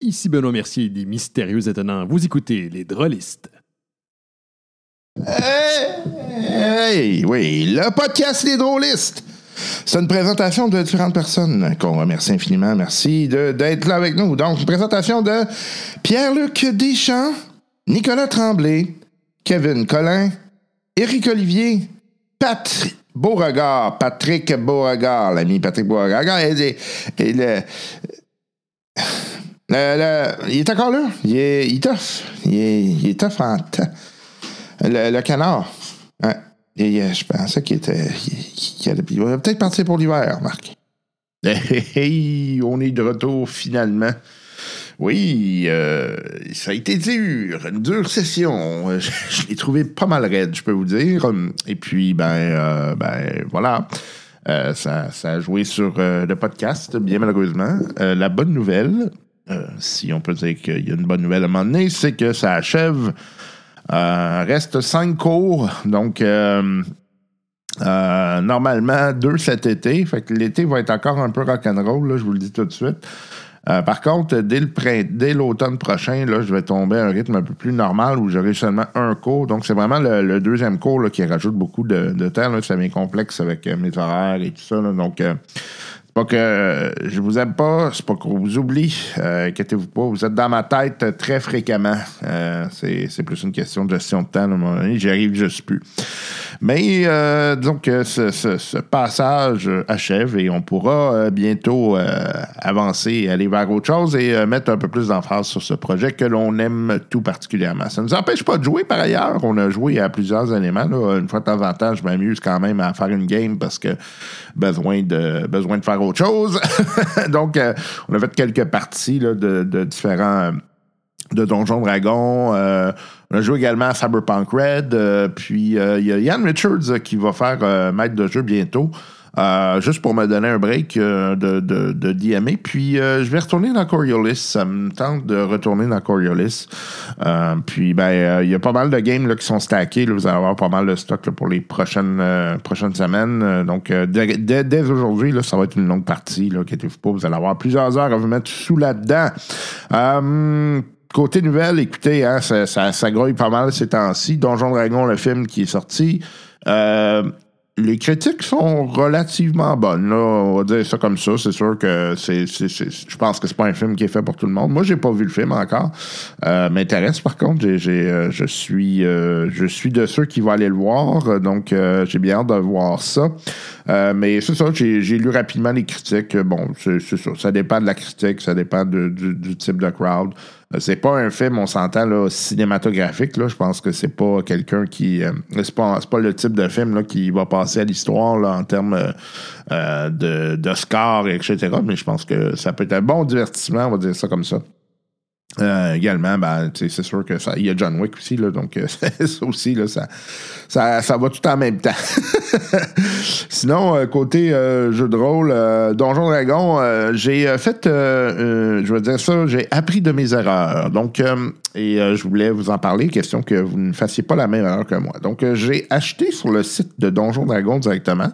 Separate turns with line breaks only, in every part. Ici Benoît Mercier des Mystérieux Étonnants. Vous écoutez Les Drôlistes.
Hey, hey, oui, le podcast Les Drôlistes. C'est une présentation de différentes personnes qu'on remercie infiniment. Merci de- d'être là avec nous. Donc, une présentation de Pierre-Luc Deschamps, Nicolas Tremblay, Kevin Collin, Éric Olivier, Patrick Beauregard, Patrick Beauregard, l'ami Patrick Beauregard, et, et le, euh, le- le- il est encore là. Il est, il est tough. Il est, il est tough en temps. Le, le canard. Ouais. Et, euh, je pensais qu'il était. qu'il- qu'il allait- il va peut-être partir pour l'hiver, Marc. Hey, hey, on est de retour finalement. Oui, euh, ça a été dur, une dure session. Euh, Je, je l'ai trouvé pas mal raide, je peux vous dire. Et puis, ben, euh, ben voilà. Euh, ça, ça a joué sur euh, le podcast, bien malheureusement. Euh, la bonne nouvelle, euh, si on peut dire qu'il y a une bonne nouvelle à un moment donné, c'est que ça achève euh, reste cinq cours. Donc, euh, euh, normalement, deux cet été. Fait que l'été va être encore un peu rock'n'roll, là, je vous le dis tout de suite. Euh, par contre, dès le print- dès l'automne prochain, là, je vais tomber à un rythme un peu plus normal où j'aurai seulement un cours. Donc, c'est vraiment le, le deuxième cours là, qui rajoute beaucoup de, de temps. Là. Ça devient complexe avec euh, mes horaires et tout ça. là. Donc, euh, c'est pas que euh, je vous aime pas, c'est pas qu'on vous oublie. Euh, inquiétez-vous pas, vous êtes dans ma tête euh, très fréquemment. Euh, c'est, c'est plus une question de gestion de temps. là, À un moment donné, j'y arrive juste plus. Mais euh, disons que ce, ce- ce passage euh, achève et on pourra euh, bientôt euh, avancer et aller vers autre chose et euh, mettre un peu plus d'emphase sur ce projet que l'on aime tout particulièrement. Ça ne nous empêche pas de jouer par ailleurs. On a joué à plusieurs éléments. là. Une fois de temps en temps, je m'amuse quand même à faire une game parce que besoin de, besoin de faire autre chose. Donc, euh, on a fait quelques parties là, de, de différents. euh, de Donjon Dragon. euh, on a joué également à Cyberpunk Red. euh, puis euh, il y a Ian Richards euh, qui va faire euh, maître de jeu bientôt. euh, juste pour me donner un break euh, de, de, de DMA. Puis euh, je vais retourner dans Coriolis. Ça me tente de retourner dans Coriolis. Euh, puis ben euh, il y a pas mal de games là, qui sont stackés. là. Vous allez avoir pas mal de stock là, pour les prochaines, euh, prochaines semaines. Euh, donc euh, dès, dès- dès aujourd'hui, là, ça va être une longue partie. là, Inquiétez-vous pas, vous allez avoir plusieurs heures à vous mettre sous là-dedans. Euh, Côté nouvelle, écoutez, hein, ça, ça, ça grouille pas mal ces temps-ci. Donjon Dragon, le film qui est sorti. Euh, les critiques sont relativement bonnes. Là, on va dire ça comme ça. C'est sûr que c'est, c'est- c'est- je pense que c'est pas un film qui est fait pour tout le monde. Moi, j'ai pas vu le film encore. Euh, m'intéresse par contre. J'ai, j'ai, euh, je suis, euh, je suis de ceux qui vont aller le voir. Euh, Donc, euh, j'ai bien hâte de voir ça. Euh, mais c'est ça. J'ai, j'ai lu rapidement les critiques. Bon, c'est, c'est sûr. Ça dépend de la critique. Ça dépend de- du, du type de crowd. Euh, C'est pas un film, on s'entend, là, cinématographique. Là. Je pense que c'est pas quelqu'un qui. euh, c'est, pas, c'est pas le type de film là, qui va passer à l'histoire là, en termes euh, euh, de, de score, etc. Mais je pense que ça peut être un bon divertissement, on va dire ça comme ça. Euh, également, ben, tu sais, c'est sûr que ça. Il y a John Wick aussi, là, donc euh, ça aussi, là, ça, ça, ça va tout en même temps. Sinon, euh, côté euh, jeu de rôle, euh, Donjon Dragon, euh, j'ai euh, fait, euh, euh, je veux dire ça, j'ai appris de mes erreurs. Donc, euh, et euh, je voulais vous en parler, question que vous ne fassiez pas la même erreur que moi. Donc, euh, j'ai acheté sur le site de Donjon Dragon directement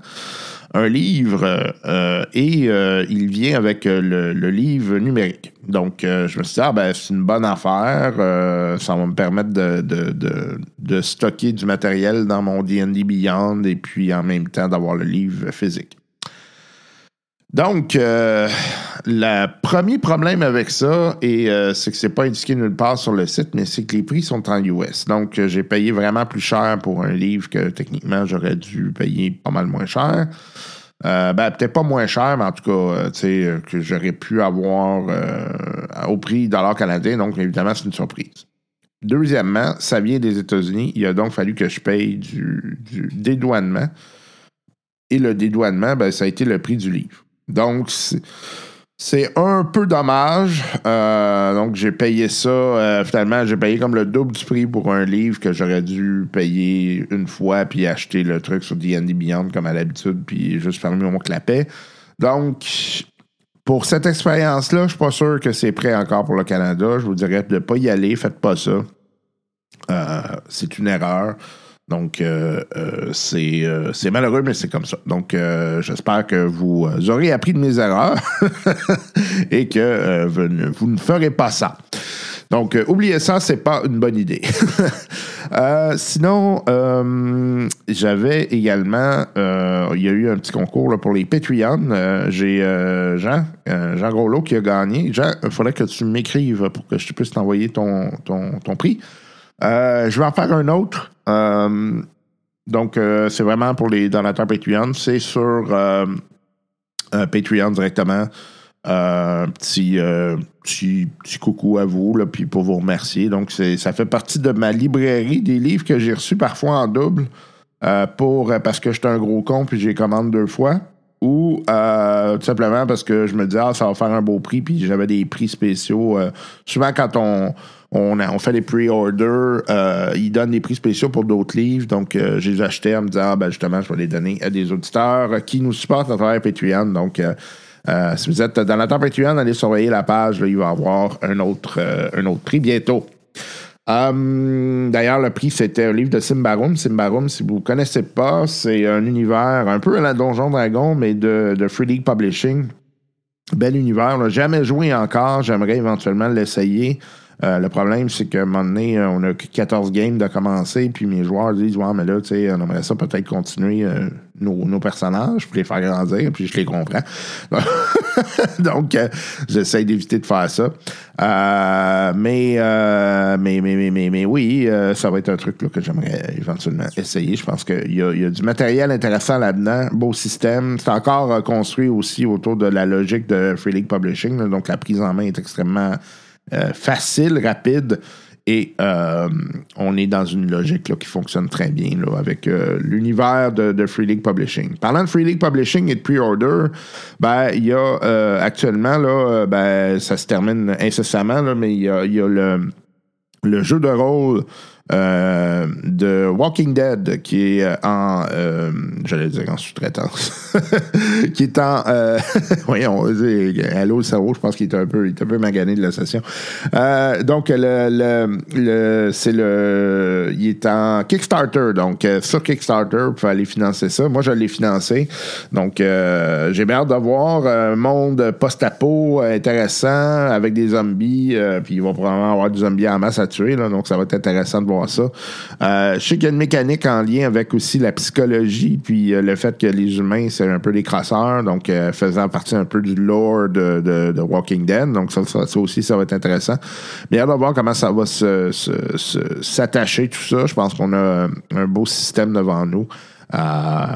un livre euh, euh, et euh, il vient avec euh, le, le livre numérique. Donc, euh, je me suis dit, ah ben, c'est une bonne affaire. euh, ça va me permettre de, de- de- de stocker du matériel dans mon D&D Beyond et puis en même temps d'avoir le livre physique. Donc, euh, le premier problème avec ça, et euh, c'est que c'est pas indiqué nulle part sur le site, mais c'est que les prix sont en US. Donc, euh, j'ai payé vraiment plus cher pour un livre que techniquement j'aurais dû payer pas mal moins cher. Euh, ben, peut-être pas moins cher, mais en tout cas, euh, tu sais, euh, que j'aurais pu avoir euh, au prix dollar canadien. Donc, évidemment, c'est une surprise. Deuxièmement, ça vient des États-Unis. Il a donc fallu que je paye du, du dédouanement. Et le dédouanement, ben, ça a été le prix du livre. Donc, c'est- c'est un peu dommage. Euh, donc, j'ai payé ça. euh, finalement, j'ai payé comme le double du prix pour un livre que j'aurais dû payer une fois, puis acheter le truc sur D&D Beyond comme à l'habitude, puis juste fermer mon clapet. Donc, pour cette expérience-là, je suis pas sûr que c'est prêt encore pour le Canada. Je vous dirais de ne pas y aller. Faites pas ça. Euh, c'est une erreur. Donc, euh, euh, c'est euh, c'est malheureux, mais c'est comme ça. Donc, euh, j'espère que vous aurez appris de mes erreurs et que euh, vous, ne, vous ne ferez pas ça. Donc, euh, oubliez ça, c'est pas une bonne idée. Euh, sinon, euh, j'avais également, euh, il y a eu un petit concours là, pour les Patreons. Euh, J'ai euh, Jean, euh, Jean Groslo qui a gagné. Jean, il faudrait que tu m'écrives pour que je puisse t'envoyer ton, ton, ton prix. Euh, je vais en faire un autre. Euh, donc, euh, c'est vraiment pour les donateurs Patreon. C'est sur euh, euh, Patreon directement. Euh, petit, euh, petit, petit coucou à vous, là, puis pour vous remercier. Donc, c'est- ça fait partie de ma librairie des livres que j'ai reçus parfois en double euh, pour, euh, parce que j'étais un gros con puis j'ai commande deux fois. Ou euh, tout simplement parce que je me disais, ah, ça va faire un beau prix, puis j'avais des prix spéciaux. euh, souvent, quand on, on, a- on fait des pre-orders, euh, ils donnent des prix spéciaux pour d'autres livres. Donc, euh, je les achetais en me disant, ah, ben, justement, je vais les donner à des auditeurs euh, qui nous supportent à travers Patreon. Donc, euh, euh, si vous êtes dans la Patreon, allez surveiller la page. là, il va y avoir un autre, euh, un autre prix bientôt. Hum, D'ailleurs, le prix, c'était un livre de Simbarum. Simbarum, si vous ne connaissez pas, c'est un univers un peu à la Donjon Dragon, mais de, de Free League Publishing. Bel univers. On n'a jamais joué encore. J'aimerais éventuellement l'essayer. Euh, le problème, c'est qu'à un moment donné, euh, on a que 14 games de commencer, puis mes joueurs disent Ouais, mais là, tu sais, on aimerait ça peut-être continuer euh, nos, nos personnages, puis les faire grandir, puis je les comprends. Donc, euh, j'essaie d'éviter de faire ça. Euh, mais, euh, mais, mais, mais, mais, mais oui, euh, ça va être un truc là, que j'aimerais éventuellement essayer. Je pense qu'il y, a- il y a du matériel intéressant là-dedans. Beau système. C'est encore euh, construit aussi autour de la logique de Free League Publishing. là. donc, la prise en main est extrêmement euh, facile, rapide. Et euh, on est dans une logique là, qui fonctionne très bien là, avec euh, l'univers de, de Free League Publishing. Parlant de Free League Publishing et de pre-order, ben, il y a euh, actuellement, là, euh, ben, ça se termine incessamment, là, mais il y a, il y a le, le jeu de rôle euh, de Walking Dead qui est euh, en euh, j'allais dire en sous-traitance qui est en euh, voyons allô le cerveau je pense qu'il est un peu il est un peu magané de la session Euh, donc le, le, le- c'est le il est en Kickstarter donc euh, sur Kickstarter vous pouvez aller financer ça moi je l'ai financé donc euh, j'ai bien hâte de voir un monde post-apo euh, intéressant avec des zombies euh, puis ils vont probablement avoir du zombie en masse à tuer, là, donc ça va être intéressant de voir ça. Euh, je sais qu'il y a une mécanique en lien avec aussi la psychologie, puis euh, le fait que les humains, c'est un peu des crasseurs, donc euh, faisant partie un peu du lore de, de- de Walking Dead, donc ça, ça- ça aussi, ça va être intéressant. Mais alors, on va voir comment ça va s'attacher, se, se- s'attacher, tout ça. Je pense qu'on a euh, un beau système devant nous. Euh,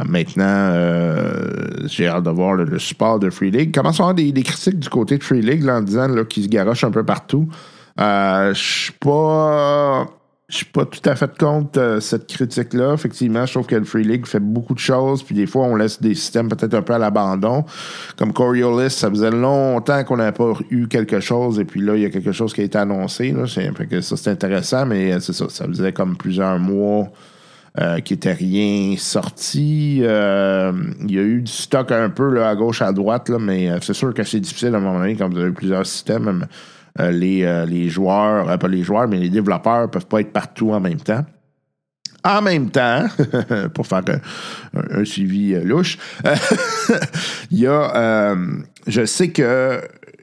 maintenant, euh, j'ai hâte de voir le, le support de Free League. Commence à avoir des, des critiques du côté de Free League là, en disant là, qu'ils se garochent un peu partout. Euh, je suis pas. Je suis pas tout à fait contre euh, cette critique-là. Effectivement, je trouve que le Free League fait beaucoup de choses, puis des fois, on laisse des systèmes peut-être un peu à l'abandon. Comme Coriolis, ça faisait longtemps qu'on n'avait pas eu quelque chose, et puis là, il y a quelque chose qui a été annoncé. Là. C'est- fait que ça, c'est intéressant, mais euh, c'est ça. Ça faisait comme plusieurs mois euh, qui était rien sorti. Euh, il y a eu du stock un peu là, à gauche, à droite, là, mais euh, c'est sûr que c'est difficile à un moment donné quand vous avez plusieurs systèmes. euh, euh, les, euh, les joueurs, euh, pas les joueurs, mais les développeurs peuvent pas être partout en même temps. En même temps, pour faire un, un- un suivi euh, louche, il y a, euh, je sais que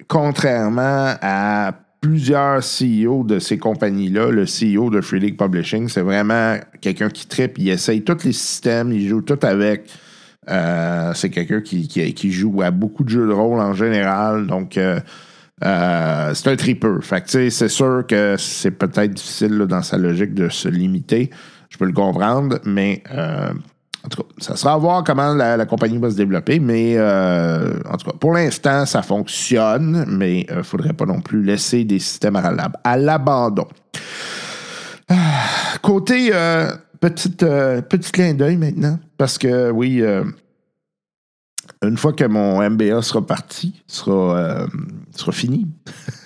contrairement à plusieurs CEO de ces compagnies-là, le CEO de Free League Publishing, c'est vraiment quelqu'un qui tripe, il essaye tous les systèmes, il joue tout avec. Euh, c'est quelqu'un qui, qui- qui joue à beaucoup de jeux de rôle en général, donc euh, euh, c'est un tripeux. Fait que, tu sais, c'est sûr que c'est peut-être difficile là, dans sa logique de se limiter. Je peux le comprendre, mais euh, en tout cas, ça sera à voir comment la, la compagnie va se développer. Mais euh, en tout cas, pour l'instant, ça fonctionne, mais il ne faudrait pas non plus laisser des systèmes à l'ab- à l'abandon. Ah, côté euh, petite, euh, petit clin d'œil maintenant, parce que oui, euh, une fois que mon MBA sera parti, sera, euh, sera fini,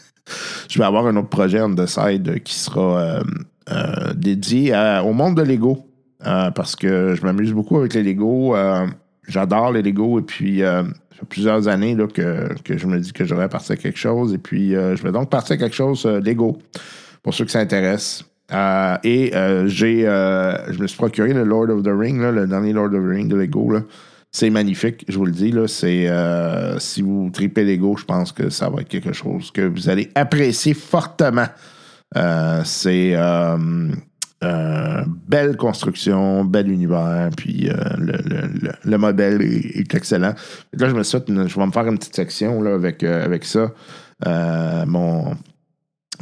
je vais avoir un autre projet on the side qui sera euh, euh, dédié à- au monde de Lego. Euh, parce que je m'amuse beaucoup avec les Lego. Euh, J'adore les Lego et puis euh, ça fait plusieurs années là, que, que je me dis que j'aurais parti à quelque chose. Et puis euh, je vais donc partir à quelque chose euh, Lego. Pour ceux que ça intéresse, Euh, et euh, j'ai, euh, je me suis procuré le Lord of the Ring, là, le dernier Lord of the Ring de Lego. là. C'est magnifique, je vous le dis. Là, c'est, euh, si vous tripez Lego, je pense que ça va être quelque chose que vous allez apprécier fortement. Euh, c'est euh, euh, belle construction, bel univers, puis euh, le, le- le- le modèle est, est excellent. Là, je me suis fait une- je vais me faire une petite section là, avec, euh, avec ça. Euh, mon,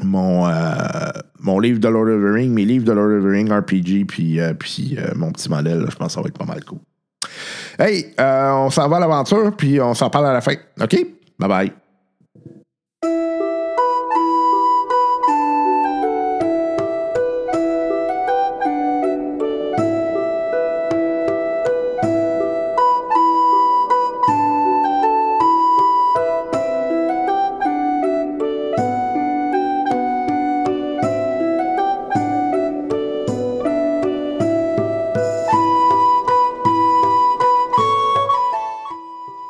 mon, euh, mon livre de Lord of the Ring, mes livres de Lord of the Ring, RPG, puis, euh, puis euh, mon petit modèle, là, je pense que ça va être pas mal cool. Hey, euh, on s'en va à l'aventure, puis on s'en parle à la fin. OK? Bye bye.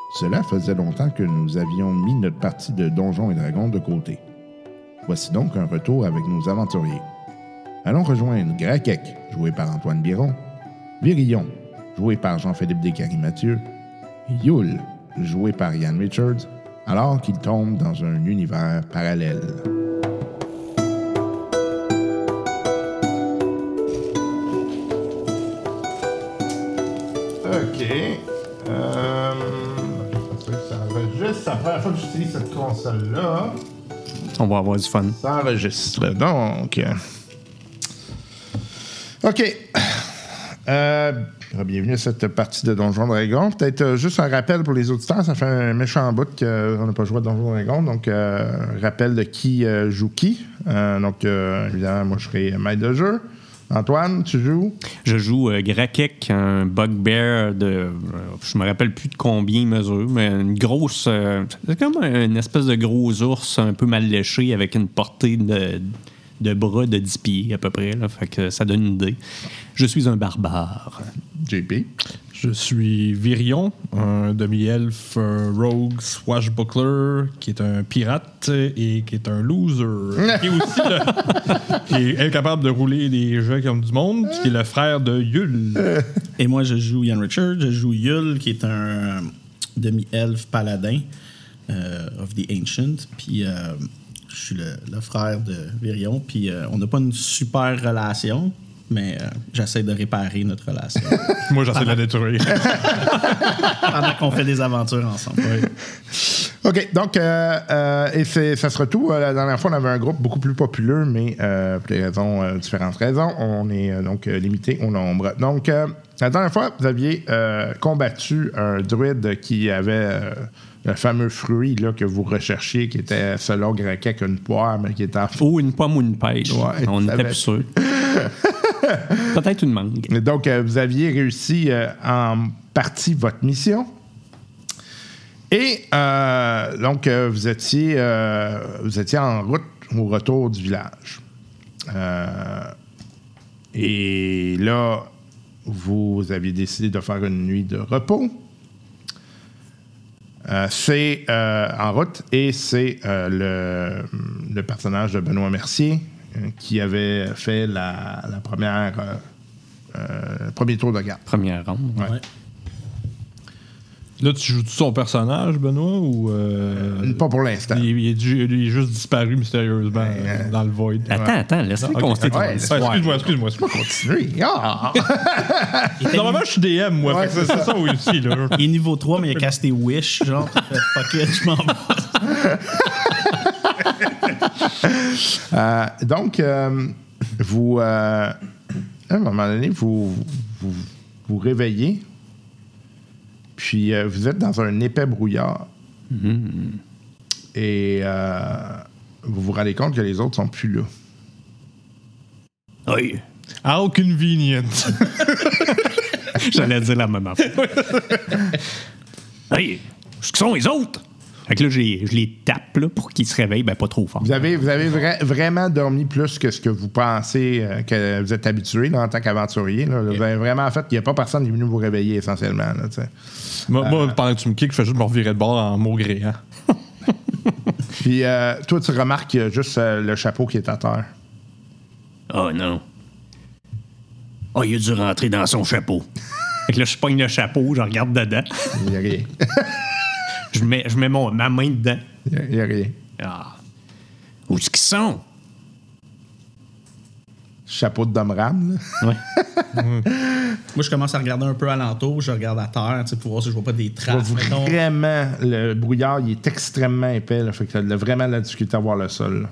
Cela faisait longtemps que nous avions mis notre partie de Donjons et Dragons de côté. Voici donc un retour avec nos aventuriers. Allons rejoindre Grakek, joué par Antoine Biron, Virillon, joué par Jean-Philippe Descaries-Mathieu, Yule, joué par Ian Richards, alors qu'il tombe dans un univers parallèle. OK. Euh, ça enregistre. C'est la première fois que j'utilise cette console-là.
On va avoir du fun.
Ça enregistre. Donc. euh, OK. Euh, bienvenue à cette partie de Donjon Dragon. Peut-être euh, juste un rappel pour les auditeurs. Ça fait un méchant bout qu'on n'a pas joué à Donjon Dragon. Donc, euh, rappel de qui euh, joue qui. Euh, donc, euh, évidemment, moi, je serai maître de jeu. Antoine, tu joues?
Je joue euh, Grakek, un bugbear de. euh, je me rappelle plus de combien il mesure, mais une grosse. euh, c'est comme une espèce de gros ours un peu mal léché avec une portée de, de bras de 10 pieds à peu près. là. fait que ça donne une idée. Je suis un barbare.
JP.
Je suis Virion, un demi-elfe un rogue swashbuckler qui est un pirate et qui est un loser. qui est aussi le- qui est incapable de rouler des jeux comme du monde, puis qui est le frère de Yul.
Et moi, je joue Ian Richard. Je joue Yul, qui est un euh, demi-elfe paladin euh, of the Ancient. Puis euh, je suis le, le frère de Virion. Puis euh, on n'a pas une super relation, mais euh, j'essaie de réparer notre relation
Moi, j'essaie de la détruire.
pendant qu'on fait des aventures ensemble.
OK, donc, euh, euh, et c'est- ça sera tout. Euh, La dernière fois, on avait un groupe beaucoup plus populeux, mais euh, pour des raisons, euh, différentes raisons, on est euh, donc euh, limité au nombre. Donc, euh, la dernière fois, vous aviez euh, combattu un druide qui avait euh, le fameux fruit là, que vous recherchiez, qui était, selon Grekek, une poire, mais qui était en
Ou une pomme ou une pêche.
Ouais,
On
ça
était
va.
plus sûr. Peut-être une mangue.
Et Donc, euh, vous aviez réussi euh, en partie votre mission. Et euh, donc, euh, vous, étiez, euh, vous étiez en route au retour du village. Euh, et là, vous aviez décidé de faire une nuit de repos. Euh, c'est euh, en route et c'est euh, le, le personnage de Benoît Mercier euh, qui avait fait la, la première euh, euh, premier tour de garde.
Première ronde.
Ouais.
Là, tu joues-tu son personnage, Benoît, ou. euh,
Pas pour l'instant.
il, il est, ju- il est juste disparu mystérieusement euh, dans le void.
Attends, attends, laisse-le constituer.
ouais,
Ah, excuse-moi, excuse-moi. excuse-moi.
Continuez. Ah!
Normalement, je suis DM, moi.
Ouais,
fait que c'est ça oui, aussi, là.
Il est niveau 3, mais il a casté Wish. Genre, tu fais, fuck it, je m'en vais.
Euh, donc, euh, vous, euh, à un moment donné, vous vous, vous- vous réveillez, puis euh, vous êtes dans un épais brouillard.
Mm-hmm.
Et euh, vous vous rendez compte que les autres sont plus là.
Oui.
How convenient.
J'allais dire la même affaire. hey, ce que sont les autres? Fait que là, je les, je les tape là, pour qu'ils se réveillent, ben pas trop fort.
Vous avez, vous avez vra- vraiment dormi plus que ce que vous pensez euh, que vous êtes habitué là, en tant qu'aventurier. là. Vous avez vraiment fait qu'il n'y a pas personne qui est venu vous réveiller essentiellement. là, tu sais.
moi,
Euh.
moi, pendant que tu me kicks, je fais juste me revirer de bord en maugréant.
Puis euh, toi, tu remarques qu'il y a juste euh, le chapeau qui est à terre.
Oh non. Oh, il a dû rentrer dans son chapeau. Fait que là, je pogne le chapeau, je regarde dedans.
Il n'y a rien.
Je mets, je mets mon, ma main dedans.
Il n'y a, rien.
Ah. Où est-ce qu'ils sont?
Chapeau de Dom Ram, là.
Ouais.
Moi, je commence à regarder un peu alentour, je regarde à terre, tu sais, pour voir si je vois pas des
Pas
traces. mettons.
Vraiment, le brouillard, il est extrêmement épais. Là, fait que t'as de- vraiment de la difficulté à voir le sol.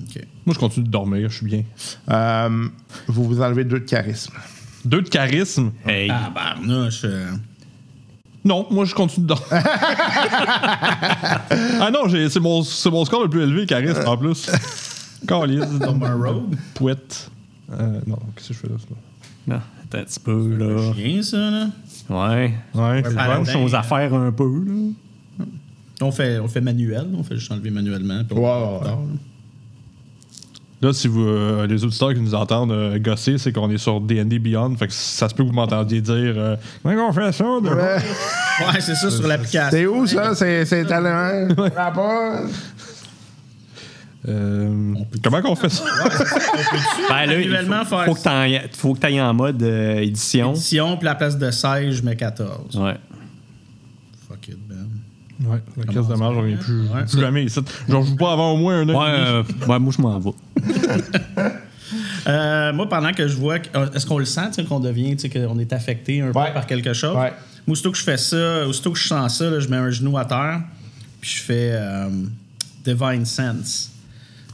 Ok.
Moi, je continue de dormir, je suis bien.
là. Euh, vous vous enlevez deux de charisme.
Deux de charisme.
Hey.
Ah, barnouche. euh,
Non, moi, je continue de dormir. ah non, j'ai- c'est mon, c'est mon score le plus élevé, charisme, en plus. Calice,
Comme un rogue.
pouette. Euh, non, qu'est-ce que je fais là? ça?
Non, attends un petit peu, là.
Rien, ça, là.
Ah. Ouais.
Ouais, c'est
paladin.
bon.
Penche aux affaires un peu, là.
On fait, on fait manuel, on fait juste enlever manuellement. puis on-
Wow.
dort, là.
Là, si vous, euh, les auditeurs qui nous entendent euh, gosser, c'est qu'on est sur D&D Beyond. Fait que ça se peut que vous m'entendiez dire euh, Comment on fait ça? de-
Ouais, c'est ça sur l'application.
C'est où, ça? C'est c'est talent. Rapport?
Euh, comment qu'on fait ça?
Ben là, il
Manuellement,
faut,
faire
faut que t'en ailles- faut que t'ailles en mode euh, édition.
Si on, puis la place de 16, je mets 14.
Ouais.
Fuck it, Ben.
ouais, la caisse de marge, on est plus,
Ouais.
plus jamais ici. Genre, je joue pas avant au moins un
Ouais,
an. et demi.
euh, ouais, moi, je m'en vais.
Euh, moi, pendant que je vois. que- euh, Est-ce qu'on le sent, tu sais, qu'on devient, tu sais, qu'on est affecté un
Ouais.
peu par quelque chose?
Ouais.
Moi, aussitôt que je fais ça, aussitôt que je sens ça, là, je mets un genou à terre, puis je fais euh, Divine Sense.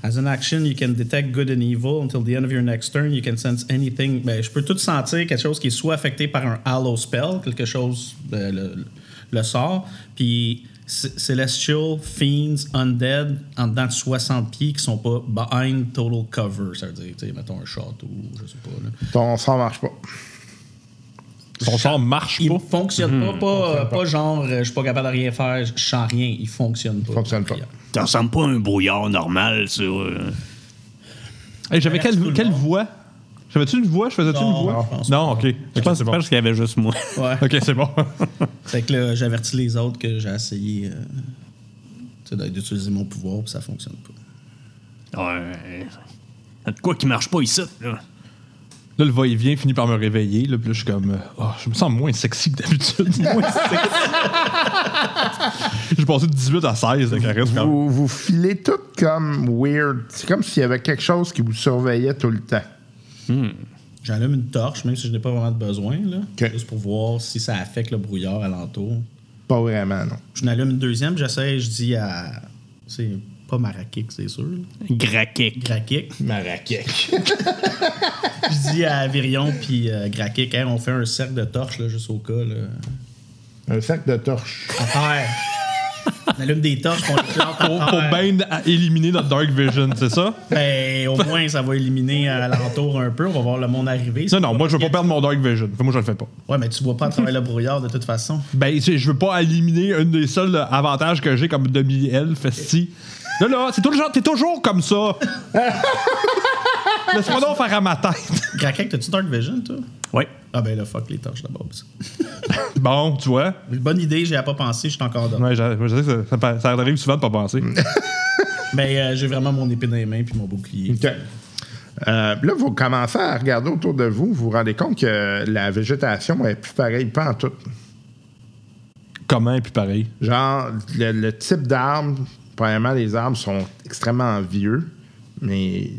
As an action, you can detect good and evil until the end of your next turn. You can sense anything. Ben, je peux tout sentir quelque chose qui est soit affecté par un Hallow spell, quelque chose, euh, le, le sort, puis c- Celestial, Fiends, Undead, en dedans de 60 pieds qui sont pas behind total cover. Ça veut dire, tu sais, mettons un château, je sais pas. Là.
Ton sang marche pas.
Son sort marche
Il
pas.
fonctionne pas, pas, euh, pas genre euh, je suis pas capable de rien faire, je je sens rien. Il fonctionne pas.
Fonctionne pas.
Ça ressemble pas à un brouillard normal, ça. euh.
Hey, J'avais
Merci tout
quelle,
le
quelle
monde.
voix? J'avais-tu une voix? Je faisais-tu une
Non,
voix?
je pense
non, ok.
Je
Ok,
pense,
c'est bon.
je pense qu'il y avait juste moi.
Ouais.
Ok, c'est bon.
Fait que là, j'avertis les autres que j'ai essayé euh, tu sais, d'utiliser mon pouvoir, puis ça fonctionne pas.
Ouais. Y'a De quoi qui marche pas ici, là?
Là, le va-et-vient finit par me réveiller. Là, puis là, je suis comme, euh, oh, je me sens moins sexy que d'habitude. Moins sexy. J'ai passé de 18 à 16 de charisme. quand même.
Vous, vous filez tout comme weird. C'est comme s'il y avait quelque chose qui vous surveillait tout le temps.
J'allume une torche, même si je n'ai pas vraiment de besoin, là,
Ok.
juste pour voir si ça affecte le brouillard alentour.
Pas vraiment, non.
Je n'allume une deuxième, j'essaie, je dis à. C'est pas Marakik, c'est sûr. là.
Graquec.
Grakik. Marakik. je dis à Virion puis euh, Grakik, Hey, on fait un cercle de torches, là, juste au cas. Là.
Un sac de torches.
À terre. On allume des torches, on les plante à
Pour,
terre.
pour bien à- éliminer notre Dark Vision, c'est ça?
Ben, au moins, ça va éliminer à l'entour un peu. On va voir le monde arriver.
Non, non, moi, je veux pas perdre mon Dark Vision. Fait que Moi, je le fais pas.
Ouais, mais tu vois pas à travers le brouillard de toute façon.
Ben, c'est- je veux pas éliminer un des seuls avantages que j'ai comme demi-elfe, esti. Là, là, c'est tout le genre, t'es toujours comme ça. Laisse-moi donc faire à ma tête.
Grakek, t'as-tu Dark Vision, toi?
Ouais.
Ah ben là, fuck les torches là-bas. aussi.
Bon, tu vois.
Bonne idée, j'y ai pas pensé, je suis encore dans.
Ouais, je, je sais que ça, ça, pa- ça arrive souvent de pas penser.
Mais euh, j'ai vraiment mon épée dans les mains puis mon bouclier.
OK. Euh, là, vous commencez à regarder autour de vous, vous vous rendez compte que la végétation est plus pareille, pas en tout.
Comment et puis pareil.
Genre, le, le type d'arbre, premièrement, les arbres sont extrêmement vieux, mais,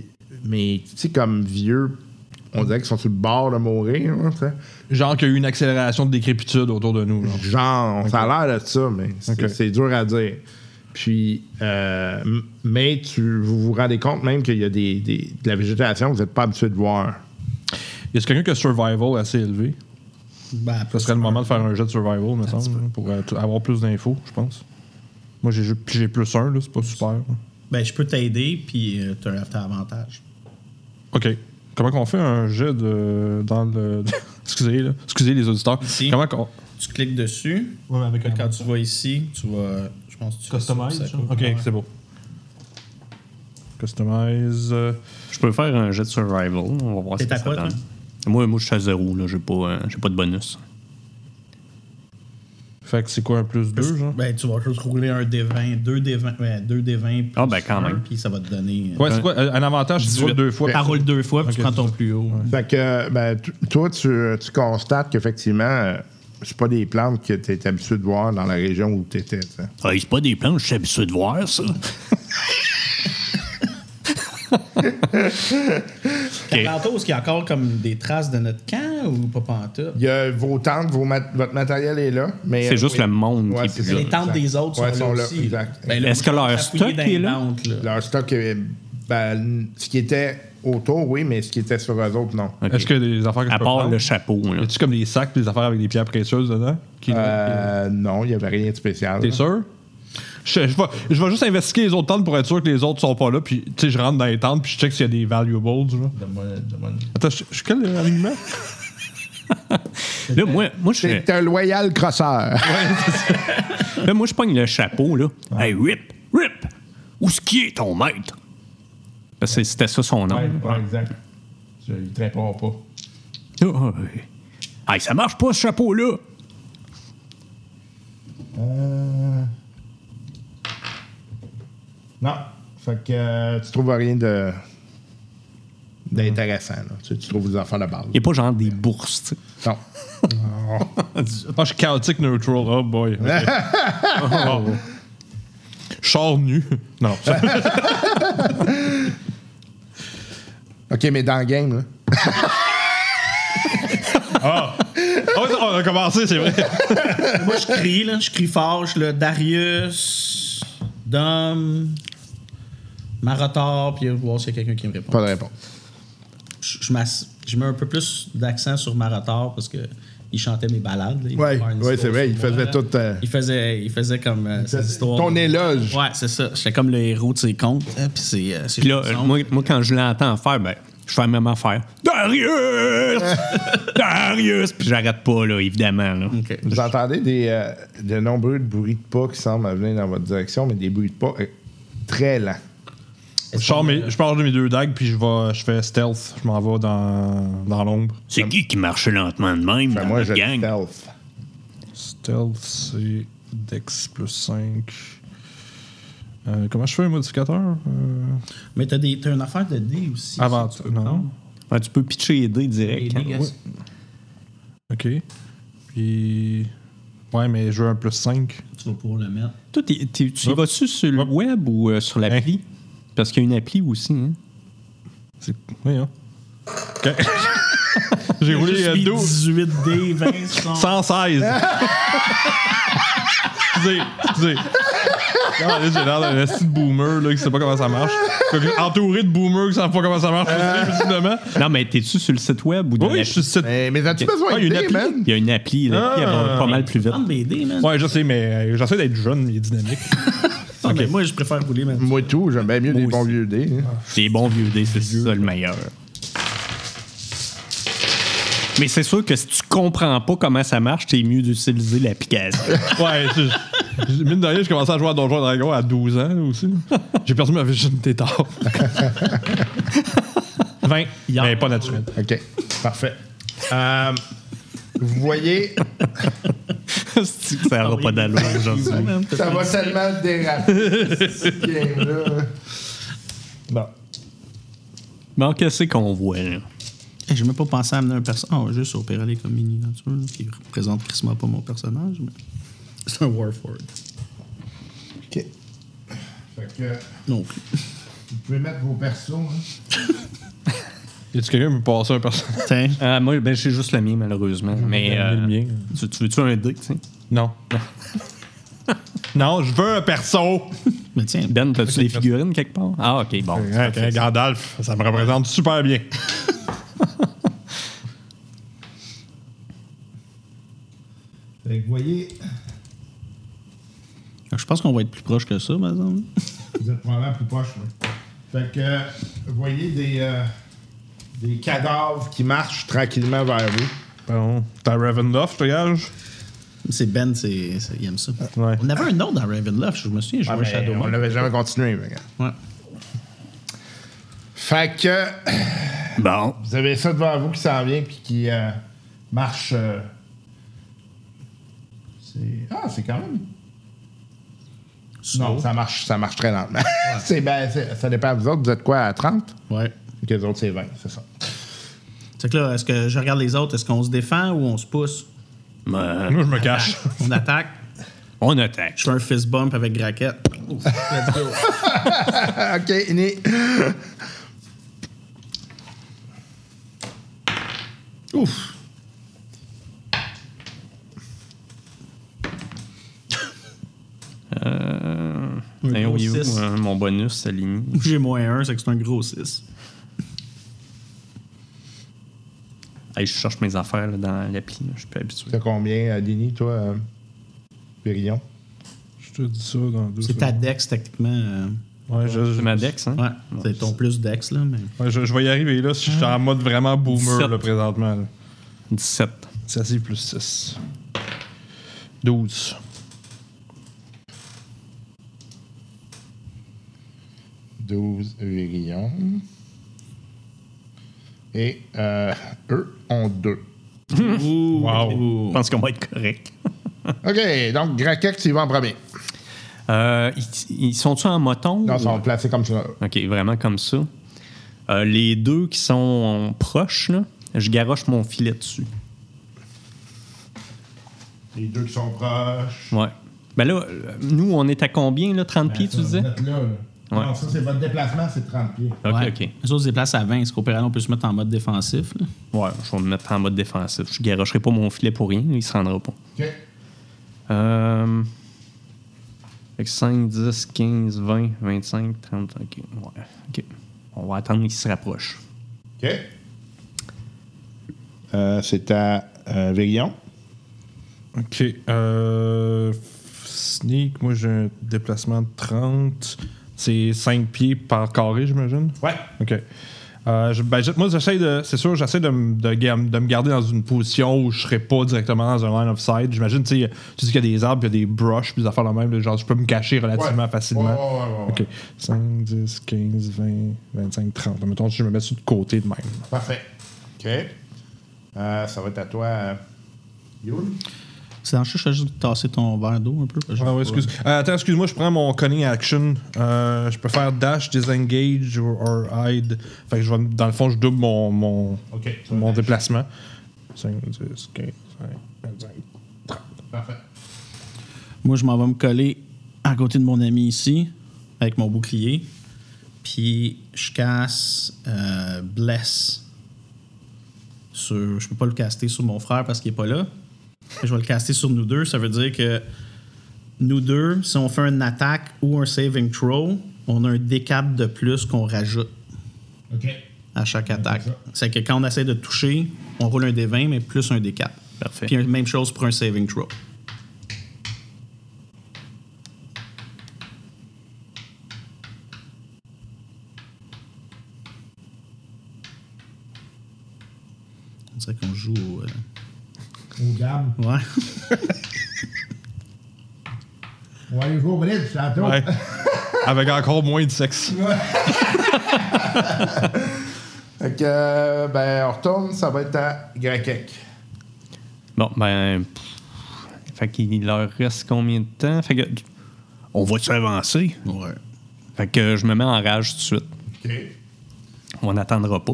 mais tu sais, comme vieux, on dirait qu'ils sont sur le bord de mourir. hein, tu sais.
Genre qu'il y a eu une accélération de décrépitude autour de nous. genre.
Genre, ça a l'air de ça, mais c'est
Ok.
c'est dur à dire. Puis, euh, m- mais tu, vous vous rendez compte même qu'il y a des, des- de la végétation que vous n'êtes pas habitué de voir.
Y a quelqu'un qui a survival assez élevé?
Ben,
Ça
après,
serait le moment de faire un jet de survival, me semble, hein, pour euh, t- avoir plus d'infos, je pense. Moi, j'ai ju- j'ai plus un, là, c'est pas super. là.
ben je peux t'aider puis euh, t'as t'as avantage.
OK. Comment qu'on fait un jet de. dans le. excusez, là. Excusez les auditeurs.
Ici.
Comment qu'on.
Tu cliques dessus.
Ouais, mais avec un-
Quand tu vas ici, tu vas. euh, Je pense que tu.
Customize?
ça coupe.
OK,
Ouais.
c'est beau. Customize. euh,
Je peux faire un jet de survival. On va voir
T'es
si
à
ça
quoi,
donne.
toi?
Moi, moi, je suis à zéro, là. J'ai pas, euh, j'ai pas de bonus.
Fait que c'est quoi un plus 2, genre?
Ben, tu vas juste rouler un D20, deux D20, ben, deux D20
Ah,
plus
ben, quand
un,
même.
Puis ça va te donner.
Ouais, c'est quoi? euh, Un avantage, tu roules deux fois.
Elle roule deux fois, puis
Ok,
tu prends
c'est
ton
ça.
plus haut.
Fait que, ben, t- toi, tu, tu constates qu'effectivement, euh, c'est pas des plantes que tu es habitué de voir dans la région où tu étais. ça.
Ah, c'est pas des plantes, je suis habitué de voir ça.
Okay. est-ce qu'il y a encore comme des traces de notre camp ou pas pantoute?
Il y a vos tentes, vos mat- votre matériel est là. mais euh,
C'est juste le monde
Ouais,
qui
c'est
est
ça.
Les tentes
Exact.
des autres
Ouais,
sont,
sont
là,
là,
aussi. Ben,
exact.
là,
Est-ce que leur
on a fouillé
stock
dans
est
les
là?
tentes, là.
Leur stock, est- ben, ce qui était autour, oui, mais ce qui était sur eux autres, non.
Ok.
Est-ce qu'il y a des affaires que
À
je peux
part
prendre?
le chapeau. Là.
Y a-tu comme des sacs pis des affaires avec des pierres précieuses dedans? Qui-
Euh, non, il n'y avait rien de spécial.
T'es sûr? Je, je vais, je vais juste investiguer les autres tentes pour être sûr que les autres sont pas là. Puis, tu sais, je rentre dans les tentes puis je check s'il y a des valuables. genre.
Donne-moi- donne-moi une-
Attends, je je suis quel euh, alignement?
Là, moi, moi je
C'est un loyal crosseur.
là, moi, je pogne le chapeau. Là. Hey, Rip, Rip, où est-ce qui est ton maître? Parce que c'était ça son nom.
exact. Je ne te réponds pas.
Ah, ah, ah. Hey, ça marche pas, ce chapeau-là.
Non. Fait que euh, tu trouves rien de d'intéressant. là. Tu, tu trouves des enfants de base.
Il n'y a pas genre des bourses. tu sais.
Non.
Ah, je suis chaotique neutral. Oh boy. ok. Oh. Je sors nu. Non.
OK, mais dans le game, là.
Ah ouais, on a commencé, c'est vrai.
Moi, je crie, là. Je crie fort. Je suis le Darius, Dom, Marator, puis je vais voir s'il y a quelqu'un qui me répond.
Pas de réponse.
Je, je m'ass- je mets un peu plus d'accent sur Marator parce que il chantait mes balades. là. Il
Ouais,
faisait une
ouais,
histoire
c'est vrai,
sur
il faisait
là.
tout, euh,
Il faisait, il faisait comme euh, cette histoire.
Ton
de-
éloge.
Ouais, c'est ça. J'étais comme le héros de ses contes. hein, Puis c'est. euh, c'est
Puis là,
chansons.
moi, moi, quand je l'entends faire, ben, je fais la même affaire. Darius! Darius! Puis j'arrête pas, là, évidemment. Là.
Ok.
Vous entendez des, euh, de nombreux bruits de pas qui semblent venir dans votre direction, mais des bruits de pas euh, très lents.
Je sors mes- je pars de mes deux dagues puis je vais, je fais stealth. Je m'en vais dans, dans l'ombre.
C'est qui qui marche lentement de même
Ben,
dans
moi,
notre
je
gang?
stealth.
Stealth, c'est Dex plus 5. Euh, comment je fais un modificateur? Euh,
Mais t'as, des, t'as une affaire de dés aussi.
avant.
ça, tu peux prendre.
Non.
Ouais, Ah, tu peux pitcher les dés
Les
direct.
dés,
hein.
yes.
Ok. Puis. Ouais, mais je veux un plus 5.
Tu vas pouvoir le mettre.
Toi, t'es- t'es- tu y vas-tu sur le web ou euh, sur l'appli? Parce qu'il y a une appli aussi. Hein?
C'est. Oui, hein. Ok. J'ai roulé euh, 12.
18 dés, 20 sont-
116. excusez, excusez. Non, là, j'ai l'air d'un esti de boomer là, qui sait pas comment ça marche. Fait que, entouré de boomers qui savent pas comment ça marche, visiblement.
Non, mais t'es-tu sur le site web ou dans
Oui, je
l'appli?
suis site.
Mais, mais as-tu besoin
Ouais, il y a une
d'idées,
appli.
man?
Il y a une appli, l'appli elle va
Ah.
pas mal plus vite.
Prends mes dés, man.
Ouais, je sais, mais euh, j'essaie d'être jeune et dynamique.
Ah, mais Moi, je préfère rouler, man.
Moi, tout, j'aime bien mieux des
aussi.
bons vieux dés. hein.
Les bons vieux dés, c'est ça le meilleur. Mais c'est sûr que si tu comprends pas comment ça marche, t'es mieux d'utiliser l'application.
Ouais, je, je- mine de rien, j'ai commencé à jouer à Donjon Dragon à 12 ans là, aussi. J'ai perdu ma virginité tard. 20, mais pas naturel.
Ah. OK, parfait. Euh, vous voyez,
C'est que ça n'aura pas d'allure aujourd'hui.
ça va tellement déraper, cette game-là. Bon.
Bon, qu'est-ce qu'on voit, là?
Hey, J'ai même pas pensé à amener un personnage. Oh, juste opérer les comme miniatures là, qui représente Christmas pas mon personnage. Mais... C'est un Warford.
OK. Fait que,
Non plus.
vous pouvez mettre vos persos. hein.
Y a-tu quelqu'un qui me passer un personnage?
Tiens.
Ah, moi, ben, j'ai juste le mien, malheureusement. Mais. euh,
le mien.
Tu, tu veux-tu un dé, tu sais?
Non. non, je veux un perso!
Mais tiens,
Ben, t'as-tu des figurines quelque part? Ah, ok, bon.
Ouais, ouais, Gandalf, ça me représente super bien.
Fait que vous voyez,
je pense qu'on va être plus proche que ça, par exemple.
vous êtes probablement plus proche. oui. Fait que, euh, vous voyez des, euh, des cadavres qui marchent tranquillement vers vous.
Bon, t'as Ravenloft, je te gage?
C'est Ben, c'est, c'est- il aime ça.
Ouais.
On avait un autre dans Ravenloft, je me souviens, je jouais
Ouais, mais
Shadow
on
Man.
n'avait jamais continué. mais regarde.
Ouais.
Fait que, euh,
Bon.
vous avez ça devant vous qui s'en vient puis qui euh, marche. euh, c'est-
C'est.
Ah, c'est quand même.
slow.
Non, ça marche, ça marche très lentement. c'est, ben, c'est- ça dépend de vous autres. Vous êtes quoi à 30?
Ouais.
Que les autres, c'est 20, c'est ça.
C'est que là, est-ce que je regarde les autres, est-ce qu'on se défend ou on se pousse?
Ben,
Moi, je me cache.
On attaque.
on attaque.
Je fais un fist bump avec Graquette. Let's go.
Ah, OK, né.
Ouf. Un
Hey,
gros
oui, oui,
six.
euh, mon bonus s'aligne.
J'ai moins un, c'est que c'est un gros 6.
Hey, je cherche mes affaires là, dans l'appli. là. Je suis plus habitué.
T'as combien, euh, Dini, toi, euh, Périllon?
Je te dis ça dans deux
C'est ta
secondes.
dex, techniquement. euh,
Ouais, je,
C'est
je,
ma dex, hein?
Ouais, c'est ton plus dex, là, mais.
ouais, je- je vais y arriver là si je suis en mode vraiment boomer
Sept.
là, présentement. là.
17.
Ça, c'est plus 6. 12.
Douze Périllon. Et euh, eux ont deux.
Ouh,
Wow.
Je
ouh.
pense qu'on va être correct.
OK, donc Grakek, tu y vas en premier.
Euh, ils, ils sont-tu en moton?
Non,
ou-
ils sont placés comme ça.
OK, vraiment comme ça. Euh, les deux qui sont proches, là, je garoche mon filet dessus.
Les deux qui sont proches.
Ouais. Ben là, euh, nous, on est à combien, là? 30 pieds,
Euh,
tu disais? Ouais.
Non, ça, c'est votre déplacement, c'est 30 pieds.
OK,
Ouais.
OK.
Les autres se déplacent à 20. Est-ce qu'au pire, on peut se mettre en mode défensif? là?
Ouais, je vais me mettre en mode défensif. Je garocherai pas mon filet pour rien. Il se rendra pas.
OK.
Euh... Fait que 5, 10, 15, 20, 25, 30. OK. Ouais. OK. On va attendre qu'il se rapproche.
OK. Euh, c'est à euh, Vérillon.
Ok. Euh, f- sneak, moi j'ai un déplacement de 30. C'est 5 pieds par carré, j'imagine.
Ouais.
Ok. Euh, je- ben, je- moi, j'essaie de. C'est sûr, j'essaie de, me- de, ga- de me garder dans une position où je serais pas directement dans un line of sight. J'imagine, tu sais, tu dis qu'il y a des arbres, il y a des brushes, puis des affaires de même. là, genre, je peux me cacher relativement
Ouais.
facilement.
Ouais, ouais, ouais, ouais, ouais.
Ok. 5, 10, 15, 20, 25, 30. Mettons, si je me mets sur le côté de même.
Parfait. OK. Euh, ça va être à toi, euh, Youn.
C'est dans le chat, je vais juste de tasser ton verre d'eau un peu. parce que
Ah
je-
ouais, excuse. Euh, attends, excuse-moi, je prends mon cunning action. Euh, je peux faire dash, disengage or, or hide. Fait que je vais, dans le fond, je double mon, mon,
Ok.
mon déplacement. 5, 10, 15, 20, 25, 30.
Parfait.
Moi, je m'en vais me coller à côté de mon ami ici, avec mon bouclier. Puis, je casse euh, Bless. Sur, je peux pas le caster sur mon frère parce qu'il est pas là. Je vais le caster sur nous deux. Ça veut dire que nous deux, si on fait une attaque ou un saving throw, on a un D4 de plus qu'on rajoute
OK.
à chaque attaque.
ça.
C'est que quand on essaie de toucher, on roule un D20, mais plus un D4.
Parfait.
Puis, même chose pour un saving throw. On dirait qu'on joue au. euh,
Au gamme.
Ouais.
On va aller jouer au bridge, tantôt.
Ouais. Avec encore moins de sexe.
Fait que, euh, ben, on retourne, ça va être à Grakek.
Bon, ben. pff, Fait qu'il leur reste combien de temps? Fait que. On va-tu avancer?
ouais.
Fait que je me mets en rage tout de suite.
OK.
On n'attendra pas.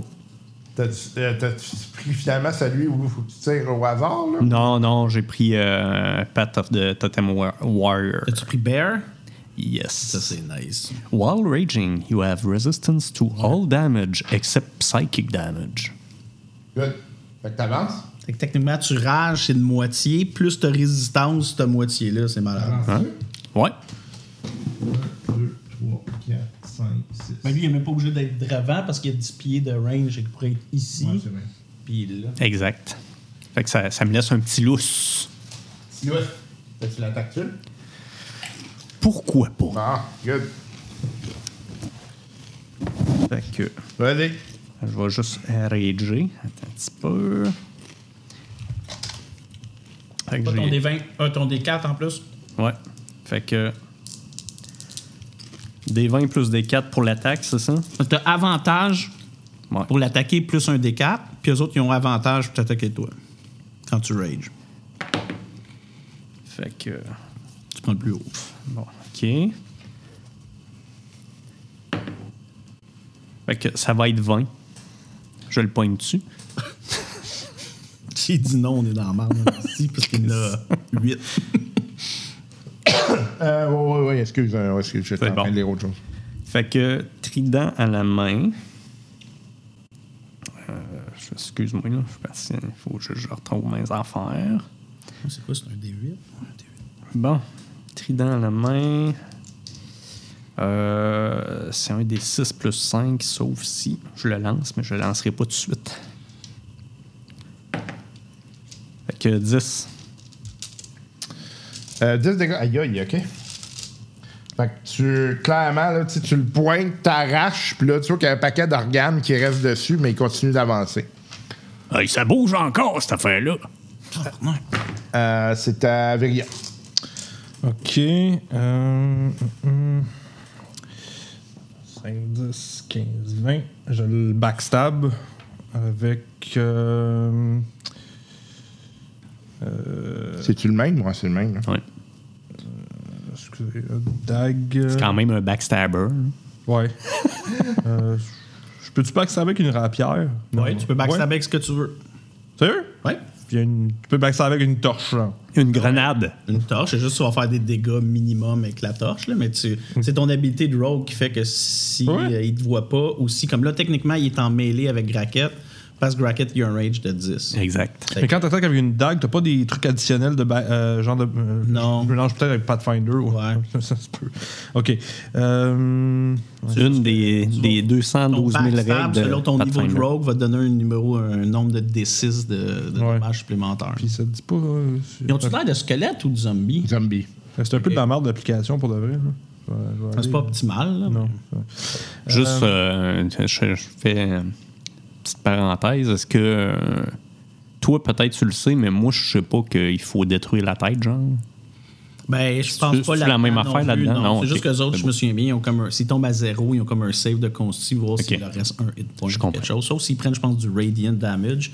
T'as-tu euh, t'as-tu pris finalement celui où il faut que tu tires au hasard, là?
Non, non, j'ai pris euh, Path of the Totem War- Warrior.
As-tu pris Bear? Ça,
Yes.
c'est nice.
While raging, you have resistance to all damage except psychic damage.
Good. Fait que t'avances.
Fait que techniquement, tu rages, c'est de moitié, plus ta résistance, ta moitié-là, c'est malade.
Avances-tu?
Ouais.
2, 3, 4, 5, 6.
Mais lui, il n'est même pas obligé d'être devant parce qu'il y a 10 pieds de range et qu'il pourrait être ici.
Ouais, c'est vrai.
puis là.
Exact. Fait que ça, ça me laisse un petit lousse.
Silhouette. T'as-tu l'attaque-tu?
Pourquoi pas?
Ah, good.
Fait que
Vas-y.
je vais juste rager. Attends un petit peu. Fait que
Pas ton
j'ai-
D20, euh, ton D4 en plus.
Ouais. Fait que. Des 20 plus des 4 pour l'attaque, c'est ça?
T'as avantage
Ouais.
pour l'attaquer plus un D4, puis eux autres, ils ont avantage pour t'attaquer toi. Quand tu rages.
Fait que.
Tu prends le plus haut.
Bon, OK. Fait que ça va être 20. Je le pointe dessus.
J'ai dit non, on est dans la merde là, ici, parce qu'il y en a 8.
Euh, oui, oui, oui, excuse. euh, ouais, excuse je suis en
bon.
train de lire autre chose.
Fait que trident à la main. Euh, je- Excuse-moi, là. Je suis Il faut que je, je retrouve mes affaires.
C'est quoi, c'est un D8?
Bon. Trident à la main. Euh, c'est un des 6 plus 5, sauf si je le lance, mais je le lancerai pas tout de suite. Fait que 10.
Euh, 10 dégâts. Aïe, aïe, OK. Fait que tu, clairement, là, tu sais, tu le pointes, t'arraches, puis là, tu vois qu'il y a un paquet d'organes qui reste dessus, mais il continue d'avancer.
Ah, ça bouge encore, cette affaire-là.
Euh, c'est à Viria.
OK. Euh, 5, 10, 15, 20. Je le backstab avec. euh, euh,
C'est-tu le même? Moi, c'est le même. là.
Ouais.
excusez, euh, dague.
C'est quand même un backstabber.
Ouais. Euh, je peux-tu backstabber avec une rapière?
Ouais,
Non.
tu peux backstabber avec ce que tu veux.
Sérieux?
Ouais.
Puis il y a une- tu peux backstabber avec une torche, genre.
Une grenade.
Une torche, c'est juste tu vas faire des dégâts minimum avec la torche, là, mais tu, c'est ton habilité de rogue qui fait que si
Ouais.
euh, il te voit pas, ou si, comme là, techniquement, il est en mêlée avec Gracket, parce que Gracket, il a un range de 10.
Exact.
Mais quand t'attaques avec une dague, t'as pas des trucs additionnels de ba- euh, genre de. euh,
Non.
Je mélange peut-être avec Pathfinder. ou-
Ouais.
ça se peut. Ok. Euh,
Une des, des 212 000
backstab,
règles. de
selon ton niveau de
Pathfinder.
rogue, va te donner un numéro, un nombre de D6 de, de
Ouais.
dommages supplémentaires.
Puis ça te dit pas. euh, c'est-
Ils ont-tu l'air de squelettes ou de zombies?
Zombie.
C'est un peu de la merde d'application pour de vrai. là. Je vais- je vais aller-
C'est pas optimal, là.
Non.
Juste, euh, je, je fais une petite parenthèse. Est-ce que. euh, toi, peut-être, tu le sais, mais moi, je sais pas qu'il faut détruire la tête, genre.
Ben, je
C'est-
pense
c'est
pas
la
là-dedans
même
non
affaire
plus,
là-dedans?
Non,
Non,
c'est
ok.
juste que les autres,
C'est
je me souviens bien, ils ont comme un- s'ils tombent à zéro, ils ont comme un save de consti, voir s'il
Ok.
leur reste un hit point.
Je
ou
comprends.
Quelque chose. Sauf s'ils prennent, je pense, du radiant damage.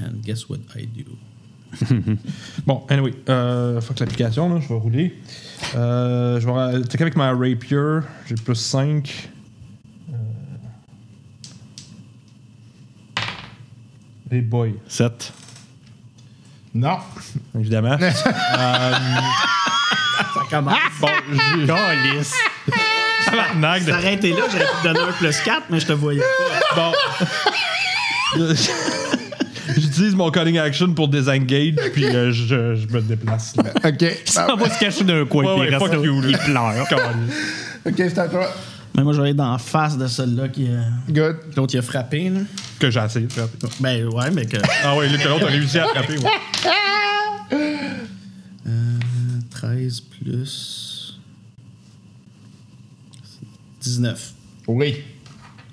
And guess what I do?
Bon, anyway, euh, fuck l'application, là, je vais rouler. Euh, je vais ra- attaquer avec ma rapier, j'ai plus Euh. 5. Hey boy, 7.
Non.
Évidemment.
Ça commence.
bon, j'ai. Tabarnak de-
T'arrêtais là, j'aurais pu te donner un plus 4, mais je te voyais pas.
Bon. J'utilise mon cutting action pour désengage, puis euh, je, je me déplace. Là.
OK. Ah,
On va se cacher d'un coin,
Ouais,
puis
ouais,
il reste
fuck
là,
you, là.
il pleure.
OK, c'est à toi.
Mais moi, j'aurais être en face de celle-là qui. euh,
Good.
L'autre, il a frappé, là.
Que j'ai essayé de frapper.
Ben, ouais, mais que.
Ah ouais, là, que l'autre a réussi à frapper. ouais.
13 plus. 19.
Oui.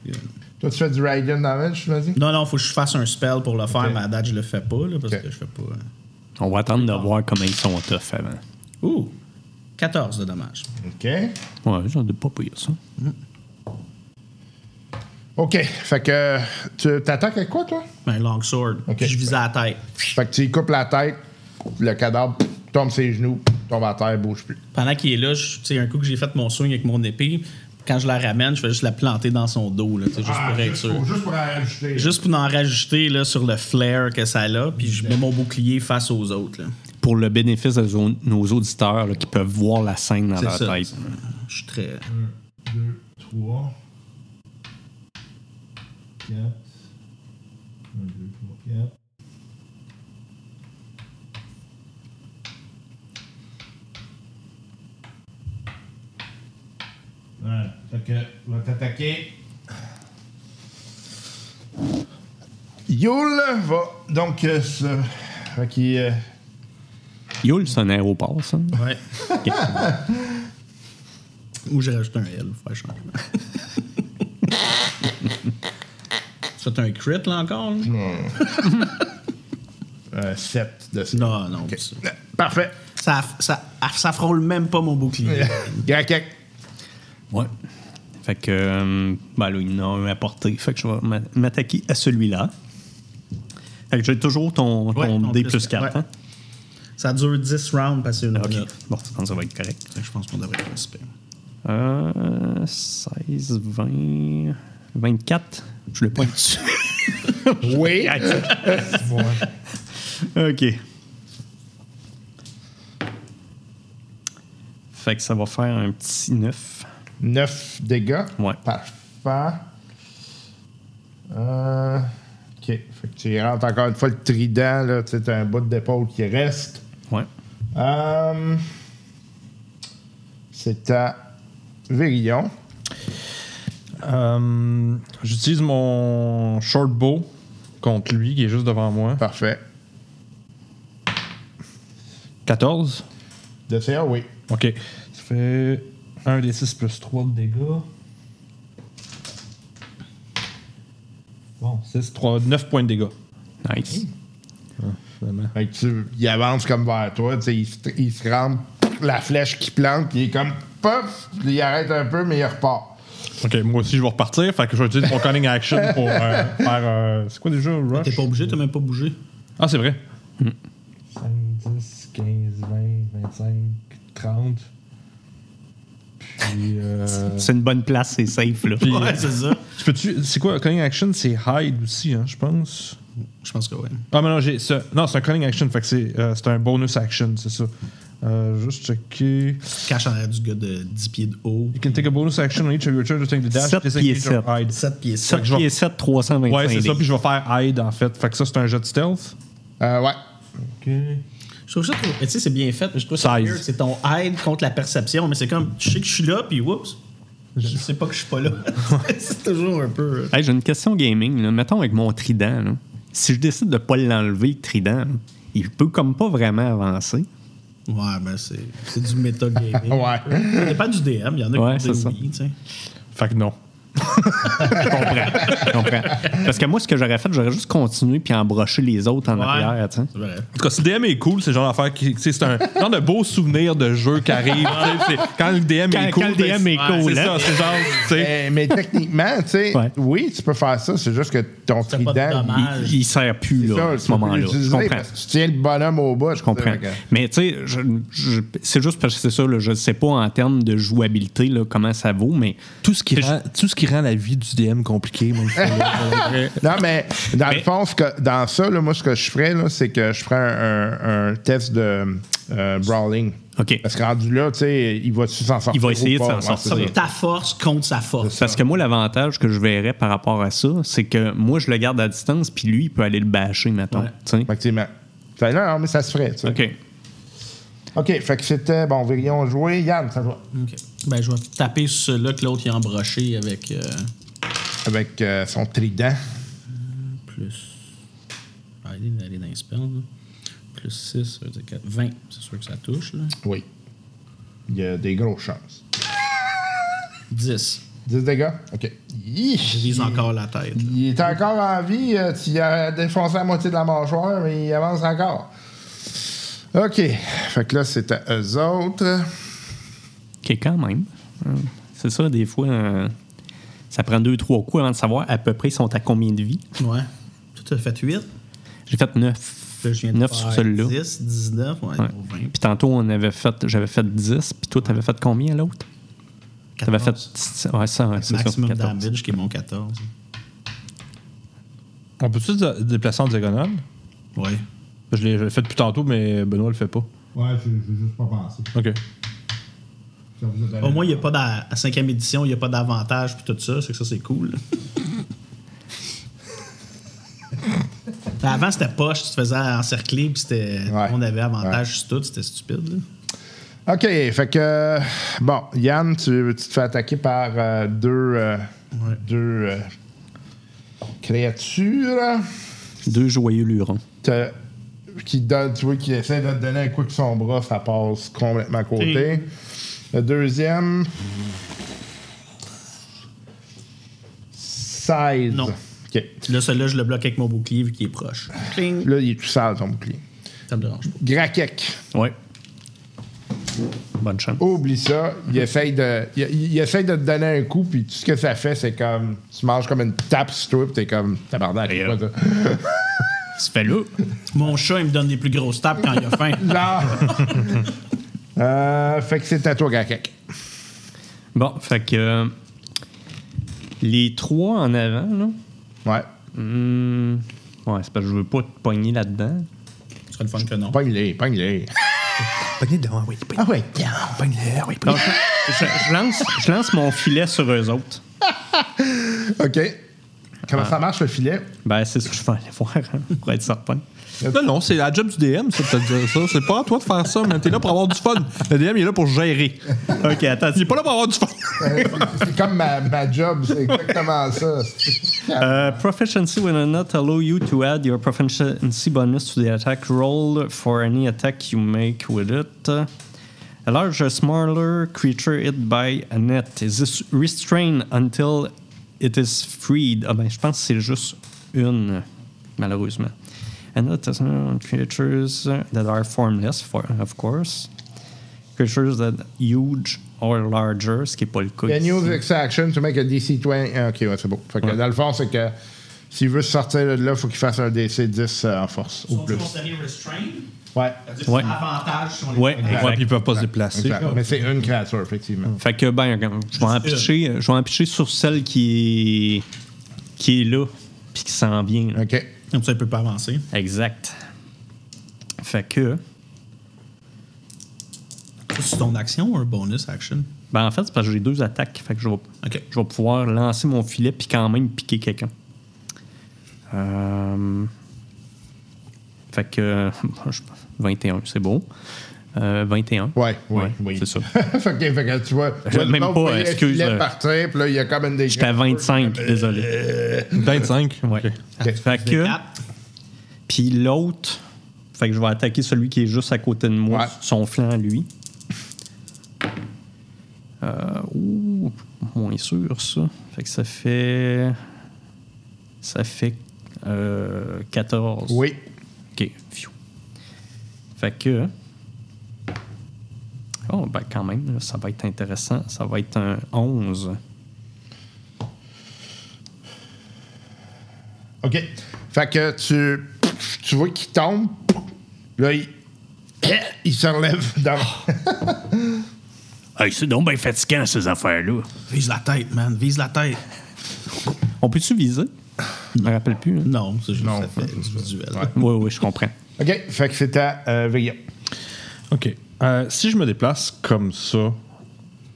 Good.
Toi, tu fais du Raiden damage, tu m'as dit?
Non, non, faut que je fasse un spell pour le faire,
Ok.
mais à date, je le fais pas, là, parce
Ok.
que je fais pas. euh.
On va attendre de voir comment ils sont tough avant.
Ouh! 14 de dommages.
OK.
Ouais, j'en ai pas pire, ça.
OK. Fait que tu t'attaques avec quoi, toi?
Un Ben, long sword.
Ok.
Puis Je visais à la tête.
Fait que tu y coupes la tête, le cadavre pff, tombe ses genoux, tombe à terre, bouge plus.
Pendant qu'il est là, je- tu sais, un coup que j'ai fait mon swing avec mon épée, quand je la ramène, je vais juste la planter dans son dos, là, tu sais, juste pour être sûr.
Ah, Juste pour ajouter.
Juste pour en rajouter là, sur le flair que ça a, puis je mets mon bouclier face aux autres. là.
Pour le bénéfice de zo- nos auditeurs là, qui peuvent voir la scène dans
C'est
leur
ça.
tête.
Je suis très.
2, 3, 4. 1, 2, 3, 4.
Voilà, fait que on va t'attaquer.
Yule va donc euh, se. Fait qu'il, euh,
Yule, c'est un aéroport, ça.
Ouais. Ou j'ai rajouté un L pour faire changement. C'est un crit là encore? là?
euh, 7 de ça.
Non, non.
Ok.
c'est-
Parfait.
Ça, ça, ça frôle même pas mon bouclier.
Grakek.
Ouais. Fait que, euh, ben là, il y en a un à porter. Fait que je vais m'a- m'attaquer à celui-là. Fait que j'ai toujours ton,
Ouais,
ton
ton
D
plus
plus 4.
quatre, ouais. Ça dure 10 rounds parce que c'est une
Ok.
minute.
Bon, je pense que ça va être correct.
Fait que Je pense qu'on devrait être respect.
Euh, 16, 20, 24. Je le pointe dessus.
Oui.
OK. Fait que ça va faire un petit 9.
9 dégâts.
Ouais.
Parfait. Euh, OK. Fait que tu rentres encore une fois le trident, là. Tu sais, t'as un bout d'épaule qui reste.
Ouais.
Euh, c'est à Vérillon.
Euh, J'utilise mon short bow contre lui qui est juste devant moi.
Parfait.
14.
De CA, oui.
Ok. Ça fait 1 des 6 plus 3 de dégâts. Bon, 6, 3, 9 points de dégâts.
Nice.
Fait que tu, il avance comme vers toi, tu sais, il, se- il se rampe, la flèche qui plante, puis il est comme pof, puis il arrête un peu, mais il repart.
Ok, moi aussi je vais repartir. Fait que je vais utiliser mon calling action pour euh, faire. euh, C'est quoi déjà,
T'es
Rush
pas obligé, t'as même pas bougé.
Ah, c'est vrai.
5, 10, 15, 20, 25, 30. Puis. Euh,
C'est une bonne place, c'est safe, là.
Puis, euh,
Ouais, c'est ça.
tu peux-tu- C'est quoi, calling action C'est hide aussi, hein, je pense.
Je pense que ouais.
Ah, mais non, j'ai. ce- Non, c'est un calling action, fait que c'est euh, c'est un bonus action, c'est ça. Euh, juste checker.
Tu te caches en arrière du gars de 10 pieds de haut.
You can take a bonus action on each of your turns to take the dash.
Sept
Just in
pieds
case you're
sept.
hide.
7 pieds 7.
7
que je vais-
pieds 7, 325.
Ouais, c'est ça,
livres.
puis je vais faire hide en fait. Fait que ça, c'est un jet de stealth.
Euh, ouais.
Je trouve ça trop. Tu sais, c'est bien fait, mais je trouve ça
Size.
weird. C'est ton aide contre la perception, mais c'est comme, je sais que je suis là, puis oups. Je sais pas que je suis pas là. c'est toujours un peu. euh,
Hey, j'ai une question gaming. Là. Mettons avec mon trident. là. Si je décide de pas l'enlever, le trident, là, il peut comme pas vraiment avancer.
Ouais, mais c'est c'est du metagaming.
Ouais.
Ça dépend du DM, il y en a
Ouais,
qui
c'est
disent
ça.
oui, tu sais.
Fait que non.
Je comprends. Parce que moi, ce que j'aurais fait, j'aurais juste continué puis embroché les autres en arrière. tu sais.
C'est vrai.
En tout cas, si le DM est cool, c'est le genre d'affaire qui. tu sais, C'est un genre de beau souvenir de jeu qui arrive. tu sais, c'est- quand le DM
Quand-
est cool.
quand le DM est
c'est-
cool,
C'est
hein.
ça, c'est genre. tu sais,
Mais, mais techniquement, tu sais,
Ouais.
oui, tu peux faire ça, c'est juste que ton
C'est pas de
trident.
dommage.
Il, il sert plus
il-
là,
ça, tu
à ce
peux plus
moment-là. Je
l'utiliser
comprends.
parce que Tu tiens le bonhomme au bas, je
Je comprends.
comprends.
Mais tu sais, je- je- c'est juste parce que c'est ça, là, je ne sais pas en termes de jouabilité là, comment ça vaut, mais
Tout ce, qui
Je-
rend, tout ce qui rend la vie du DM compliquée, moi, je suis là.
Non, mais dans le fond, ce que- dans ça, là, moi, ce que je ferais, là, c'est que je ferais un, un- un test de euh, brawling.
OK.
Parce que rendu là, tu sais, il va-tu s'en sortir?
Il va essayer
ou
de
pas?
s'en
Ouais,
sortir.
c'est ça.
Comme Ah, ta force contre sa force.
Parce que moi, l'avantage que je verrais par rapport à ça, c'est que moi, je le garde à distance, puis lui, il peut aller le bâcher, mettons. tu sais.
Effectivement. Fait, non, non, mais ça se ferait, tu sais.
OK.
OK, fait que c'était, bon, Virion joué. Yann, ça doit.
Ok. Ben, je vais taper sur celui-là que l'autre il a embroché avec euh,
Avec euh, son trident.
plus. Ah, il est allé dans les spells, là. Plus 6, ça veut dire 4. 20, c'est sûr que ça touche, là.
Oui. Il y a des grosses chances.
10.
10 dégâts? OK. Yeesh.
Je vise encore la tête. là.
Il est encore en vie. euh, Tu y as défoncé la moitié de la mâchoire, mais il avance encore. OK. Fait que là, c'est à eux autres.
OK, quand même. Hum. C'est ça, des fois, euh, ça prend deux, trois coups avant de savoir à peu près ils sont à combien de vie.
Ouais. Toi, t'as fait 8.
J'ai fait neuf. Neuf sur celui-là.
10, 19, ouais,
Ouais.
on va 20.
Puis tantôt, on avait fait, j'avais fait 10, puis toi, t'avais fait combien l'autre? T'avais fait.
14.
Ouais, ça, ouais, c'est ça.
maximum
14.
damage qui est mon 14.
On peut-tu se déplacer en diagonale
Ouais.
Je l'ai je l'ai fait depuis tantôt, mais Benoît le fait pas.
Ouais, je je veux juste pas penser.
Ok.
Ça vous a donné-
Au moins, il n'y a pas d'a- à 5 édition, il n'y a pas d'avantage puis tout ça, c'est que ça c'est cool. Avant, c'était poche, tu te faisais encercler, puis c'était.
Ouais.
On avait avantage sur tout, c'était stupide. là.
OK. Fait que. Bon, Yann, tu, tu te fais attaquer par euh, deux. euh, Deux. euh, créatures. hein.
Deux joyeux lurons.
te- qui donne, tu vois, qui essaie de te donner un coup de son bras, ça passe complètement à côté. Le deuxième. 16.
Non.
OK.
Là, celui-là, je le bloque avec mon bouclier vu qu'il est proche. Cling.
Là, il est tout sale, ton bouclier.
Ça me dérange pas.
Grakek,
Ouais. Oh, Bonne chance.
oublie ça. Il essaie de, il, il essaie de te donner un coup, puis tout ce que ça fait, c'est comme. Tu manges comme une tape sur toi, puis t'es comme. Tabarnak, c'est quoi ça?
se fait là.
Mon chat, il me donne des plus grosses tapes quand il a faim.
Euh, fait que c'est à toi, Gakek.
Bon, fait que euh, les trois en avant, là.
Ouais.
hmm, ouais, c'est parce que je veux pas te pogner là-dedans.
Ce serait le fun que non.
Pogne-les, pogne-les.
Pognez dedans, oui.
Ah ouais, tiens.
Pognez-les, oui.
Donc, je, je lance, je lance mon filet sur eux autres.
OK. Comment ça marche, le filet?
Ben, c'est ce que je vais aller voir hein, pour être certain.
Euh,
Non, non, c'est la job du DM, ça, de te dire ça. C'est pas à toi de faire ça, mais t'es là pour avoir du fun. Le DM, il est là pour gérer.
Ok, attends.
Il est pas là pour avoir du fun.
Euh, c'est comme ma, ma job, c'est exactement ça.
Uh, proficiency will not allow you to add your proficiency bonus to the attack roll for any attack you make with it. A larger, smaller creature hit by a net is this restrained until it is freed. Ah ben, je pense que c'est juste une, malheureusement. And that is on creatures that are formless, for, of course. Creatures that huge or larger, ce qui n'est pas le cas.
Can
ici.
you use action to make a DC 20. Ah, OK, ouais, c'est beau. Fait que dans le fond, c'est que s'il veut se sortir de là, il faut qu'il fasse un DC 10 euh, en force ou plus. Ouais.
Ouais.
avantage sur
Ouais,
Ouais,
exact.
puis ils peuvent pas se déplacer.
Ah,
Exact. Mais c'est Mm. une créature, effectivement.
Fait que ben, je vais en pitcher, je vais en pitcher sur celle qui est, qui est là, puis qui s'en vient. là.
OK.
Comme ça, il peut pas avancer.
Exact. Fait que,
C'est ton action ou un bonus action?
ben en fait, c'est parce que j'ai deux attaques. Fait que je vais,
OK.
je vais pouvoir lancer mon filet puis quand même piquer quelqu'un. Euh, fait que, je- 21, c'est beau. Euh, 21.
Ouais, ouais, oui.
C'est ça.
fait, que, fait que tu vois. tu vois
Même
l'autre
pas,
voyait le
excuse,
filet
euh,
partir, puis là, il y a comme une des.
J'étais à 25, désolé.
25.
Ouais. Fait que,
Quatre.
puis l'autre, fait que je vais attaquer celui qui est juste à côté de moi,
Ouais.
son flanc à lui. Euh, ouh, moins sûr ça. Fait que ça fait. Ça fait euh, 14.
Oui.
Ok, pfiou. Fait que. Oh, ben quand même, là, ça va être intéressant. Ça va être un 11.
OK. Fait que tu, tu vois qu'il tombe. Là, il, il se relève. Dans,
Oh.
Hey, c'est donc bien fatigant, ces affaires-là.
Vise la tête, man. Vise la tête.
On peut-tu viser Je me rappelle plus. hein.
Non, c'est juste ça fait du duel.
Oui, oui, je comprends.
OK. Fait que c'est à euh, Veillon.
OK. Euh, si je me déplace comme ça,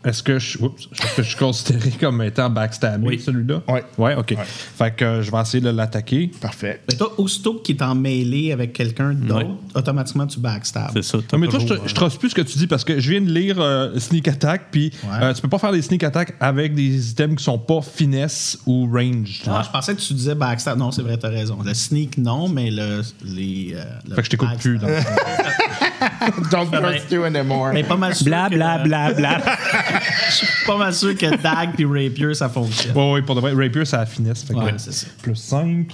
est-ce que je, oups, est-ce que je suis considéré comme étant backstabé, celui-là?
Ouais.
Ouais, OK. Fait que euh, je vais essayer de l'attaquer.
Parfait.
Fait que toi, aussitôt qu'il est en mêlée avec quelqu'un d'autre, automatiquement, tu backstab.
C'est ça. t'as
Non, mais toi, je,
toujours,
te- je trace plus ce que tu dis parce que je viens de lire euh, Sneak Attack, puis
Ouais.
euh, tu peux pas faire des Sneak Attack avec des items qui sont pas finesse ou range.
Ah, je pensais que tu disais backstab. Non, c'est vrai, t'as raison. Le sneak, non, mais le. Les, euh, le
Fait que je t'écoute plus.
backstab.
donc.
Don't trust you anymore.
Mais pas mal sûr.
Bla
que-
bla bla bla.
Pas mal sûr que Dag puis Rapier, ça fonctionne.
Ouais, ouais, pour de vrai. Rapier, ça a la finesse. Fait que-
Ouais, c'est ça.
Plus 5.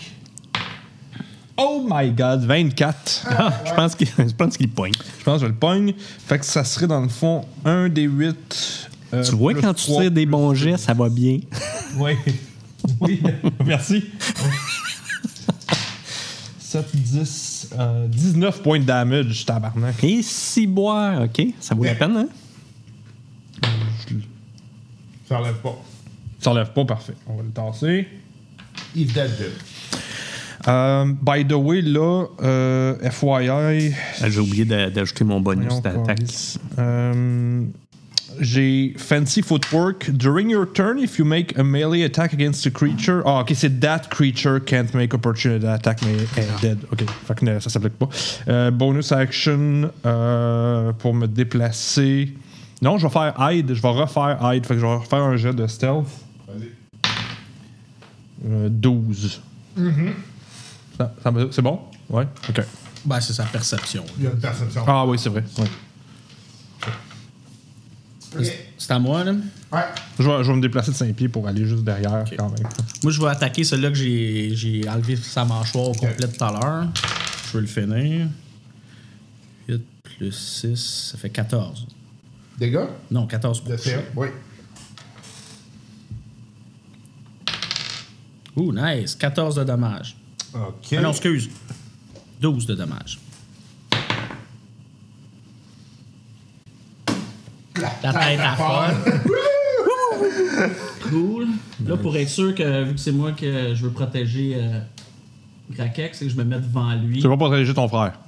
Oh my god, 24.
Ah, je pense qu'il je pense qu'il poigne.
Je pense que je le pogne. Fait que ça serait dans le fond 1 des euh, 8.
Tu vois, quand tu tires des bons jets, ça va bien.
Oui. Oui. Merci. 7, 10, euh, 19 points de damage, tabarnak.
Et si boire, OK, ça vaut la peine, hein?
Ça enlève pas.
Ça enlève pas, parfait. On va le tasser.
If that do.
Euh, by the way, là, euh, FYI,
Ah, J'ai oublié d'a- d'ajouter mon bonus
Voyons,
d'attaque.
câlisse. Euh, J'ai Fancy Footwork. During your turn, if you make a melee attack against a creature. Ah, ok, c'est that creature can't make opportunity attack, mais elle est dead. Ok, fait que ne- ça s'applique pas. Euh, bonus action euh, pour me déplacer. Non, je vais faire hide. Je vais refaire hide. Fait que je vais refaire un jet de stealth. Euh, 12. Ça- ça me- c'est bon? Ouais, ok.
Ben, c'est sa perception.
Il y a une perception.
Ah oui, c'est vrai. ouais.
C'est à moi, là.
Je vais, je vais me déplacer de 5 pieds pour aller juste derrière quand même.
Moi, je vais attaquer celui-là que j'ai j'ai enlevé sa mâchoire au complet tout à l'heure. Je veux le finir. 8 plus 6, ça fait 14.
Dégâts?
Non, 14
De
pour
CA? Oui.
Ouh, nice. 14 de dommages.
OK.
Ah non, excuse. 12 de dommages. La tête à folle. cool. Là, pour être sûr que, vu que c'est moi que je veux protéger euh, Rakek, c'est que je me mets devant lui.
Tu vas pas protéger ton frère.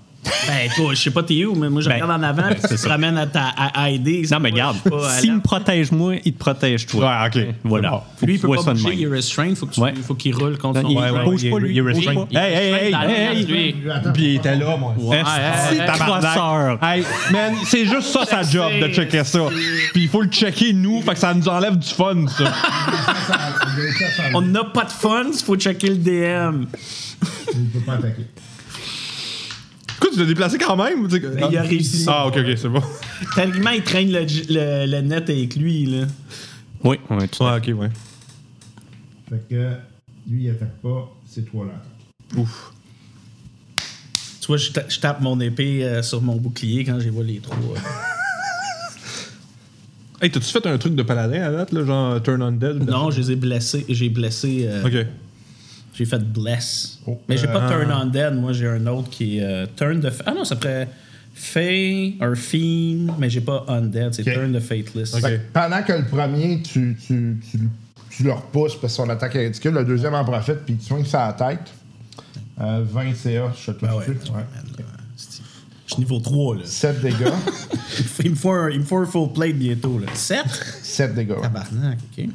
Ben, toi, je sais pas t'es où, mais moi, je
Ben,
regarde en avant, puis tu te ramènes à, ta, à, à aider.
Non, mais
Moi,
regarde,
je suis pas à
s'il me
l'aise.
protège moi, il te protège toi.
Ouais, ok.
Voilà.
C'est bon.
Faut
Lui, il
qu'il
peut
voit
pas
ça de
bouger,
même.
il est restrained, faut que tu-
Ouais.
faut qu'il roule contre
Non,
son
il
Ouais, ouais.
bouge pas,
il est-
lui.
il est
Bouge
restrained.
pas. Hey, hey, hey,
Dans la
hey, hey.
lumière, lui.
Puis il était là, moi.
Ouais,
ouais, ouais.
tabarnak.
Crosseur.
Hey, man, c'est juste ça sa job de checker ça. Puis il faut le checker nous, fait que ça nous enlève du fun, ça.
On n'a pas de fun, il faut checker le DM.
Il peut pas attaquer.
Écoute, tu l'as déplacé quand même. tu sais que-
il a réussi son
Ah, ok, ok, c'est bon.
Tellement, il traîne le, le- le net avec lui, là.
Oui, oui, tout à
Ouais, ok, ouais.
Fait que lui, il attaque pas, ces trois-là. attaquent.
Tu vois, je, ta- je tape mon épée euh, sur mon bouclier quand je vois les trois. euh.
Hey, t'as-tu fait un truc de paladin à date, là, genre uh, Turn on Dead?
non, je les ai blessés. J'ai blessé. euh,
Ok.
J'ai fait bless.
Oh,
Mais j'ai pas
euh,
turn on dead. Moi, j'ai un autre qui est euh, turn de. Ah non, ça pourrait. Fey or fiend, mais j'ai pas undead. C'est
Ok.
turn de faithless.
Ok.
Fait que pendant que le premier, tu, tu, tu, tu le repousses parce que son attaque est ridicule, le deuxième en profite, puis tu swings sa tête. Euh, 20 CA, je te touche
Ah ouais,
dessus. Ouais.
man, là, c'est- Je suis niveau 3, là.
7 dégâts.
Il me faut un, il me faut un full plate bientôt, là. 7?
7 dégâts. ouais.
Tabarnak, ok.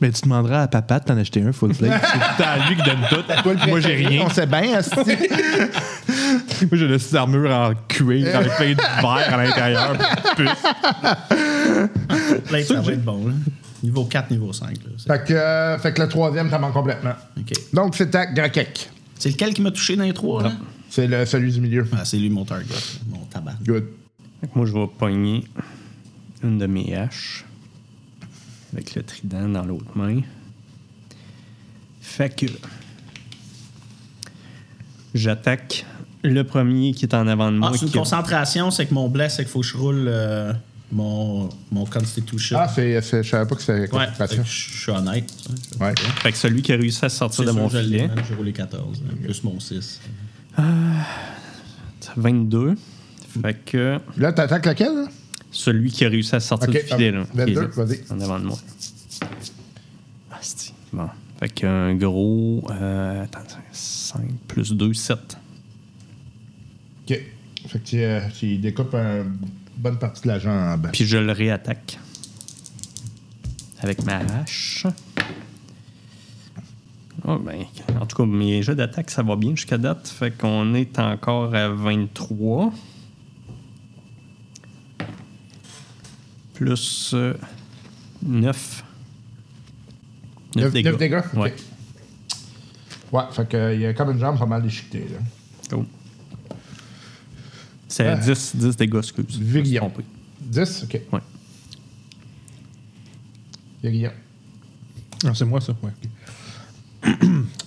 Mais tu demanderas à papa de t'en acheter un full plate. c'est à lui qui donne tout.
Toi, le
Moi, j'ai
préféré,
rien.
On sait bien, esti.
Moi, j'ai laissé armure en cuir avec plein de verre à l'intérieur.
Plate, ça va être bon, là. Niveau 4, niveau 5, là. C'est-
fait, que, euh, fait que le troisième, ça manque complètement.
Ok.
Donc, c'est à Grakek.
C'est lequel qui m'a touché dans les trois, là?
C'est le, celui du milieu.
Ah, c'est lui mon target. Mon tabac.
Good.
Fait que Moi, je vais pogner une de mes haches avec le trident dans l'autre main. Fait que j'attaque le premier qui est en avant de moi.
Ah, c'est une
qui a-
concentration, c'est que mon bless, c'est qu'il faut que je roule euh, mon, mon constitution.
Ah, c'est, c'est- je savais pas que c'était
ouais, fait que
concentration.
je je suis honnête.
Ouais.
Fait que celui qui a réussi à sortir
C'est
de
sûr
mon
que je l'ai,
filet,
man, J'ai roulé 14, hein, plus mon 6. hein.
22. Fait que
Là, t'attaques laquelle? là?
celui qui a réussi à sortir
Ok,
du filet, là,
hop,
qui est
22,
là,
vas-y.
en avant de moi. Asti. Bon. Fait qu'un gros. euh, attends, 5 plus 2, 7.
OK. Fait que tu, euh, tu découpes une bonne partie de la jambe.
Puis je le réattaque. Avec ma hache. Oh ben, en tout cas, mes jeux d'attaque, ça va bien jusqu'à date. Fait qu'on est encore à 23. Plus euh, 9.
Neuf- neuf dégâts, ok.
Ouais.
Ouais, fait que euh, il y a comme une jambe pas mal déchiquetée. Là.
Cool. Oh. C'est
Ah.
à 10, 10 dégâts, excuse. Je me suis
Virillon.
trompé.
10? OK.
Ouais.
Virillon.
Non, Ah, c'est moi, ça. Ouais.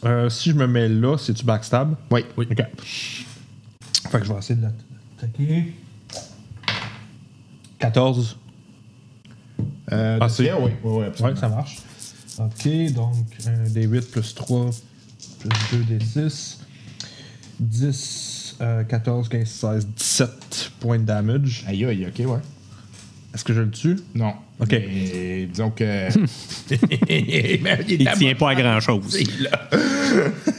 Euh, si je me mets là, c'est-tu backstab?
Oui.
OK. Fait que je vais essayer de l'atta- l'attaquer. 14.
Euh,
Ah,
de-
c'est-
yeah, oui, oui, oui,
Ouais,
absolument.
ça marche. OK, donc un D8 plus 3 plus 2 D6. 10, euh, 14, 15, 16, 17 points de damage.
Aïe, aïe, OK, ouais.
Est-ce que je le tue?
Non.
OK. Hmm.
Mais disons que...
Il tient pas à grand-chose.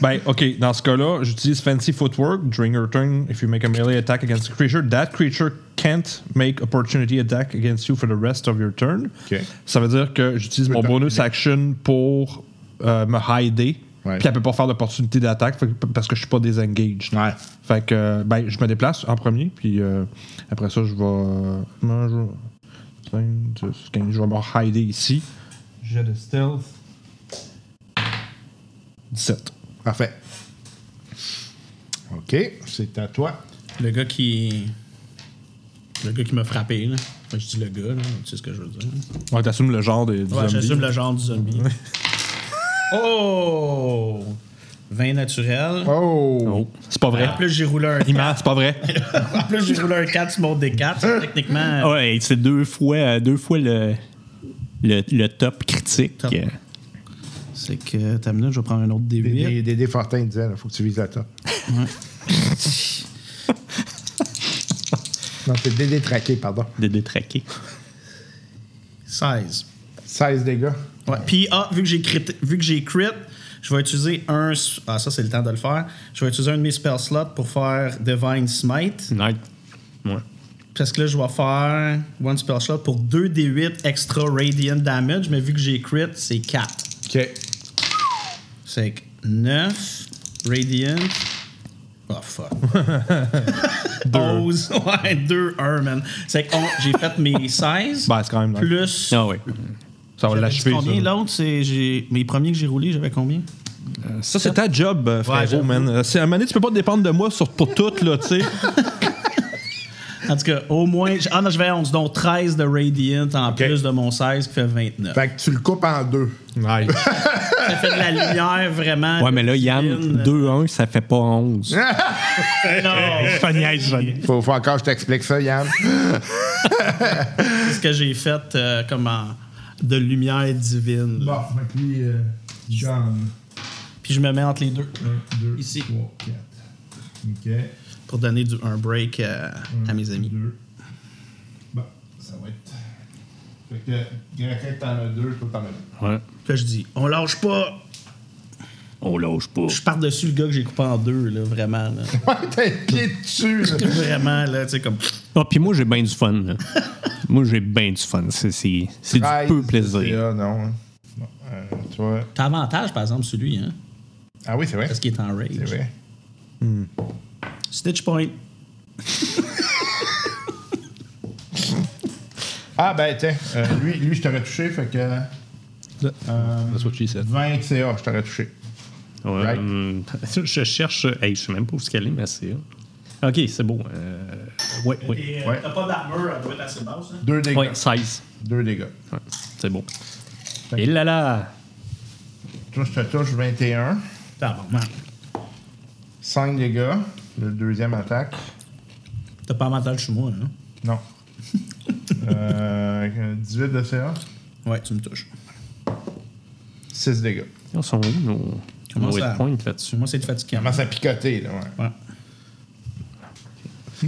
Ben, ok, dans ce cas-là, j'utilise Fancy Footwork. During your turn, if you make a melee attack against a creature, that creature can't make opportunity attack against you for the rest of your turn.
Ok.
Ça veut dire que j'utilise mon
t'en
bonus action pour euh, me hider.
Ouais.
Puis elle peut pas faire d'opportunité d'attaque fait que- parce que je suis pas désengaged.
Ouais.
Fait que, euh, ben, je me déplace en premier, puis euh, après ça, je vais. Non, je vais. cinq, dix, quinze, je vais me hider ici. J'ai de stealth. 17.
Parfait. OK, c'est à toi.
Le gars qui. Le gars qui m'a frappé, là. Enfin, je dis le gars, là, tu sais ce que je veux dire.
Ouais, t'assumes le genre des, du
Ouais,
zombie.
j'assume le genre du zombie. oh! 20 naturel.
Oh!
C'est pas vrai.
En plus, j'ai roulé un.
Il ment, c'est pas vrai.
en plus, j'ai roulé un 4 sur mon D4. c'est Techniquement.
Ah Ouais, c'est euh, deux fois, deux fois le, le, le top critique.
Top.
Euh,
Fait que, ta minute, je vais prendre un autre
Des-
D8.
Des, des, des Fortin disait, il faut que tu vises la top. non, c'est Dédé traqué, pardon.
de détraquer.
16.
16 dégâts.
Ouais. Puis, ah, vu que j'ai crit, vu que j'ai crit, je vais utiliser un. s- Ah, ça, c'est le temps de le faire. Je vais utiliser un de mes spell slots pour faire Divine Smite.
Night. Ouais.
Parce que là, je vais faire one spell slot pour 2d8 extra radiant damage, mais vu que j'ai crit, c'est 4.
OK.
C'est que 9 radiant. Oh fuck. 11. Ouais, 2, 1, man. C'est que on- j'ai fait mes 16.
Bah, c'est quand même nice.
plus.
Ah oui.
Ça va
J'avais
l'achever.
dit Combien
ça.
l'autre c'est j'ai- Mes premiers que j'ai roulés, j'avais combien
Ça, c'est ta job, euh, frérot,
j'avoue.
man. Euh, C'est, à un moment donné, tu peux pas dépendre de moi sur, pour tout, là, tu sais.
En tout cas, au moins. j'- Ah non, j'avais 11, donc 13 de radiant en plus de mon 16 qui fait 29.
Fait que tu le coupes en deux.
Nice.
Ça fait de la lumière vraiment.
Ouais, mais là,
fine.
Yann, 2-1, ça fait pas 11.
Ben Non,
Je niaise, je
Faut, faut encore que je t'explique ça, Yann.
c'est ce que j'ai fait euh, comme en- de lumière divine. là.
Bon, fait que lui, euh, John.
Puis je me mets entre les deux
1, 2,
Ici.
3, 4. Ok.
pour donner du, un break euh,
Mm.
à mes amis.
2. Bon.
Ça va être. Fait que Gracquette, t'en as deux, toi, t'en as deux.
Ouais.
Puis là, je dis, on lâche pas.
On lâche pas.
Je pars dessus le gars que j'ai coupé en deux, là, vraiment. Là.
Ouais, t'as le pied dessus, là.
vraiment, là, tu sais, comme.
Ah, puis moi, j'ai bien du fun. là. moi, j'ai bien du fun. C'est c'est- c'est du peu
c'est
plaisir.
là, non. hein. Bon, euh, tu vois.
T'as avantage, par exemple, sur lui, hein,
Ah oui, c'est vrai.
parce qu'il est en rage.
C'est vrai.
Snitch point.
Ah, ben, tiens, euh, lui, lui, je t'aurais touché, fait que. euh,
Ah, That's what she said.
20 CA, je t'aurais touché.
Ouais,
Right.
hum, je cherche. Hey, je sais même pas où ce qu'elle est, mais c'est. Ok, c'est beau. Euh, ouais, ouais.
Et,
euh, Ouais. t'as
pas d'armure, elle doit être assez basse. Hein?
Deux dégâts.
Ouais, 16.
Deux dégâts.
Ouais, c'est beau. Et là là.
Toi, je te touche 21.
T'as vraiment.
5 dégâts. Le deuxième attaque.
T'as pas avantage sur moi, hein?
Non. euh, 18 de CA.
Ouais, tu me touches.
6 dégâts.
Ils sont où nos,
Comment
nos hit
ça-
points là-dessus?
Sur moi, c'est fatigant.
Commence à picoter, là, ouais.
Ouais.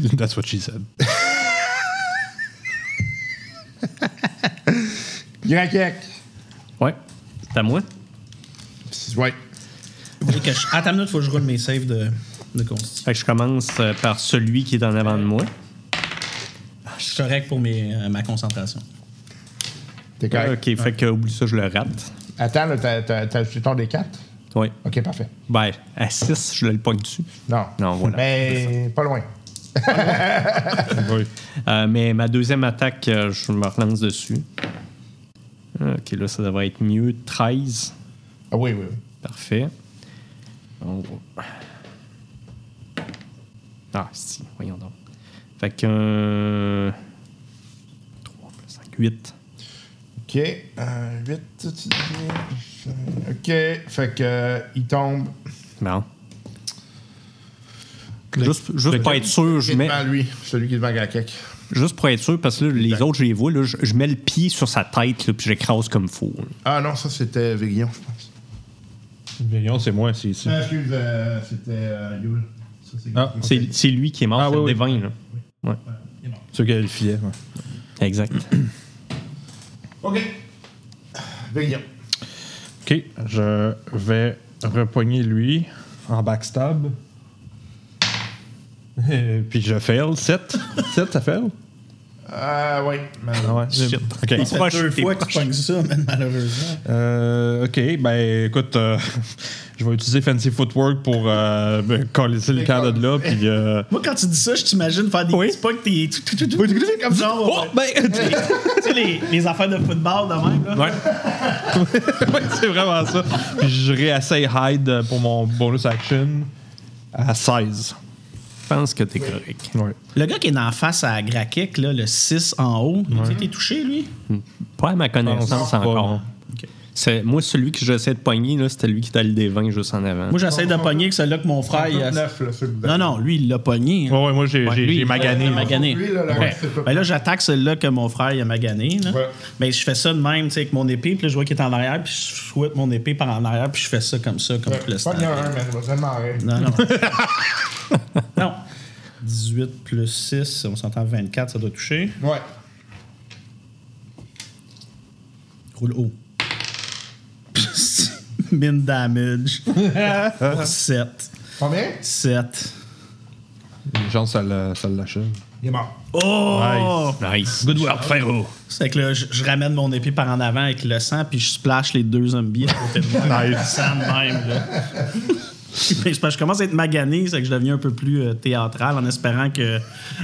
That's what she said.
Gracquec.
Ouais. C'est à moi?
Ouais.
Faut que je- Attends une minute, faut que je roule mes saves de, de constitution.
Fait que je commence euh, par celui qui est en avant de moi.
Je suis correct pour mes, euh, ma concentration.
T'es correct.
Ok, fait que oublie ça, je le rate.
Attends, là, t'as- t'as t'as ajouté ton D4?
Ouais.
Ok, parfait.
Ben, à 6, je le pogne dessus.
Non.
Non, voilà.
Mais pas loin.
Euh, mais ma deuxième attaque, euh, je me relance dessus. Ok, là, ça devrait être mieux. 13.
Ah oui, oui, oui.
Parfait. On va- Ah, si, voyons donc. Fait que. 3 plus 5, 8.
OK. 8, tu dis. OK. Fait que euh, il tombe
Non. Juste, juste pour être sûr,
qui
je
est
mets.
devant lui, celui qui est devant Gakek.
Juste pour être sûr, parce que là, les autres, je les vois, là, je, je mets le pied sur sa tête, là, puis j'écrase comme fou.
Ah non, ça c'était Viguillon, je pense.
Virion, c'est moi, c'est ici.
Ah, excuse, euh, c'était euh, Yule. Ça, c'est
Ah,
C'est- C'est lui qui est mort,
Ah,
c'est
oui,
le
oui.
devin, là.
ceux qui avaient le filet. ouais.
Exact.
OK. Viguillon.
Ok, je vais repogner lui en backstab. Et Puis je fail. 7. 7, ça fail?
Ah ouais. mais-
Ah ouais.
Shit.
Ok.
Il se proche,
Deux
t'es
fois que
proche.
tu pognes ça, man, malheureusement.
Euh, ok, ben écoute, euh, je vais utiliser Fancy Footwork pour euh, me coller le cadre de là. Puis. euh,
Moi, quand tu dis ça, je t'imagine faire des
Oui.
petits pas que t'es tout, tout, tout, tout, tout, comme ça.
Oh, ben,
tu sais, les, les affaires de football de même, là.
Ouais. Ouais, c'est vraiment ça. Puis je réessaye Hyde euh, pour mon bonus action à 16.
je pense que t'es correct.
Ouais.
Le gars qui est en face à Grakek, là, le 6 en haut, il a été touché, lui.
Pas à ma connaissance
Pas,
encore.
non.
Ok.
C'est- Moi, celui que j'essaie de pogner, là, c'était lui qui était le des 20 juste en avant.
Moi, j'essaie de pogner que celui-là que mon frère. il a-
9, là, celui que vous avez.
Non, non, lui, il l'a pogné. hein.
Ouais, ouais, moi, j'ai
Ouais,
j'ai-
lui,
j'ai
il-
magané.
il a magané.
Lui, là, là,
Ouais.
c'est pas-
Ben là, j'attaque celui-là que mon frère il a magané. là.
Ouais.
Ben, je fais ça de même, tu sais, avec mon épée, puis là, je vois qu'il est en arrière, puis je souhaite mon épée par en arrière, puis je fais ça comme ça, comme tout le
Pas
stand.
bien un, mais je vais tellement rire.
Non, non. non. 18 plus 6, on s'entend 24, ça doit toucher.
Ouais.
Roule haut. Min damage. 7.
Combien
7.
Les gens, ça le- ça l'achève.
Il est mort.
Oh!
Nice.
Good work, frérot.
C'est que là, je, je ramène mon épée par en avant avec le sang, puis je splash les deux zombies à côté de moi. avec le sang de même, là. Puis je, je commence à être magané, c'est que je deviens un peu plus euh, théâtral en espérant que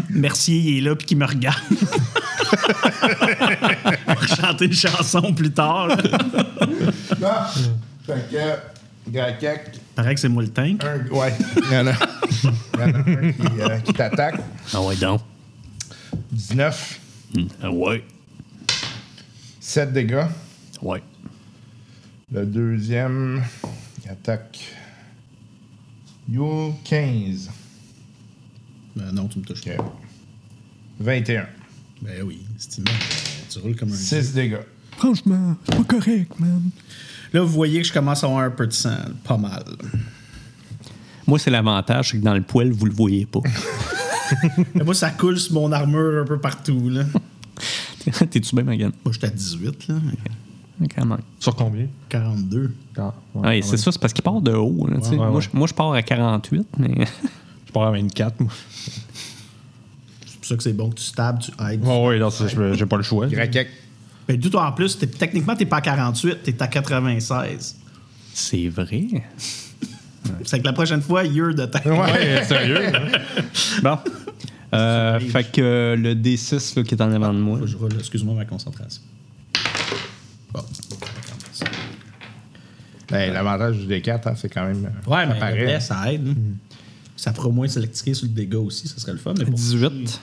Mercier il est là puis qu'il me regarde. On va chanter une chanson plus tard. là.
Là, fait que, Grakek,
Paraît que c'est moi le tank.
un. Ouais, il y en a, il y en a un qui, euh, qui t'attaque.
Ah ouais, donc.
19,
Ah ouais.
7 dégâts.
Ouais.
Le deuxième, il attaque. You 15.
Ben non, tu me touches
Ok. 21.
Ben oui, c'est immense. Tu roules comme un.
6 dégâts.
Franchement, c'est pas correct, man.
Là, vous voyez que je commence à avoir un peu de sang, pas mal.
Moi, c'est l'avantage, c'est que dans le poêle, vous le voyez pas.
Mais moi, ça coule sur mon armure un peu partout, là.
T'es-tu bien, Magan?
Moi, j'étais à 18, là.
Quand même.
Sur combien
42.
Ouais, c'est ça, c'est parce qu'il part de haut. là, tu sais.
ouais,
moi,
ouais.
je- moi, je pars à 48, mais.
Je pars à 24, moi.
C'est pour ça que c'est bon que tu stabs, tu aides.
Ouais, ouais, non, c'est- je- j'ai pas le choix.
Grakek.
Ben, tout en plus, t'es- techniquement, t'es pas à 48, t'es à 96.
C'est vrai.
C'est que la prochaine fois, you're de ta.
Ouais, sérieux.
Bon. Euh, fait que euh, le D6 là, qui est en avant de moi.
Je roule, excuse-moi, ma concentration. Bon.
Hey, Ben, L'avantage du D4, hein, c'est quand même. euh, ça
Ouais, mais
paraît.
après, ça aide. Ben, là. Ça fera moins sélectiquer sur le dégât aussi, ça serait le fun. Mais bon.
18.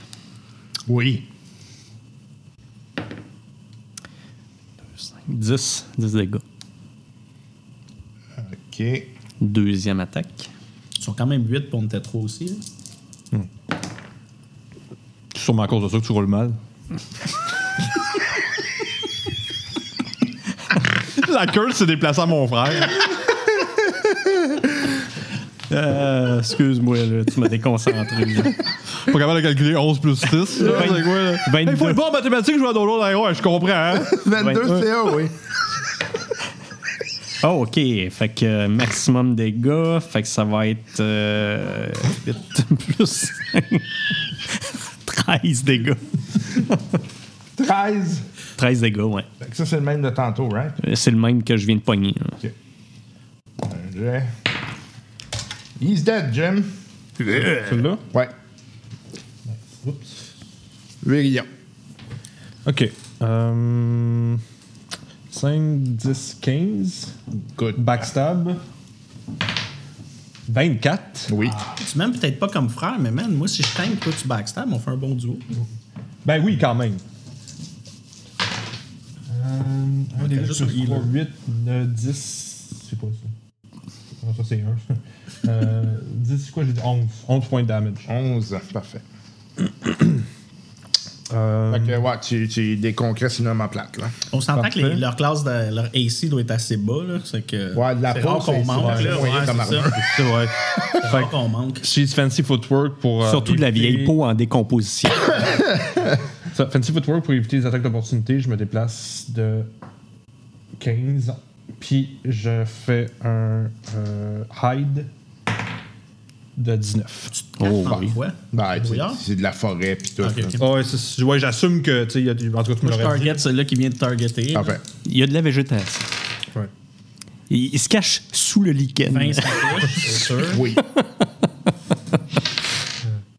Oui.
10. 10 dégâts.
Ok.
Deuxième attaque.
Ils sont quand même 8 pour on était 3 aussi. là.
C'est sûrement à cause de ça que tu roules mal. La curse s'est déplacée à mon frère.
Euh, Excuse-moi, là, tu m'as déconcentré. là.
Pas capable de calculer 11 plus 6. là.
Vingt-
C'est quoi, là?
vingt-deux.
Hey, faut être bon en mathématiques, je vais dans l'autre. Hey, Ouais, je comprends. hein?
22 CA, oui.
Oh, OK. Fait que euh, maximum dégâts. Fait que ça va être euh, 8 plus 13 dégâts.
13.
13 dégâts, ouais.
Fait que ça, c'est le même de tantôt, right?
Euh, C'est le même que je viens de pogner. là.
Un jet. He's dead, Jim.
Celui-là?
Ouais. Oups. Virillon.
OK. Euh, 5, 10, 15.
Good.
Backstab. 24.
Oui.
Tu m'aimes peut-être pas comme frère, mais man, moi, si je tank, toi, tu backstab, on fait un bon duo.
Ben oui, quand même. Euh,
Ouais, t'as juste E, un healer.
8, 9, 10. C'est pas ça. Non, ça, c'est 1. euh, 10, c'est quoi J'ai dit 11. 11 points de damage.
11. Parfait.
Euh,
Euh, Fait que, ouais, tu, tu déconcresses une homme en plate, là.
On s'entend que les-
Parfait.
leur classe, de, leur AC doit être assez bas, là. C'est que.
Ouais, de la
c'est
peau,
rare
c'est-
qu'on
c'est
manque,
moyen
là. Ouais,
comme
c'est
armure.
ça.
c'est vrai.
C'est rare qu'on manque.
She's Fancy Footwork pour. euh,
Surtout de la
éviter-
vieille peau en décomposition.
Ça, fancy Footwork pour éviter les attaques d'opportunité. Je me déplace de 15. Puis je fais un euh, hide de 19.
Oh,
oui.
Ouais.
Ben, tu sais,
Brouillard?
c'est de la forêt, pis tout.
Ok,
là.
ok.
Ah ouais, c'est- ouais, j'assume que. tu sais, il y a du- En tout cas, tu me
Moi, je
l'aurais dit.
target celui-là qui vient de targeter.
Parfait.
Il y a de la végétation.
Ouais.
Il, il se cache sous le lichen.
20, ça touche, c'est sûr.
Oui.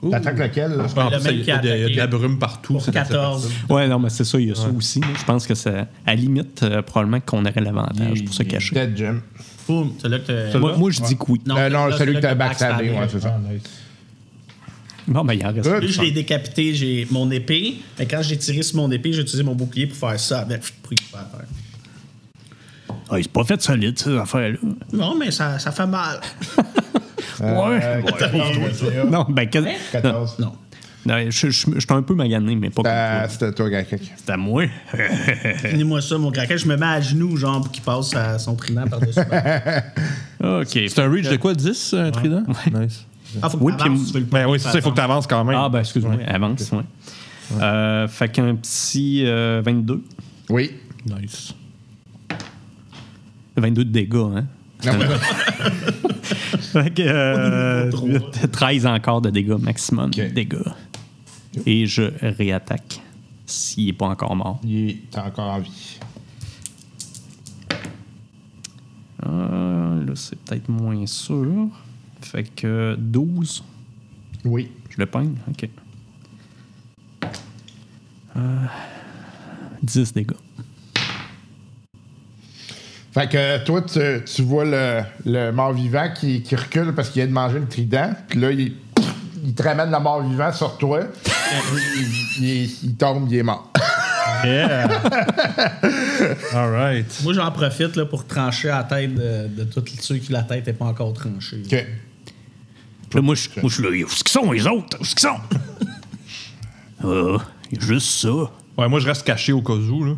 T'attaques lequel, là?
Ah, En
Le
plus,
même
il y
qui
a
a
de- il y a de la
attaqué.
brume partout.
Pour
c'est assez
14.
facile.
Ouais, non, mais c'est ça, il y a ça aussi. là. Je pense que ça, à limite, euh, probablement qu'on aurait l'avantage pour se cacher.
Dead Jim.
Boum, celui-là que t'as-
Moi, moi, je dis que oui.
Non,
Euh, non,
celui-là,
celui que t'as
t'as
backstabé,
backstabé.
ouais, c'est ça.
Bon, ben, il en reste.
Good.
Lui, je l'ai décapité, j'ai mon épée. Ben, Mais quand j'ai tiré sur mon épée, j'ai utilisé mon bouclier pour faire ça avec. Pour y faire peur.
Ah, il s'est pas fait solide, ces affaires-là.
Non, mais ça, ça fait mal.
Euh, ouais.
Non, ben, qu'est- non,
14.
Non.
non, je je- je suis un peu magané, mais pas comme
Ah,
Ben,
toi.
c'était toi, Gakek.
C'est à moi.
Donnez-moi ça, mon craquage. Je me mets à genoux, genre, pour qu'il passe à son trident par-dessus.
OK.
C'est un reach de quoi 10, un trident Nice.
Ah, faut que
Oui,
t'avances,
puis-
tu fais le pas.
Ben oui, c'est ça, il faut que tu avances quand même.
Ah, ben, excuse-moi, avance, ouais. Euh, fait qu'un petit euh, 22.
Oui.
ben,
Nice.
22 de dégâts, hein?
Euh,
fait que, euh, 13 encore de dégâts maximum. de Dégâts. Et je réattaque s'il n'est pas encore mort.
Il est- T'es encore en vie.
Euh, là, c'est peut-être moins sûr. Fait que 12,
Oui.
je le peigne. OK. Euh, 10 dégâts.
Fait que euh, toi, tu, tu vois le, le mort-vivant qui, qui recule parce qu'il a de manger le trident. Puis là, il, il te ramène le mort-vivant sur toi. il, il- il tombe, il est mort.
All right.
Moi, j'en profite là, pour trancher à la tête de, de tous ceux qui la tête n'est pas encore tranchée.
OK.
Puis Là, moi, je moi, je suis là. Où est-ce qu'ils sont, les autres? Où est-ce qu'ils sont? Ah, il y a juste ça.
Ouais, moi, je reste caché au cas où, là.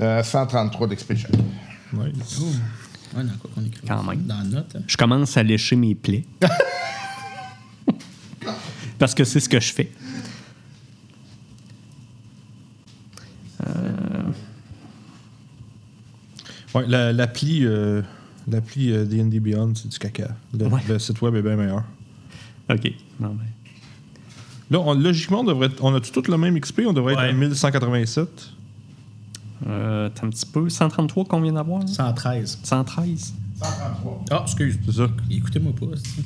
Euh, 133 d'expédition.
Nice.
Ouais, dans quoi qu'on écrit
Quand
ça?
même.
Dans la note. hein.
Je commence à lécher mes plaies. Parce que c'est ce que je fais.
Ouais, la- l'appli euh, l'appli euh, D&D Beyond, c'est du caca. Le,
Ouais.
le site web est bien meilleur.
OK. ben, Non, mais-
Là, on- logiquement, on devrait être- on a tout le même XP, on devrait
Ouais.
être à 1187.
Euh, attends un petit peu. 133 qu'on vient d'avoir? là?
113.
113?
Ah, excuse.
C'est ça.
Écoutez-moi pas. c'est-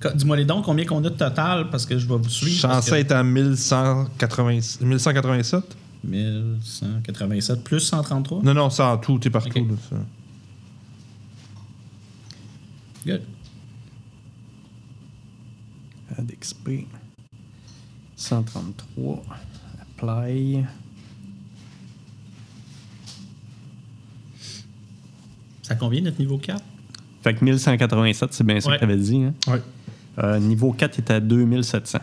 Quand- Dis-moi les dons, combien qu'on a de total, parce que je vais vous
Je
suivre.
suis
parce
censé être à 1180 1187.
que 1187 plus 133.
Non, non, c'est en tout, t'es partout.
Ok.
là, ça.
Good.
Euh, D'XP. 133. Apply.
Ça convient notre niveau 4?
Fait que 1187, c'est bien ça
Ouais.
que t'avais dit. Hein?
Ouais.
Euh, niveau 4 est à 2700.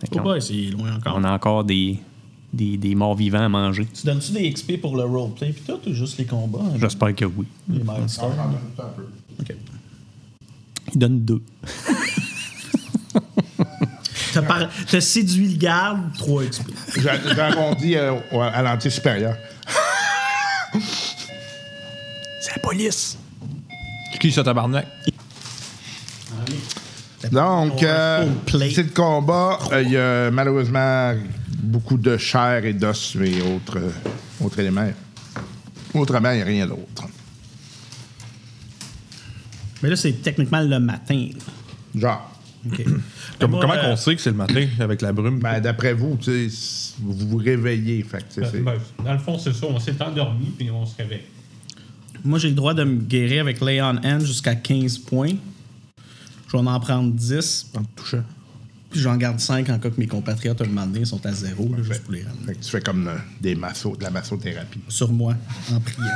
Fait
Oh
qu'on-
boy, c'est loin encore.
on a encore des, des, des morts vivants à manger.
Tu donnes-tu des XP pour le roleplay pis tout, ou juste les combats? hein?
J'espère que oui.
Les milestones. Ok.
Il donne deux.
T'as par- t'as séduit le garde, 3 XP.
J'a- J'arrondis euh, au- à l'entier supérieur.
C'est la police!
C'est Qui, ça, tabarnak?
Donc, euh,
full plate.
c'est le combat. Euh, Il y a malheureusement beaucoup de chair et d'os et autres, euh, autres éléments. Autrement, il n'y a rien d'autre.
Mais là, c'est techniquement le matin. là.
Genre,
Ok.
Comme-
Moi,
comment
euh,
on sait que c'est le matin avec la brume?
ben, d'après vous, tu sais, c- vous vous réveillez. Fait que, tu sais, c'est-
dans le fond, c'est ça. On s'est endormi puis on se réveille.
Moi, j'ai le droit de me guérir avec Lay on Hand jusqu'à 15 points. Je vais en prendre 10,
en te touchant.
puis j'en garde 5 en cas que mes compatriotes, un moment donné, sont à zéro, là, juste pour les ramener.
fait que tu fais comme le- des massos, de la massothérapie.
Sur moi, en priant.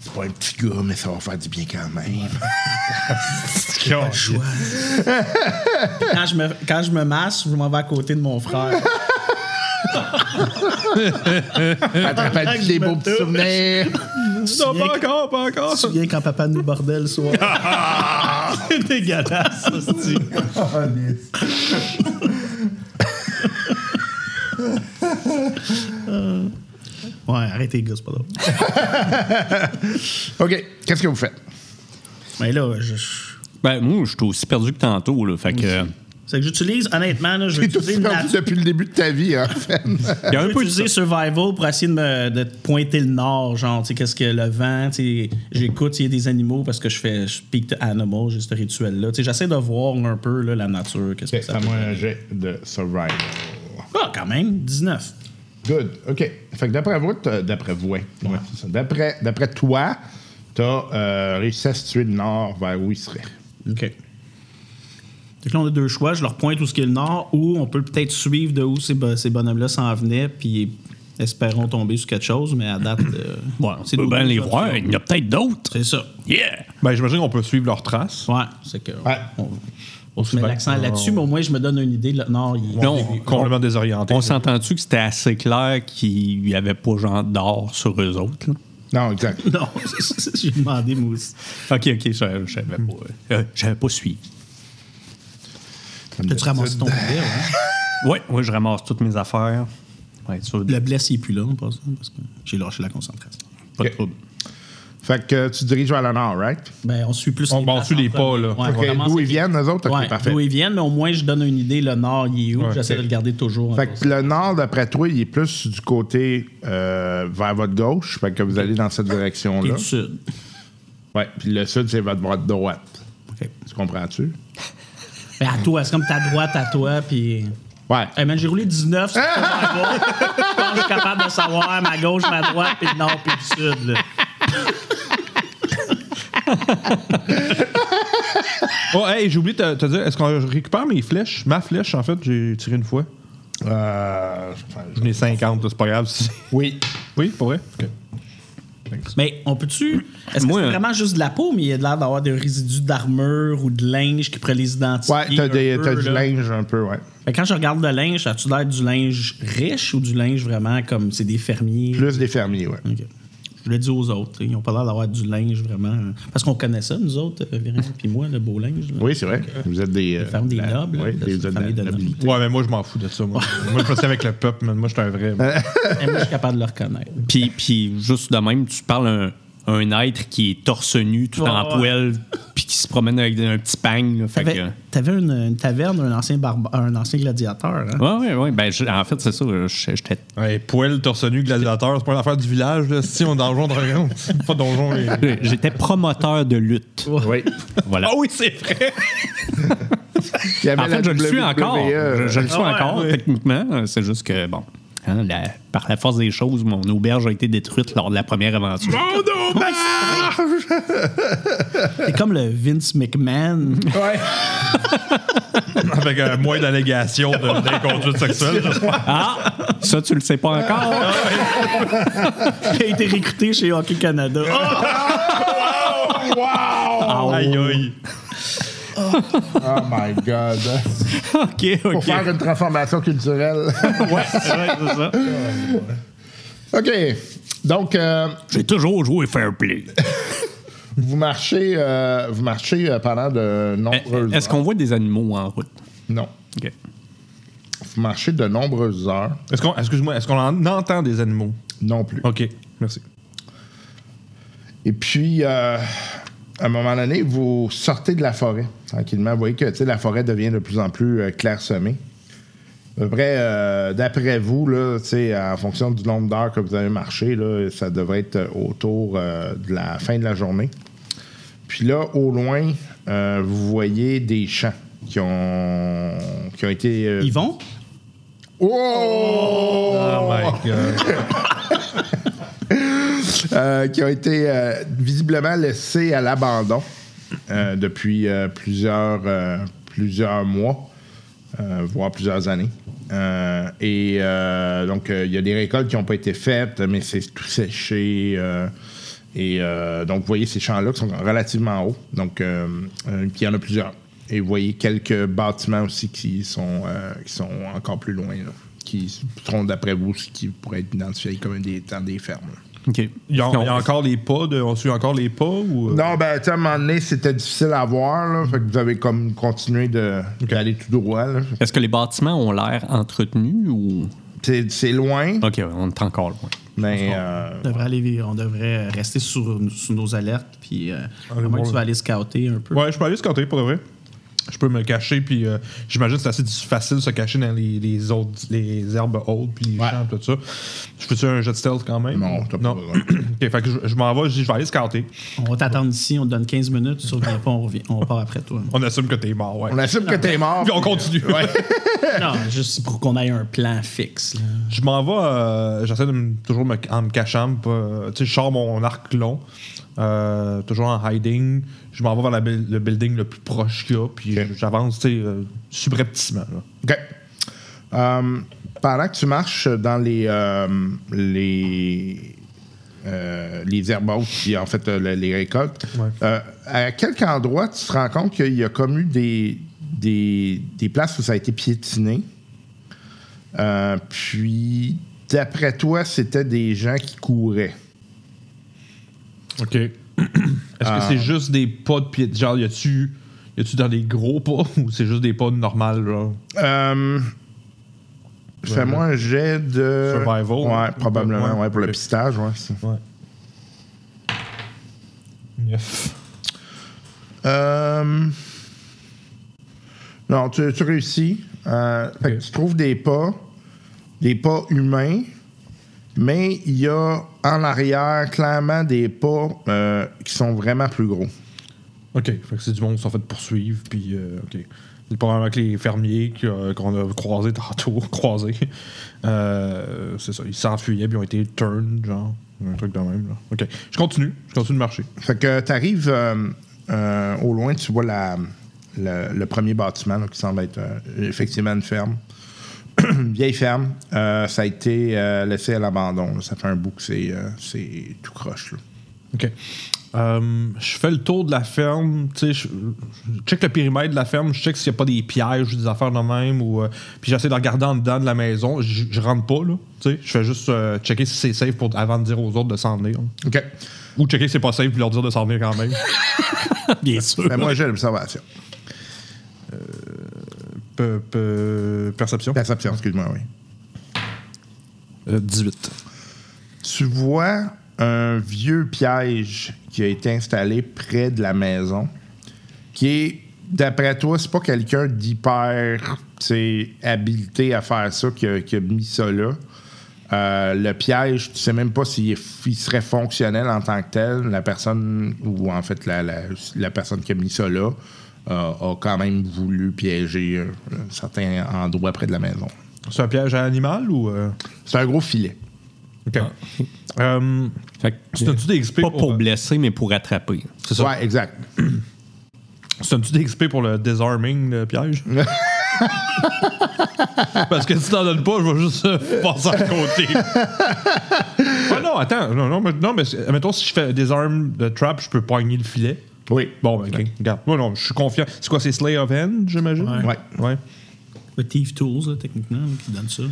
C'est pas un petit gars, mais ça va faire du bien quand même.
Joie. quand, je me, quand je me masse, je m'en vais à côté de mon frère.
Ça te rappelle des
Je me
beaux petits
touche.
souvenirs.
Non, pas encore, pas encore! Ah,
Tu viens quand papa nous bordel le soir. C'est dégueulasse, ça, c'est-tu. Ouais, arrêtez, gars, c'est pas drôle.
OK, qu'est-ce que vous faites?
Mais là, je- je-
Ben, moi, je suis aussi perdu que tantôt, là. Fait que. euh,
c'est que j'utilise, honnêtement, là, je vais
T'es tout
utiliser
perdu
nat-
depuis le début de ta vie, hein, en fait.
Il y a un
Je
peu
peux
de ça.
utiliser Survival pour essayer de, me, de pointer le nord, genre, tu sais, qu'est-ce que le vent, tu sais, j'écoute, il y a des animaux parce que je fais je pique the animal, j'ai ce rituel-là. Tu sais, j'essaie de voir un peu là, la nature, qu'est-ce que ça
Fais-moi un jet de survival.
peut- Ah, quand même, 19.
Good, OK. Fait que d'après vous, t'as- d'après vous, hein. ouais, c'est ça. D'après, d'après toi, t'as euh, réussi à situer le nord vers où il serait.
OK. Donc là, on a deux choix. Je leur pointe où ce qui est le nord ou on peut peut-être suivre de où ces, bo- ces bonhommes-là s'en venaient puis Espérons tomber sur quelque chose, mais à date. euh,
Ouais, on
c'est
peut
nos
bien
deux
les
options.
voir. Il y en a peut-être d'autres.
C'est ça.
Yeah!
Ben, j'imagine qu'on peut suivre leurs traces.
Ouais, c'est que. On, on se met
Aussi,
l'accent
ben,
là-dessus, mais au moins, je me donne une idée. Là. Non, il,
Non,
Complètement désorienté.
on s'entend-tu que c'était assez clair qu'il n'y avait pas genre d'or sur eux autres? là?
Non, exact.
non, j'ai demandé, moi aussi.
Ok, ok, ça, je savais pas. euh, J'avais pas suivi.
T'as-tu ramassé ton verre? hein?
Oui, ouais, je ramasse toutes mes affaires. Ouais, ça,
Le blessé n'est plus là, en passant, parce que j'ai lâché la concentration.
pas de trouble.
Fait que tu te diriges vers le nord, right?
Ben, on suit plus.
On- on
places
suit les
en
pas,
premier.
là.
Ouais,
Fait
on
que
commence
d'où
avec
ils viennent, eux autres? Ok,
Ouais,
parfait.
D'où ils viennent, mais au moins, je donne une idée. Le nord, il est où?
Ouais,
J'essaie de
ok.
le garder toujours.
Fait que le nord, d'après toi, il est plus du côté euh, vers votre gauche. Fait que vous allez dans cette
Et
direction-là.
du sud.
Ouais, puis le sud, c'est votre droite droite.
OK.
Tu comprends-tu?
Ben, à toi, c'est comme ta droite à toi, puis...
Ouais.
Hey, man, j'ai roulé 19, c'est pas ma gauche. Je pense que je suis capable de savoir ma gauche, ma droite, puis le nord, puis le sud. là.
Oh, hey, j'ai oublié de te te dire, est-ce qu'on récupère mes flèches? Ma flèche, en fait, j'ai tiré une fois.
Euh, enfin, je-
J'en ai 50, là, c'est pas grave.
oui.
oui, pour vrai? Ok.
Mais on peut-tu... Est-ce que
Moi,
c'est
euh,
vraiment juste de la peau, mais il y a l'air d'avoir des résidus d'armure ou de linge qui pourraient les identifier?
Ouais, t'as,
un
des,
peu,
t'as du
là?
linge un peu, ouais.
Fait que quand je regarde le linge, as-tu l'air du linge riche ou du linge vraiment comme c'est des fermiers?
Plus des fermiers, ouais.
OK. Je le dis aux autres. t'sais, Ils n'ont pas l'air d'avoir du linge vraiment. euh, Parce qu'on connaît ça, nous autres, euh, Véronique puis moi, le beau linge. là.
Oui, c'est vrai. Vous êtes des. euh,
femmes des
la-
nobles,
Oui,
de
des
cette
êtes
famille
de
de
la-
nobles.
nobilité.
Ouais, mais moi, je m'en fous de ça. Moi, moi je passais avec le peuple, man. Moi, je suis un vrai. man.
Et moi, je suis capable de le reconnaître.
Puis, puis juste de même, tu parles un, un être qui est torse nu, tout en
Ouais, ouais.
poêle, puis qui se promène avec un petit pang. là, fait que,
T'avais, t'avais une, une taverne, un ancien, barba- un ancien gladiateur. Hein?
ouais, ouais, ouais. Ben, je- en fait, c'est ça. je- J'étais
Ouais, poil, torse nu, gladiateur, c'est pas l'affaire du village, là. Si on est donjon dragon, c'est pas donjon. les-
j'étais promoteur de lutte.
Oui.
Voilà.
Ah oui, c'est vrai!
Il y avait
en
la
fait, je le suis
WWE,
encore. Je,
euh,
je le
Ah
suis encore, techniquement. Euh, C'est juste que, bon, hein, la- par la force des choses, mon auberge a été détruite lors de la première aventure.
C'est comme le Vince McMahon.
Avec euh, moins d'allégations de- d'inconduite sexuelle.
Ah! Ça, tu le sais pas encore.
qui a été recruté chez Hockey Canada. Oh!
Aïe, aïe.
Oh my God.
OK,
Pour
OK.
faire une transformation culturelle. OK. Donc, euh,
J'ai toujours joué fair play.
vous marchez, euh, vous marchez euh, pendant de
Eh,
nombreuses
Est-ce qu'on voit des animaux en route?
Non.
OK.
Vous marchez de nombreuses heures.
Est-ce qu'on, excuse-moi, est-ce qu'on en entend des animaux?
Non plus.
OK, merci.
Et puis, euh, à un moment donné, vous sortez de la forêt tranquillement. Vous voyez que tu sais, la forêt devient de plus en plus euh, clairsemée. À peu près, euh, d'après vous, là, tu sais, en fonction du nombre d'heures que vous avez marché, là, ça devrait être autour euh, de la fin de la journée. Puis là, au loin, euh, vous voyez des champs qui ont, qui ont été. euh,
Ils vont?
Oh!
Oh my god.
Euh, qui ont été euh, visiblement laissés à l'abandon euh, depuis euh, plusieurs, euh, plusieurs mois, euh, voire plusieurs années. Euh, et euh, donc, euh, il y a des récoltes qui n'ont pas été faites, mais c'est tout séché. euh, et euh, donc, vous voyez ces champs-là qui sont relativement hauts. Donc, euh, euh, puis il y en a plusieurs. Et vous voyez quelques bâtiments aussi qui sont, euh, qui sont encore plus loin, là, qui seront d'après vous ce qui pourrait être identifié comme des, dans des fermes. là.
OK.
Il y a, il y a encore les pas, de, on suit encore les pas ou. euh?
Non, ben, tu sais, à un moment donné, c'était difficile à voir, là. Fait que vous avez comme continué de- d'aller tout droit, là.
Est-ce que les bâtiments ont l'air entretenus ou.
C'est c'est loin,
OK, ouais, on est encore loin.
mais. euh,
On devrait, aller, on devrait rester sur, sur nos alertes, puis euh,
Ah,
à moins que tu vas aller scouter un peu.
Ouais, je peux aller scotter pour de vrai. Je peux me cacher, puis euh, j'imagine que c'est assez diffi- facile de se cacher dans les, les, autres, les herbes hautes, puis les champs, tout ça. Je fais-tu un jet de stealth quand même?
Non, t'as pas besoin.
ok, fait que je, je m'en vais, je dis, je vais aller scotter.
On va t'attendre ici, on te donne 15 minutes, tu reviens pas, on, revient, on part après toi.
On assume que t'es mort, ouais.
on assume que t'es mort.
Puis on continue. Ah, euh, Ouais.
non, juste pour qu'on ait un plan fixe. là.
je m'en vais, euh, j'essaie de me- toujours me, en me cachant, pas- tu sais, je sors mon arc long, euh, toujours en hiding. Je m'en vais vers la bu- le building le plus proche qu'il y a, puis
Ok.
j'avance, tu sais, euh, subrepticement. là.
OK. Um, pendant que tu marches dans les euh, les euh, les herbaux, puis en fait euh, le- les récoltes, euh, à quelque endroit tu te rends compte qu'il y a comme eu des, des, des places où ça a été piétiné. Euh, puis, d'après toi, c'était des gens qui couraient.
OK. Est-ce que c'est juste des pas de pied? Genre, y a-tu y a-tu dans des gros pas ou c'est juste des pas normales, genre?
Euh, Fais-moi un jet de.
Survival.
Ouais, probablement,
Ouais.
ouais, pour le pistage, ouais. c'est-
Ouais. Neuf.
Euh, Non, tu, tu réussis. Euh, fait que
Ok.
tu trouves des pas, des pas humains, mais il y a en arrière clairement des pas euh, qui sont vraiment plus gros.
OK. Fait que c'est du monde qui s'en fait poursuivre, puis euh, OK. C'est probablement que les fermiers qui, euh, qu'on a croisés tantôt, croisés, euh, c'est ça, ils s'enfuyaient, puis ils ont été turn, genre, un truc de même, là. OK. Je continue. Je continue de marcher.
Fait que tu arrives au loin, tu vois la, le, le premier bâtiment là, qui semble être euh, effectivement une ferme. Une vieille ferme. Euh, ça a été euh, laissé à l'abandon. là. Ça fait un bout que c'est euh, c'est tout croche. là.
OK. Euh, je fais le tour de la ferme, tu sais, je, je check le périmètre de la ferme, je check s'il n'y a pas des pièges ou des affaires de même, ou, euh, puis j'essaie de regarder en dedans de la maison, je je rentre pas, là, tu sais, je fais juste euh, checker si c'est safe pour, avant de dire aux autres de s'en venir,
OK.
ou checker si c'est pas safe puis leur dire de s'en venir quand même.
Bien sûr.
Ben, moi, j'ai l'observation.
Euh, Pe- pe- perception.
Perception, excuse-moi, oui.
Euh, 18.
Tu vois un vieux piège qui a été installé près de la maison, qui est, d'après toi, c'est pas quelqu'un d'hyper tu sais, habilité à faire ça qui a, qui a mis ça là. Euh, le piège, tu sais même pas s'il est- il serait fonctionnel en tant que tel. La personne, ou en fait, la, la- la personne qui a mis ça là, euh, a quand même voulu piéger euh, un certain endroit près de la maison.
C'est un piège à animal ou. euh,
C'est un gros filet.
OK. Euh,
Fait que,
c'est un-tu des XP
pas
pour, euh,
pour blesser, mais pour attraper. C'est ça.
Ouais, exact.
C'est un-tu des XP pour le désarming, le piège? Parce que si t'en donnes pas, je vais juste euh, passer à côté. ah non, attends. Non, non, mais, non, mais c'est- mettons, si je fais désarm de trap, je peux pogner le filet.
Oui.
Bon, ben, OK. Regarde. Moi, non, je suis confiant. C'est quoi, c'est Slay of Hand, j'imagine?
Ouais.
Ouais.
Le Thief Tools, là, techniquement, là, qui donne ça.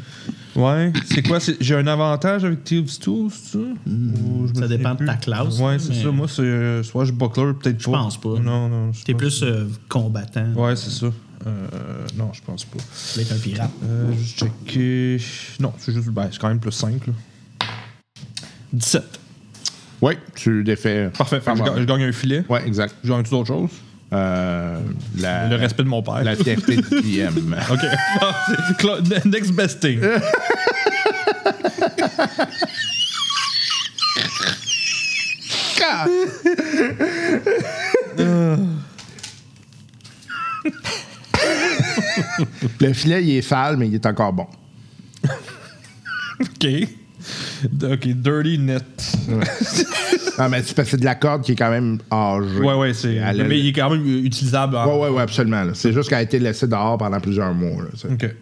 Ouais. C'est quoi? c'est- J'ai un avantage avec Thieves Tools, c'est ça?
Hmm.
Ou je me
ça
souviens
dépend de
plus.
ta classe,
Ouais, c'est
mais-
ça. Moi, c'est euh, soit je buckler, peut-être
Je pense pas.
Non, non. je
T'es
pense-
plus euh, combattant
Ouais, c'est ça. Euh, non, je pense pas.
avec un pirate.
Euh, juste checker. Non, c'est juste. Ben, c'est quand même plus 5. Là. 17.
Oui, tu défais.
Parfait. Fait que je, ga- je gagne un filet.
Oui, exact.
Je gagne tout autre chose.
Euh, la,
Le respect de mon père.
La fierté du PM.
OK. Ah, c'est cla- Next best thing.
Euh. Le filet, il est sale, mais il est encore bon.
OK. OK, dirty net.
Ah, mais c'est parce que c'est de la corde qui est quand même âgée.
Ouais, ouais, c'est.
Elle a-
Mais il est quand même euh, utilisable. en-
Ouais, ouais, ouais, absolument. là. C'est juste qu'elle a été laissée dehors pendant plusieurs mois. là. C'est-
OK.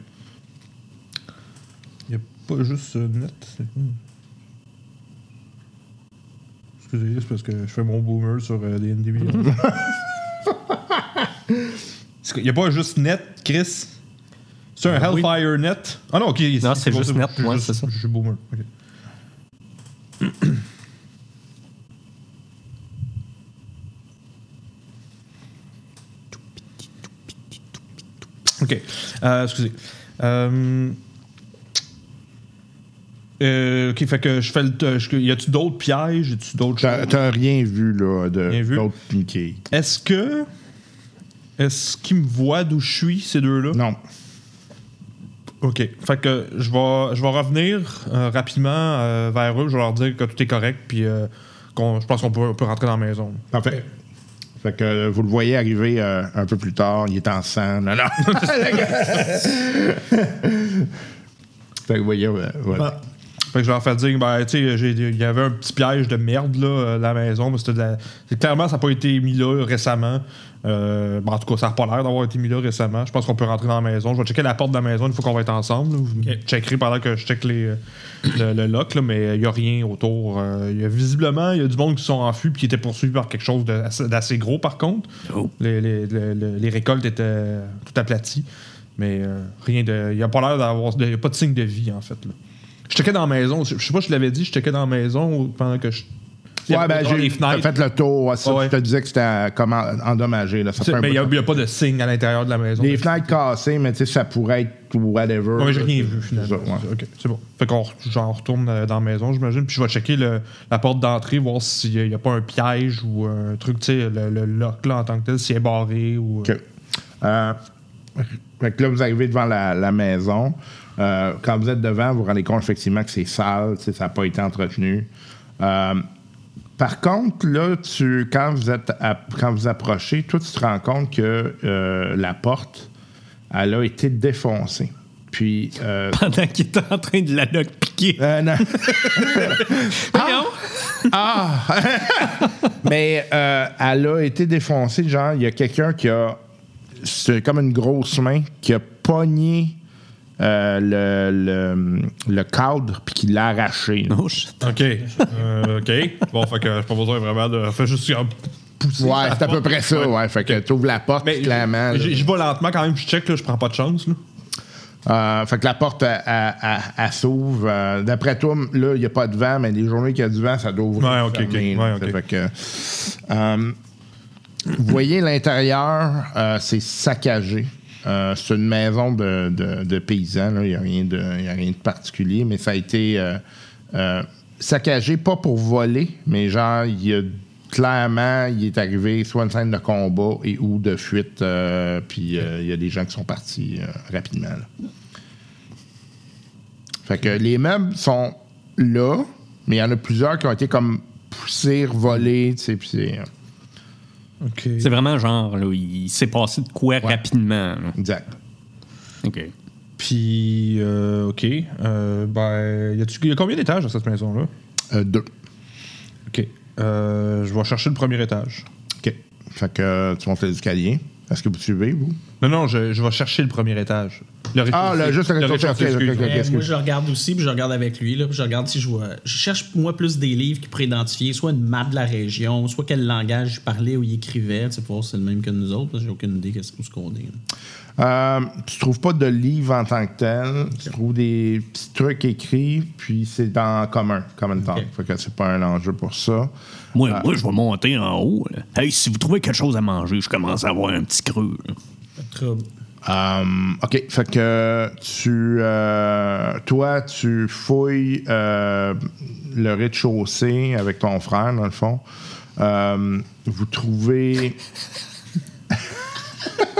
Il n'y a pas juste euh, net. c'est- hmm. Excusez, c'est parce que je fais mon boomer sur euh, des NDB. Il n'y a pas juste net, Chris. C'est un
Oui.
Hellfire net. Ah Euh, non, ok.
Non, c'est juste net,
je-
ouais,
je-
c'est ça.
Je suis boomer. ok. OK. Euh, excusez. Euh, euh, OK, fait que je fais le. t- je- Y a-tu d'autres pièges? Y a-tu d'autres
T'as
choses?
t'as rien vu, là, de
Rien vu.
d'autre qui-
Est-ce que. Est-ce qu'ils me voient d'où je suis, ces deux-là?
Non.
OK. Fait que je vais, je vais revenir euh, rapidement euh, vers eux. Je vais leur dire que tout est correct, puis euh, qu'on- je pense qu'on peut, on peut rentrer dans la maison.
Parfait. Fait que euh, vous le voyez arriver euh, un peu plus tard, il est en sang. Non, non. fait que vous voyez, euh, voilà.
Ah.
Bah,
Fait que je vais leur faire dire, ben, tu sais, j'ai- il y avait un petit piège de merde, là, à la maison. Mais c'était de la- c'est- Clairement, ça n'a pas été mis là récemment. Euh, ben, en tout cas, ça n'a pas l'air d'avoir été mis là récemment. Je pense qu'on peut rentrer dans la maison. Je vais checker la porte de la maison une fois qu'on va être ensemble. là. Vous me checkerez pendant que je check les, euh, le, le lock, là, mais il n'y a rien autour. Euh, Il y a, visiblement, il y a du monde qui sont en fuite et qui étaient poursuivis par quelque chose de- d'assez gros, par contre.
Oh.
Les, les- le- le- les récoltes étaient tout aplaties. Mais euh, rien de. Il n'y a pas l'air d'avoir. Il n'y a pas de signe de vie, en fait. là. Je checkais dans la maison. Je je sais pas si je l'avais dit, je checkais dans la maison pendant que je.
Ouais, ben,
dans
j'ai
les
t'as
fenêtres.
fait le tour. ouais, ça,
Ouais.
Je te disais que c'était euh, comme en- endommagé. Là, ça fait un
Mais il n'y
bout
a,
de temps.
il y a pas de signe à l'intérieur de la maison.
Les fenêtres cassées, mais tu sais, ça pourrait être whatever.
Non, mais j'ai
là,
rien
c'est-
vu, finalement.
c'est ça, ouais.
Ok, c'est bon. Fait qu'on re- j'en retourne euh, dans la maison, j'imagine. Puis je vais checker le- la porte d'entrée, voir s'il n'y a pas un piège ou un truc, tu sais, le, le lock là, en tant que tel, s'il est barré ou.
OK. Euh, fait que là, vous arrivez devant la, la maison. Euh, quand vous êtes devant, vous vous rendez compte effectivement que c'est sale, tu sais, ça n'a pas été entretenu. Euh, par contre, là, tu, quand, vous êtes à- quand vous approchez, toi, tu te rends compte que euh, la porte, elle a été défoncée. Puis. euh,
Pendant qu'il était en train de la lock piquer.
euh, non.
Voyons.
Ah! Mais euh, elle a été défoncée, genre, il y a quelqu'un qui a. C'est comme une grosse main qui a pogné euh, le, le, le cadre puis qui l'a arraché. là.
Oh, shit.
OK. Euh, OK. Bon, fait que j'ai pas besoin vraiment de. Fait juste comme pousser.
Ouais,
la
c'est à peu
porte.
près ça, ouais. Fait que tu ouvres la porte,
Mais
clairement. là.
je je vais lentement quand même, je check, là, je prends pas de chance. Là.
Euh, fait que la porte, elle, elle- elle- elle s'ouvre. Euh, D'après toi, m- là, il n'y a pas de vent, mais les journées qu'il y a du vent, ça doit ouvrir.
Ouais, ok,
fermer,
ok.
là,
Ouais,
tu sais.
ok.
Fait que, euh, vous voyez l'intérieur, euh, c'est saccagé. Euh, c'est une maison de, de- de paysans. là. Il n'y a, rien de- il y a rien de particulier, mais ça a été euh, euh, saccagé, pas pour voler, mais genre, il y a clairement, il est arrivé soit une scène de combat et ou de fuite, euh, puis euh, il y a des gens qui sont partis euh, rapidement. là. Fait que les meubles sont là, mais il y en a plusieurs qui ont été comme poussés, volés, tu sais, puis c'est... euh,
OK.
C'est vraiment genre, là, il s'est passé de quoi rapidement. là.
Exact.
OK.
Puis, euh, OK. Euh, ben, y a-tu- y a combien d'étages dans cette maison-là?
Euh, deux.
OK. Euh, je vais chercher le premier étage.
OK. Fait que euh, tu montes les escaliers. Est-ce que vous suivez, vous?
Non, non, je, je vais chercher le premier étage. Le
Ah,
rez-de-chaussée.
là, juste le rez-de-chaussée, ok,
excuse-moi.
ok,
Euh,
ok.
moi, je regarde aussi, puis je regarde avec lui. Là, puis je regarde si je vois. Je cherche, moi, plus des livres qui pourraient identifier soit une map de la région, soit quel langage il parlait ou il écrivait, tu sais, pour voir si c'est le même que nous autres. parce que J'ai aucune idée qu'est-ce- où ce qu'on est. là.
Euh, tu trouves pas de livre en tant que tel. Tu trouves des petits trucs écrits, puis c'est dans commun, common talk. Fait que c'est pas un enjeu pour ça.
Moi, moi, je vais monter en haut. là. Hey, si vous trouvez quelque chose à manger, je commence à avoir un petit creux. là.
Pas de trouble.
Euh, OK. Fait que tu. euh, toi, tu fouilles euh, le rez-de-chaussée avec ton frère, dans le fond. Euh, vous trouvez.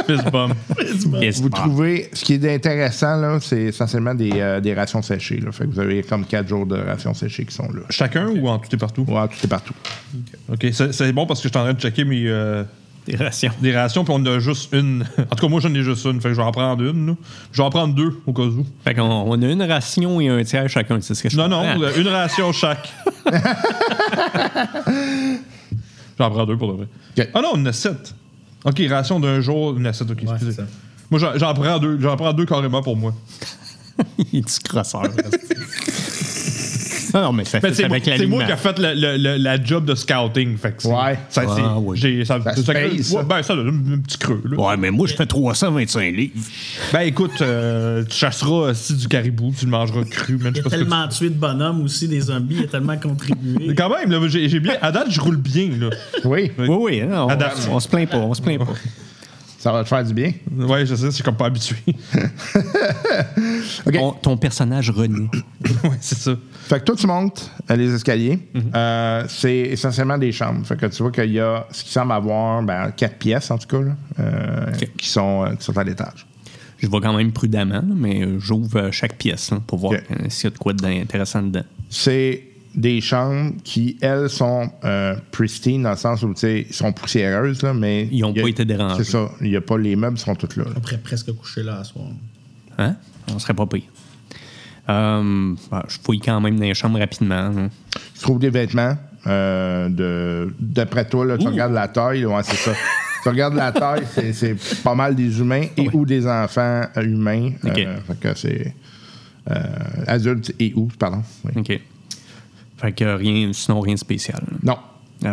Fist bump.
Yes,
Vous
Ah.
bah.
trouvez. Ce qui est intéressant, là, c'est essentiellement des, euh, des rations séchées. Là. Fait que vous avez comme quatre jours de rations séchées qui sont là.
Chacun ou en tout et partout?
Ouais, tout est partout.
OK, c'est c'est bon parce que je suis en train de checker mes euh,
Des rations.
des rations, puis on en a juste une. En tout cas, moi, j'en ai juste une, fait que je vais en prendre une. là. Je vais en prendre deux, au cas où.
Fait qu'on on a une ration et un tiers chacun, c'est ce que je
Non, non,
comprends.
euh, une ration chaque. J'en prends deux pour le vrai.
Ok.
Ah non, on en a sept. OK, ration d'un jour, une a sept, OK, excusez.
c'est ça.
Moi, j'en- j'en prends deux. J'en prends deux carrément pour moi.
Il est du crosseur. non, non, mais ça
Mais
fait
c'est moi,
avec
c'est moi qui
l'alignement.
ai fait le- le- le- la job de scouting. Fait que c'est-
Ouais.
Ça, c'est,
Ah, oui.
j'ai, ça,
se
ça-
paye, ça.
ouais, ben, ça donne un, un petit creux. là.
Ouais, mais moi, je fais 325 livres.
Ben écoute, euh, tu chasseras aussi du caribou, tu le mangeras cru, même je
Il a
sais pas ce que tu-
tellement tué de bonhommes aussi, des zombies, il a tellement contribué.
Quand même, là, j'ai, j'ai bien. À date, je roule bien. Là.
Oui,
Oui, oui,
Ah
hein, on,
Adapte.
on se plaint pas, on se plaint pas.
ça va te faire du bien.
Ouais, je sais, je suis comme pas habitué.
Ok.
Ton, ton personnage René.
ouais, c'est ça.
Fait que toi, tu montes euh, les escaliers.
Mhm.
Euh, c'est essentiellement des chambres. Fait que tu vois qu'il y a ce qui semble avoir ben, quatre pièces, en tout cas, là, euh, qui, sont, euh, qui sont à l'étage.
Je vais quand même prudemment, mais euh, j'ouvre euh, chaque pièce hein, pour voir
Ok.
euh, s'il y a de quoi d'intéressant dedans.
C'est des chambres qui, elles, sont euh, pristines dans le sens où, tu sais, ils sont poussiéreuses, là, mais...
Ils ont
il y a-
pas été dérangés.
C'est ça. Il y a pas... Les meubles sont tous là. là.
On pourrait presque coucher là à soir.
Hein? On serait pas pire.
Euh, bah, je fouille quand même dans les chambres rapidement. hein. là.
Tu trouves des vêtements euh, de- d'après toi, là, tu regardes la taille, là, ouais, c'est ça. tu regardes la taille, c'est- c'est pas mal des humains et ou des enfants euh, humains. Euh,
Ok.
fait que c'est euh, adultes et ou, pardon. oui.
OK. Fait que rien, sinon rien de spécial. là.
Non.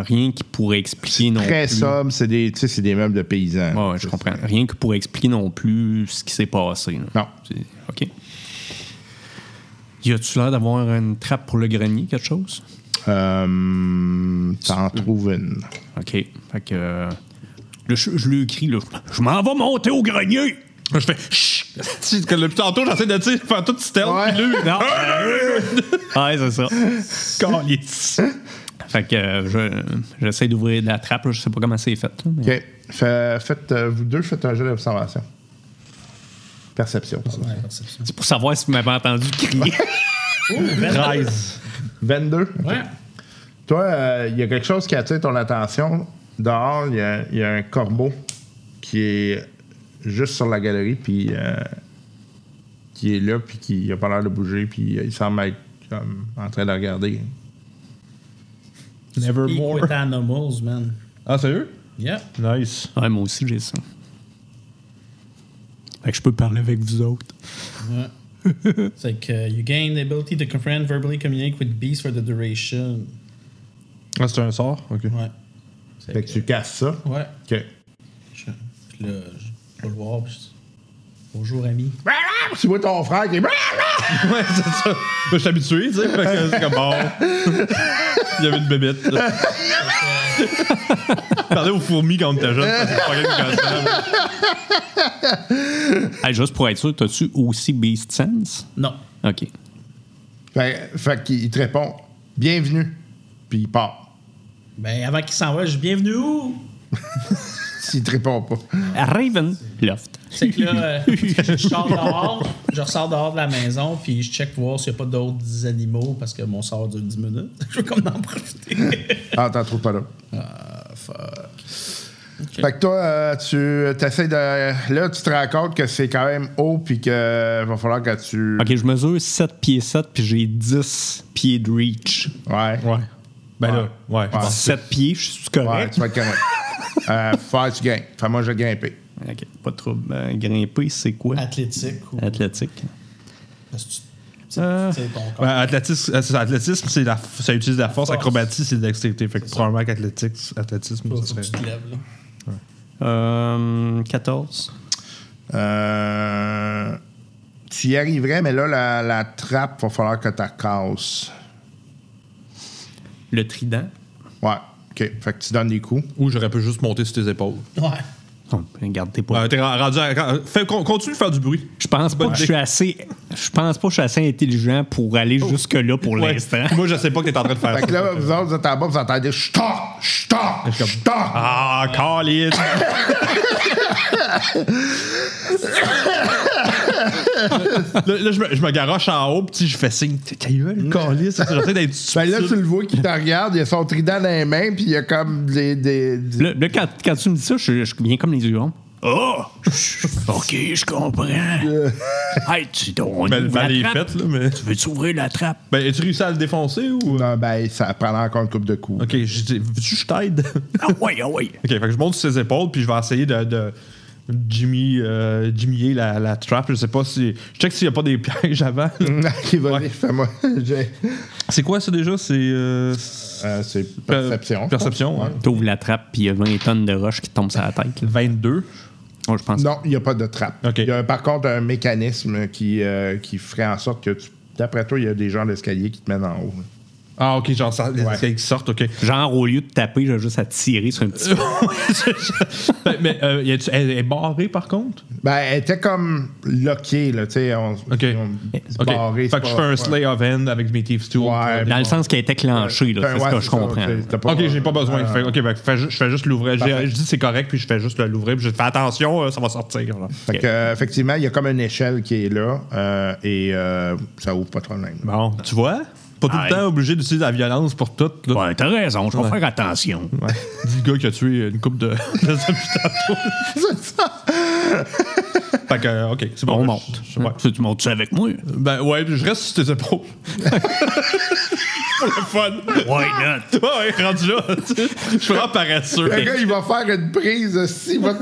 Rien qui pourrait expliquer non
Très
plus. Ah
sobre, c'est des, tu sais, c'est des meubles de paysans.
Ouais, ouais, je comprends. Rien qui pourrait expliquer non plus ce qui s'est passé. là.
Non.
C'est- OK. Y a-tu l'air d'avoir une trappe pour le grenier, quelque chose?
Euh, T'en trouves une.
OK. Fait que. euh, le ch- je lui écris, là. Je m'en vais monter au grenier!
Moi, je fais chut! Si, que le- Tantôt, j'essaie de tu sais, faire tout stealth. puis là,
Non! euh, ouais, c'est ça.
Calice.
Fait que euh, je- j'essaie d'ouvrir la trappe, là. Je sais pas comment c'est fait. là, mais-
OK. Fait- faites, euh, vous deux, faites un jeu d'observation. Perception. pardon.
C'est pour savoir si vous m'avez entendu crier.
22. OK.
Oh, Ouais.
Toi, euh, il y a quelque chose qui attire ton attention. Dehors, il y a- il y, a un corbeau qui est juste sur la galerie, puis euh, qui est là, puis qui n'a pas l'air de bouger, puis euh, il semble être comme, en train de regarder.
Speak
Nevermore.
with animals, man.
Ah, sérieux?
Yeah.
Nice.
ouais, moi aussi, j'ai ça. Fait que je peux parler avec vous autres.
It's like uh, you gain the ability to comprehend, verbally communicate with beasts for the duration.
Ah, c'est un sort? Ok.
Ouais.
Fait que tu casses ça.
Ouais.
OK.
Je- Puis là, je vais le voir. puis je- Bonjour, ami.
Tu vois ton frère qui est.
Ouais, c'est ça. Moi, je suis habitué, tu sais. fait que C'est comme bon. Il y avait une bébête. Parler aux fourmis quand on était jeune. parce que c'est pas grave comme ça.
Hey, juste pour être sûr, t'as-tu aussi Beast Sense?
Non.
OK.
Fait, fait qu'il il te répond Bienvenue. Puis il part.
Ben, avant qu'il s'en va, je dis bienvenue où?
S'il te répond pas.
Raven Loft.
C'est que là, euh, je sors dehors, je ressors dehors de la maison, puis je check pour voir s'il n'y a pas d'autres animaux, parce que mon sort dure 10 minutes. je veux comme en profiter.
Ah, t'en trouves pas là.
Ah,
Fait que toi, euh, tu t'essaies de. Là, tu te rends compte que c'est quand même haut, puis qu'il va falloir que tu.
OK, je mesure 7 pieds 7, puis j'ai 10 pieds de reach.
Ouais.
Ouais. Ben là, ouais.
Ouais.
7 pieds, je suis
Ouais,
correct?
tu vas être correct. euh, faire, tu gagnes. Fait moi, je vais grimper.
OK, pas de trouble. Ben, grimper, c'est quoi?
Athlétique ou.
Athlétique.
parce que tu-
Euh,
tu sais, ton corps.
Ouais, athlétisme, euh, c'est ça, athlétisme, c'est la, f- ça utilise la force,
Force.
acrobatie, c'est de dextérité. Fait que probablement qu'athlétisme, athlétisme, ça
Faut que
serait.
tu te lèves, là.
Euh, 14.
Euh, tu y arriverais, mais là, la, la trappe, va falloir que tu la casses.
Le trident.
Ouais. OK. Fait que tu donnes des coups.
Ou j'aurais pu juste monter sur tes épaules.
Ouais.
Oh, regarde, t'es pas...
Ouais, t'es rendu à- fais- con- continue de faire du bruit.
je pense pas que je suis assez... Je pense pas que je suis assez intelligent pour aller jusque-là pour
Oh. Ouais.
l'instant.
Moi, je sais pas que t'es en train de faire
Fait que
ça.
là, vous autres, vous êtes en bas, vous entendez Stop! Stop! Stop!
Ah, Colin! là, là, je, me, je me garoche en haut, puis tu sais, je fais signe. T'es ta gueule, Colin! C'est- J'essaie d'être
Ben là,
subtil.
tu le vois qui te regarde, il a son trident dans les mains, puis il y a comme des. des- des-
Là, là, quand, quand tu me dis ça, je, je viens comme les yeux ronds.
Ah! OK, je comprends. hey, tu donc.
Ben, ben, les
trappe.
fêtes, là, mais.
Tu veux-tu ouvrir la trappe?
Ben, as-tu réussi à le défoncer ou. euh?
Non, ben, ça prend encore une coupe de coups.
Ok, je dis, veux-tu que je t'aide?
Ah, ouais, ah, ouais.
ok, fait que je monte sur ses épaules, puis je vais essayer de. de Jimmy, euh, Jimmyer la, la trap, je sais pas si. Je check s'il y a pas des pièges avant.
Qui va aller, fais-moi. j'ai-
C'est quoi ça déjà? C'est. euh,
Euh, c'est perception.
Perception, ouais.
T'ouvres la trappe, puis il y a 20 tonnes de roches qui tombent sur la tête. là.
22.
Oh, je pense.
Non, il n'y a pas de trappe.
OK.
Il y a par contre un mécanisme qui, euh, qui ferait en sorte que tu. D'après toi, il y a des gens d'escalier qui te mènent en haut.
Ah, ok, genre, ça, les
Ouais.
escaliers qui sortent, ok.
Genre, au lieu de taper, j'ai juste à tirer sur un petit.
Ben, mais euh, y a-tu- elle est barrée par contre?
Ben, elle était comme loquée, là, tu sais. On,
Ok.
on- c'est
Ok.
barré,
fait
c'est
que je
pas-
fais un
ouais.
slay of end avec mes Thieves Tool.
Ouais,
Dans le sens qu'elle était clenchée, là,
Ouais,
c'est ce que je
ça,
comprends.
t'sais, t'as
Ok, j'ai pas besoin.
Ouais.
Fait- ok, fait que fais ju- je fais juste l'ouvrir. J'ai-
euh, Parfait.
Je dis c'est correct, puis je fais juste le- l'ouvrir, puis je fais attention, euh, ça va sortir. là.
Fait que, euh, effectivement, il y a comme une échelle qui est là euh, et euh, ça ouvre pas de problème.
Bon, tu vois? Pas tout
Ouais.
le temps obligé d'utiliser la violence pour tout. Là.
Ouais, t'as raison, je vais faire attention.
Ouais. Dis le gars qui a tué une coupe de. de zombies tantôt. Fait que, euh, OK, c'est bon.
On
Je-
monte.
je- ouais.
Tu, tu montes ça avec moi?
Ben ouais, je reste sur tes épaules. Pour le fun.
Why
Ouais,
not?
ouais, rendu là. tu sais, Je suis vraiment paresseux.
Le gars, il va faire une prise aussi. va-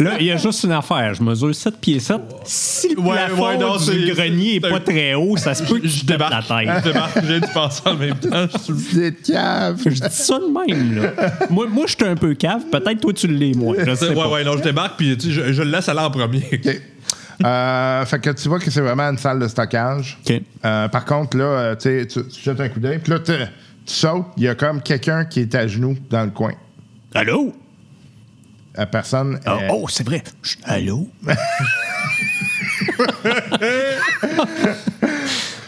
Là, il y a juste une affaire. Je mesure 7 pieds 7. Si le
Ouais,
plafond
ouais, non, c'est-
du grenier n'est
c'est
pas
un-
très haut, ça se peut que je débarque la
Je
tête.
débarque, j'ai dû penser en même temps. Je suis
C'est cave.
Je dis ça de même, là. Moi, moi je suis un peu cave. Peut-être toi, tu l'es moins. Je sais
ouais,
pas.
ouais, non, je débarque, puis tu sais, je, je le laisse aller en premier.
OK. Euh, fait que tu vois que c'est vraiment une salle de stockage.
OK.
Euh, par contre, là, euh, tu, sais, tu- tu jettes un coup d'œil, puis là, tu, tu sautes, il y a comme quelqu'un qui est à genoux dans le coin.
Allô?
La personne.
Ah,
euh,
oh, c'est vrai. Chut, Allô?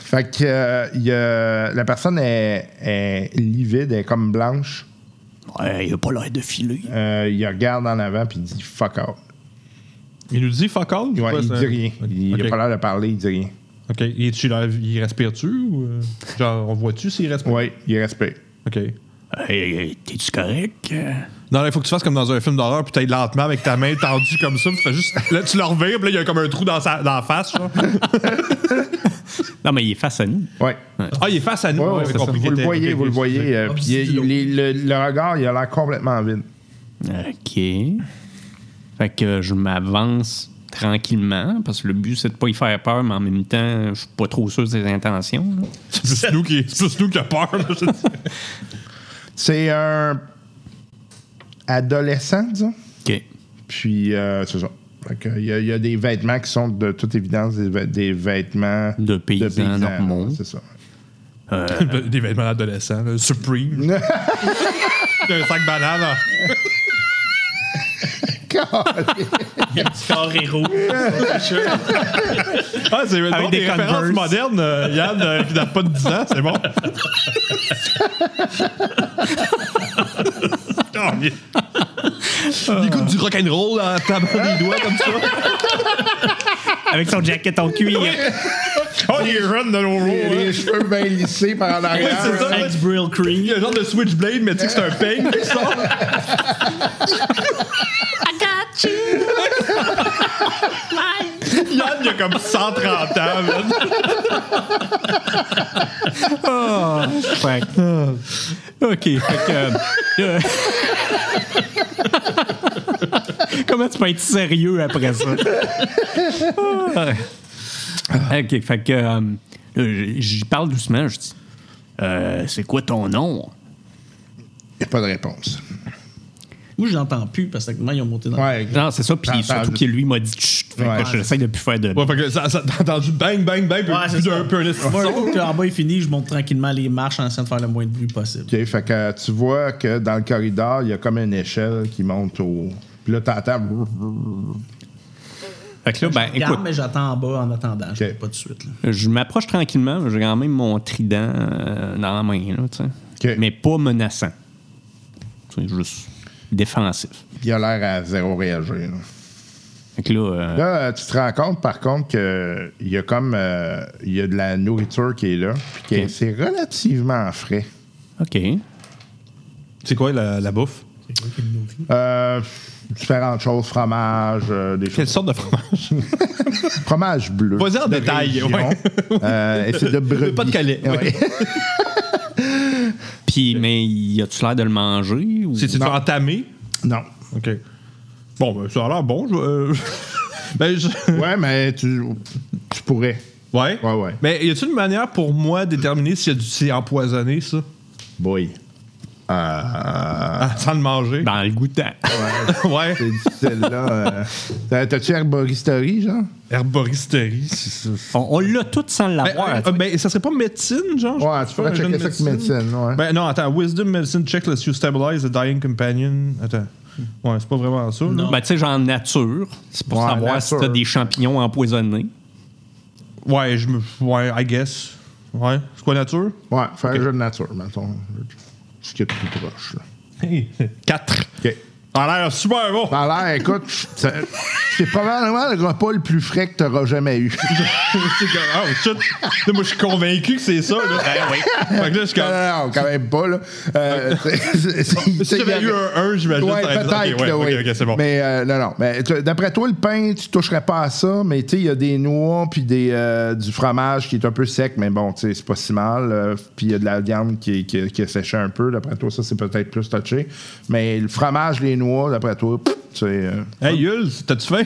Fait que euh, il y a- la personne est, est livide, elle est comme blanche.
Ouais, il a pas l'air de filer.
Euh, il regarde en avant, puis il dit fuck out.
Il nous dit fuck all?
Ouais,
quoi,
il
ça?
dit rien. Il
Ok.
a pas l'air de parler, il dit rien.
OK. Il, est-tu dans- il respire-tu ou. euh, Genre, on voit-tu s'il respire?
Oui, il respecte.
OK.
Hey, hey, t'es-tu correct? Euh,
Non, là, il faut que tu fasses comme dans un film d'horreur, puis t'ailles lentement avec ta main tendue comme ça, puis tu fais juste. Là, tu le revires, puis là, il y a comme un trou dans, sa, dans la face, genre.
Non, mais il est face à nous.
Oui.
Ah, il est face à nous.
Ouais, ouais,
ouais,
c'est
c'est
ça.
compliqué.
Vous le voyez,
Ok,
vous le
ok,
voyez. euh, puis il- il- il- le, le regard, il a l'air complètement vide.
OK. Fait que je m'avance tranquillement, parce que le but, c'est de pas y faire peur, mais en même temps, je suis pas trop sûr de ses intentions. là.
C'est plus nous qui, c'est plus nous qui a peur. là, je dis.
C'est un adolescent, disons.
OK.
Puis, euh, c'est ça. Fait que, Il y, a- il y a des vêtements qui sont de toute évidence des, vê- des vêtements
De paysans normaux.
ouais, C'est ça.
Des vêtements d'adolescent, là, Supreme. Il y a un sac banane. hein.
Corps héros.
Ah, c'est bon,
des
des, références
Converse.
modernes, euh, Yann, euh, qui n'a pas de 10 ans, c'est bon. Il écoute Oh, du rock'n'roll en tapant des doigts comme ça.
Avec son jacket en cuir.
Oh, il est run de nos
Et
rôles.
les cheveux bien lissés par en arrière.
c'est ça.
Ex-Brill Cream.
Il y a un genre de switchblade, mais tu sais que c'est un peigne qui sort. Yann, il a comme 130 ans, man.
Fait que- Ah. OK. Fait que, euh, euh, Comment tu peux être sérieux après ça? Ah. OK. Fait que. euh, euh, J'y parle doucement. Je dis
Euh, c'est quoi ton nom?
Il n'y a pas de réponse.
Moi, je l'entends plus parce que maintenant, ils ont monté dans
Ouais,
Non, c'est ça. Puis
Attends,
surtout
je-
qu'il lui m'a dit chut. Fait
Ouais.
que j'essaie de plus faire de.
Ouais, fait que ça, ça, t'as entendu bang, bang, bang, puis
Ouais, c'est
plus
ça.
d'un peu un esti de
Moi,
son.
une fois que en bas est fini, je monte tranquillement les marches en essayant de faire le moins de bruit possible.
OK, fait que euh, tu vois que dans le corridor, il y a comme une échelle qui monte au. Puis là, t'entends.
Fait que là, ben,
Garde,
écoute.
mais j'attends en bas en attendant. Je
Ok.
vais pas tout de suite. là.
Je m'approche tranquillement, j'ai quand même mon trident euh, dans la main, là, tu sais.
Ok.
Mais pas menaçant. C'est juste défensif.
Il a l'air à zéro réagir. là.
Fait que là, euh,
Là, euh, tu te rends compte, par contre, qu'il y a comme. euh, Il y a de la nourriture qui est là, puis que
Ok.
c'est relativement frais.
OK.
C'est quoi la, la bouffe?
Euh, différentes choses, fromage, euh, des
Quelle
choses.
sorte de fromage?
Fromage bleu.
Vas-y en
de
détail,
région.
ouais.
Euh, et c'est de brebis.
Pas de collet, ouais.
Ouais.
Puis, mais y a-tu l'air de le manger? Ou...
C'est-tu entamé?
non.
OK. Bon, ben, ça a l'air bon. Je, euh, ben, je-
Ouais, mais tu, tu pourrais.
Ouais?
Ouais, ouais.
Mais y a-t-il une manière pour moi de déterminer si y a du- c'est empoisonné, ça?
Boy. Euh,
Ah, sans le manger?
Dans le goûtant.
ouais.
c'est difficile, là. euh. T'as- T'as-tu herboristerie, genre?
Herboristerie. c'est ça.
on on l'a tout sans
Ah,
Ben,
l'avoir.
euh, ben, ça serait pas médecine, genre?
Ouais,
Je
tu
sais
pourrais
pas, un jeu de
checker ça avec médecine, ouais.
Ben non, attends. Wisdom, medicine, check, let's you stabilize the dying companion. Attends. Ouais, c'est pas vraiment ça. là.
Ben, tu sais, genre nature. C'est pour
Ouais,
savoir si
nature.
t'as des champignons empoisonnés.
Ouais, je me. Ouais, I guess. Ouais. C'est quoi nature?
Ouais, faire un jeu de nature, mettons. Ce qui est plus proche, là.
4.
OK.
A l'air super bon.
Ben, Ça a l'air, écoute, ça- je C'est probablement le repas le plus frais que tu auras jamais eu.
C'est comme, oh shit. Là, moi, je suis convaincu que c'est ça, là.
Ben
Fait que là, je suis
non,
comme.
non, non, quand même pas, là. Euh, c'est- c'est- c'est-
Si j'avais eu un 1, j'imagine
Ouais,
ça aurait été-
peut-être,
ok, ouais,
là, oui.
ok, ok, c'est bon.
Mais euh, non, non. Mais t- d'après toi, le pain, tu toucherais pas à ça, mais tu sais, il y a des noix puis des, euh, du fromage qui est un peu sec, mais bon, tu sais, c'est pas si mal. euh, puis il y a de la viande qui, est- qui, est- qui est séchée un peu. D'après toi, ça, c'est peut-être plus touché. Mais le fromage, les noix, d'après toi, pff, tu sais. euh,
Hey, Yul, t'as-tu faim?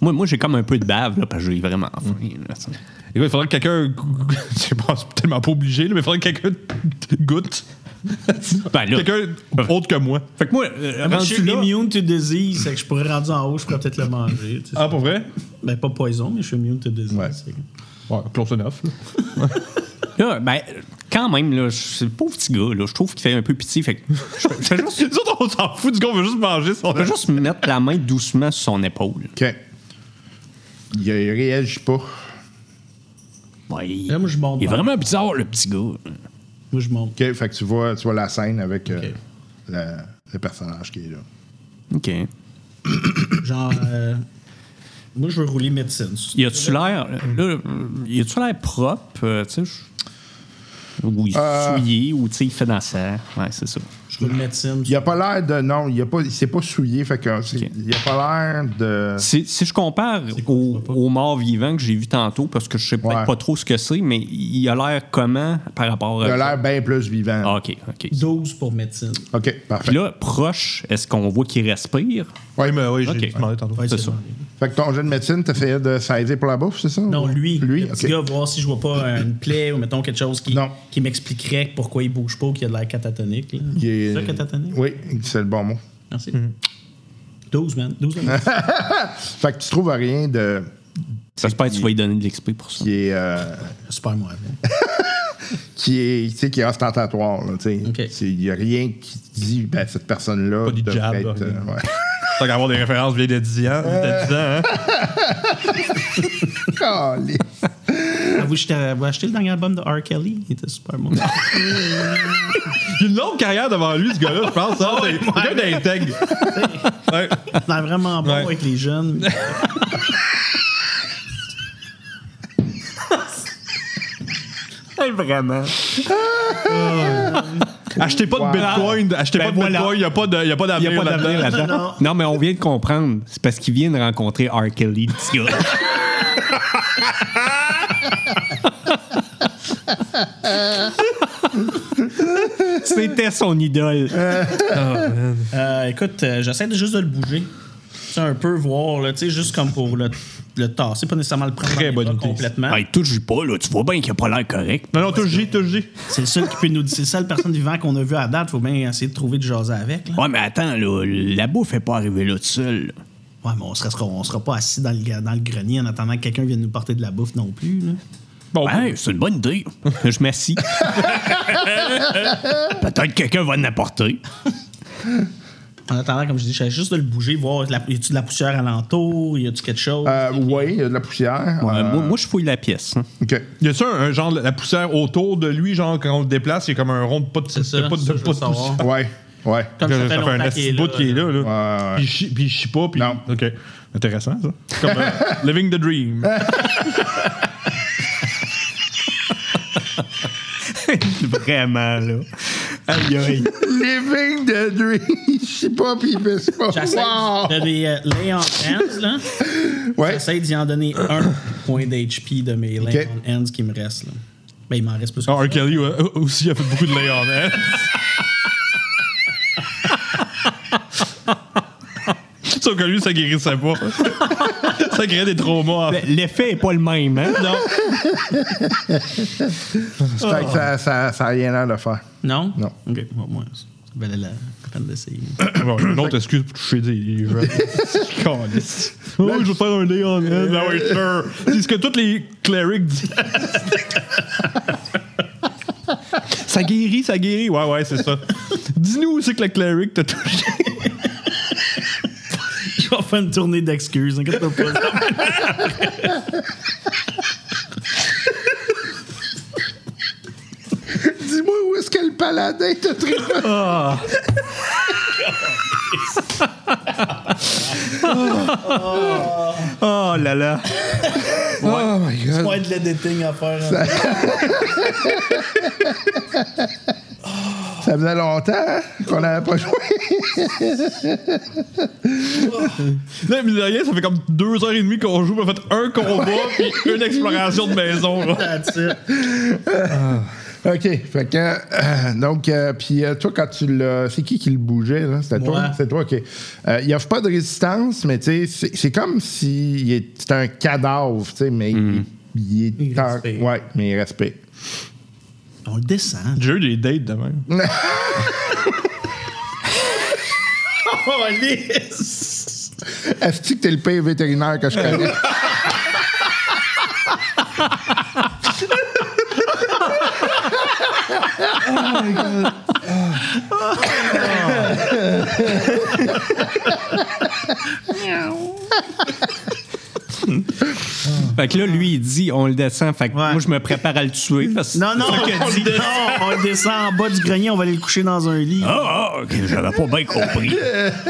Moi, moi j'ai comme un peu de bave, là, parce que j'ai vraiment faim. là, ça.
Écoute, il faudrait que quelqu'un. Je sais pas, c'est tellement pas obligé, là, mais il faudrait que quelqu'un goûte.
Ben, là-
Quelqu'un autre que moi.
Fait que moi, euh,
Moi, je
rendu
suis
là,
immune to disease, c'est que je pourrais rendre en haut, je pourrais peut-être le manger. tu sais.
Ah, pour vrai?
Ben, pas poison, mais je suis immune to disease. c'est que-
Ouais, close enough. là.
là, ben, quand même, là, je- c'est le pauvre petit gars, là, je trouve qu'il fait un peu pitié. Fait que je fais- je fais juste,
Les autres, on s'en fout du gars, on veut juste manger son.
je fais juste mettre la main doucement sur son épaule.
OK. Il il réagit pas.
Ouais, il,
Là, moi, je monte.
il est vraiment bizarre, le petit gars.
Moi, je monte.
OK, fait que tu vois, tu vois la scène avec euh,
Ok.
la- le personnage qui est là.
OK.
Genre, euh, moi, je veux rouler médecine.
Il a-tu l'air... Là, il a-tu l'air propre, euh, tu sais... je- Ou il est souillé, ou tu sais, il fait dans sa... Ouais, c'est ça.
Je roule médecine.
Il a pas l'air de. Non, il a pas. Il s'est pas souillé. Fait que. c'est-
Ok.
Il a pas l'air de.
Si, si je compare au, au mort vivant que j'ai vu tantôt, parce que je sais peut-être
Ouais.
pas trop ce que c'est, mais il a l'air comment par rapport à.
Il a l'air bien plus vivant.
Ah, OK, OK.
12 pour médecine.
OK, parfait.
Puis là, proche, est-ce qu'on voit qu'il respire?
Oui, mais oui, j'ai
Ok.
demandé tantôt.
Ouais,
C'est
c'est
ça.
bon.
Fait que ton jeune de médecine t'a fait de s'aider pour la bouffe, c'est ça?
Non, lui.
Lui,
le petit
ok.
gars, voir si je vois pas euh, une plaie ou mettons quelque chose qui,
Non.
qui m'expliquerait pourquoi il bouge pas ou qu'il a de l'air catatonique. là.
Il est-
C'est ça, catatonique?
Oui, c'est le bon mot.
Merci. 12, man. 12 man.
Fait que tu trouves rien de.
J'espère que tu vas lui donner de l'XP pour ça.
qui est. euh,
Super, moi. avant.
qui est. Tu sais, qui est ostentatoire, là, tu sais.
Ok.
C'est- Il y a rien qui dit, ben, cette personne-là.
Pas du
devrait
jab,
être, euh,
rien.
ouais.
Tant qu'à avoir des références vieilles de 10 ans, de 10 ans, hein?
Calé.
Avez-vous acheté- avez-vous acheté le dernier album de R. Kelly? Il était super bon.
Il a une longue carrière devant lui, ce gars-là, je pense. hein. C'est quelqu'un d'intègre. Ouais.
Il a l'air vraiment bon
Ouais.
avec les jeunes.
Achetez pas de bitcoin, achetez pas de bitcoin, il n'y a pas de- y a pas
Ben Il n'y
d'avenir
a pas d'avenir
là-dedans.
là-dedans.
Non.
Non. mais on vient de comprendre. C'est parce qu'il vient de rencontrer R. Kelly, le petit gars. C'était son idole.
Euh, écoute, euh, j'essaie de- juste de le bouger. Tu sais, un peu voir, là, tu sais, juste comme pour le, le tasser, pas nécessairement le prendre dans les
bonne
bras
idée.
hein?
complètement.
Hey, touche pas, là. Tu vois bien qu'il a pas l'air correct.
Non, non, touche J, touche J.
C'est le seul qui peut nous dire, c'est la seule personne vivante qu'on a vue à date. Faut bien essayer de trouver du jaser avec. Là.
Ouais, mais attends, là. La bouffe est pas arrivée là tout seul.
Ouais, mais on sera, sera- on sera pas assis dans le, ga- dans le grenier en attendant que quelqu'un vienne nous porter de la bouffe non plus. là.
Oh.
Bon,
Ben,
Hey, c'est une bonne idée.
Je m'assis.
Peut-être que quelqu'un va en apporter.
En attendant, comme je dis, j'essaie juste de le bouger, voir la- y a-tu de la poussière alentour, y a-tu quelque chose.
Euh, oui, il y a de la poussière.
Euh,
Euh,
moi, moi, je fouille la pièce. hein.
OK.
y a-tu un, un genre de la poussière autour de lui, genre quand on le déplace, il y a comme un rond de pas de,
C'est ça,
de, pas de,
ça,
de
je
pas
veux
de
savoir.
poussière.
Ouais, ouais. Ah,
comme ça fait
Ça fait un
longtemps qu'il
petit
est
bout
là.
qui est là.
Ouais,
là.
ouais.
Puis il chie- Puis il chie pas. Puis...
Non.
OK. Intéressant, ça. Comme euh, Living the Dream.
Vraiment, là. Aïe, aïe.
Living the dream. Je sais pas, puis il pisse pas.
J'essaie
Wow!
de les euh, lay on hands, là.
Ouais.
J'essaie d'y en donner un point d'HP de mes lay
Ok.
on hands qui me restent, là. Ben, il m'en reste plus que
Ah,
ça.
R. Kelly ouais, euh, aussi a fait beaucoup de lay-on. hein? Sauf que lui, ça guérissait pas. ça créait des traumas.
Le- L'effet est pas le même, hein?
Non.
Fait que ça, ça, ça a rien l'air de faire.
Non?
Non.
Ok, bon, moi, ça valait la la peine d'essayer.
Bon, une autre excuse pour toucher des jeunes. Caliste. Oh, je vais faire un lay on
Euh,
hand. Ah oui, sure. C'est ce que tous les clerics disent. ça guérit, ça guérit. Ouais, ouais, c'est ça. Dis-nous où c'est que le cleric t'a touché.
Je vais faire une tournée d'excuses, inquiète-toi pas.
Dis-moi où est-ce que le paladin t'a trouvé.
Oh là là.
Oh my god.
Point de l'editing à faire. hein.
Ça faisait longtemps hein, qu'on n'avait pas joué.
Là, mine de rien, ça fait comme deux heures et demie qu'on joue, puis on a fait un combat, puis une exploration de maison. là.
That's it.
OK. Fait que, euh, donc, euh, puis euh, toi, quand tu l'as. C'est qui qui le bougeait, là? C'était
Moi.
toi? C'est toi, OK. Euh, il offre pas de résistance, mais tu sais, c'est- c'est comme si il est- c'était un cadavre, tu sais, mais il, il est.
Il
en-
respire.
ouais, mais il respecte.
On le descend.
J'ai eu des dates demain.
Oh, lisse!
Est-ce que t'es le pire vétérinaire que je connais?
Fait que là, lui, il dit, on le descend. Fait que
Ouais.
moi, je me prépare à le tuer. Parce que
Non, non, on, le descend, on le descend en bas du grenier, on va aller le coucher dans un lit.
Ah, ah, ok, j'avais pas bien compris.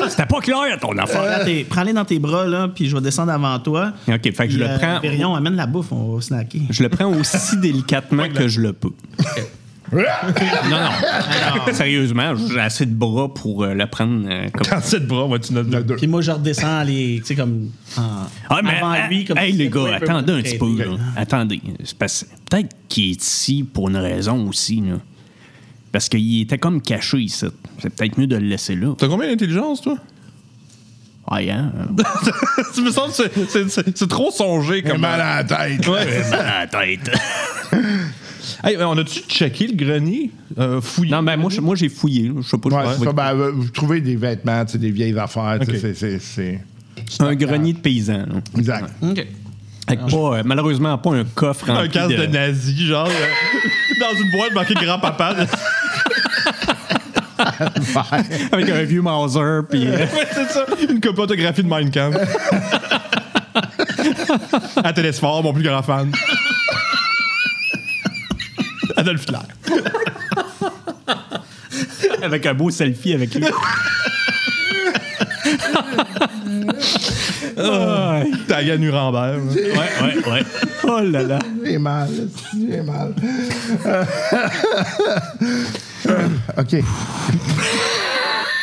C'était pas clair ton affaire.
Prends-les dans, tes- prends-les dans tes bras, là, puis je vais descendre avant toi.
OK, fait que je le prends-
Périon, amène la bouffe, on va snacker.
Je le prends aussi délicatement que je le peux. non, non. Sérieusement, j'ai assez de bras pour euh, le prendre euh, comme ça.
Cette bras, moi, tu n'as pas.
Puis moi, je redescends les. Tu sais, comme. en-
Ah, mais,
avant lui, comme.
hey,
si
les
c'était
gars,
un peu
attendez un
plus
petit peu.
traité.
Là. Attendez. C'est parce- Peut-être qu'il est ici pour une raison aussi. Là. Parce qu'il était comme caché ici. C'est peut-être mieux de le laisser là.
T'as combien d'intelligence, toi?
Ah, hein?
tu me semble que c'est- c'est- c'est c'est trop songé comme.
mal à la tête.
euh, mal à la tête.
Hey, on a-tu checké le grenier? Euh, fouillé.
Non, mais moi, je- moi, j'ai fouillé. là. Je sais pas. je
Ouais,
vais-
ça, ben, euh, vous trouvez des vêtements, tu sais, des vieilles affaires, tu sais,
Ok.
c'est- c'est- c'est.
un grenier de paysan. là.
Exact.
Mm-hmm.
Avec pas, euh, malheureusement, pas un coffre
un
rempli
casque de,
de...
nazi, genre, euh, dans une boîte marquée grand-papa. là.
Avec un vieux Mauser, puis... euh,
ouais, c'est ça. Une copie autographie de Mein Kampf. à Télésphore, mon plus grand fan. Adolf Hitler.
avec un beau selfie avec lui.
Tagué à Nuremberg. là.
ouais, ouais, ouais.
Oh là là.
J'ai mal, j'ai mal. Euh, euh, OK.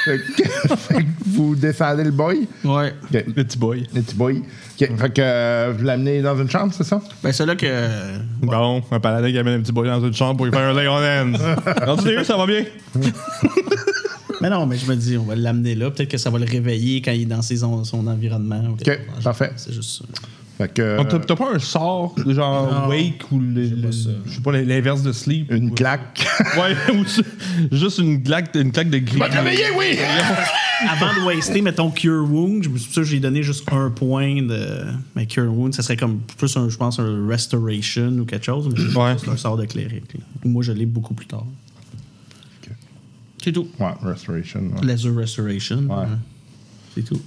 Fait que- fait que vous descendez le boy.
Ouais.
OK.
Le petit boy.
Le petit boy.
Mm-hmm.
OK. Fait que euh, vous l'amenez dans une chambre, c'est ça?
Ben, c'est là que.
Bon, un paladin qui amène un petit boy dans une chambre pour lui faire un lay on hands. Rendu sérieux, ça va bien?
Mais non, mais je me dis, on va l'amener là. Peut-être que ça va le réveiller quand il est dans ses en- son environnement. ou quelque
Ok,
chose.
parfait.
C'est juste ça.
Fait que. euh,
Donc, t'as- T'as pas un sort, genre
Non.
wake ou le- le- je sais pas l'inverse de sleep.
une claque.
Ouais, ou c'est- juste une claque, une claque de gris.
oui!
Avant de waster, mettons Cure Wound, je me suis sûr que j'ai donné juste un point de. Mais Cure Wound, ça serait comme plus, un, je pense, un Restoration ou quelque chose. Mais je pense que c'est un sort de cléric. là. Moi, je l'ai beaucoup plus tard. C'est tout.
Ouais, restoration. ouais.
Laser Restoration. Ouais. C'est tout.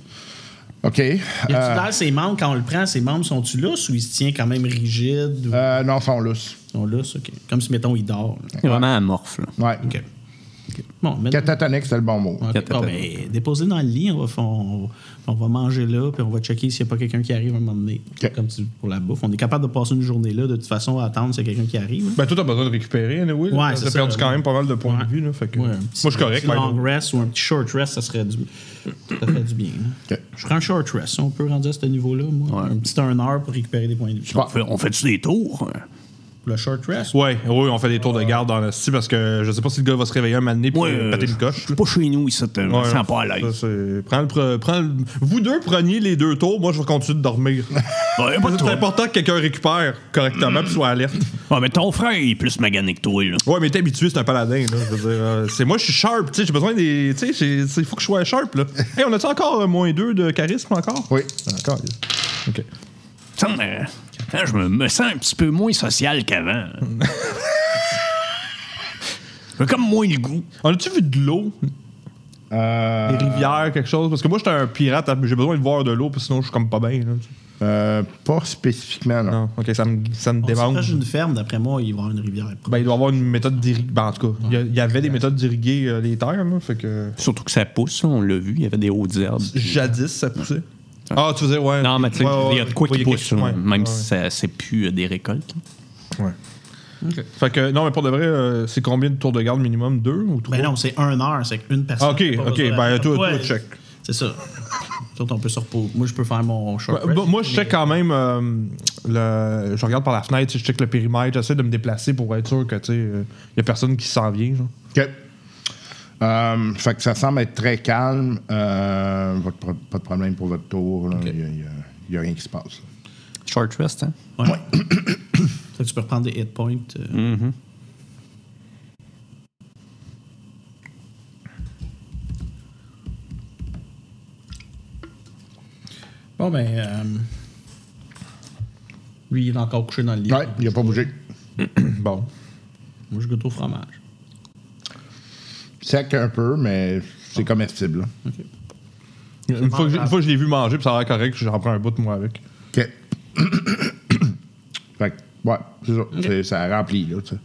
OK.
Y a-tu
Euh,
l'air, ses membres, quand on le prend, ses membres sont-tu lousses ou il se tient quand même rigide ou
euh, non, ils sont lousses.
ils sont lousses? OK. Comme si, mettons, il dort. là.
Il est vraiment amorphe, là.
Ouais.
OK. Bon, mais.
Catatonique, c'est le bon mot.
Ok, bon, ben, déposez dans le lit, on va, fa- on, on va manger là, puis on va checker s'il n'y a pas quelqu'un qui arrive à un moment donné.
Ok.
Comme tu- pour la bouffe. On est capable de passer une journée là, de toute façon, à attendre s'il y a quelqu'un qui arrive. hein.
Ben, toi, t'as besoin de récupérer, anyway. là.
Ouais,
T'as
c'est
t'as
ça.
perdu quand même pas mal de points
Ouais.
de vue, là. Fait que...
Ouais, un
Moi,
petit-
je suis correct,
Un petit
par
long
exemple.
rest ou un petit short rest, ça serait du, ça ferait du bien. là.
Ok.
Je prends un short rest. On peut rendre à ce niveau-là, moi. Un petit 1 heure pour récupérer des points de vie.
On fait- On fait-tu des tours?
Le short rest,
Ouais, oui, on fait des tours de garde dans le style parce que je sais pas si le gars va se réveiller un moment donné pour
Moi, euh,
péter une
je
coche.
suis pas chez nous ici. Je me
Ouais,
sens pas à
ça,
l'aise.
c'est- prends le pre- prends le- Vous deux prenez les deux tours, moi je vais continuer de dormir.
Ouais, pas de
C'est
trouble.
important que quelqu'un récupère correctement puis soit alerte.
Ah, mais ton frère, il est plus magané que toi, là.
Ouais, mais t'es habitué, c'est un paladin. Là. Je veux dire, euh, c'est moi, je suis sharp. tu sais, J'ai besoin des. Tu sais, il faut que je sois sharp. Là. Hey, on a-tu encore euh, moins 2 de charisme encore?
Oui.
Encore. Ok.
Ça me- hein, Je me, me sens un petit peu moins social qu'avant. J'ai comme moins le goût.
On a-tu vu de l'eau?
Euh,
Des rivières, quelque chose? Parce que moi, j'étais un pirate. hein, J'ai besoin de voir de l'eau, parce que sinon, je suis comme pas bien. là.
euh, pas spécifiquement, non.
Non, ok, ça me, ça me
on
démange.
s'approche d'une ferme, d'après moi, il va y avoir une rivière.
Ben, il doit y avoir une méthode d'irriguer. Ben, en tout cas, il y a- il y, avait des méthodes d'irriguer euh, les terres, là, fait que.
hein, Surtout que ça pousse, on l'a vu, il y avait des hautes herbes.
Jadis, ça poussait. Ah, tu faisais, ouais.
Non, mais tu sais,
Ouais,
il y a
ouais,
de quoi
ouais,
qui
il y a
pousse,
quelque-
là,
ouais,
même
ouais.
si ça- c'est plus euh, des récoltes.
Fait que, non, mais pour de vrai, euh, c'est combien de tours de garde minimum Deux ou trois
Ben non, c'est un heure, c'est qu'une personne.
Ah, ok,
Pas
ok,
besoin
ben,
d'aller-
toi- toi,
Ouais,
check.
C'est ça. Toi, on peut se reposer. Moi, je peux faire mon short
Ouais,
rest,
bon, moi, je
mais-
check quand même. euh, le, je regarde par la fenêtre, tu sais, je check le périmètre, j'essaie de me déplacer pour être sûr que, tu sais, il n'y a personne qui s'en vient. genre.
OK. Euh, fait que ça semble être très calme. Euh, votre pro- pas de problème pour votre tour. là. Il n'y a, rien qui se passe. là.
Short rest, hein?
Ouais. Fait que tu peux reprendre des hit points. euh,
Mm-hmm.
Bon, ben. euh, lui, il est encore couché dans le lit.
Ouais, il n'a pas bougé.
Bon.
Moi, je goûte au fromage.
Sec un peu, mais
Ah.
c'est comestible. là.
Une fois, que j'ai- une fois que je l'ai vu manger, puis ça a l'air correct, j'en prends un bout, moi, avec.
OK. fait que, ouais, c'est ça. C'est- Ça remplit, là, tu sais.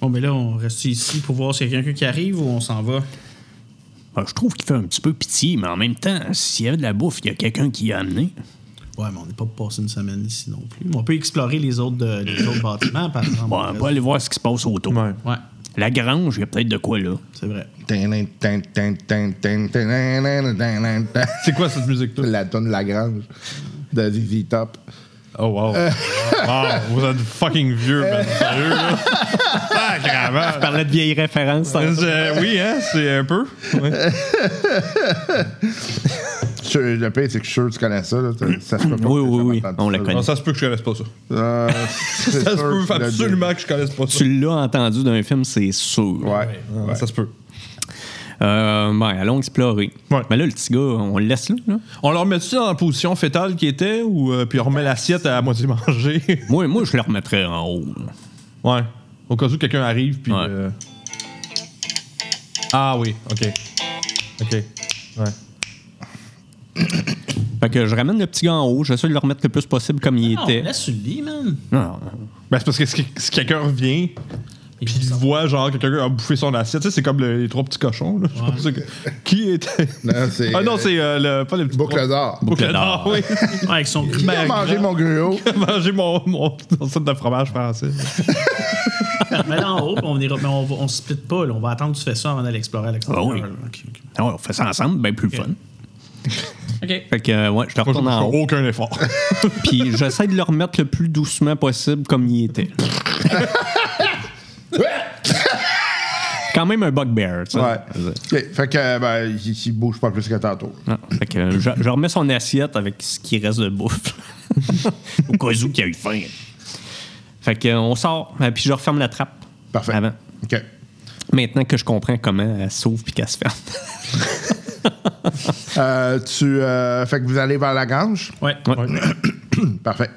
Bon, ben là, on reste ici pour voir s'il y a quelqu'un qui arrive ou on s'en va.
Ah, je trouve qu'il fait un petit peu pitié, mais en même temps, s'il y avait de la bouffe, il y a quelqu'un qui y a amené.
Ouais, mais on n'est pas passé une semaine ici non plus. Mais On peut explorer les autres, euh, les autres bâtiments, par exemple.
Bon, on va aller voir ce qui se passe autour.
Ouais,
La grange, il y a peut-être de quoi là.
c'est vrai.
C'est
C'est quoi cette musique-là?
la tonne Lagrange de ZZ Top.
Oh, wow.
Euh.
wow, vous êtes fucking vieux, man. Sérieux, là. Ah, Sacrément.
Parlais de vieilles références. hein?
Euh, oui, hein, c'est un peu. Ouais.
Je- Le pire, c'est que je suis sûr que tu connais ça. Là. Ça- Ça se peut pas.
Oui,
que
oui,
j'ai jamais
oui,
entendu
on
ça,
la
Non,
connaît.
ça se peut que je connaisse pas ça.
là. Euh, c'est
Ça se
sûr
peut
que le-
absolument que je connaisse pas ça.
Tu l'as entendu d'un film, c'est sûr.
Ouais.
Ouais, Ça se peut.
Euh, ben, allons explorer.
Ouais.
Mais là, le petit gars, on le laisse là. là?
On leur met-tu dans la position fétale qui était ou euh, puis on remet l'assiette à moitié mangée?
Moi, moi, je le remettrais en haut. là.
ouais. Au cas où quelqu'un arrive puis.
Ouais.
euh, Ah oui, ok. Ok. Ouais.
Fait que je ramène le petit gars en haut, j'essaie de le remettre le plus possible comme il
Ah,
Non,
était.
laisse sur le lit, man.
Non, non.
Ben, c'est parce que si, si quelqu'un revient puis il voit genre que quelqu'un a bouffé son assiette, tu sais, c'est comme le- les trois petits cochons. Là. Je pense que- Qui était.
Non, c'est-
Ah non, c'est euh, le, pas les petits.
Boucle d'or.
Boucle d'or, oui.
Ouais, avec son
Qui a
grumeur.
mangé mon gruau?
Manger mon, mon, mon set de fromage français.
Mais là, en haut, on ira, mais on, va- on se split pas. là. On va attendre que tu fais ça avant d'aller explorer à l'extérieur.
Ah oui.
Ok, ok.
Ah ouais, on fait ça ensemble, bien plus fun.
ben Fait que, euh, ouais, je le
Moi, je
retourne en haut.
fais aucun effort.
Puis j'essaie de le remettre le plus doucement possible comme il était. Quand même un bugbear, tu sais.
Ouais. Ok, Fait que, ben, il, il bouge pas plus que tantôt.
Ah, fait que je, je remets son assiette avec ce qui reste de bouffe.
Au cas où qu'il y a eu faim.
Fait que euh, on sort, euh, puis je referme la trappe.
Parfait.
Avant.
OK.
Maintenant que je comprends comment elle s'ouvre puis qu'elle se ferme.
Euh, tu, euh, fait que vous allez vers la grange?
Ouais.
Parfait.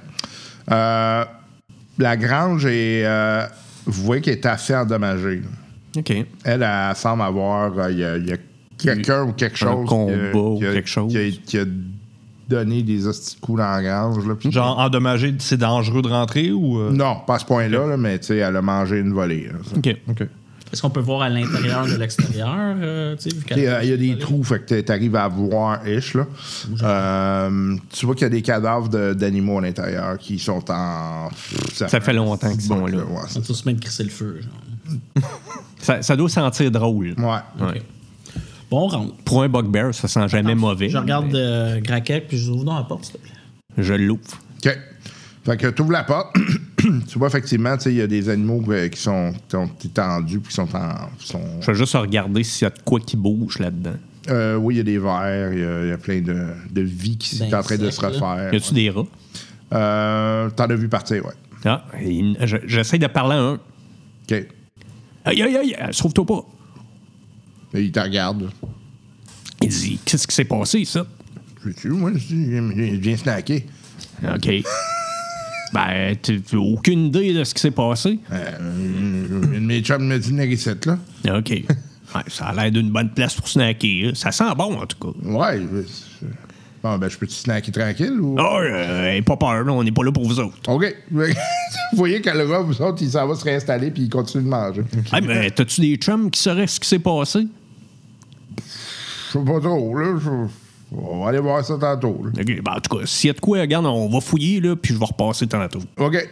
Euh, la grange est. euh, vous voyez qu'elle est assez endommagée. là.
OK.
Elle, elle semble avoir. euh, Il y a- il y a, quelqu'un ou quelque chose. qui a-
combat ou
qui a-
quelque chose.
Qui a, qui a donné des hosties de coups dans la grange. là, puis-
Genre, endommagé, c'est dangereux de rentrer ou. euh?
Non, pas à ce point-là, là, mais tu sais, elle a mangé une volée. là, ça.
OK.
Ok.
Est-ce qu'on peut voir à l'intérieur de l'extérieur? euh, tu sais, vu qu'elle-
Il y, a, il y a des trous, fait que t'arrives à voir ish. Là. Euh, tu vois qu'il y a des cadavres de- d'animaux à l'intérieur qui sont en.
Ça fait longtemps qu'ils sont là.
Ouais,
On peut se mettre crisser le feu. Genre.
Ça, ça doit sentir drôle.
ouais.
Ouais.
Bon, on rentre.
Pour un bugbear, ça sent jamais mauvais.
Je regarde
mais
euh, Graquette puis je ouvre dans la porte, s'il te plaît.
Je l'ouvre.
OK. Fait que tu ouvres la porte. tu vois, effectivement, tu sais, il y a des animaux euh, qui sont, qui sont étendus puis qui sont en. qui sont-
Je vais juste regarder s'il y a de quoi qui bouge là-dedans.
Euh, oui, il y a des vers, il y a- il y, a plein de, de vie qui est en train de se
D'insectes, là.
refaire.
Y a-tu des rats?
Euh, T'en as vu partir, ouais.
Ah, il- je- j'essaie de parler à un.
OK.
Aïe, aïe, aïe, euh, sauve-toi pas.
Et ils te regardent.
Il dit, qu'est-ce qui s'est passé, ça?
Je dis, moi, je dis, je viens snacker.
OK. ben, tu tu as aucune idée de ce qui s'est passé?
Euh, une de mes chums me dit, venir ici, là.
OK. Ouais, ça a l'air d'une bonne place pour snacker. hein. Ça sent bon, en tout cas.
Ouais. je- Bon, ben, je peux-tu snacker tranquille ou.
Oh, euh, hey, pas peur, là, on n'est pas là pour vous autres.
OK. vous voyez quand le gars, vous autres, il s'en va se réinstaller puis il continue de manger.
Hey, mais t'as-tu des chums qui sauraient ce qui s'est passé?
Je sais pas trop, là. Je... On va aller voir ça tantôt. là.
Ok, ben, en tout cas, s'il y a de quoi, regarde, on va fouiller, là, puis je vais repasser tantôt.
OK.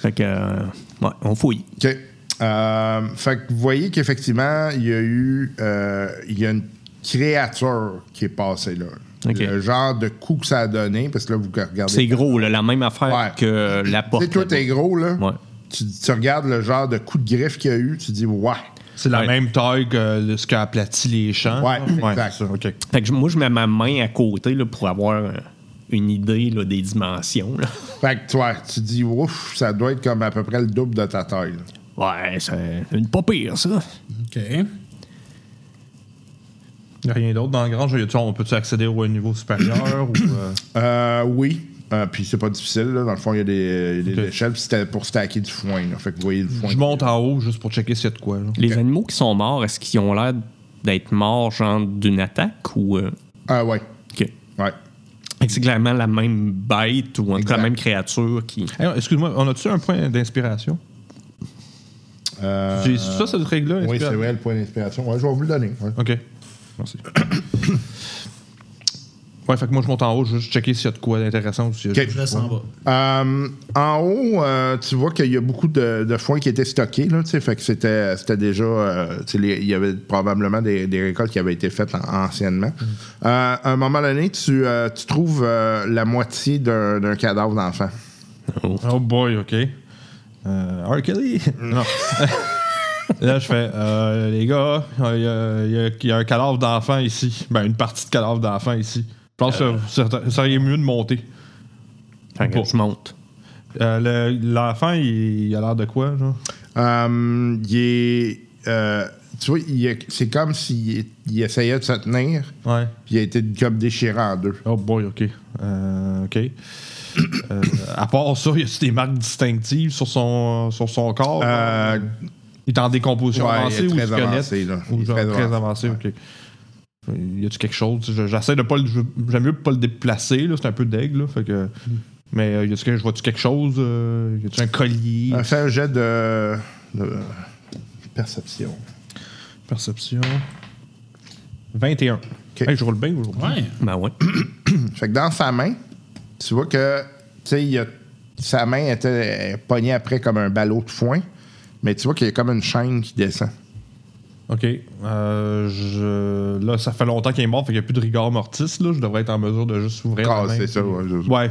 Fait que, euh, ouais, on fouille.
OK. Euh, fait que vous voyez qu'effectivement, il y a eu. euh, il y a une créature qui est passée là.
OK.
Le genre de coup que ça a donné, parce que là, vous regardez.
C'est gros, là, la même affaire
Ouais.
que la
Tu
porte.
sais, toi,
là-bas.
t'es gros, là.
Ouais.
Tu, tu regardes le genre de coup de griffe qu'il y a eu, tu dis, ouais.
C'est la
Ouais.
même taille que le- ce qui a aplati les champs.
Ouais, exact.
Ah, c'est ça, OK.
Fait que je- moi, je mets ma main à côté là, pour avoir euh, une idée là, des dimensions. là.
Fait que toi, tu dis, ouf, ça doit être comme à peu près le double de ta taille. là.
Ouais, c'est une pas pire, ça.
OK.
Il n'y a rien d'autre dans le grand jeu. On peut-tu accéder au niveau supérieur ou. euh,
Euh, oui. Euh, puis c'est pas difficile, là. Dans le fond, il y a des, des
Ok.
échelles, puis c'était pour stacker du foin, là. Fait que vous voyez le foin.
Je monte en haut juste pour checker s'il y a de quoi. là.
Les animaux qui sont morts, est-ce qu'ils ont l'air d'être morts, genre d'une attaque ou. euh,
Ah, ouais.
OK.
Ouais.
Fait que C'est clairement la même bête ou en tout cas la
Exact.
même créature qui.
Hey, Excuse-moi, on a-tu un point d'inspiration?
Euh,
J'ai ça, cette règle-là?
oui, c'est
inspiration?
vrai, le point d'inspiration. Ouais, je vais vous le donner. ouais.
OK. Merci. ouais, fait que moi, je monte en haut juste checker s'il y a de quoi d'intéressant ou s'il y a
OK.
Je laisse en bas.
Euh, en haut, euh, tu vois qu'il y a beaucoup de, de foin qui étaient stockés, là, tu sais, fait que c'était, c'était déjà, euh, tu sais, les- il y avait probablement des, des récoltes qui avaient été faites an- anciennement. Euh, à un moment donné, tu, euh, tu trouves euh, la moitié d'un, d'un cadavre d'enfant.
Oh boy, ok. Euh, R. Kelly? Non. Là, je fais, euh, les gars, il y a- il y, a- il y a un cadavre d'enfant ici. Ben, une partie de cadavre d'enfant ici. Je pense que vous ser- vous seriez mieux de monter.
Fait que
Bon.
je monte.
Euh, le- L'enfant, il, il a l'air de quoi, genre?
Euh, il est, euh, tu vois, il est- c'est comme s'il est- il essayait de se tenir,
Ouais.
puis il a été comme déchiré en deux.
Oh boy, ok. Euh, ok. Euh, à part ça, y a-tu des marques distinctives sur son, sur son corps?
Euh,
Il est en décomposition
Ouais, il est
avancée ou
très
squelette?
avancé, là.
Ou
Il est
genre
très
très,
avancé,
avancé, ok. Y a-tu quelque chose? Je- J'essaie de pas le. je- J'aime mieux pas le déplacer, là. C'est un peu d'aigle, là. Fait que.
Hmm.
Mais euh, y a-tu quelque- je vois-tu quelque chose? euh, y a-tu un collier?
euh, fais un jet de- de perception.
Perception. 21.
Ok.
Hey, je roule bien aujourd'hui.
Ouais.
Ben ouais.
Fait que dans sa main, tu vois que tu sais, il y a- sa main était euh, pognée après comme un ballot de foin, mais tu vois qu'il y a comme une chaîne qui descend.
Ok. Euh, je- Là, ça fait longtemps qu'il est mort, fait qu'il n'y a plus de rigor mortis, là. Je devrais être en mesure de juste ouvrir. la
Ah,
main,
c'est ça,
puis-
ouais, je-
Ouais.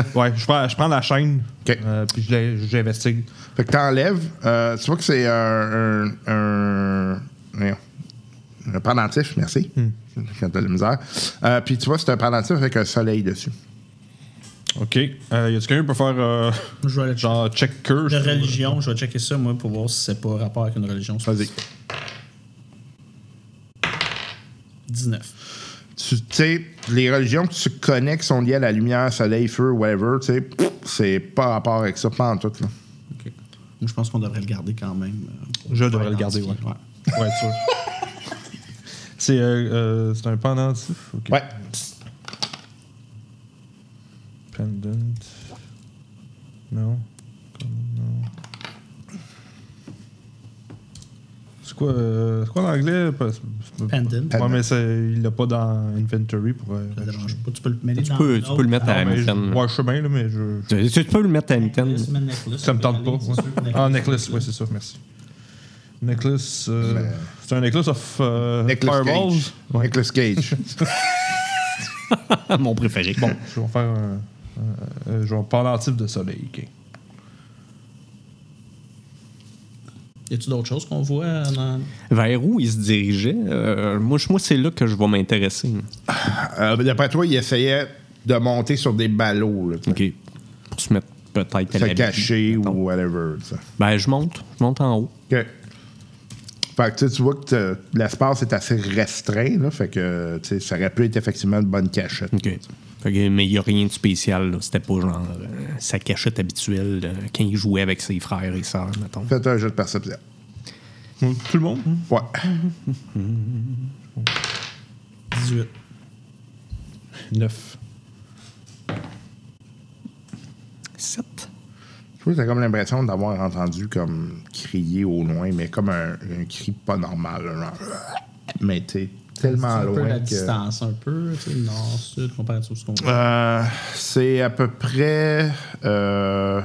je- ouais, je prends, je prends la chaîne.
Ok.
euh, puis je l'ai- j'investigue.
Fait que t'enlèves, euh, tu vois que c'est un, un, un, voyons, un pendentif, merci. Quand t'as de la misère. Euh, Puis tu vois, c'est un pendentif avec un soleil dessus.
Ok. Euh, y a-tu quelqu'un qui peut faire. euh,
Je vais aller checker.
Genre, check curse.
De religion, je vais checker ça, moi, pour voir si c'est pas rapport avec une religion.
Vas-y.
19.
Tu tu sais, les religions que tu connais qui sont liées à la lumière, soleil, feu, whatever, tu sais, pff, c'est pas à part avec ça, pas en tout. Là.
OK. Moi, je pense qu'on devrait le garder quand même. euh,
Je
pour
devrais le
identifier.
garder, ouais. Pour être sûr. C'est euh, euh, c'est un pendentif. Ok.
Ouais.
Pendant. Non. Comme non. C'est quoi, euh, c'est quoi l'anglais?
Pendant.
Ouais, mais c'est- il l'a pas dans Inventory pour. euh,
Ça dérange pas. Tu peux le mêler
Tu
dans
peux, tu peux le mettre à
Ah,
la
mais je-
mitaine.
ouais, je sais bien, là, mais je.
Tu, tu peux le mettre à la mitaine.
Necklace, mais necklace,
Ça me
peut
tente pas.
aller, c'est sûr que
ouais. Ah, necklace, ouais, c'est ça, merci. Necklace. euh, C'est un necklace of euh,
Nicolas
fireballs.
Cage.
Ouais.
Nicolas Cage.
Mon préféré.
Bon, je vais faire un, un, euh, un, genre pendentif de soleil. ok.
Y a-tu d'autres choses qu'on voit euh, dans.
Vers où il se dirigeait Euh, Moi, je- moi c'est là que je vais m'intéresser.
Euh, D'après toi, il essayait de monter sur des ballots, là,
OK. Pour se mettre peut-être à
se
l'abri.
cacher ou whatever. tu sais.
Ben, je monte. Je monte en haut.
OK. Fait que tu sais, tu vois que t'as- l'espace est assez restreint, là, fait que tu sais, ça aurait pu être effectivement une bonne cachette.
OK. Fait que- mais il n'y a rien de spécial. là. C'était pas genre euh, sa cachette habituelle euh, quand il jouait avec ses frères et sœurs, mettons.
Faites un jeu de perception.
Tout le monde?
Ouais.
18.
9.
7.
Je trouve que t'as comme l'impression d'avoir entendu comme crier au loin, mais comme un, un cri pas normal. là, genre, Mais tu sais, tellement
un peu
loin
la
que.
distance, un peu, tu sais, nord, sud, comparatif à ce qu'on voit.
Euh, c'est à peu près euh,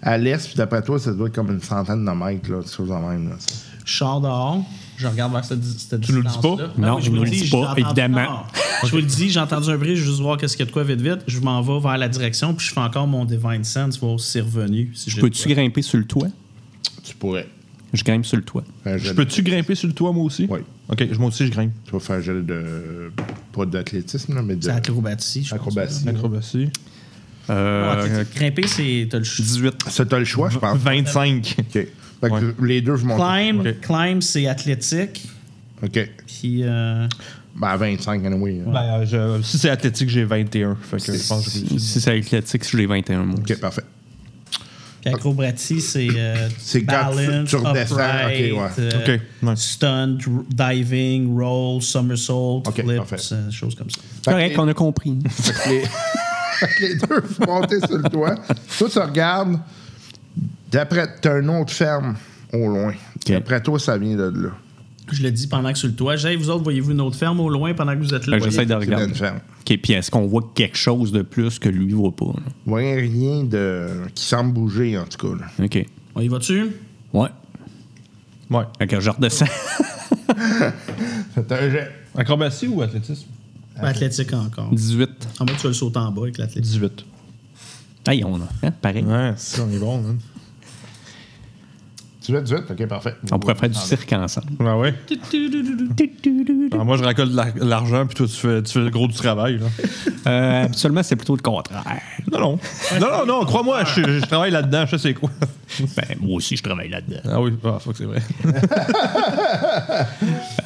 à l'est, puis d'après toi, ça doit être comme une centaine de mètres, là, des choses en même. là, ça.
Je sors dehors, je regarde vers cette, dis- cette
Tu nous le dis
distance-là.
pas?
Ah oui,
Non,
je
il
vous
nous le
dis,
dit
j'ai
pas,
entendu-
évidemment.
non. Je vous le dis, j'ai entendu un bruit, je veux juste voir qu'est-ce qu'il y a de quoi vite vite. Je m'en vais vers la direction, puis je fais encore mon Divine Sense, voir si c'est revenu. Si j'ai
Peux-tu
de quoi.
grimper sur le toit?
Tu pourrais.
Je grimpe sur le toit.
Faire un jet
Je
de-
peux-tu grimper sur le toit, moi aussi?
Euh, Oui.
OK, je- moi aussi, je grimpe.
Tu vas faire un jet de. Pas d'athlétisme, là, mais de.
C'est acrobatie, je pense.
Acrobatie.
Acrobatie.
Ah,
Euh,
t'sais, Grimper, c'est. T'as le ch-
18.
Ça, t'as le choix, je
Ah,
pense.
25.
OK. Fait que les deux, vous montez.
Climb, climb c'est athlétique.
OK.
Puis. euh,
Ben, à 25, anyway. hein.
Ben, euh, je- si c'est athlétique, j'ai 21. Fait que je pense que j'ai réussi.
Si c'est athlétique, j'ai 21 mois.
OK, parfait.
puis acrobatie, c'est. euh,
C'est quand tu-
balance,
tu redescends,
upright,
ok, ouais.
euh,
Ok, ouais.
Stunt, r- diving, roll, somersault,
Ok,
flips,
parfait.
euh, choses comme ça.
C'est correct, on a compris.
Fait que les, fait que les deux, vous montez sur le toit. Toi, tu regardes. D'après, t'as une autre ferme au loin. D'après toi, ça vient de là.
Je le dis pendant que sur le toit, j'ai vous autres, voyez-vous une autre ferme au loin pendant que vous êtes là?
Fait que Ben, J'essaie de
C'est une
regarder.
ferme.
OK, puis est-ce qu'on voit quelque chose de plus que lui voit pas? là?
Vous voyez rien de qui semble bouger, en tout cas. là.
OK.
On y va-tu?
Euh.
Ouais.
Ouais.
Fait que je redescends.
Faites un jet.
Acrobatie ou athlétisme?
Ben, Athlétique encore.
18.
En bas, tu vas le sauter en bas avec l'athlétique.
18.
Hey, on a. Hein, pareil.
Ouais, c'est on est bon, man.
Tu veux 18? OK, parfait.
On pourrait faire du cirque ensemble.
Ah ouais? Ah, moi, je raccole de l'ar- l'argent, puis toi, tu fais, tu fais le gros du travail. Là.
Euh, habituellement, c'est plutôt le contraire.
Non, non. Non, non, non, crois-moi, je, je travaille là-dedans, je sais c'est quoi.
Ben, moi aussi, je travaille là-dedans.
Ah oui, ah, fuck, c'est vrai.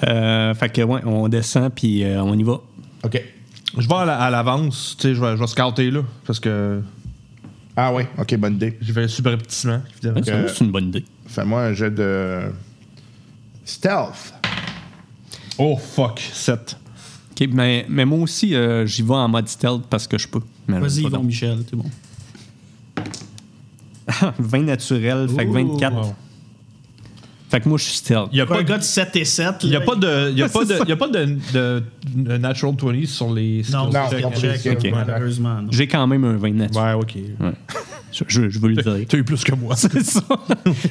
Euh, fait que, ouais, on descend, puis euh, on y va.
OK.
Je vais à la- à l'avance, tu sais, je vais, je vais scouter, là, parce que
Ah ouais, OK, bonne idée.
je vais subrepticement, évidemment.
Hein, ça, C'est une bonne idée.
Fais-moi un jet de... Stealth.
Oh, fuck, 7.
OK, mais, mais moi aussi, euh, j'y vais en mode stealth parce que je peux. Mais
Vas-y, Yvon
pas donc.
Michel, c'est bon.
20 naturel, fait que 24.
wow.
Fait que moi, je suis stealth.
Il n'y a
Pas
pas
un gars de 7 et 7.
Il n'y a pas de, il y a
Ouais,
pas
c'est
de,
ça.
il y a pas de, de- de natural 20 sur les.
Non,
sur
Non,
c'est
les-
on peut
check,
check,
check,
ok.
malheureusement. non.
J'ai quand même un 20 naturel.
Ouais, ok.
Ouais. Je, je- je veux le dire.
T'as eu plus que moi.
C'est ça.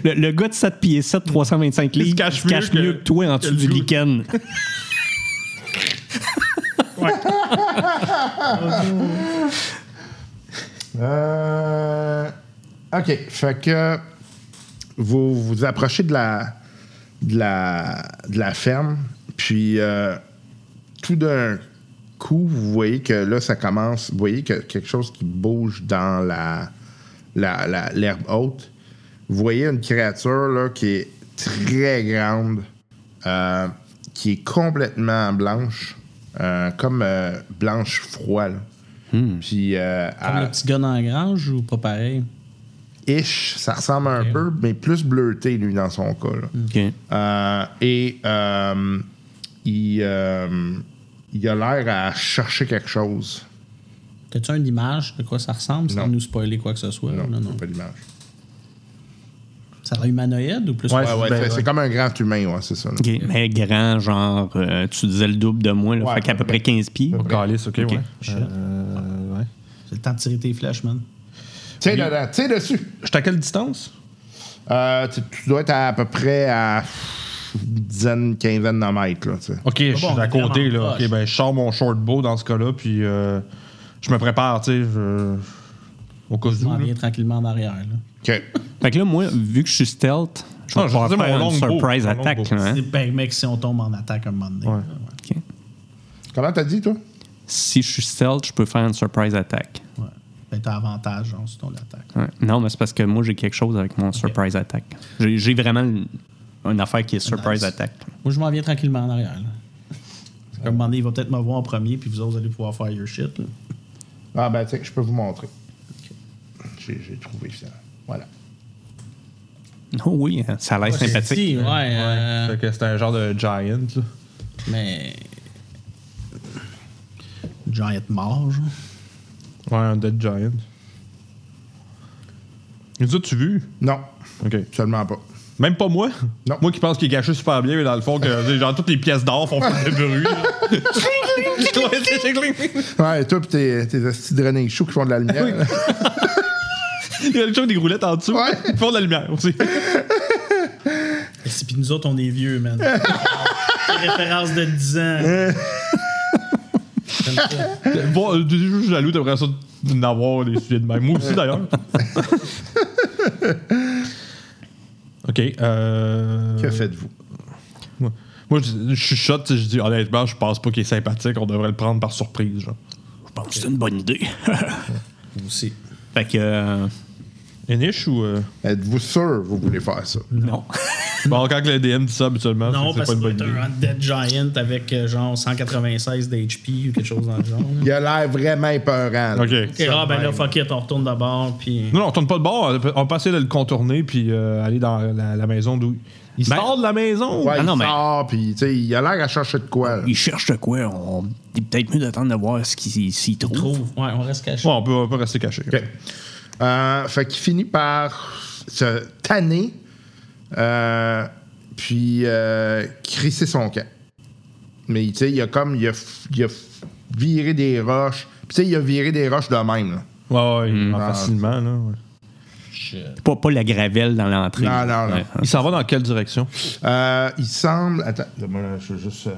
Le, le gars de 7 pieds 7, 325 livres, il se cache, mieux, que, toi en dessous
le
du
gars.
lichen.
Euh... OK, fait que vous vous approchez de la, de la, de la ferme, puis euh, tout d'un coup, vous voyez que là, ça commence, vous voyez que quelque chose qui bouge dans la la- la- l'herbe haute. Vous voyez une créature là, qui est très grande, euh, qui est complètement blanche, euh, comme euh, blanche froid. là. Puis euh,
Comme
elle-
le petit gars dans la grange ou pas pareil?
ish, ça ressemble un peu, mais plus bleuté, lui, dans son cas. là.
Hmm.
OK.
Euh, et euh, il, euh, il a l'air à chercher quelque chose.
T'as-tu une image de quoi ça ressemble sans
Non.
nous spoiler quoi que ce soit?
Non,
Non, non.
c'est pas l'image.
Ça a l'air humanoïde ou plus?
Ouais, Ben, ouais, c'est c'est comme un grand humain, ouais, c'est ça. là.
OK. Mais grand, genre, euh, tu disais le double de moi, là,
Ouais,
fait qu'à peu près 15 pieds.
Oh, calice, ok,
Ok.
ouais.
Shit.
Euh, ouais.
C'est le temps de tirer tes flèches, man.
Tiens dedans, tiens dessus.
Je suis à quelle distance?
Euh, tu, tu dois être à, à peu près à une dizaine, une quinzaine de mètres. Là, tu sais.
Ok, je
bon,
suis
on est
à côté,
vraiment
là.
proche.
Ok, ben, je sors mon short bow dans ce cas-là, puis euh, je me prépare, tu sais, je- au cas où.
On
là.
vient tranquillement en arrière. Là.
OK.
Fait que là, moi, vu que je suis stealth, je vais
Ah, je
pouvoir
veux dire,
faire
mon
une
longbow,
surprise
mon
attack.
longbow.
là, hein.
C'est ben, mec, si on tombe en attaque un moment donné. là, ouais.
OK.
Comment t'as dit, toi?
Si je suis stealth, je peux faire une surprise attack.
Ouais. Ben, t'as avantage, genre, si ton attaque.
Ouais. Non, mais c'est parce que moi, j'ai quelque chose avec mon surprise attack. J'ai j'ai vraiment une- une affaire qui est surprise
Nice.
attack.
Moi, je m'en viens tranquillement en arrière. Là. À un moment donné, il va peut-être me voir en premier, puis vous autres allez pouvoir faire your shit. là.
Ah, ben, tiens, je peux vous montrer. J'ai j'ai trouvé, finalement. Voilà.
Oh oui, hein, ça a l'air sympathique.
Si, ouais. euh,
Fait que c'est un genre de giant, là.
mais. Giant mort, genre.
Ouais, un dead giant. Nous as-tu vu?
Non,
Ok.
seulement pas.
Même pas moi.
Non.
Moi qui pense qu'il est caché super bien, mais dans le fond, que, genre toutes les pièces d'or font plus de bruit. Ouais, c'est- c'est cling.
Ouais, et toi pis tes, tes hosties de running shoes qui font de la lumière. là.
Il y a le choc des roulettes en dessous.
Ouais.
Ils font de la lumière aussi.
Et c'est- puis nous autres, on est vieux, man. Des références de 10 ans.
Bon, euh, des jeux jaloux, devrait ça d'en avoir des sujets de même. Moi aussi, d'ailleurs. OK. Euh...
Que faites-vous?
Moi, moi, je, je chuchote, je dis honnêtement, je pense pas qu'il est sympathique, on devrait le prendre par surprise. Genre.
Je pense que c'est une bonne idée.
Moi aussi.
Fait que. euh,
niche ou. euh?
Êtes-vous sûr que vous voulez faire ça?
non.
Bon, quand que le DM dit ça habituellement,
Non,
c'est-
parce
c'est pas
que
une
c'est
bonne idée.
un Dead Giant avec euh, genre 196 d'HP ou quelque chose dans le genre. là.
Il a l'air vraiment épeurant. là.
OK.
Ok, ah, ben là, fuck it, on retourne d'abord, puis.
Non, non, on tourne pas de bord. On peut- On peut essayer de le contourner puis euh, aller dans la, la maison d'où. Il
Ben-
sort de la maison.
Ouais,
Ah non,
il
mais-
sort, puis tu sais, il a l'air à chercher de quoi. là.
Il cherche de quoi? On... Il est peut-être mieux d'attendre de voir ce qu'il s'y trouve.
Trouve. Ouais, on reste caché.
Ouais, on peut, on peut rester caché.
OK. Euh, fait qu'il finit par se tanner, euh, puis euh, crisser son camp. Mais tu sais, il a comme, il a, f- il a f- viré des roches. Puis tu sais, il a viré des roches de même. là.
Ouais, ouais, il rentre facilement. Là, ouais.
Pas, pas la gravelle dans l'entrée.
Non, non, non.
Ouais.
Il s'en va dans quelle direction?
Euh, il semble. Attends, donne-moi là, je veux juste. euh,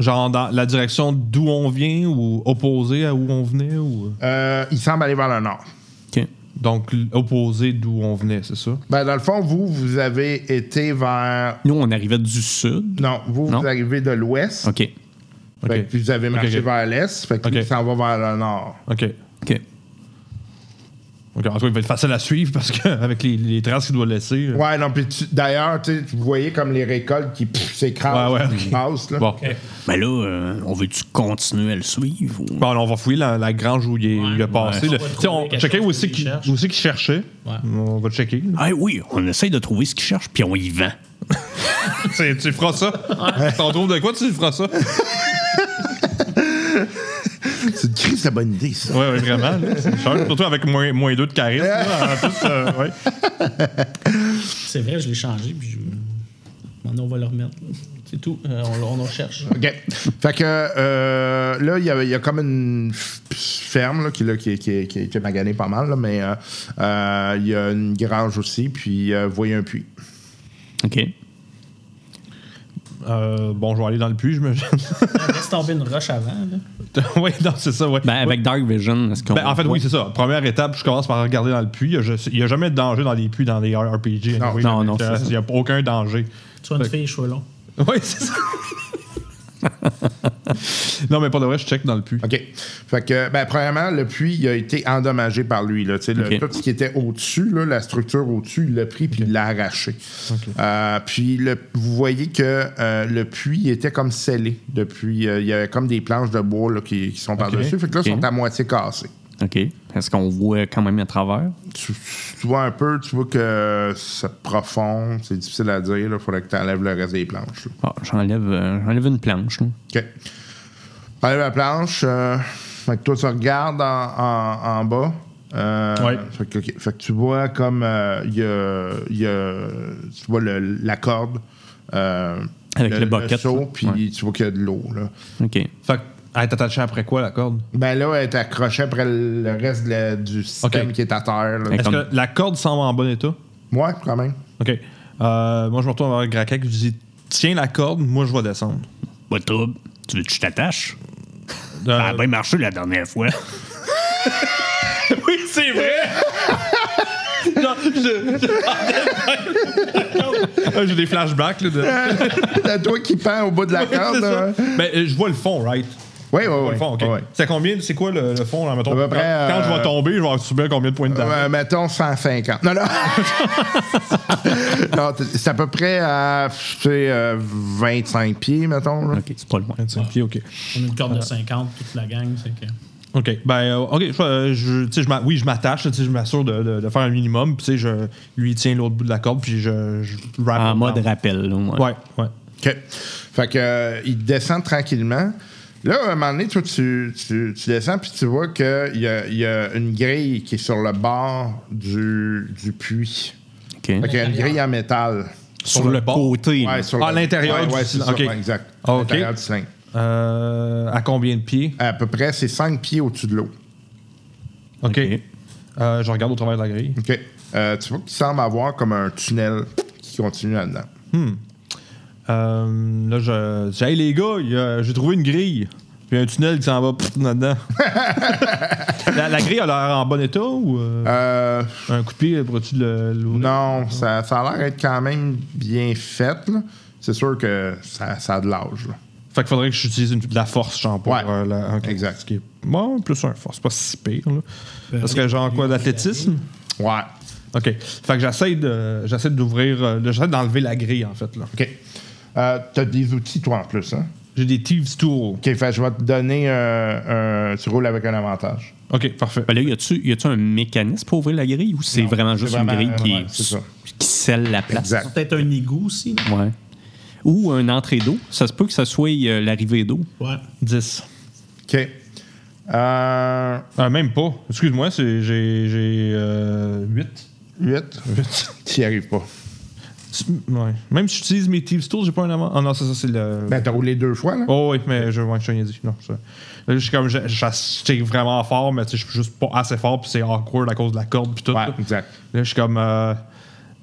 Genre dans la direction d'où on vient ou opposé à où on venait ou.
euh, il semble aller vers le nord.
OK.
Donc l- opposé d'où on venait, c'est ça?
Ben, dans le fond, vous, vous avez été vers.
Nous, on arrivait du sud.
Non, vous,
Non.
vous arrivez de l'ouest.
OK.
Ok.
Fait que vous avez marché
ok.
vers l'est. Fait que lui,
Ok.
il s'en va vers le nord.
OK.
OK.
OK. En tout cas, il va être facile à suivre parce qu'avec les, les traces qu'il doit laisser. euh,
Ouais, non, puis tu- d'ailleurs, tu sais, vous voyez comme les récoltes qui pff, s'écrasent,
Ouais, ouais,
qui
ok.
passent, là.
Bon.
Mais là, euh, on veut-tu continuer à le suivre? ou-
Bon, alors, on va fouiller la, la grange où il est, où il a passé.
On
là.
va
Tu sais,
trouver
On,
quelque
checker
chose
où c'est
qu'il
qu'il
cherche.
où c'est qu'il cherchait.
Ouais.
On va checker. là.
Ah oui, on essaye de trouver ce qu'il cherche, puis on y vend.
C'est- tu feras ça. T'en trouves de quoi, tu feras ça.
C'est une crise de bonne idée, ça.
Ouais, ouais, vraiment. là, c'est cher. Surtout avec moins, moins deux de charisme. là. En plus, euh, ouais.
C'est vrai, je l'ai changé, puis je. Maintenant, on va le remettre. C'est tout. Euh, on, le- on le recherche.
OK. Fait que euh, là, il y, a- il y a comme une f- ferme là, qui, là, qui, qui, qui, qui est maganée pas mal, là, mais euh, euh, il y a une grange aussi, puis euh, vous voyez un puits.
OK.
Euh, bon, je vais aller dans le puits, j'imagine.
Laisse tomber une roche avant, là.
oui, non, c'est ça, ouais.
Ben, avec Dark Vision, est-ce qu'on.
Ben, en fait, oui, c'est ça. Première étape, je commence par regarder dans le puits. Il n'y a, jamais de danger dans les puits, dans les RPG.
Non,
anyway,
non,
là,
non,
ça,
c'est ça.
Il n'y a aucun danger.
Sois une fille, cheveux longs.
Oui, c'est ça. non, mais pour de vrai, je check dans le puits.
OK. Fait que, ben, premièrement, le puits, il a été endommagé par lui. Là. Tu sais, le-
OK.
tout ce qui était au-dessus, là, la structure au-dessus, il l'a pris puis il l'a arraché. Euh, puis le- vous voyez que euh, le puits était comme scellé depuis. euh, il y avait comme des planches de bois là, qui, qui sont par-dessus. Fait que là, ils
OK.
sont à moitié cassés.
OK. Est-ce qu'on voit quand même à travers?
Tu, tu vois un peu, tu vois que c'est profond, c'est difficile à dire. Il faudrait que tu enlèves le reste des planches. là.
Ah, j'enlève, euh, j'enlève une planche. là.
OK. Enlève la planche. euh, fait que toi, tu regardes en, en- en bas. Euh,
Ouais.
fait, que, ok. Fait que tu vois comme euh, il y, a, il y a- Tu vois le- la corde. euh,
Avec le bucket, là.
seau, puis
Ouais.
tu vois qu'il y a de l'eau. là.
OK.
Fait que, elle est attachée après quoi, la corde?
Ben là, elle est accrochée après le reste de la- du système
Ok.
qui est à terre. là.
Fait
Est-ce
Ben, Comme-
que la corde semble en bon état?
Ouais, quand même.
OK. Euh, moi, je me retourne vers Grakek. Je dis, tiens la corde, moi, je vais descendre.
Pas de trouble. Tu veux que je t'attache?
Euh,
Ah,
Ça a bien marché la dernière fois.
Oui, c'est vrai! Non, je- je- Ah, J'ai des flashbacks. Là,
Ah,
de...
T'as toi qui pend au bout de la
C'est
corde.
ça.
là.
Ben, euh, je vois le fond, right?
Ouais, ouais,
Je
ouais.
vois le fond, OK.
ouais.
C'est combien? C'est quoi le, le fond? Là, mettons,
À peu
quand,
près, euh,
quand je vais tomber, je vais subir combien de points de
Euh,
damage?
mettons 150. Non, non. non t- c'est à peu près à tu sais, euh, 25 pieds, mettons. là.
OK, c'est pas loin.
25 pieds, OK.
On a une corde de 50, toute la gang, c'est que.
OK. Ben, euh, OK. Je, euh, je, tu sais, je m'a- oui, je m'attache. là, tu sais, Je m'assure de, de- de faire un minimum. Puis, tu sais, je lui tiens l'autre bout de la corde. Puis, je, je wrap
En
it
mode
down.
rappel. là, ouais.
Ouais, ouais.
OK. Fait que, euh, il descend tranquillement. Là, à un moment donné, toi, tu, tu- tu descends, puis tu vois qu'il y a, il y a une grille qui est sur le bord du, du puits.
OK.
Fait qu'il y a une grille en métal.
Sur, le, côté. là.
Ouais, sur
Ah,
le-
l'intérieur
Ouais,
du
ouais, c'est ça,
cylindre. Ok.
ouais, exact.
Ah, ok.
L'intérieur du cylindre.
Euh, à combien de pieds?
À peu près, c'est 5 pieds au-dessus de l'eau.
OK. Euh, je regarde au travers de la grille.
OK. Euh, tu vois qu'il semble avoir comme un tunnel qui continue là-dedans.
Euh, là, je. je dis, Hey les gars, il y a- j'ai trouvé une grille. Puis il y a un tunnel qui s'en va pff, là-dedans. la, la grille a l'air en bon état ou. euh,
Euh,
Un coup de pied, pourrais-tu le- l'ouvrir?
non, ça, ça a l'air d'être quand même bien fait. là. C'est sûr que ça, ça a de l'âge. là.
Fait qu'il faudrait que j'utilise une- de la force, genre, pour.
Ouais.
euh, la- ok.
Exact.
Ce qui est- Bon, plus un force, pas si pire, là. Parce que, genre, quoi, d'athlétisme?
Ouais.
OK. Fait que j'essaie de- j'essaie d'ouvrir. euh, de- j'essaie d'enlever la grille, en fait, là.
OK. Euh, T'as des outils, toi, en plus. Hein?
J'ai des Thieves Tools.
OK, fait, je vais te donner euh, un... Tu roules avec un avantage.
OK, parfait.
Ben là, y a-tu y a-tu un mécanisme pour ouvrir la grille ou c'est vraiment juste
vraiment-
une grille qui,
ouais, c'est ça.
qui scelle la place?
Exact.
Peut-être un égout aussi. là.
Ouais. Ou un entrée d'eau. Ça se peut que ça soit euh, l'arrivée d'eau.
Ouais.
10.
OK. Euh,
Ah, même pas. Excuse-moi, c'est- j'ai, j'ai euh, 8.
8. Tu n'y arrives pas.
Ouais. Même si j'utilise mes Thieves Tools, j'ai pas un avant. Ah non, c'est ça, c'est le.
Ben, t'as roulé deux fois, là.
Oh oui, mais je vois que je rien dit. Non, ça. Là, je suis comme. Je, je, chasse- je suis vraiment fort, mais tu sais, je suis juste pas assez fort, puis c'est awkward à cause de la corde, puis tout.
Ouais,
là.
exact.
Là, je suis comme. euh,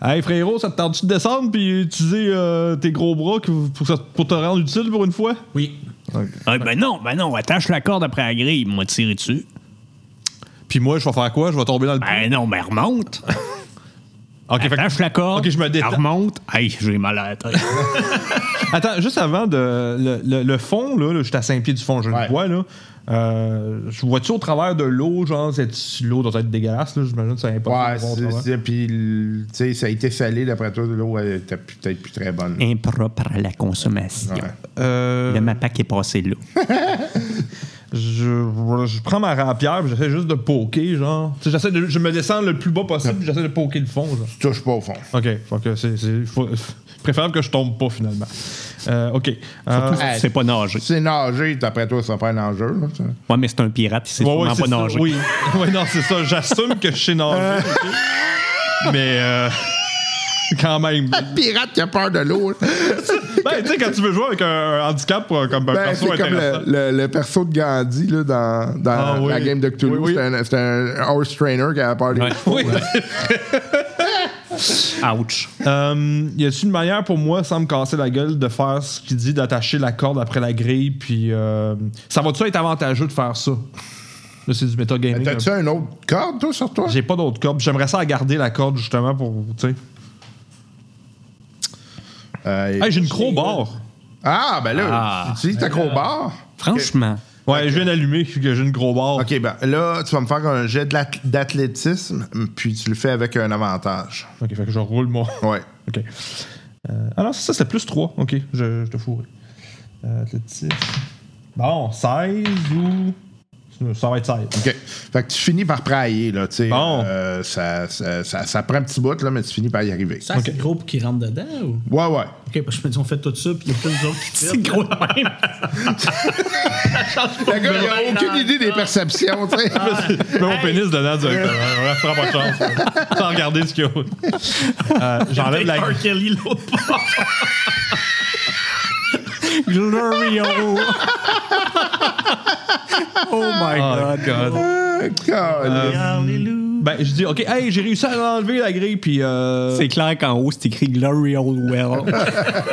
Hey frérot, ça te tente-tu de descendre puis utiliser euh, tes gros bras que- pour, que ça- pour te rendre utile pour une fois?
Oui.
Ah, ben non, ben non, attache la corde après la grille, moi tirer dessus.
Puis moi, je vais faire quoi? Je vais tomber dans le.
Ben non, mais remonte.
ok, fait que-
Attache la corde.
Ok, je me détends.
elle remonte. Hey, j'ai mal à la tête.
Attends, juste avant de. Le, le- le fond, là, là, je suis à 5 pieds du fond, je
Ouais.
le vois, là. Euh, je vois-tu au travers de l'eau, genre, c'est- l'eau doit être dégueulasse, là, j'imagine que ça n'a pas
Ouais,
de voir au
c'est-
travers.
c'est- puis le- tu sais, ça a été salé, d'après toi, l'eau elle était plus- peut-être plus très bonne.
Impropre à la consommation.
Ouais.
Euh,
Le MAPAC est passé là.
je, je prends ma rapière, puis j'essaie juste de poker, genre. Tu sais, j'essaie de- je me descends le plus bas possible, puis j'essaie de poker le fond, genre.
Tu touches pas au fond.
Ok, fait que c'est. c'est- faut- préférable que je tombe pas, finalement. Euh, ok. Euh,
Hey,
C'est pas nager.
C'est nager, d'après toi, ça pas un enjeu. Là, ça.
Ouais, mais c'est un pirate, il sait
Ouais, ouais,
sûrement
c'est
pas
ça,
nager. Euh.
Oui, Ouais, non, c'est ça. J'assume que je sais nager. ok? Mais euh, quand même.
Pirate qui a peur de l'eau. là.
Ben, tu sais, quand tu veux jouer avec un handicap pour, comme un
Ben,
perso
c'est comme le,
intéressant.
le- le perso de Gandhi là, dans, dans
Ah, oui.
la game de Cthulhu.
Oui, oui.
C'était un- C'était un, horse trainer qui avait peur des
Oui.
Ouch.
Euh, y a-t-il une manière pour moi, sans me casser la gueule, de faire ce qu'il dit, d'attacher la corde après la grille, puis euh, ça va-tu être avantageux de faire ça? Là, c'est du
Mais
metagaming.
Ben, T'as-tu
là.
un autre corde, toi, sur toi?
J'ai pas d'autre corde. J'aimerais ça garder la corde, justement, pour, tu sais.
Euh,
Hey, j'ai une crowbar!
Ah, ben là,
Ah.
tu utilises ta crowbar.
Franchement,
Ouais, je viens d'allumer que j'ai une crowbar.
OK, ben là, tu vas me faire un jet de l'ath- d'athlétisme, puis tu le fais avec un avantage.
Ok, fait que je roule mon...
Ouais.
OK. Euh, ah non, c'est ça, c'est plus 3. OK, je, je te fourre. Euh, athlétisme. Bon, 16 ou. Ça va être 16.
OK. Fait que tu finis par prailler, là, tu sais.
Bon.
Euh, ça, ça, ça- ça prend un petit bout, là, mais tu finis par y arriver.
Ça, c'est gros pour qu'ils rentrent dedans ou?
Ouais, ouais.
Ok, parce que je me dis, on fait tout ça, puis il n'y a pas nous autres qui C'est
gros de
même.
Le gars, il a aucune idée des perceptions, tu sais.
Je mets mon pénis dedans directement. Ouais, ça prend pas de chance. là. Sans regarder ce qu'il y a. Euh, J'enlève la.
R. Kelly, l'autre part.
Glorio! oh my
Oh,
God.
God.
Ah, Caliste.
Ben, je dis, OK, hey, j'ai réussi à enlever la grille, puis. Euh,
C'est clair qu'en haut, c'est écrit Glory Old Well.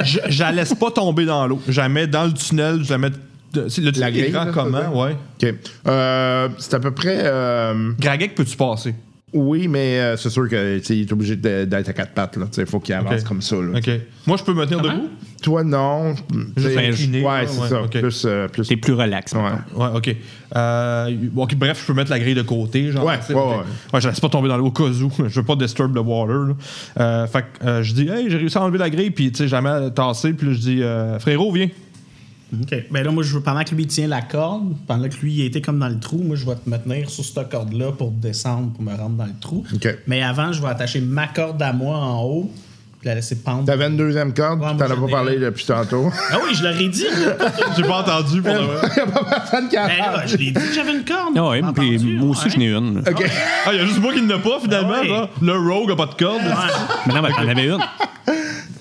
je je la laisse pas tomber dans l'eau. Je la mets dans le tunnel, je la mets. de- c'est- Le tunnel est
grille,
grand
là, ça veut
comment, ouais.
OK. Euh, c'est à peu près. euh,
Gragek, peux-tu passer?
oui, mais euh, c'est sûr que tu sais, il est obligé de- d'être à quatre pattes, là. Tu sais, faut qu'il avance
Ok.
Ah, comme ça, là.
OK. Moi, je peux me tenir debout?
Toi, non.
Juste
T'sais,
incliné, là,
Ouais, c'est
ouais,
ça.
ok.
Plus. euh, plus
T'es plus relax.
ouais.
Ouais, ok. Euh, ok, bref, je peux mettre la grille de côté. Genre,
Ouais,
tu sais,
ouais,
ok.
ouais.
Ouais, je laisse pas tomber dans l'eau au cas où. Je veux pas disturb the water. là. Euh, fait que euh, je dis, hey, j'ai réussi à enlever la grille, puis tu sais, jamais tassé. Puis là, je dis, euh, frérot, viens.
OK. Ben là, moi, je veux, pendant que lui tient la corde, pendant que lui il était comme dans le trou, moi, je vais te me tenir sur cette corde-là pour descendre, pour me rendre dans le trou.
OK.
Mais avant, je vais attacher ma corde à moi en haut, puis la laisser pendre.
T'avais une deuxième corde,
Ouais,
tu
moi,
t'en as
j'en
pas
ai
parlé
une.
depuis tantôt.
Ah oui, je l'aurais dit.
J'ai pas entendu pour le vrai.
Personne qui a
Ben là, je l'ai dit que j'avais une corde.
Ah ouais,
T'as
puis
entendu,
moi aussi,
ouais.
je n'ai une. là.
OK.
Ah, y a juste moi qui n'en a pas finalement.
Ah ouais.
genre. Le rogue a pas de corde.
Ouais.
Mais non, mais t'en avais une.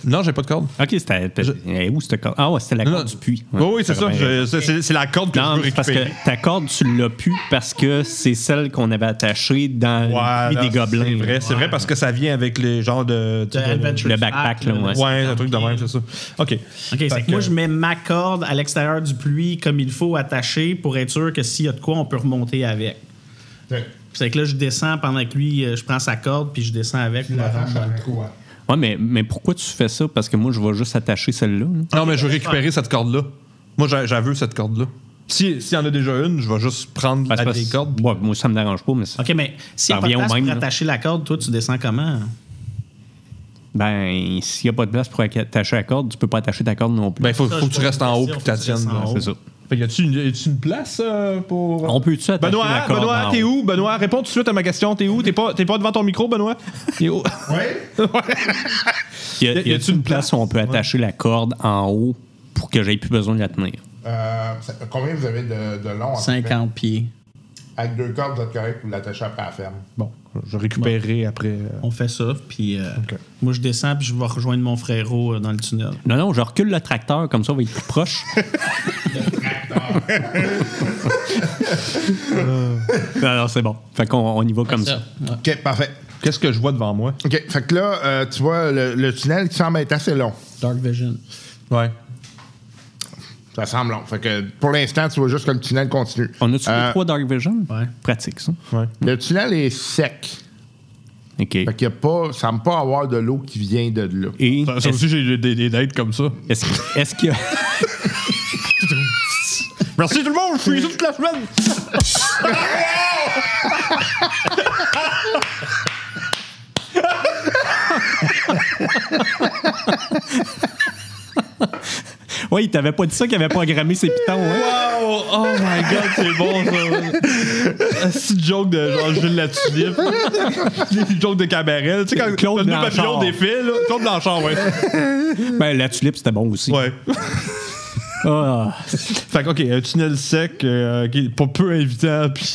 Non, j'ai pas de corde.
Ok, c'était. Eh, Où cette corde? Ah ouais, c'était la
Non,
corde
non.
du puits.
Oui,
Ouais,
oui, c'est
t'as
ça.
bien
je- c'est- C'est c'est la corde que
Non,
je veux
mais c'est parce
récupérer.
que ta corde, tu l'as pu parce que c'est celle qu'on avait attachée
Ouais,
dans le puits
non,
des gobelins.
C'est vrai, c'est vrai parce que ça vient avec les genres de. tu sais, de-
Adventure
le backpack,
Pack,
là, ouais.
Ouais, un truc de même, c'est ça. OK.
OK,
Fait
c'est que
que-
moi, je mets ma corde à l'extérieur du pluie comme il faut, attachée, pour être sûr que s'il y a de quoi, on peut remonter avec. C'est que là, je descends pendant que lui, euh, je prends sa corde, puis je descends avec. pour attendre.
Ouais, mais, mais pourquoi tu fais ça? Parce que moi, je vais juste attacher celle-là. là.
Non, mais je veux récupérer cette corde-là. Moi, j'a- j'avoue cette corde-là. Si- S'il y en a déjà une, je vais juste prendre
Parce-
la
parce-
vieille corde. Ah.
Ouais, moi, ça me dérange pas, mais ça-
OK, mais si
Ça
on pas de
revient au
place
même,
pour
là.
attacher la corde, toi, tu descends comment?
ben, s'il n'y a pas de place pour attacher la corde, tu peux pas attacher ta corde non plus.
Ben, il faut,
Ça,
faut
je
que tu
vois
restes en haut
question,
puis que tu la
faut que tu
tiennes.
restes en
là.
haut.
c'est ça.
Fait que y a-tu une, y a-tu une place euh, pour. euh,
On peut-tu attacher la
Benoît,
corde?
Benoît,
en
t'es
haut?
où? Benoît, réponds tout de suite à ma question. T'es où? T'es pas, t'es pas devant ton micro, Benoît? T'es où?
Y a- y a-tu une place où on peut attacher la corde en haut pour que j'aie plus besoin de la tenir?
Euh, ça- combien vous avez de, de long? à peu près?
pieds.
Avec deux cordes, vous êtes correct, vous l'attachez après à la ferme.
Bon, je récupérerai après. euh,
On fait ça, puis euh, moi, je descends, puis je vais rejoindre mon frérot euh, dans le tunnel.
Non, non, je recule le tracteur, comme ça, on va être plus proche. Alors, c'est bon. Fait qu'on on y va comme ça.
OK, parfait.
Qu'est-ce que je vois devant moi?
OK, fait que là, euh, tu vois, le, le tunnel qui semble être assez long.
Dark Vision.
Ouais.
Ça semble long. Fait que pour l'instant, tu vois juste que le tunnel continue.
On a-tu
Euh,
les trois Dark Vision?
ouais.
Pratique, ça.
Le tunnel est sec.
OK.
Fait qu'il y a pas, ça semble pas avoir de l'eau qui vient de là.
Et
Ça, ça aussi, j'ai des, des- des dates comme ça.
est-ce est-ce qu'il y a...
Merci tout le monde, je suis ici toute la semaine!
Oui, il t'avait pas dit ça qu'il avait programmé ses pitons, hein?
Wow! Oh my god, c'est bon ça! C'est une joke de genre Gilles Latulippe. une joke de cabaret. Tu sais, quand Claude
Claude
deux
Blanchard.
papillons des fils, là. Claude Blanchard, ouais.
Ben, la tulipe, c'était bon aussi.
Ouais.
Ah.
Fait que, OK, un tunnel sec, euh, qui est pour peu évitant, puis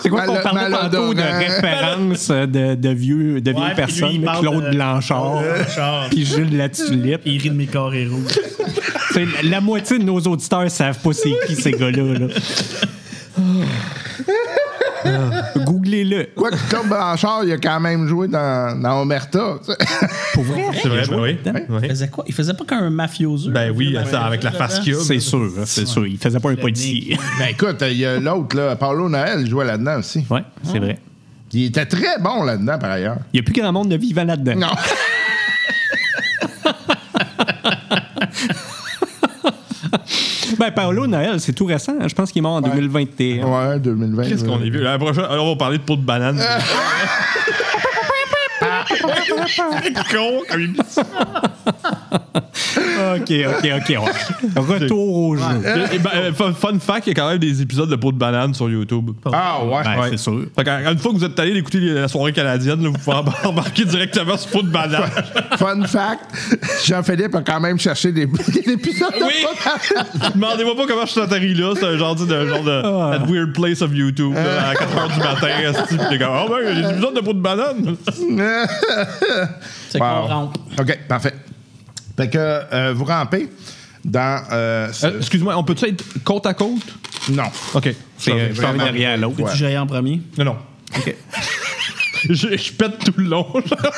C'est quoi qu'on
Mal-
parlait tantôt de
malodorant.
référence de, de vieux, de vieilles
puis lui,
personnes,
il parle
Claude
de-
Blanchard,
Blanchard.
puis Gilles la tulipe.
Oh, Il rit de mes corps et rouges.
C'est la- la moitié de nos auditeurs savent pas c'est qui ces gars-là. là. Ah. Googlez-le.
Quoi que Claude Blanchard, il a quand même joué dans, dans Omerta. tu sais.
Pour vrai. hein?
c'est vrai, ben oui.
Il faisait quoi? Il faisait pas qu'un mafioso.
Ben oui, ça, avec la face qu'il y a.
C'est sûr, hein, c'est sûr. Il faisait pas un policier.
ben écoute, il y a l'autre, là, Paolo Noël, il jouait là-dedans aussi.
Ouais, c'est vrai. Ah.
Il était très bon là-dedans, par ailleurs.
Il n'y a plus grand monde de vivant là-dedans.
Non.
Ben, Paolo Noël, c'est tout récent. hein. Je pense qu'il est mort en 2021.
Ouais, 2020.
Qu'est-ce qu'on a vu? La prochaine, alors, on va parler de peau de banane. con, comme il
OK, OK, Ah. OK. ouais. Retour au jeu.
Et ben, euh, fun, fun fact, il y a quand même des épisodes de peau de banane sur YouTube.
Ah ouais.
Ben,
Ouais.
c'est sûr.
Fait qu'à- une fois que vous êtes allé écouter la soirée canadienne, là, vous pouvez embar- embarquer directement sur peau de banane.
Fun fact, Jean-Philippe a quand même cherché des, des épisodes de
Oui.
podcast.
Demandez-moi pas comment je suis atterri là, c'est un genre de, d'un genre de that weird place of YouTube là, à 4h du matin, esti, pis t'es comme oh ben il y a des épisodes de peau de banane.
C'est
Wow.
qu'on rentre.
OK, parfait. Fait que euh, vous rampez dans... euh, ce-
Euh, Excuse-moi, on peut-tu être côte à côte?
non.
Ok. euh,
C'est
vraiment-
derrière l'autre.
Tu gérer en premier?
Non, non.
OK.
Je, je pète tout le long. genre.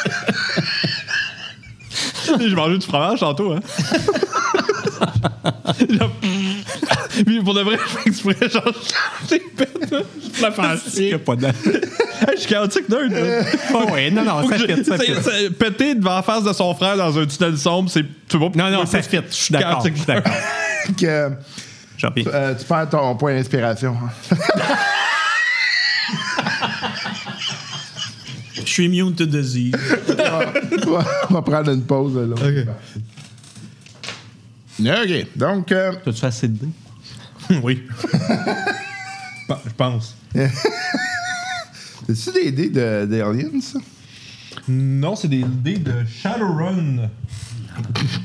J'ai mangé du fromage tantôt, hein. Là, Mais pour de vrai, je fais exprès, genre, je pète, là. Je la face.
Il y a pas de...
Hey, je suis chaotique nerd, là.
Oh, ouais, non, non,
Faut
ça
que je-
fait, ça
c'est-
fait.
c'est- Péter devant la face de son frère dans un tunnel sombre, c'est. Tu vois,
Non, non, ça fit. Je suis d'accord. Je suis d'accord.
Fait que,
J'en prie.
euh, tu perds ton point d'inspiration.
Je suis immune to disease.
on va prendre une pause. Là. OK. OK. Donc, euh,
T'as-tu assez de dés?
Oui. Je pense.
c'est-tu des dés de- d'Aliens, ça?
Non, c'est des dés de Shadowrun.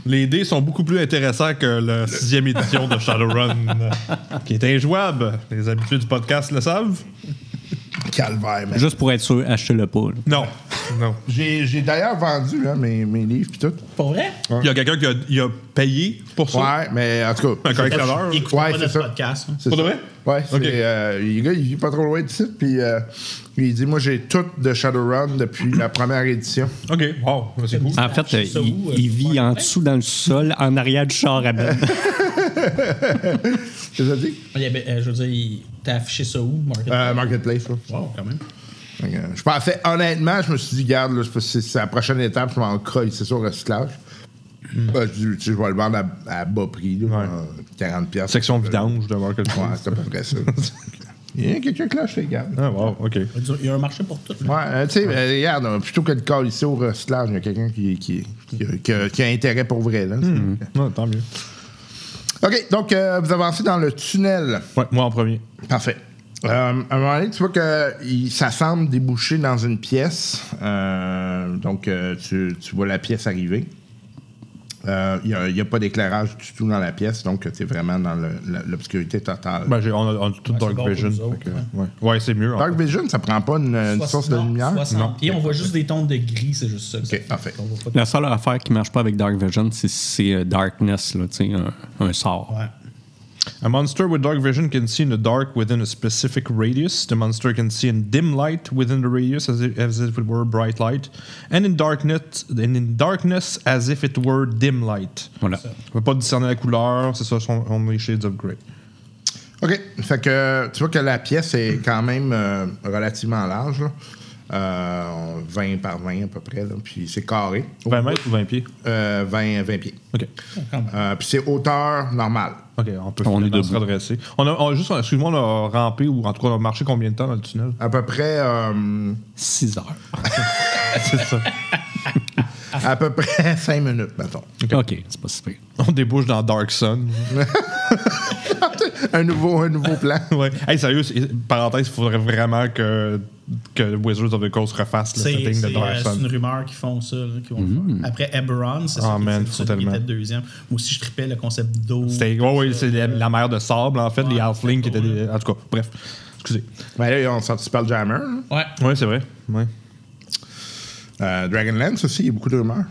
Les dés sont beaucoup plus intéressants que la sixième édition de Shadowrun, qui est injouable. Les habitués du podcast le savent.
Calvaire, man.
Juste pour être sûr, achetez-le pas. là.
Non. Non.
J'ai j'ai d'ailleurs vendu là, mes, mes livres puis tout.
Pour vrai?
Il y a quelqu'un qui a, il a payé pour ça.
Ouais, mais en tout cas.
Un collectionneur.
Écoutez
Ouais,
pas
c'est
notre
ça.
podcast. hein.
C'est
Pour de
ça.
vrai?
Ouais, c'est,
Ok.
euh, le gars, il vit pas trop loin d'ici, puis euh, il dit Moi, j'ai tout de Shadowrun depuis la première édition.
Ok, wow, c'est cool.
En fait, euh, il,
Ça où, euh,
il vit en dessous dans le sol, en arrière du char à belle.
C'est ça dit
Il y avait- euh, je veux dire, il- t'as affiché ça où, Market?
Euh, Marketplace, là.
Wow, quand même.
Fait que, euh, Je pensais, honnêtement, je me suis dit, garde, là, c'est parce que c'est la prochaine étape, je m'en crois, c'est ça, au recyclage. Ben, je dis, tu sais, je vais le vendre à, à bas prix, là, euh, 40 pièces.
Section vidange de Marketplace.
Ouais, c'est à peu près ça. Il y a quelqu'un qui lâche les gardes.
Ah, wow, ok.
Il y a un marché pour tout. là.
Ouais, euh, tu sais, euh, regarde, euh, plutôt que de call ici au recyclage, il y a quelqu'un qui, qui, qui- qui a, qui a intérêt pour vrai, là.
Non, tant mieux.
OK, donc, euh, vous avancez dans le tunnel.
Ouais, moi en premier.
Parfait. Euh, à un moment donné, tu vois que il- ça semble déboucher dans une pièce. Euh, donc, euh, tu, tu vois la pièce arriver. Euh, Il n'y a, pas d'éclairage du tout dans la pièce, donc tu es vraiment dans le- la- l'obscurité totale.
Ben, j'ai, on a, on a tout Dark
bon pour
Vision.
nous autres, hein.
fait que, ouais. ouais, c'est mieux. en
Dark Vision, ça prend pas une, une
Soix-
source de
non,
lumière.
60 pieds, on voit juste des tons de gris, c'est juste ça.
Ok, parfait.
On voit pas
La seule affaire qui marche pas avec Dark Vision, c'est c'est, euh, Darkness, là, tu sais, un, un sort.
de- Ouais.
A monster with dark vision can see in the dark within a specific radius. The monster can see in dim light within the radius as, it, as if it were bright light, and in darkness, and in darkness as if it were dim light.
Voilà.
On peut pas discerner la couleur, c'est ça, son only shades of grey.
OK. Fait que tu vois que la pièce est quand même euh, relativement large. là. Euh, 20 par 20 à peu près. là. Puis c'est carré.
20 mètres ou 20 pieds?
Euh, 20, 20 pieds.
Ok.
Euh, puis c'est hauteur normale.
Ok, on peut
On est
finalement se
debout.
redresser. On a, on a juste, excuse-moi, on a rampé ou en tout cas on a marché combien de temps dans le tunnel?
À peu près. euh,
6 heures.
c'est ça.
à peu près 5 minutes, mettons.
OK, c'est pas si pire.
On débouche dans Dark Sun.
un, nouveau, un nouveau plan.
ouais. Hey, sérieux, c'est- parenthèse, il faudrait vraiment que, que Wizards of the Coast refasse le
C'est
setting de
c'est,
Dark
euh, c'est
Sun.
une rumeur qu'ils font ça. là, qu'ils vont
Mm.
faire. Après Eberron, c'est
Ah,
ça
man,
c'est
faut
celui qui
tellement.
était deuxième. Moi aussi, je tripais le concept d'eau.
C'était, ouais, ouais, c'est la, la mer de sable, en fait, les halflings qui étaient des. En tout cas, bref. Excusez.
Ben là, ils ont sorti Spelljammer. hein. là.
Ouais.
Ouais, c'est vrai. Ouais.
Euh, Dragonlance aussi, il y a beaucoup de rumeurs.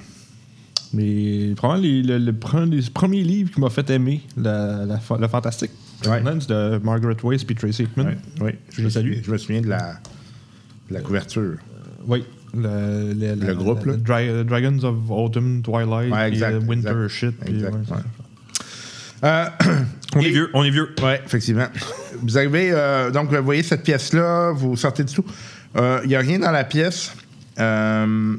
Mais probablement les- le, le pre- les premiers livres qui m'a fait aimer la, la fa- le fantastique.
Ouais.
Dragonlance de Margaret Weiss puis Tracy Hickman.
Oui, oui. Je, me souviens- Je me souviens de la, de la couverture.
Oui. Le, le- la-
Le groupe,
la-
là.
Dra- Dragons of Autumn, Twilight,
Ouais,
puis,
exact.
euh, Winter
exact.
Shit. puis,
Exact,
ouais.
ouais. Euh,
On est vieux, on est vieux.
Ouais, effectivement. Vous arrivez, euh, donc vous voyez cette pièce-là, vous sortez dessous. Il n'y a rien dans la pièce, euh,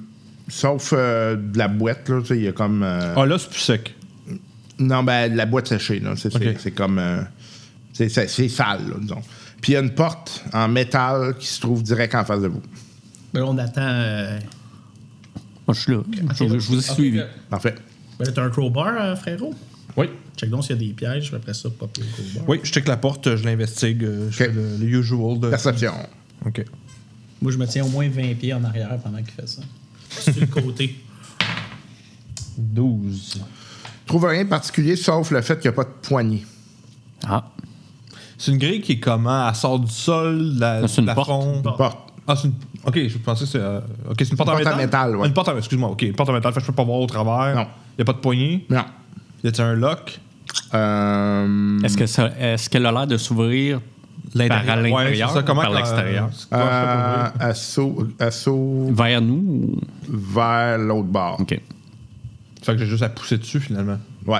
sauf euh, de la boîte. là, tu sais, Il y a comme. euh,
Ah là, c'est plus sec.
Non, ben, de la boîte séchée. là, C'est c'est-
Ok.
c'est comme. euh, c'est- c'est c'est sale, là, disons. Puis il y a une porte en métal qui se trouve direct en face de vous.
Ben là, on attend. euh,
Moi, je suis là. Je, je vous ai
Ok,
suivi.
là.
Parfait.
Ben là, t'as un crowbar, euh, frérot?
Oui.
Check donc s'il y a des pièges, puis après ça, pop le crowbar.
Oui, je check la porte, je l'investigue, euh, je fais le, le usual de.
Perception.
Ok.
Moi, je me tiens au moins 20 pieds en arrière pendant qu'il fait ça. Sur le côté.
12.
Trouve rien de particulier, sauf le fait qu'il n'y a pas de poignée.
Ah,
C'est une grille qui est comment Elle sort du sol, la,
Ah, c'est une
la
porte.
fond-
Porte.
Ah, c'est une. Ok, je pensais que c'est. euh, Ok, c'est une porte en
porte en
métal.
métal, ouais.
Une porte en Excuse-moi, ok, une porte en métal, fait que je peux pas voir au travers.
Non.
Y a pas de poignée.
Non.
Y a-t-il un lock
Euh,
est-ce que ça- est-ce qu'elle a l'air de s'ouvrir par à
Ouais, c'est
l'intérieur
ça,
ou
comment
par
que-
l'extérieur?
euh, c'est quoi, je fais pour
euh,
ouvrir?
assaut, assaut
Vers nous? ou-
vers l'autre bord.
OK.
Fait que j'ai juste à pousser dessus finalement.
Ouais.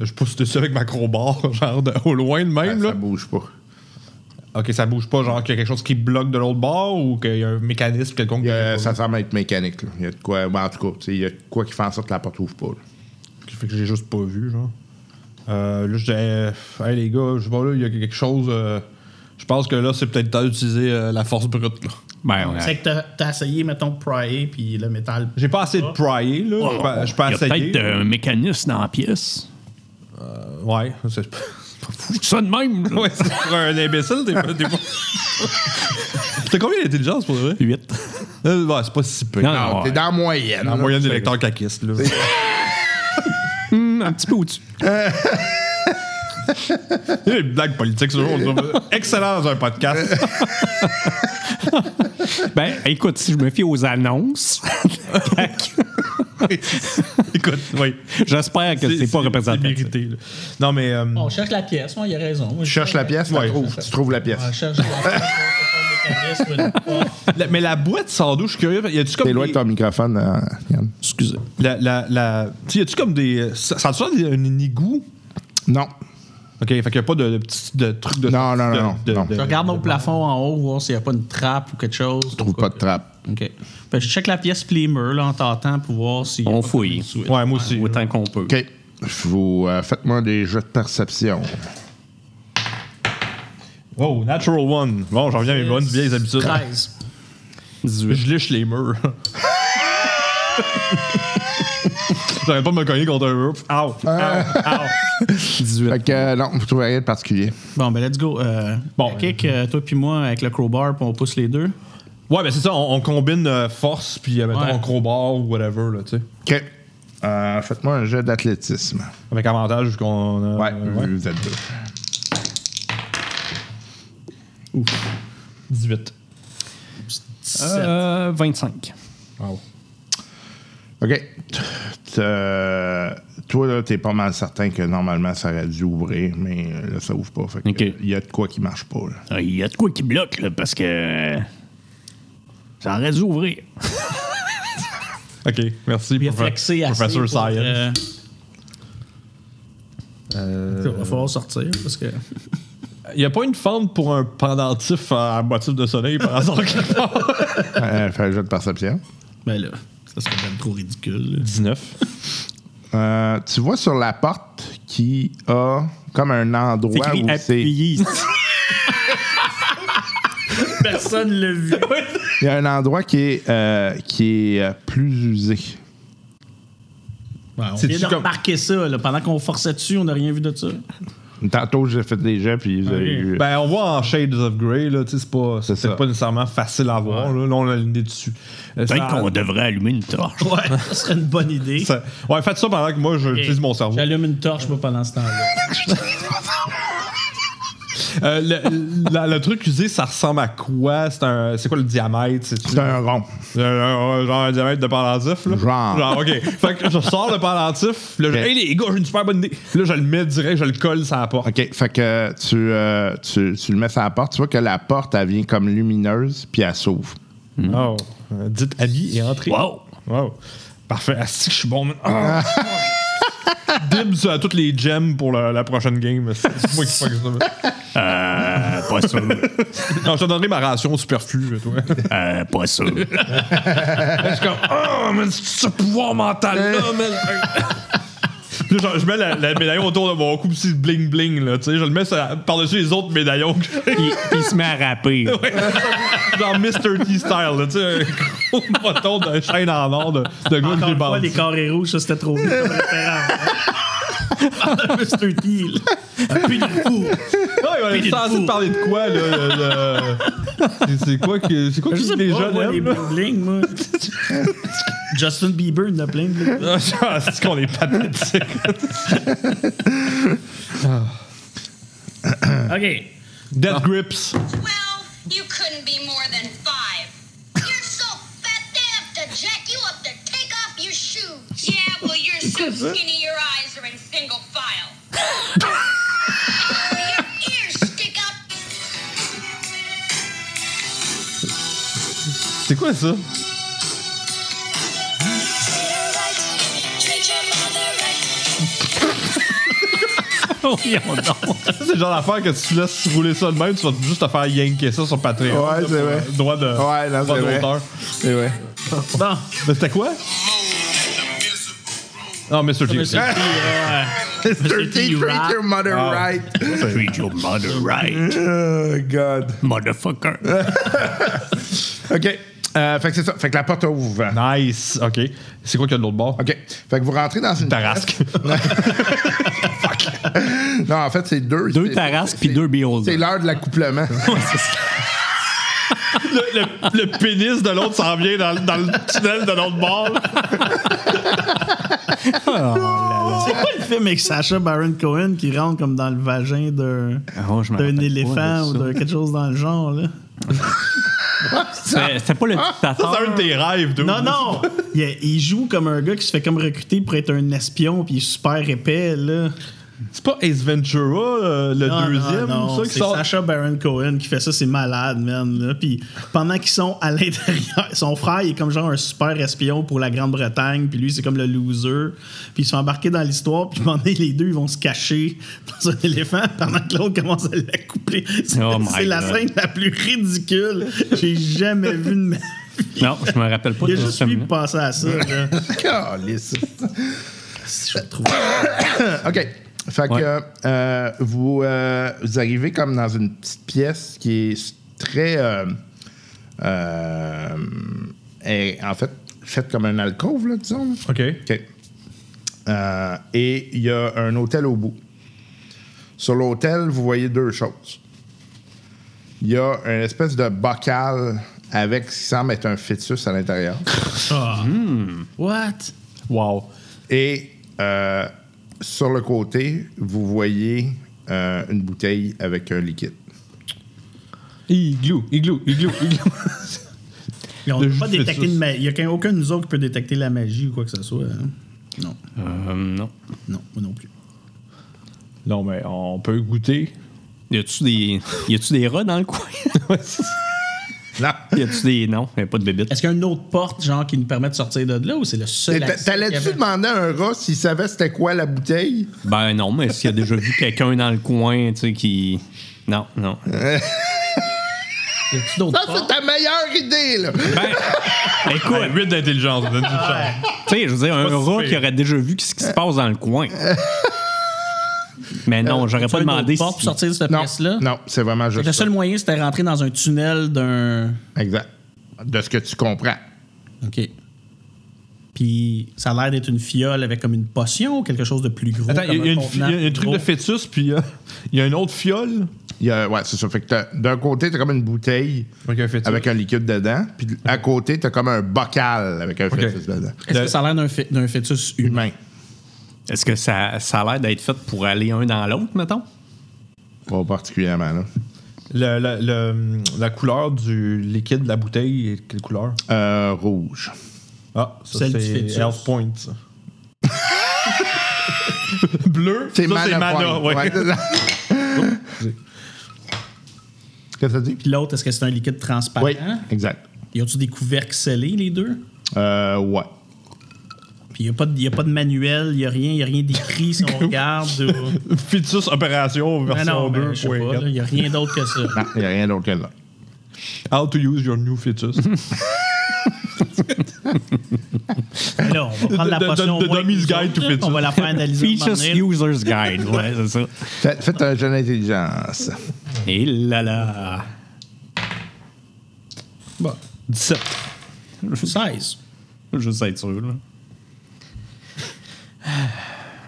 Je pousse dessus avec ma crowbar, genre de- au loin de
Ben,
même. là.
ça bouge pas.
Ok, ça bouge pas, genre qu'il y a quelque chose qui bloque de l'autre bord ou qu'il y a un mécanisme quelconque.
Il y
que
a-
j'ai pas
Euh, ça semble être mécanique. là. Il y a de quoi. ben, en tout cas, tu sais, il y a de quoi qui fait en sorte que la porte ouvre pas. là.
vu. Fait que j'ai juste pas vu, genre. Euh, là, je dis, euh, hey les gars, je sais pas, là, il y a quelque chose. euh, je pense que là, c'est peut-être temps d'utiliser euh, la force brute, là.
Ben, on a-
C'est que t'as- t'as essayé, mettons, de prier, puis le métal.
J'ai pas assez de prier, là. Je peux- je peux
Ah. Il y a
essayer.
peut-être euh, un mécanisme dans la pièce.
Ouais, c'est pas.
Fou ça de même, là.
Ouais, c'est pour un imbécile, t'es pas. T'es pas... T'as combien d'intelligence pour vrai?
8.
Euh, ouais, c'est pas si peu.
Non,
Non,
non,
t'es
ouais.
dans la moyenne.
En
là.
moyenne des lecteurs caquistes, là.
Hmm, un petit peu au-dessus.
Les blagues politiques, c'est toujours excellent dans un podcast.
Ben, écoute, si je me fie aux annonces,
Écoute, oui.
j'espère que c'est pas
C'est
représentatif.
mérité, là. Non, mais. euh,
On cherche la pièce, moi, il a raison. Moi, je
Tu cherches la pièce, tu la
Ouais,
trouves.
c'est ça.
Tu trouves la pièce.
On cherche la pièce. on fait un mécanisme, une porte.
la- mais la boîte sans douche, je suis curieux. Y a-tu comme.
T'es loin
des-
de ton microphone, euh, Yann.
Excusez. La, la, la, tu sais, y a-tu comme des. euh, Ça, ça a-tu l'air d'un- un égout?
Non.
OK, fait qu'il n'y a pas de, de petit de truc de.
Non, non,
de-
non,
de-
non.
de-
Je regarde au plafond en haut, voir s'il n'y a pas une trappe ou quelque chose.
Tu trouves pas de trappe.
OK. Fait que je check la pièce Plimer, là, en tentant pour voir si.
On fouille.
Ouais, moi aussi.
Autant qu'on peut.
OK. Je vous, euh, Faites-moi des jeux de perception.
Oh, Natural One. Bon, j'en reviens à mes bonnes vieilles
Euh,
habitudes.
13.
Je liche les murs. J'arrête pas de me cogner contre un mur. Ow!
Ah.
Ow!
Fait que euh, non, vous trouvez rien de particulier.
Bon, ben, let's go. Euh,
Bon.
la Kick, euh, toi puis moi, avec le crowbar, puis on pousse les deux.
Ow! Ouais, ben c'est ça, on, on combine euh, force puis euh, mettons
Ouais.
on crowbar ou whatever, là, tu sais.
OK. Euh, Faites-moi un jeu d'athlétisme.
Avec avantage, vu qu'on a.
Ouais,
euh, ouais.
vous êtes deux.
18.
17.
Euh, 25.
OK. T'as- euh, Toi, là, t'es pas mal certain que normalement, ça aurait dû ouvrir, mais euh, là, ça ouvre pas. Fait que,
OK.
euh, Il y a de quoi qui marche pas, là.
Ah, Il y a de quoi qui bloque, là, parce que. euh, Ça aurait dû ouvrir.
Ok, merci,
Il a
profe-
flexé assez.
Professor
pour,
Science.
euh,
Euh,
Il va falloir sortir parce que.
Il n'y a pas une fente pour un pendentif à motif de soleil par hasard quelque part?
Euh, fais un jeu de perception.
Ben là, ça serait même trop ridicule. là.
19.
Euh, tu vois sur la porte qui a comme un endroit
Écrit
où c'est. Il
appuyé.
Personne l'a vu.
y a un endroit qui est, euh, qui est euh, plus usé.
on
C'est-tu
vient de
comme-
remarquer ça. là. Pendant qu'on forçait dessus, on n'a rien vu de ça.
Tantôt, j'ai fait des jets, puis vous avez vu.
Ben, on voit en Shades of Grey, là, tu sais, c'est pas, c'est
ça.
peut-être pas nécessairement facile à voir, là. Là, on a le nez dessus. Euh,
Peut-être
ça-
qu'on devrait allumer une torche.
Ouais, ça serait une bonne idée.
ça- Ouais, faites ça pendant que moi, j'utilise mon cerveau.
J'allume une torche, moi, pendant ce temps-là.
Euh, le, la- le truc usé, ça ressemble à quoi? C'est un, c'est quoi le diamètre? C'est
c'est un rond.
un, un- genre un diamètre de pendentif, là?
Genre.
OK. Fait que je sors le pendentif, là,
Ok.
je- Hey, les gars, j'ai une super bonne idée. Là, je le mets direct, je le colle sur la porte.
OK. Fait que tu, euh, tu, tu le mets sur la porte. Tu vois que la porte, elle vient comme lumineuse, puis elle s'ouvre.
Oh. Euh, Dites ami et entrez.
Wow!
Wow. Parfait. Asti que je suis bon, man. Ah. Dibs à toutes les gems pour la, la prochaine game. C'est moi qui fuck ça. man.
Euh, pas sûr.
Non, je te donnerai ma ration superflue, toi.
Euh, pas sûr.
Je suis comme, oh, mais ce pouvoir mental-là, man. Puis là, je, je mets la, la médaillon autour de mon cou, petit bling-bling, là, tu sais. Je le mets sur la- par-dessus les autres médaillons. que j'ai.
il, il se met à rapper.
Genre Mr. T style, là, tu sais. Un gros bâton de chaîne en or de, de gars
Encore
qui
une fois,
débarque.
les carrés rouges, ça, c'était trop vite comme référence. Hein? Mr. T, là. Puis le fou.
Ah, Ouais, ouais,
Puis il est
censé
fou.
parler de quoi, là? le- le- c'est- C'est quoi que. C'est quoi
Je
que
sais
les
pas,
jeunes
moi, les
aiment, là?
bling-bling, moi. Justin Bieber, il en a plein de bling-bling.
Ah, C'est qu'on est pathétique.
Ah. OK.
Dead Grips.
Well, you couldn't be more than five. You're so fat they have to jack you up to take off your shoes. Yeah, well, you're so skinny your eyes are in single file. Oh, your ears stick out.
C'est quoi ça?
Treat your mother right.
C'est le genre d'affaire que tu laisses rouler ça de même, tu vas juste te faire yanker ça sur Patreon.
Ouais,
là,
c'est
pour,
vrai.
euh, Droit de.
Ouais, non,
droit
c'est vrai.
d'auteur.
C'est vrai.
Bon,
Mais c'était quoi? Non, Mr. T.
Mr. T, euh,
Mr.
T,
T,
you
treat
rock.
your mother right.
Treat your mother right,
Oh, God.
motherfucker.
OK. Euh, fait que c'est ça. Fait que la porte ouvre.
Nice. OK. C'est quoi qu'il y a de l'autre bord?
OK. Fait que vous rentrez dans une.
Tarasque.
Non, en fait, c'est deux.
Deux
C'est-
tarasques puis deux
C'est
beholders.
l'heure de l'accouplement.
le, le- le pénis de l'autre s'en vient dans, le- dans le tunnel de l'autre bord.
C'est quoi le film avec Sacha Baron Cohen qui rentre comme dans le vagin d'un
Oh, je me rappelle
d'un
pas de
éléphant ou
ça.
de quelque chose dans le genre, là?
C'était c'était pas le
Ah!
dictateur.
C'est un de tes rêves, dude.
Non, non! Il, il joue comme un gars qui se fait comme recruter pour être un espion, puis il est super épais, là.
C'est pas Ace Ventura, euh, le
Non, non,
deuxième,
non,
ça qui
c'est
sort.
Sacha Baron Cohen qui fait ça, c'est malade, man. Là. Puis pendant qu'ils sont à l'intérieur, son frère il est comme genre un super espion pour la Grande-Bretagne, puis lui c'est comme le loser. Puis ils sont embarqués dans l'histoire, puis pendant les deux ils vont se cacher dans un éléphant pendant que l'autre commence à la couper. C'est
Oh my
c'est la
God.
scène la plus ridicule que j'ai jamais vue de ma
Non, je me rappelle pas
Il y
de
a juste
ce
lui
film.
passé à ça. là.
Calisse.
Si je le trouve.
OK. Fait que
Ouais.
euh, euh, vous, euh, vous arrivez comme dans une petite pièce qui est très. euh, euh, est, en fait, faite comme un alcôve, là, disons. là.
OK.
OK. Euh, et il y a un hôtel au bout. Sur l'hôtel, vous voyez deux choses. Il y a une espèce de bocal avec ce qui semble être un fœtus à l'intérieur.
What?
Wow.
Et euh, sur le côté, vous voyez euh, une bouteille avec un liquide.
Igloo, igloo, igloo, igloo.
Mais on
Le
peut
jeu
pas
de
détecter
fœtus.
de ma- Il n'y a qu'un- aucun de nous autres qui peut détecter la magie ou quoi que ce soit. hein? Non,
Euh, non.
non, moi non plus.
non, mais on peut goûter.
Y a-tu des, y a-tu des rats dans le coin?
Non.
y a-tu des. Non, y a pas de bébites.
Est-ce qu'il y a une autre porte, genre, qui nous permet de sortir de là ou c'est le seul
T'a-
accès qu'il y
T'allais-tu
avait?
demander à un rat s'il savait c'était quoi la bouteille?
Ben non, mais s'il y a déjà vu quelqu'un dans le coin, tu sais, qui. Non, non.
Y a-tu d'autres
Ça, c'est
portes?
ta meilleure idée, là!
Ben, écoute,
Ouais, 8 d'intelligence, on donne une chance.
tu sais, je veux dire, un
si
rat
pire.
qui aurait déjà vu ce qui se passe dans le coin. Mais non, j'aurais pas
Une autre
demandé si.
porte pour sortir de cette
Non,
pièce-là?
non c'est vraiment juste
Le seul
ça.
moyen, c'était rentrer dans un tunnel d'un.
Exact. De ce que tu comprends.
OK. Puis ça a l'air d'être une fiole avec comme une potion ou quelque chose de plus gros.
Attends, il y, a-
comme
il y a une fi- il y
contenant
a un
plus
truc
gros.
de fœtus, puis euh, il y a une autre fiole.
Il y a- ouais, c'est ça. Fait que t'as- d'un côté, t'as comme une bouteille
Avec un fœtus.
avec un liquide dedans, puis à côté, t'as comme un bocal avec un fœtus dedans.
Est-ce que ça a l'air d'un fê- d'un fœtus humain?
Humain.
Est-ce que ça, ça a l'air d'être fait pour aller un dans l'autre, mettons?
Pas particulièrement, là.
Le- le- le- la couleur du liquide de la bouteille, est quelle couleur?
Euh, rouge.
Ah, ça
Celle du
c'est
fœtus.
Health Point, ça. Bleu,
C'est
ça,
mana, point.
ouais.
Ouais, c'est ça. Qu'est-ce que ça dit?
Puis l'autre, est-ce que c'est un liquide transparent?
Oui, exact.
Y a-tu des couvercles scellés, les deux?
Euh, ouais.
Puis il n'y a, pas de manuel, il n'y a rien, il a rien d'écrit si on regarde. ou-
Fœtus opération
Ah
version
non, mais je sais pas,
2.4.
il n'y a rien d'autre que ça.
Non, il n'y a rien d'autre que là.
How to use your new fœtus.
Mais Là, on va prendre la
The- the-
potion. au
the
moins
dummy's
que nous
guide to
autres, là.
fœtus.
On va la faire analyser. un moment
Features
donné.
User's Guide, ouais, c'est ça.
Faites, faites un jeu d'intelligence.
Et là là.
bon, 17.
16.
Juste être sûr, là.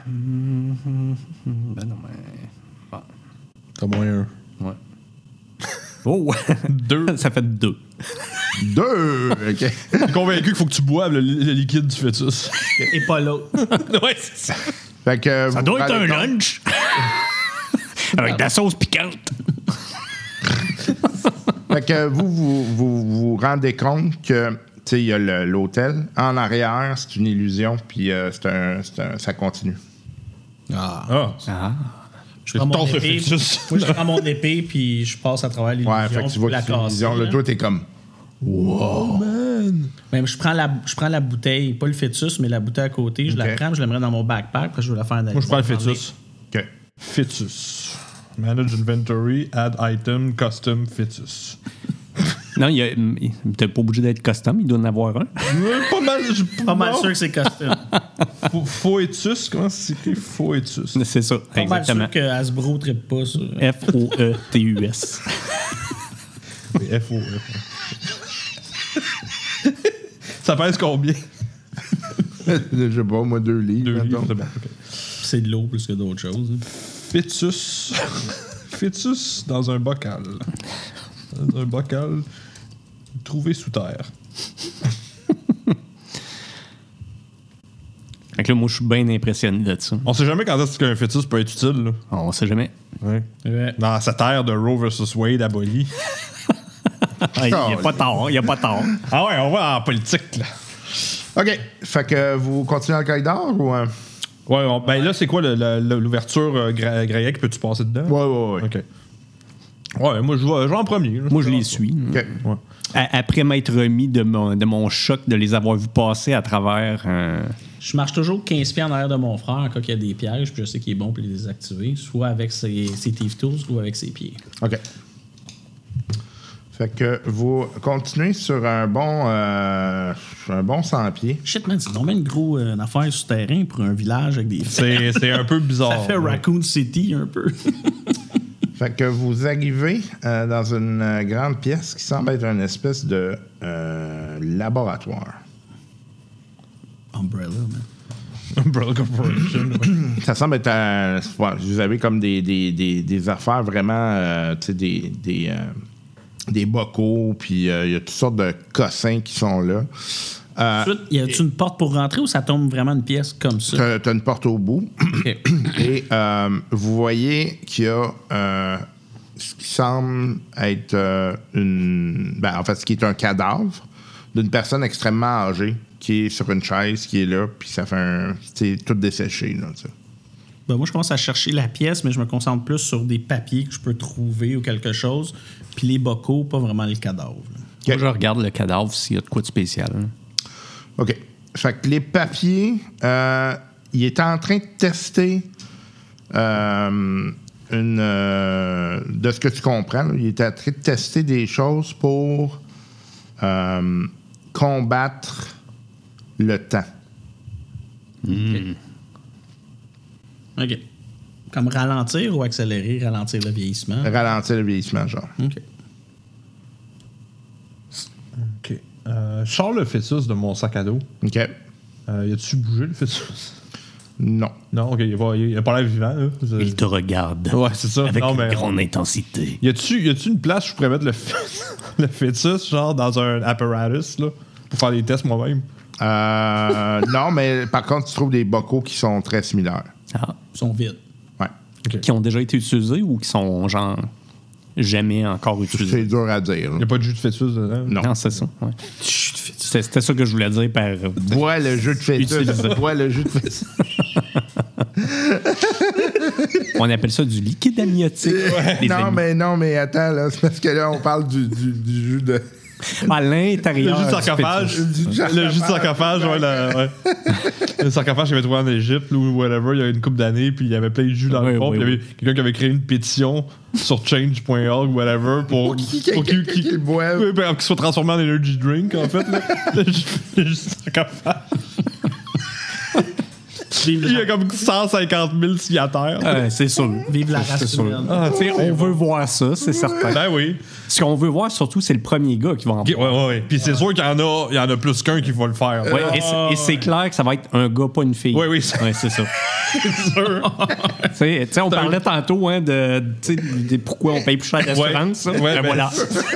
Ben non,
T'as moins un.
mais. Ouais. Oh! deux. Ça fait deux.
Deux! OK.
T'es convaincu qu'il faut que tu boives le, le liquide du fœtus.
Et pas l'autre.
ouais, c'est ça.
Fait que
Ça
vous
doit être un
rendez compte-
lunch! Avec de la sauce piquante!
Fait que vous, vous vous, vous rendez compte que, tu sais, il y a le- l'hôtel. En arrière, c'est une illusion, puis euh, c'est un, c'est un- ça continue.
Ah,
Je prends mon
Ton
épée.
fœtus.
Moi, je prends mon épée, puis je passe à travers l'illusion.
Ouais, fait que tu vois
pour
que
la hein.
c'est une
casser,
illusion. Là,
là.
toi, t'es comme.
Mais je prends, la, je prends la bouteille, pas le fœtus, mais la bouteille à côté. Je la
Ok.
prends, je la mets dans mon backpack, après je vais la faire analyser.
Moi, je prends le fœtus.
OK.
Fœtus. Manage inventory, add item, custom, fœtus.
Non, il y a- t'es pas obligé d'être custom, il doit en avoir un.
Euh, pas mal. je-
Pas mal
non.
sûr que c'est costume.
Fo- Foetus, comment c'est écrit Foetus?
C'est ça,
pas mal
exactement.
sûr que Hasbro ne trippe pas sur.
E
F-O-E-T-U-S.
Oui, E. FO. Ça pèse combien?
Je sais pas, moi, deux livres.
Deux
mettons.
livres, c'est bon. ok.
C'est de l'eau plus que d'autres choses. hein.
Fœtus. Fœtus dans un bocal. Dans un bocal trouvé sous terre.
Fait que
que là, moi, je suis bien impressionné de ça.
On sait jamais quand est-ce qu'un fœtus peut être utile. là.
On sait jamais.
Dans cette ère de Roe versus Wade abolie.
Il n'y a pas tort, il n'y a pas tort.
ah ouais, on va en politique, là.
OK. Fait que vous continuez dans le corridor ou. euh,
Ouais, on- ben là, c'est quoi le- le- le- l'ouverture euh, Gra- Grayek? Peux-tu passer dedans?
Ouais, ouais, ouais.
OK. Ouais, moi, je vais je vais en premier. là.
Moi, je les suis.
OK.
À- Après m'être remis de mon, de mon choc de les avoir vus passer à travers. euh,
Je marche toujours 15 pieds en arrière de mon frère quand il y a des pièges, puis je sais qu'il est bon pour les désactiver, soit avec ses, ses Thief Tools ou avec ses pieds.
OK. Fait que vous continuez sur un bon, euh, un bon 100 pieds.
Shit, man, c'est normalement une grosse affaire souterraine pour un village avec des. Ça
C'est c'est un peu bizarre.
fait Raccoon City un peu.
Fait que vous arrivez euh, dans une euh, grande pièce qui semble être une espèce de euh, laboratoire.
Umbrella, man.
Umbrella Corporation. ouais.
Ça semble être un. ouais, vous avez comme des, des, des, des affaires vraiment. euh, tu sais, des. Des, euh, des bocaux, puis euh, il y a toutes sortes de cossins qui sont là. Euh,
Ah. Ensuite, y a-tu une porte pour rentrer ou ça tombe vraiment une pièce comme ça?
T'as t'as une porte au bout. Et euh, vous voyez qu'il y a euh, ce qui semble être euh, une. ben, en fait, ce qui est un cadavre d'une personne extrêmement âgée qui est sur une chaise, qui est là, puis ça fait un. C'est tout desséché, là, tu sais.
Ben, moi, je commence à chercher la pièce, mais je me concentre plus sur des papiers que je peux trouver ou quelque chose, puis les bocaux, pas vraiment le cadavre. là.
Ok.
Moi, je regarde le cadavre s'il y a de quoi de spécial. hein.
OK. Fait que les papiers, euh, il était en train de tester euh, une. euh, de ce que tu comprends, là, il était en train de tester des choses pour euh, combattre le temps.
OK. Comme ralentir ou accélérer, ralentir le vieillissement.
Ralentir le vieillissement, genre.
OK.
OK. Euh, je sors le fœtus de mon sac à dos.
OK?
Euh, y a-tu bougé le fœtus?
Non.
Non, OK, il a pas- il a pas l'air vivant, là.
Euh,
Il te regarde
Ouais, c'est ça.
avec
non,
une
mais...
grande intensité.
Y a-tu y a-tu une place où je pourrais mettre le, fœ- le fœtus, genre, dans un apparatus, là, pour faire des tests moi-même?
Euh, non, mais par contre, tu trouves des bocaux qui sont très similaires.
Ah.
Ils sont vides.
Ouais.
Qui ont déjà été utilisés ou qui sont, genre, jamais encore
C'est
utilisés?
dur à dire.
Y a pas de jus de fœtus dedans?
Non.
Non, c'est ça. ouais. C'était c'était ça que je voulais dire par. euh,
Bois le jeu de fœtus.
Utilisé.
Bois le jeu de fœtus.
On appelle ça du liquide amniotique. les
non,
amis.
mais non, mais attends, là, c'est parce que là, on parle du, du, du jus de.
À
Le
l'intérieur.
jus de
du
sarcophage.
fœtus.
Le jus de sarcophage, ouais. la- ouais. Le sarcophage qu'il avait trouvé en Égypte ou whatever, il y a une couple d'années, puis il y avait plein de jus dans
Oui,
le fond.
oui,
puis il y
oui.
avait quelqu'un qui avait créé une pétition sur change.org, whatever, pour,
Pour qui- quelqu'un qui le boive.
Oui, ben, qu'il soit transformé en energy drink, en fait. là. le jus le jus de sarcophage.
Vive
Il y
la,
a comme 150 000 signataires.
Ouais, c'est sûr.
vive la race
C'est sûr.
humaine.
Ah, tu sais, on veut voir ça, c'est certain.
Ben oui.
Ce qu'on veut voir surtout, c'est le premier gars qui va en
Ok, Ouais, ouais, ouais. Puis c'est sûr qu'il y en a, il y en a plus qu'un qui va le faire.
Ouais, et c'est- et c'est clair que ça va être un gars, pas une fille.
Oui, oui, c'est-
Ouais, Ah, c'est ça.
c'est sûr.
Tu sais, tu sais, on parlait tantôt hein, de, tu sais, de pourquoi on paye plus cher l'assurance.
Ouais,
hein.
ouais,
Ben
ben,
voilà.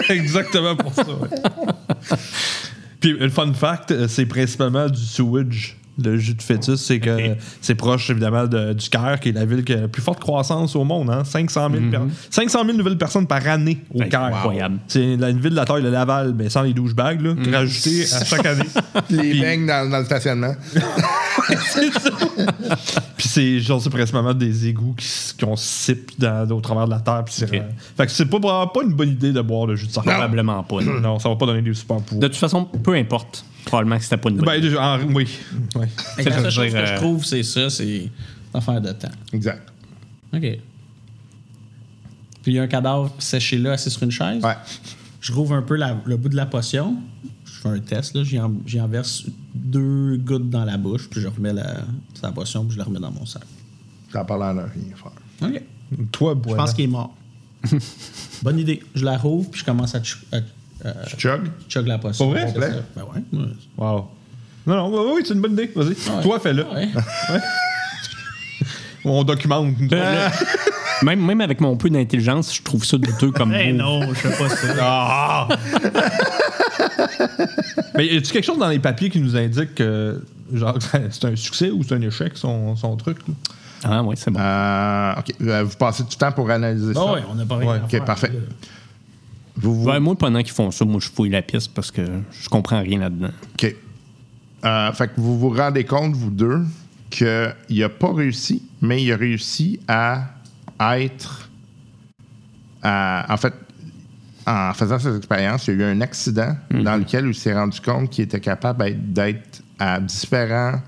c'est Exactement pour ça. ouais. Puis le fun fact, euh, c'est principalement du sewage. Le jus de fœtus, c'est que euh, c'est proche évidemment de- du Caire, qui est la ville qui a la plus forte croissance au monde. Hein? 500, 000 per- 500 000 nouvelles personnes par année au
Ben,
Caire.
incroyable.
C'est la- une ville de la taille de Laval, mais sans les douchebags, là, rajoutées à chaque année.
Les beignes dans, dans le stationnement.
Puis c'est genre c'est principalement des égouts qui s- qu'on sipe dans- au travers de la terre. Puis c'est euh, fait que c'est pas, probablement pas une bonne idée de boire le jus de sarcophage.
Probablement pas. non.
Non, ça va pas donner des super pouvoirs.
De toute façon, peu importe. Probablement que c'était pas une bonne
Ben,
idée.
déjà, en- oui. oui.
Fait que la
Ça veut
seule chose
dire,
que je
euh,
trouve, c'est ça, c'est l'affaire de temps.
Exact.
OK. Puis il y a un cadavre séché là, assis sur une chaise.
Ouais.
Je rouvre un peu la- le bout de la potion. Je fais un test, là. J'y en, j'y en verse deux gouttes dans la bouche, puis je remets la, sa potion, puis je la remets dans mon sac.
J'en parle en rien, frère.
OK.
Toi,
Je
bois.
pense qu'il est mort. Bonne idée. Je la rouvre, puis je commence à, ch- à- à euh,
Tu chug?
chug la potion.
Pour vrai?
C'est
Complet?
ça. Ben ouais. ouais.
Wow. Non, non, oui, oui, c'est une bonne idée. Vas-y. Toi, fais-le.
Ouais.
On documente.
Euh, même, même avec mon peu d'intelligence, je trouve ça douteux comme
Eh
mot.
non, je sais pas ça.
Ah! Mais y a-tu quelque chose dans les papiers qui nous indique que Genre, c'est un succès ou c'est un échec, son, son truc? là?
Ah, ouais, c'est bon.
Euh, OK. Euh, vous passez du temps pour analyser ça?
Bon, Ah ouais, on n'a pas rien
Ouais,
à
OK,
faire.
parfait. Vous, vous-
Ouais, moi, pendant qu'ils font ça, moi, je fouille la pièce parce que je comprends rien là-dedans.
OK. Euh, fait que vous vous rendez compte, vous deux, qu'il a pas réussi, mais il a réussi à être. à- en fait, en faisant cette expérience, il y a eu un accident dans lequel il s'est rendu compte qu'il était capable être- d'être à différents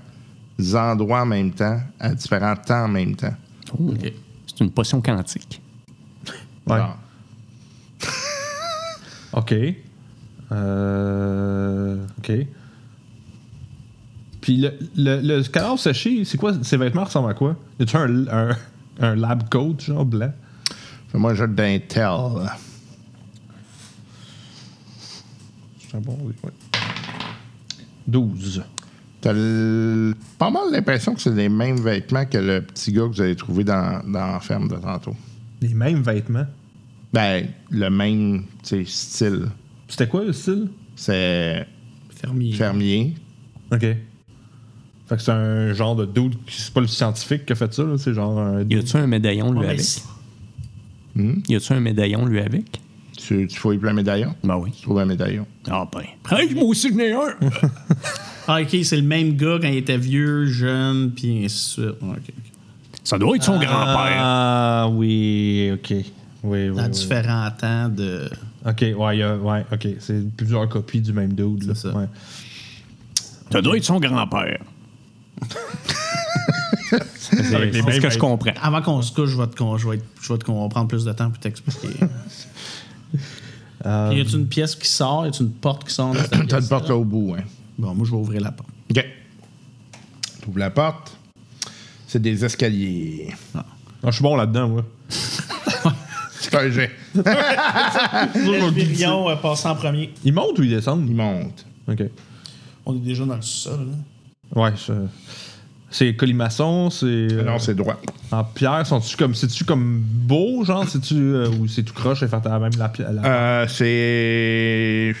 endroits en même temps, à différents temps en même temps.
Oh, C'est une potion quantique.
Ouais.
Genre,
OK. Euh, OK. Puis le, le, le cadavre séché, c'est quoi? Ses vêtements ressemblent à quoi? Y a-tu un, un, un lab coat, genre blanc?
Fais-moi un jeu d'intel.
C'est un Ah bon, oui, ouais. 12.
T'as l- pas mal l'impression que c'est les mêmes vêtements que le petit gars que vous avez trouvé dans, dans la ferme de tantôt.
Les mêmes vêtements.
Ben, le même tu sais, style.
C'était quoi le style?
C'est
Fermier.
fermier.
OK. Fait que c'est un genre de dude, qui- c'est pas le scientifique qui a fait ça, là, c'est genre un
Y
dude.
a-tu un médaillon, lui,
Ouais, mais
avec
c'est-
Y a-tu un médaillon, lui, avec
Tu, tu fouilles plein médaillon.
Ben oui.
Tu trouves un médaillon.
Ah, ben. Hey, moi aussi, j'en ai un
Ah, ok, c'est le même gars quand il était vieux, jeune, puis ainsi de suite. Ouais, ok, ok.
Ça doit être son grand-père.
Ah oui, OK. Oui, oui,
Dans
oui.
différents temps de.
OK, ouais, y a- ouais, OK. C'est plusieurs copies du même dude, là.
C'est ça.
Ouais.
Ça doit être son grand-père.
Avec les
C'est ce
Eh
mêmes
que je
ben
vêtements.
comprends.
Avant qu'on se couche, je vais te, con- je vais être- je vais te con- on va prendre plus de temps pour t'expliquer. Puis Y a-tu une pièce qui sort? Y a-tu une porte qui sort? de cette
T'as une
pièce-là?
porte là au bout, hein.
Bon, moi, je vais ouvrir la porte.
OK. T'ouvres la porte. C'est des escaliers.
Ah, je suis bon là-dedans, moi.
C'est un jet.
Le virion euh, passe en premier.
Ils montent ou ils descendent?
Ils montent.
OK.
On est déjà dans le sol. là.
Ouais, ça- c'est colimaçon, c'est. euh,
Non, c'est droit.
En pierre, sont-tu comme. C'est-tu comme beau, genre, c'est-tu. euh, ou c'est tout croche et faire ta- même la pierre.
Euh, c'est.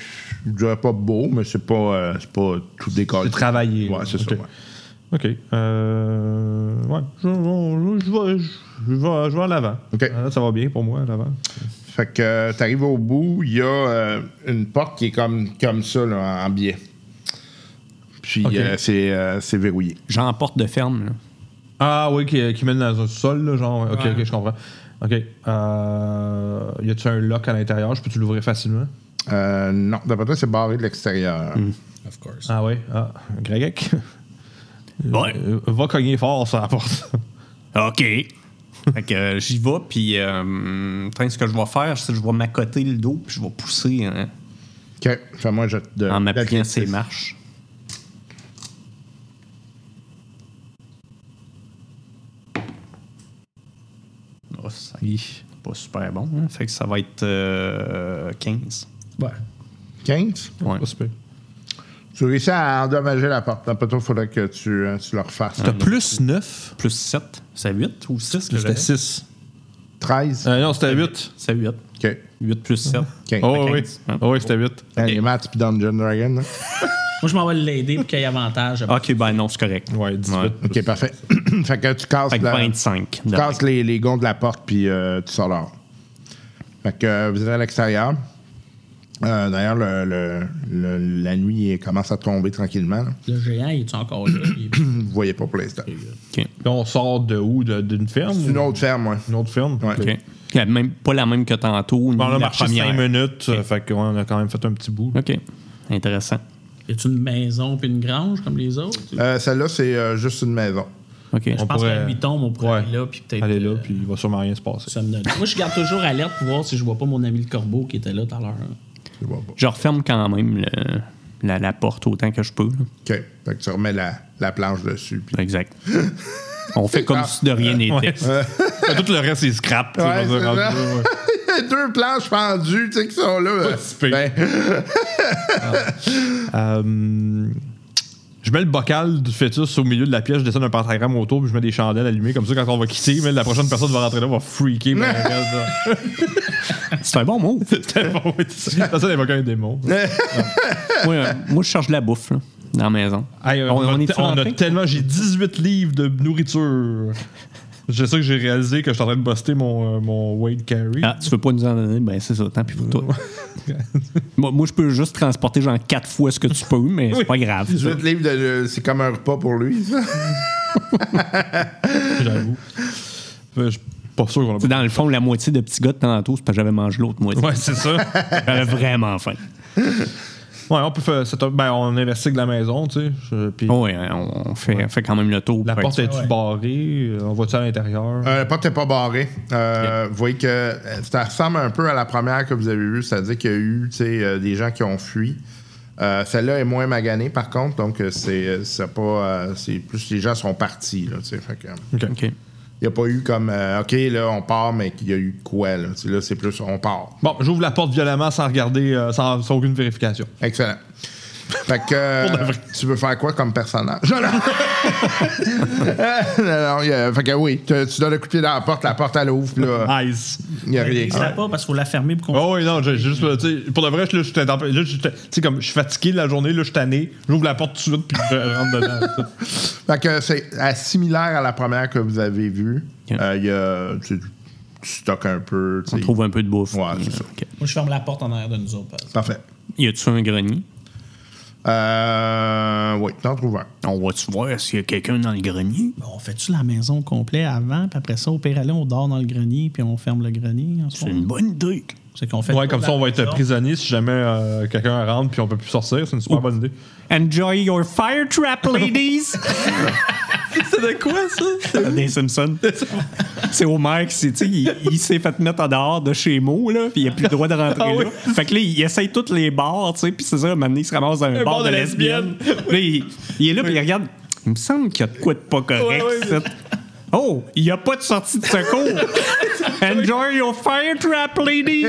Je dirais pas beau, mais c'est pas, euh, c'est pas tout décollé.
C'est travaillé,
Ouais,
là.
c'est
OK.
ça. ouais.
OK. Euh. Ouais. Je, je, je vais, je, je vais, je vais en l'avant.
OK.
Euh, Là, ça va bien pour moi, à l'avant.
Fait que euh, t'arrives au bout, il y a euh, une porte qui est comme, comme ça, là, en biais. Puis
Ok.
euh, c'est euh, c'est verrouillé.
J'emporte de ferme, là.
Ah oui, qui, qui mène dans un sol, là, genre. OK, OK, je comprends. OK. Euh. Y a-tu un lock à l'intérieur? Je peux-tu l'ouvrir facilement?
Euh, non, d'après toi, c'est barré de l'extérieur.
Hmm.
Of course.
Ah ouais. Ah. Greg,
Ouais.
euh, va cogner fort sur la porte.
OK. fait que euh, j'y vais, puis euh, putain, ce que je vais faire, c'est que je vais m'accoter le dos, puis je vais pousser
Euh,
hein,
OK, fais-moi je de
en m'appuyant
d'athlétisme.
ses marches. Oh, ça y est, pas super bon. hein. Fait que ça va être euh, 15.
15.
Ouais.
Pas super.
Tu réussis à endommager la porte. D'après toi, il faudrait que tu, euh, tu le refasses.
T'as plus 9.
Plus 7. C'est 8 ou 6 que
C'était
j'avais?
6.
13.
Euh,
non, c'était 8.
C'est 8.
OK.
8 plus 7.
OK.
Oh
Fait
oui.
15, hein.
Oh oui, c'était 8.
Hein, Les maths, puis Dungeon Dragon. là.
Moi, je m'en vais l'aider pour qu'il y ait avantage.
Ah.
OK, ben non, c'est correct.
Ouais, 18.
OK, parfait. fait que tu casses,
Fait que
la-
25.
tu casses les, les gonds de la porte, puis euh, tu sors dehors. Fait que euh, vous êtes à l'extérieur. Euh, D'ailleurs, le- le- le- la nuit elle commence à tomber tranquillement. là.
Le géant, il est encore là? Il-
Vous voyez pas pour l'instant.
OK.
Là, on sort de où De- D'une ferme
C'est une autre ferme, moi.
Une autre ferme
Ouais.
OK. La même- pas la même que tantôt. ni
Bon, on a
la
marché
première.
5 minutes. euh, Fait qu'on a quand même fait un petit bout.
OK. Intéressant.
Y a-tu une maison puis une grange comme les autres?
Euh, Celle-là, c'est euh, juste une maison.
OK.
je pense
pourrait-
qu'à 8 tombes, on pourrait
Ouais.
aller là puis peut-être.
Allez là,
euh,
puis il va sûrement rien se passer.
somnolent. Moi, je garde toujours alerte pour voir si je vois pas mon ami le corbeau qui était là tout à l'heure.
Je vois pas.
Je referme quand même le- la, la porte autant que je peux. là.
OK. Fait que tu remets la, la planche dessus. puis-
Exact. On fait comme si de rien n'était.
Fait tout le reste, c'est scrap. tu sais,
Ouais,
je veux dire,
c'est ça.
rendu là, ouais.
Il y a deux planches pendues, tu sais, qui sont là.
Pas si pire.
Ben,
Euh, Je mets le bocal du fœtus au milieu de la pièce, je dessine un pentagramme autour, puis je mets des chandelles allumées. Comme ça, quand on va quitter, mais la prochaine personne va rentrer là, va freaker. mais elle reste là.
C'est un bon mot.
C'était bon, oui, c'est ça. Personne n'évoque un démon.
moi, euh, moi, je cherche de la bouffe. là. dans la maison.
Hey, on, a
est
te- on a
rentré?
tellement. J'ai 18 livres de nourriture. Je sais que j'ai réalisé que je suis en train de buster mon, euh, mon Wade Carry.
Ah, tu veux pas nous en donner? Ben, c'est ça, tant pis pour toi. moi, moi, je peux juste transporter genre quatre fois ce que tu peux, mais c'est pas grave. ça.
18 livres, de- euh, c'est comme un repas pour lui, ça.
J'avoue. Euh, Je suis pas sûr qu'on
C'est
l'a
dans le fond la moitié de petits gars de tantôt, c'est parce que j'avais mangé l'autre moitié.
Ouais, c'est ça. ouais,
J'avais vraiment faim.
on peut faire. c'est un- Ben, on investit de la maison, tu sais. je- Puis
Ouais, on, on fait, on fait quand même le tour.
la
pour
porte
être-
est-tu barrée Euh, On va-tu à l'intérieur
Euh, la porte n'est pas barrée. Euh, Vous voyez que euh, ça ressemble un peu à la première que vous avez vue, c'est-à-dire qu'il y a eu tu sais, euh, des gens qui ont fui. Euh, Celle-là est moins maganée, par contre, donc euh, c'est euh, c'est pas. euh, c'est plus les gens sont partis, là, tu sais. Fait que, euh,
OK.
Il n'y a pas eu comme, euh, OK, là, on part, mais qu'il y a eu de quoi, là. Tu sais, Là, c'est plus, on part.
Bon, j'ouvre la porte violemment sans regarder, euh, sans, sans aucune vérification.
Excellent. Fait que euh, tu veux faire quoi comme personnage? Non, non. non, non, il y a- fait que oui, tu, tu donnes le coup de pied dans la porte, la porte elle ouvre, puis là,
Nice.
il n'y a rien.
Glisse-la pas parce qu'il faut la fermer pour qu'on.
Oh oui, non, j'ai j'ai juste. euh, tu sais, Pour de vrai, je- là, je suis intempé- là, je suis- Tu sais, comme je suis fatigué de la journée, là, je suis tanné. J'ouvre la porte tout de suite, puis je rentre dedans.
Fait que c'est euh, similaire à la première que vous avez vue.
Ok.
Euh, Il y a tu, tu stockes un peu. tu
On
sais.
trouve un peu de bouffe.
Ouais, c'est ça.
OK.
Moi, je ferme la porte en arrière de nous autres. par exemple.
Parfait.
Y a-tu un grenier?
Euh, oui, t'en trouves un.
On va-tu voir s'il y a quelqu'un dans le grenier?
Bon, on fait-tu la maison au complet avant, puis après ça, au pire aller, on dort dans le grenier, puis on ferme le grenier. en ce
C'est
moment?
une bonne idée.
C'est qu'on fait.
Ouais, comme ça, on va être
la maison.
prisonnier si jamais euh, quelqu'un rentre, puis on peut plus sortir. C'est une super bonne idée.
Enjoy your fire trap, ladies! Ah,
C'est de quoi, ça?
Des Simpsons. C'est Homer qui s'est- tu sais, il, il s'est fait mettre en dehors de chez Mo, là, puis il a plus le droit de rentrer là. Fait que là, il essaye toutes les bars, tu sais, puis c'est ça, un moment donné, il se ramasse dans un, bar, de, lesbiennes. Là, il, il est là, puis il regarde. Il me semble qu'il y a de quoi de pas correct, ça. Oh, il n'y a pas de sortie de secours. Enjoy your fire trap, ladies!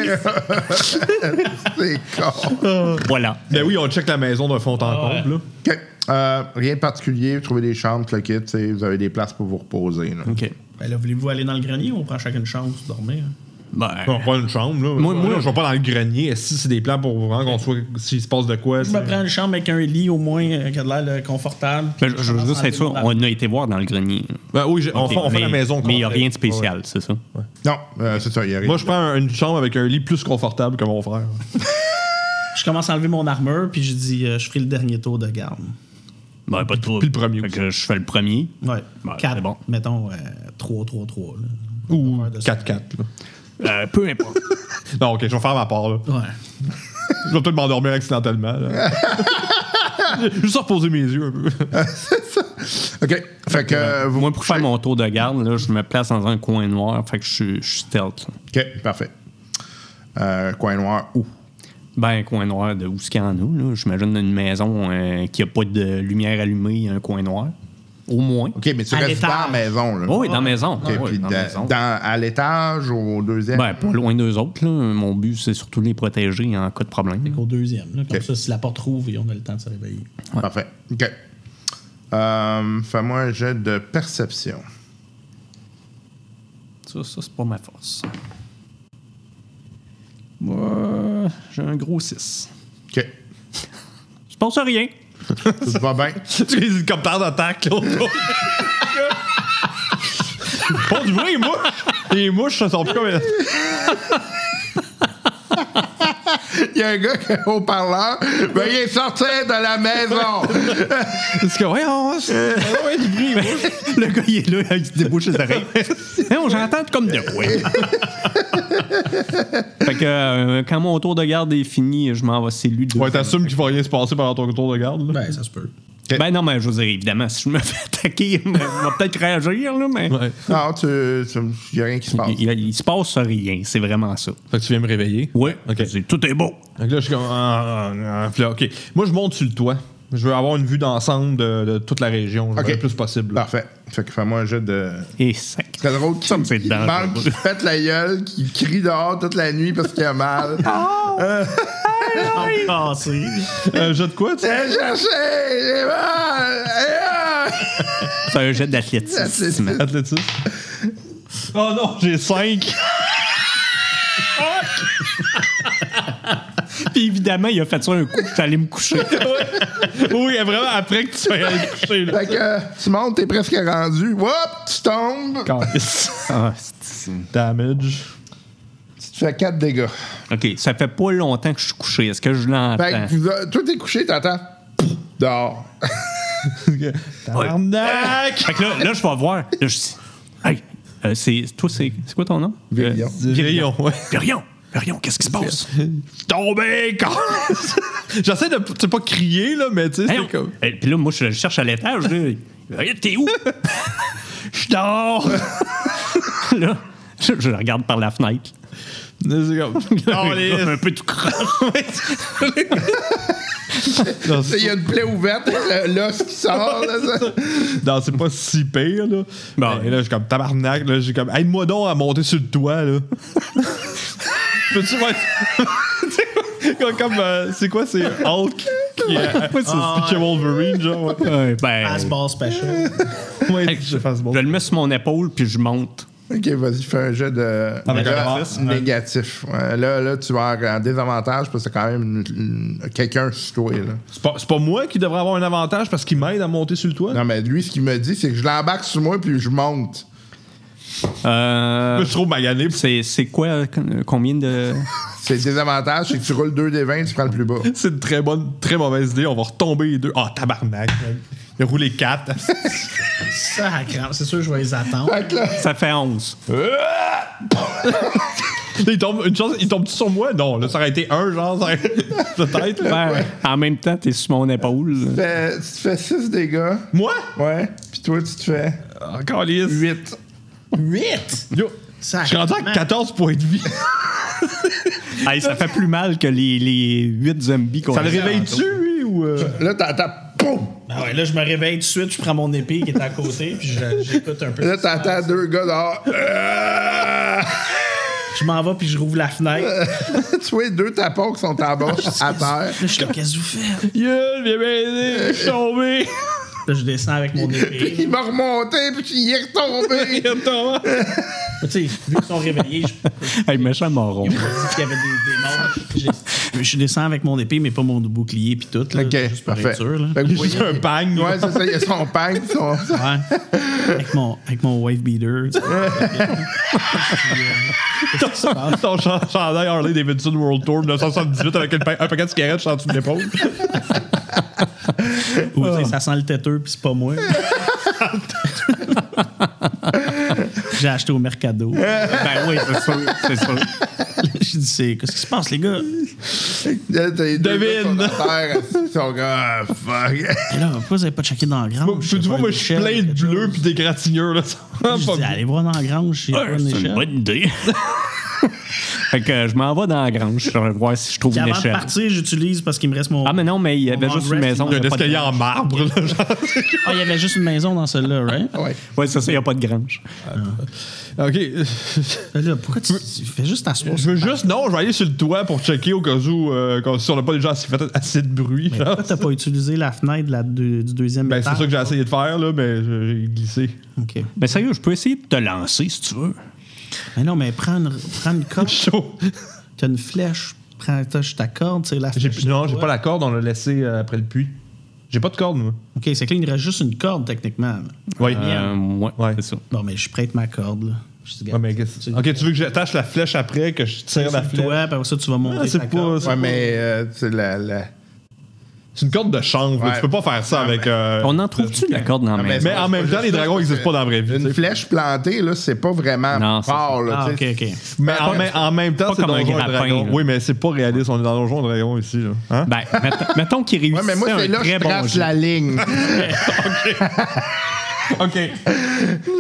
C'est con.
Voilà.
Ben oui, on check la maison d'un fond en
Ah
comble, là.
OK. Euh, rien de particulier, vous trouvez des chambres, le kit, tu sais, vous avez des places pour vous reposer. là.
OK.
Ben là, voulez-vous aller dans le grenier ou on prend chacune une chambre pour dormir?
Ben,
On prend une chambre, là. Moi, moi, je vais pas dans le grenier. Si c'est des plans pour vraiment qu'on soit. S'il se passe de quoi.
Je me prends une chambre avec un lit au moins euh, qui a de l'air euh, confortable.
Ben, je, je veux juste être sûr, on a été voir dans le grenier.
Ben oui, j'ai- on,
OK,
fait, on fait
mais-
la maison
Mais il n'y a
complète.
rien de spécial, c'est ça?
Non, euh, c'est ça, il n'y a rien.
Moi, je prends une chambre avec un lit plus confortable que mon frère.
Je commence à enlever mon armure, puis je dis, euh, je ferai le dernier tour de garde.
ben, pas de trouble.
Puis le premier
Fait
aussi.
que je fais le premier.
Ouais.
Ben,
Quatre,
c'est bon.
mettons, euh, 3-3-3. là.
Ou
Ouais, de ça.
4-4. là.
Euh, peu importe.
Non, ok, je vais faire ma part, là.
Ouais.
Je vais peut-être m'endormir accidentellement, là. Juste reposer mes yeux un peu.
OK. Fait que euh, vous.
Moi, pour faire mon tour de garde, là, je me place dans un coin noir, fait que je, suis- je suis stealth. là.
OK, parfait. Euh, coin noir, où?
Ben, un coin noir de où ce qu'il y en a, là. J'imagine dans une maison euh, qui n'a pas de lumière allumée, un coin noir. Au moins.
OK, mais tu
À
restes dans la
l'étage.
maison, là.
Oui, dans la maison.
OK,
Ah oui,
puis
dans
dans-
la maison.
dans- à l'étage ou au deuxième?
Ben, pas loin d'eux autres, là. Mon but, c'est surtout de les protéger en cas de problème.
Au deuxième. là. Comme
Ok.
ça, si la porte rouvre, on a le temps de se réveiller.
Parfait. OK. Euh, Fais-moi un jet de perception.
Ça, ça c'est pas ma force. Moi, j'ai un gros 6.
OK.
Je pense à rien.
Tout va bien?
tu les hélicoptères d'attaque, là. Pour du vrai, les mouches. Les mouches, ça sort plus comme.
Il y a un gars qui est au parleur. Veuillez sortir de la maison.
Parce que, ouais, on
Euh.
ouais, du bruit,
Le gars, il est là, il se débouche les oreilles. Hein, on j'entends comme de quoi. fait que euh, quand mon tour de garde est fini, je m'en vais c'est lui de
Ouais, t'assumes qu'il va rien se passer pendant ton tour de garde, là.
Ben, ça se peut.
Ben non, mais je veux dire, évidemment, si je me fais attaquer, il va peut-être réagir, là, mais.
Ouais.
Non, tu. tu- Il n'y a rien qui se passe.
Il, il- il se passe rien, c'est vraiment ça.
Fait que tu viens me réveiller.
Ouais,
Ok.
c'est- tout est beau.
Fait que là, je suis comme. ah, ah, ah. Puis là, OK. Moi, je monte sur le toit. Je veux avoir une vue d'ensemble de, de toute la région. Je veux
OK.
Le plus possible. là.
Parfait. Fait que fais-moi un jet de.
Et sec.
C'est drôle.
Ça me fait
Il
dedans,
manque,
ça.
qui pète la gueule, qui crie dehors toute la nuit parce qu'il a mal.
Ah, c'est.
Un jeu de quoi, tu sais?
Viens chercher! J'ai mal! Eh, ah!
C'est un jet d'athlétisme.
Athlétisme. Oh non, j'ai 5.
Puis évidemment, il a fait ça un coup. Je suis allé me coucher.
oui, vraiment, après que tu sois allé te coucher. là.
Fait que euh, tu montes, t'es presque rendu. Whoop, tu tombes.
Ah, c'est-
Damage.
Tu te fais 4 dégâts.
OK, ça fait pas longtemps que je suis couché. Est-ce que je
Ben-
Fait
Ben.
l'entends?
que vous- euh, toi, t'es couché, t'entends. Pff, Dehors.
Tabarnak!
Fait que là, là, je vais voir. Là, je dis, hey, euh, c'est, toi, c'est, c'est quoi ton nom?
Virion.
Euh, Virion, ouais.
Virion! Virion, qu'est-ce qui se passe?
Tombé, con! J'essaie de tu sais, pas crier, là, mais tu sais,
Hey,
c'est
on-
comme.
Eh, Puis là, moi, je le cherche à l'étage. là. Regarde, t'es où? Je dors! là, je, je le regarde par la fenêtre.
C'est comme. Oh, les-
un peu tout croche.
Il y a une plaie ouverte, le- l'os qui sort. là, ça.
Non, c'est pas si pire, là.
Bon.
Et là, je suis comme tabarnak, là. J'ai comme, aide-moi donc à monter sur le toit, là. Peux-tu, ouais. Tu sais, comme, comme, euh, c'est quoi, c'est Hulk qui est euh, qui est Wolverine, genre, ouais. Ah,
ben,
Fastball special.
Ouais,
hey, je,
je fasse bon.
je le mets sur mon épaule, puis je monte.
Ok, vas-y, fais un jet de
Avec un
là,
artiste,
négatif. Ouais, là, là, tu vas en désavantage parce que c'est quand même une- une- quelqu'un sur toi. Là.
C'est pas, c'est pas moi qui devrais avoir un avantage parce qu'il m'aide à monter sur le toit.
Non, mais lui, ce qu'il me dit, c'est que je l'embarque sur moi puis je monte.
Euh,
Je suis trop magané.
c'est, c'est quoi? euh, Combien de...
C'est le désavantage, c'est que tu roules 2 des 20, tu prends le plus bas.
C'est une très bonne, très mauvaise idée. On va retomber les deux. Ah, tabarnak. Il a roulé 4.
Ça, à crampe. c'est sûr que je vais les attendre.
Fait que là,
Ça fait 11.
il tombe, une chance, il tombe-tu sur moi? Non, là, ça aurait été un, genre, ça aurait- peut-être. là.
Ben, En même temps, t'es sur mon épaule.
fais- Ben, tu te fais 6 dégâts.
Moi?
Ouais. Puis toi, tu te fais
Encore lisse.
8.
8!
Yo,
Ça,
je suis rendu à 14 points de vie.
Hey, ça fait plus mal que les, les 8 zombies qu'on
Ça le
a.
réveille-tu, lui, ou... euh?
Là, t'entends. Poum!
Ah ouais, là, je me réveille tout de suite, je prends mon épée qui est à côté, puis je- j'écoute un peu.
Là, t'entends deux gars dehors. Euh!
Je m'en vais, puis je rouvre la fenêtre.
tu vois, deux tapons qui sont en bas à terre.
Là, je suis là, qu'est-ce que vous faites?
Yo, viens m'aider, je suis tombé.
Là, je descends avec mon épée.
Il m'a remonté, puis il est retombé.
Tu sais, vu qu'ils sont réveillés, je
Hey, méchant moron.
me dis qu'il y avait des, des morts. Je, je descends avec mon épée, mais pas mon bouclier, puis tout. Là,
OK,
juste pour
parfait.
être sûr, là.
Fait que vous
Juste
voyez-
un bang.
Ouais, c'est ça, il y a son pagne, son.
Ouais. Avec mon, avec mon wave beater. tu sais.
Ton chan- chandail Harley Davidson World Tour 1978 avec une pa- un paquet de cigarettes sur en dessous de l'épaule.
Ou,
Ah.
tu sais, ça sent le têteux, puis c'est pas moi. J'ai acheté au Mercado.
Ben oui, c'est sûr, c'est sûr.
J'ai dit, c'est, qu'est-ce qui se passe, les gars?
Là, t'as les deux gars
Devine.
qui sont en terre, ils sont comme, ah, fuck.
Et là, pourquoi vous avez pas checké dans la grange?
Tu vois, moi, je suis plein de bleus pis des gratignures, là. Ça va
Je dis,
pas
allez voir dans la grange, s'il y a pas une
c'est une
échelle.
bonne idée. fait que euh, je m'en vais dans la grange, je vais voir si je trouve
Puis
une
avant de
échelle.
partir, j'utilise parce qu'il me reste mon.
Ah, mais non, mais il y avait
On
juste une
reste,
maison.
il y a
il y a pas de
escalier en
grange.
marbre, là. genre.
Ah, il y avait juste une maison dans celle-là, right?
Ah,
Ouais, c'est ça, il n'y a pas de grange.
OK.
Fait Ben Là, pourquoi tu, tu fais juste t'asseoir?
Je veux juste, non, je vais aller sur le toit pour checker au cas où, euh, qu'on- si on n'a pas déjà assez fait assez de bruit. genre.
Pourquoi t'as pas utilisé la fenêtre de la- de- du deuxième
Ben, c'est
étage?
ça que j'ai essayé de faire, là, mais je- j'ai glissé.
OK.
Mais sérieux, je peux essayer de te lancer si tu veux.
Mais non, mais prends une, prends une corde.
Chaud.
T'as une flèche. Prends attache ta corde, c'est la flèche.
J'ai- Non, j'ai pas la corde, on l'a laissée euh, après le puits. J'ai pas de corde, moi.
OK, c'est que là, il me reste juste une corde, techniquement. là.
Oui.
Euh, ouais,
Ouais.
c'est ça.
Bon, mais je prête ma corde, là. Je te
Ouais, Ah, mais qu'est-ce- ok, tu veux que j'attache la flèche après, que je tire la flèche?
Toi, puis après ça, tu vas monter
Ah, c'est
ta
pas-
corde.
c'est-
Ouais, mais euh, c'est la. la...
C'est une corde de chanvre, là,
Ouais.
tu peux pas faire ça avec. euh,
On en trouve-tu de la corde dans la
Non,
maison?
Mais en même temps, les dragons n'existent pas dans la vraie vie. tu
Une
sais.
flèche plantée, là, c'est pas vraiment
Non, c'est
fort, là.
Ah,
tu
OK,
sais.
OK.
Mais en, même- en même temps,
pas
c'est
comme un
Donjon et
grappin,
Dragon.
là.
Oui, mais c'est pas réaliste, on est dans Donjon et Dragon ici. Là. Hein?
Ben, mettons- mettons qu'il réussit
Ouais, mais moi, c'est
un
là que
très
je
bon
trace
jeu.
la ligne.
Ah, OK.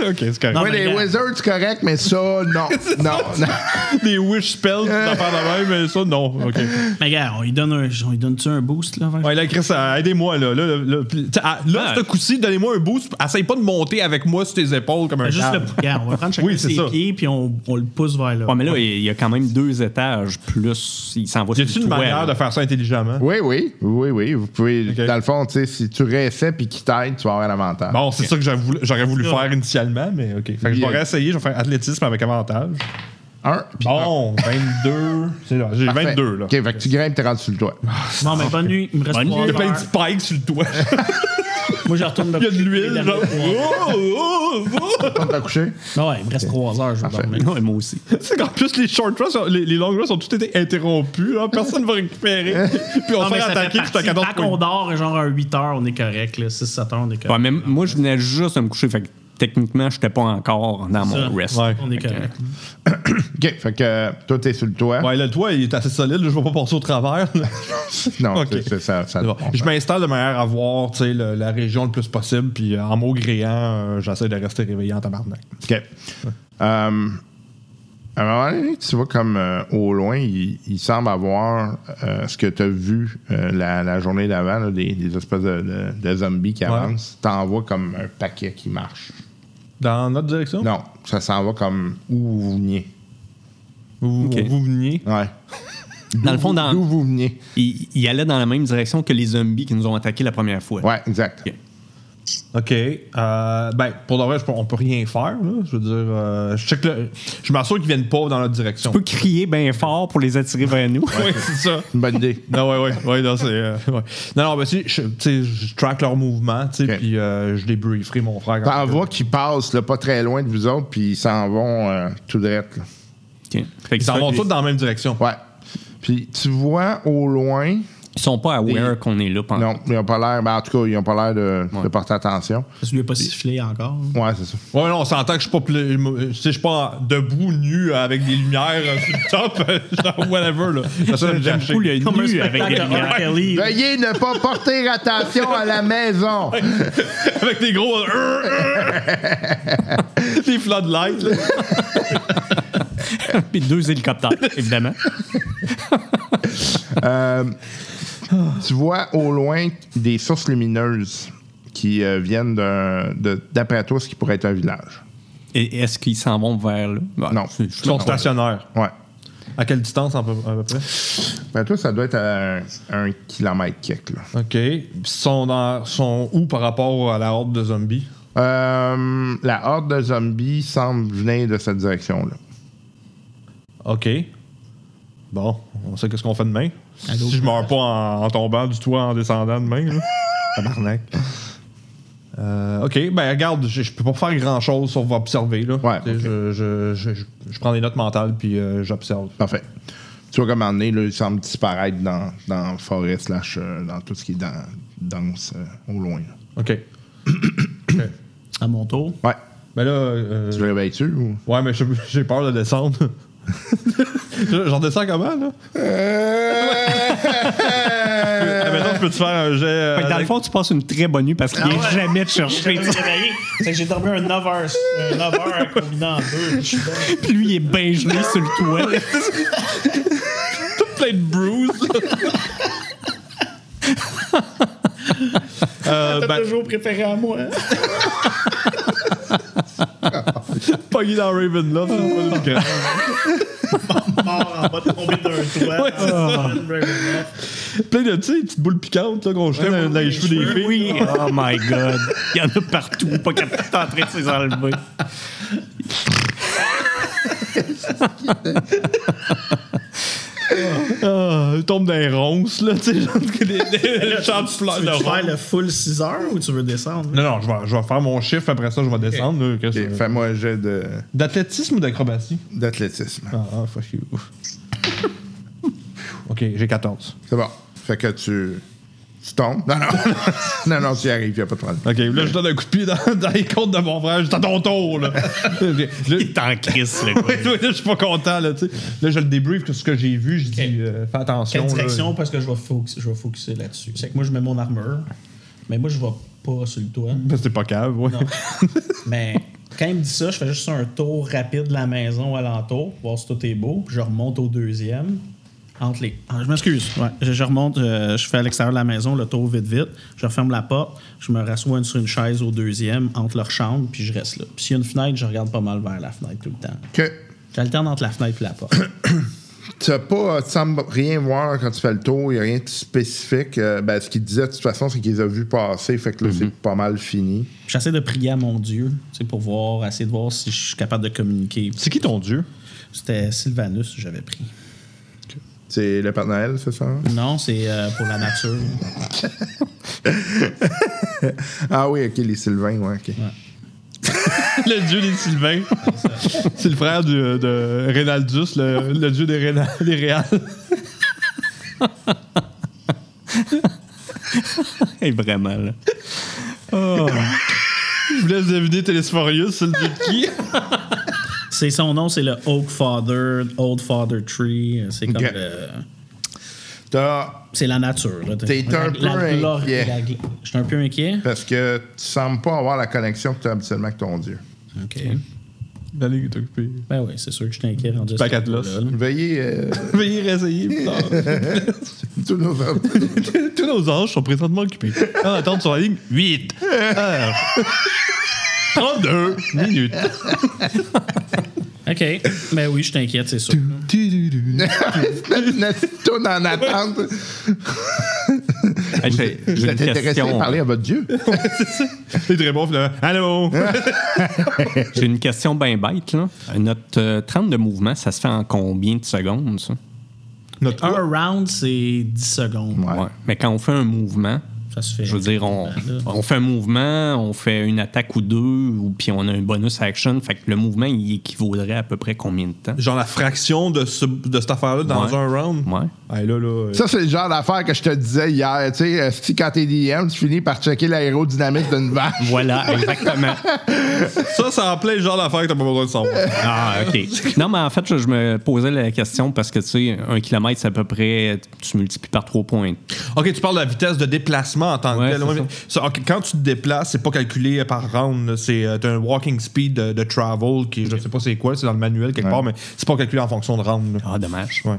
OK, c'est correct.
Moi, les
regarde.
wizards, c'est correct, mais ça, non. non, non.
des wish spells, des affaires de même, mais ça, non. OK.
Mais gars, on lui donne un, on lui donne-tu un boost, là? avant que-
Ouais, là, Chris, euh, aidez-moi, là. Là, là, là, puis, t'sais, à- là,
Ah.
ce coup-ci, donnez-moi un boost. Essaye pas de monter avec moi sur tes épaules comme un
Juste
câble.
le gars, on va prendre chacun
Oui, c'est
ses
ça.
pieds, puis on, on le pousse vers là.
Ouais, mais là, il y a quand même deux étages, plus il s'en va
Y
sur
a-tu
le
une
toit,
manière
là.
de faire ça intelligemment?
Oui, oui. Oui, oui. Vous pouvez.
Ok.
Dans le fond, tu sais, si tu réessais puis qu'il t'aide, tu vas avoir un avantage.
Bon, c'est ça que j'aurais voulu, j'aurais voulu
Ça.
faire initialement, mais OK. Fait que je
Bien.
vais réessayer, je vais faire athlétisme avec avantage.
1.
Bon, 22. C'est là, j'ai 22, là.
OK, fait que tu grimpes, t'es rendu sur le toit.
Bon, mais bonne nuit. Il me reste
Bonne
trois
nuit.
Il y a plein de
heures.
spikes sur le toit.
Moi, je retourne me
Il y a de l'huile,
coucher.
genre. Oh, oh, oh.
Quand t'as couché,
Non, ouais, il me reste trois heures. Je vais dormir.
Non, moi aussi.
C'est qu'en plus, les short runs, les, les long runs ont tous été interrompus. hein. Personne ne va récupérer. Puis on
Non,
se
mais
fait
ça fait
attaquer jusqu'à
partie.
14
Tant qu'on
points.
dort, genre à 8 heures, on est correct. Là. 6, 7 heures, on est correct.
Ouais, mais moi, je venais juste de me coucher. Fait que techniquement, j'étais pas encore dans
Ça,
mon rest.
On est correct.
OK, fait que euh, toi, t'es sur le toit.
Ouais, là, le toit, il est assez solide. là, je vais pas passer au travers. là.
Non,
Ok.
c'est- c'est ça. ça
C'est bon.
on-
Je m'installe de manière à voir tu sais, le- la région le plus possible. Puis euh, en maugréant, euh, j'essaie de rester réveillé en tabarnak.
OK. Euh, à un moment donné, tu vois comme euh, au loin, il, il semble avoir euh, ce que tu as vu euh, la, la journée d'avant, là, des, des espèces de, de- de zombies qui avancent. T'en vois comme un paquet qui marche.
Dans notre direction?
Non, ça s'en va comme où vous veniez.
Vous,
Ok.
vous veniez?
Ouais.
Dans le fond,
Ah.
dans-
D'où vous veniez.
Il, il allait dans la même direction que les zombies qui nous ont attaqués la première fois.
Ouais, exact.
Ok.
OK. Euh, ben, pour le vrai, je peux- on peut rien faire. là. Je veux dire, euh, je, check le- je m'assure qu'ils viennent pas dans notre direction.
On peut crier bien fort pour les attirer vers nous.
Oui, c'est ça.
Une bonne idée.
Non, ouais, ouais, ouais, non, c'est. euh, ouais. Non, non, ben, si, je, tu sais, je track leur mouvement, tu sais,
Ok.
puis euh, je débrieferai mon frère. quand-
T'en vois qu'ils passent là, pas très loin de vous autres, puis ils s'en vont euh, tout direct. là.
Ok. Fait que
Ils s'en
ça,
vont
les-
tous dans la même direction.
Ouais. Puis tu vois au loin,
Ils sont pas aware qu'on est là
Ah.
pendant.
non, ils n'ont pas l'air, ben, en tout cas, ils n'ont pas l'air de, de porter attention.
Je lui ai pas sifflé encore.
Ouais, c'est ça.
Ouais, non, on s'entend que je suis pas, plus- euh, tu sais, je suis pas debout, nu, avec des lumières euh, sur le top, genre whatever, là. Ça, ça,
J'aime beaucoup le nu avec des lumières.
Kelly.
Veuillez ne pas porter attention à la maison.
Avec des gros. euh, euh, euh. des floodlights, là.
Puis deux hélicoptères, évidemment.
Euh, tu vois au loin des sources lumineuses qui euh, viennent d'un- de- d'après toi, ce qui pourrait être un village.
Et est-ce qu'ils s'en vont vers là?
Ah
Bah,
Non.
c'est- je
Ils sont
sais pas.
stationnaires.
Ouais.
À quelle distance, à peu, à peu près?
Ben toi, ça doit être à un, un kilomètre quelque. là.
OK. Ils sont, dans, sont où par rapport à la horde de zombies?
Euh, la horde de zombies semble venir de cette direction-là.
OK. Bon, on sait qu'est-ce qu'on fait demain. Si je meurs pas en, en tombant du toit, en descendant demain, là. Tabarnak. Euh, OK, ben regarde, je, je peux pas faire grand-chose sauf observer, là.
Ouais,
Tu sais,
ok.
je, je- je- je- je prends des notes mentales, puis euh, j'observe.
Parfait. Tu vois comme un moment donné, là, il semble disparaître dans, dans la forêt, slash, euh, dans tout ce qui est dans, dense euh, au loin. là.
OK.
À mon tour.
Ouais.
Ben là... euh,
Tu le réveilles-tu ou.
Ouais, mais je- j'ai peur de descendre. Je- J'en descends comment, là? Ah, maintenant, je peux te faire un jet... euh,
Fait que dans le
avec-
fond, tu passes une très bonne nuit parce
Ah
qu'il n'est
ouais.
jamais de chercher.
réveillé. C'est que j'ai dormi un 9 heures. Un 9 heures combinant en deux. Je suis bon.
Puis lui, il est bien gelé sur le toit.
plein de bruises. euh, ben,
toujours préféré à moi. hein?
pogné dans Ravenloft, c'est pas le cas.
Mort en bas de tomber d'un toit.
Ouais, c'est
Ah.
Plein de tu sais, petites boules piquantes là, qu'on jetait dans, dans les cheveux des filles.
Oui. Oh my God. Il y en a partout. Pas capable de en train de les enlever.
Ah, elle tombe dans les ronces, là, tu sais, genre des, des, des champs de fleurs
Tu
de
veux
ronces.
faire le full 6 heures ou tu veux descendre?
Non, non, je vais, je vais faire mon chiffre, après ça, je vais descendre. là, qu'est-ce
Ok,
que-
Fais-moi un jet de-
D'athlétisme ou d'acrobatie?
d'athlétisme.
Ah, ah, fuck you. ok, j'ai 14.
C'est bon. Fait que tu. Tu tombes. Non, non. non, non, tu y arrives, il n'y a pas de problème.
Ok, là, je donne un coup de pied dans, dans les côtes de mon frère. Je dis, à ton tour, là. Je- je-
Il est en crise, le gars.
Ouais, ouais, là, je suis pas content, là, tu sais. Là, je le débrief que ce que j'ai vu, je dis, euh, fais attention.
Quelle
là.
direction? Parce que je vais, focus, je vais focuser là-dessus. C'est que moi, je mets mon armure. Mais moi, je vais pas sur le toit.
Ben, c'est pas cave, ouais.
Non. Mais quand il me dit ça, je fais juste un tour rapide de la maison alentour, pour voir si tout est beau. Puis je remonte au deuxième. Entre les... Ah, je m'excuse. Ouais. Je, je remonte, euh, je fais à l'extérieur de la maison le tour vite vite. Je referme la porte, je me rassois une- sur une chaise au deuxième, entre leur chambre, puis je reste là. Puis s'il y a une fenêtre, je regarde pas mal vers la fenêtre tout le temps.
Que
J'alterne entre la fenêtre et la porte.
tu n'as pas. euh, Tu sembles rien voir quand tu fais le tour, il n'y a rien de spécifique. Euh, ben, ce qu'il disait, de toute façon, c'est qu'ils ont vu passer, fait que là, c'est pas mal fini.
J'essaie de prier à mon Dieu, tu sais, pour voir, essayer de voir si je suis capable de communiquer.
C'est qui ton dieu?
C'était Sylvanus que j'avais pris.
C'est le Père Noël, c'est ça?
Non, c'est euh, pour la nature.
ah oui, ok, les Sylvains, ouais, ok.
le dieu des Sylvains. C'est le frère du- de Reynaldus, le, le dieu des, Réna, des Réals.
Et vraiment, là.
Je vous laisse deviner Telesphorius, c'est le dieu de qui?
c'est son nom, c'est le Oak Father, Old Father Tree. C'est comme
Ok.
le-
T'as-
C'est la nature. là.
T'es
La-
un
la-
peu
la-
inquiet.
la- Je suis un peu inquiet.
Parce que tu sembles pas avoir la connexion que tu as habituellement avec ton dieu.
OK.
La ligne est occupée.
Ben oui, c'est sûr que je suis inquiet rendu à ce
Back at
niveau-là,
loss.
Mm.
là.
Veuillez euh,
Veuillez réessayer plus tard.
tout nous
Tous nos anges sont présentement occupés. On attend sur la ligne 8 heures. 32 minutes.
OK. Ben oui, je suis inquiète, c'est sûr.
tout en attente.
Hey, j'ai- j'ai
Vous
une
êtes intéressé
question.
à parler à votre dieu?
C'est très bon, finalement. Allô?
J'ai une question bien bête, là. Notre euh, 30 de mouvement, ça se fait en combien de secondes, ça?
Un round, c'est 10 secondes.
Ouais. Mais quand on fait un mouvement,
Ça se fait.
je veux dire, on,
Là.
on fait un mouvement, on fait une attaque ou deux, ou puis on a un bonus action. Fait que le mouvement, il équivaudrait à peu près combien de temps?
Genre la fraction de, ce- de cette affaire-là dans
Ouais.
un round.
Ouais.
Hey, là, là. euh,
Ça, c'est le genre d'affaire que je te disais hier. Tu sais, euh, si quand t'es DM, tu finis par checker l'aérodynamique d'une vache.
Voilà, exactement.
Ça, ça en plaît, le genre d'affaire que t'as pas besoin de savoir.
Ah, OK. Non, mais en fait, je, je me posais la question parce que, tu sais, un kilomètre, c'est à peu près, tu multiplies par 3 points.
ok, tu parles de la vitesse de déplacement en tant
Ouais,
que telle.
c'est
Ouais,
ça.
mais- ça, ok, quand tu te déplaces, c'est pas calculé par round. là, C'est euh, t'as un walking speed de, de travel qui, je sais pas c'est quoi, c'est dans le manuel quelque part, mais c'est pas calculé en fonction de round. là.
Ah, dommage.
Ouais.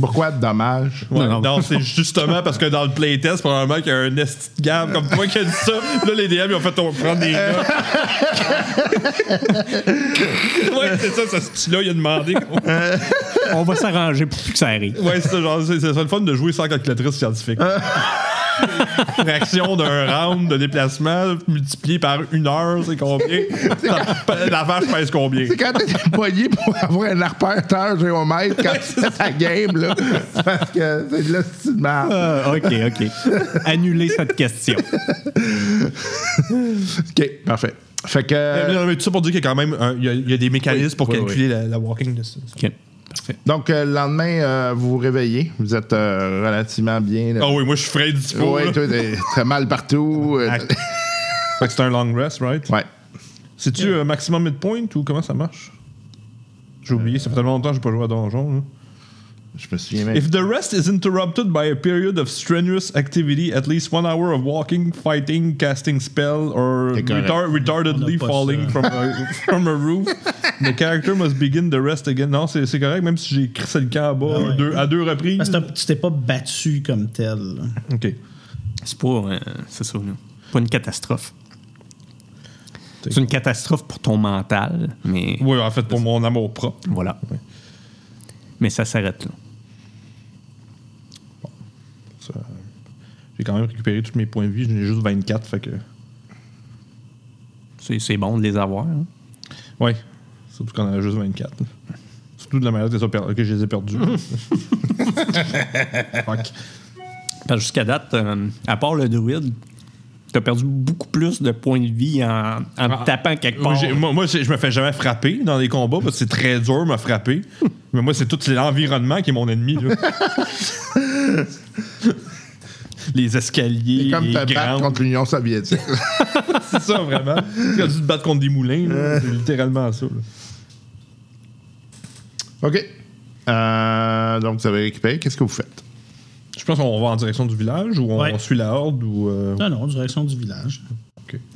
Pourquoi dommage?
Ouais, non,
Non, non.
c'est justement parce que dans le playtest, probablement qu'il y a un esti de gave comme toi qui a dit ça. Là, les DM, ils ont fait on va prendre des notes. ouais, c'est ça, ce style-là, il a demandé.
On va s'arranger pour plus que ça arrive.
Ouais, c'est ça, genre, c'est, c'est ça le fun de jouer sans calculatrice scientifique. Fraction d'un round de déplacement multiplié par une heure, c'est combien? Ça- La vache pèse combien?
C'est quand t'es poigné pour avoir un arpenteur géomètre quand tu fais ta game, là. Parce que c'est de l'hostie de merde.
Ah, OK, OK. Annuler cette question.
OK, parfait. Fait que.
Euh,
Euh,
Non, mais tout ça pour dire qu'il y a quand même un- il y a, il y a des mécanismes pour calculer La, la walking distance.
OK. Parfait.
Donc, euh, le lendemain, euh, vous vous réveillez. Vous êtes euh, relativement bien. là.
Ah oui, moi je suis frais dispo.
ouais,
là.
toi, t'es très mal partout. euh,
Act- Fait que c'est un long rest, right?
ouais.
C'est-tu euh, maximum midpoint ou comment ça marche? J'ai oublié, ça fait tellement longtemps que j'ai pas joué à Donjon. là.
Je me souviens même.
If the rest is interrupted by a period of strenuous activity, at least one hour of walking, fighting, casting spell, or
C'est correct.
retar- retardedly
On a pas
falling
ça.
from a, from a roof, the character must begin the rest again. Non, c'est c'est correct, même si j'ai crissé le camp en bas
Ah ouais.
deux- à deux reprises.
Parce que t'as- tu t'es pas battu comme tel. là.
Ok.
C'est pas. euh, c'est ça, là. Pas une catastrophe. C'est une catastrophe pour ton mental, mais
Oui, en fait, pour mon amour propre.
voilà. Mais ça s'arrête là.
Ça, euh, J'ai quand même récupéré tous mes points de vie, j'en ai juste 24, fait que.
C'est c'est bon de les avoir. hein.
Ouais. Surtout qu'on en a juste 24. Surtout de la manière que, les a per- que je les ai perdus. Fuck.
Parce que jusqu'à date, euh, à part le druide, t'as perdu beaucoup plus de points de vie en, en te tapant quelque
Moi,
part.
j'ai- moi, moi, c'est- je me fais jamais frapper dans les combats parce que c'est très dur me frapper. Mais moi, c'est tout c'est l'environnement qui est mon ennemi. là. les escaliers,
C'est comme
les
te battre
grandes.
contre l'Union soviétique.
C'est ça, vraiment. Quand tu te battes contre des moulins,
Euh.
là, c'est littéralement ça. là.
OK. Euh, donc, vous avez récupéré. Qu'est-ce que vous faites?
Je pense qu'on va en direction du village ou on
Ouais.
suit la horde ou. euh,
Non, non, direction du village.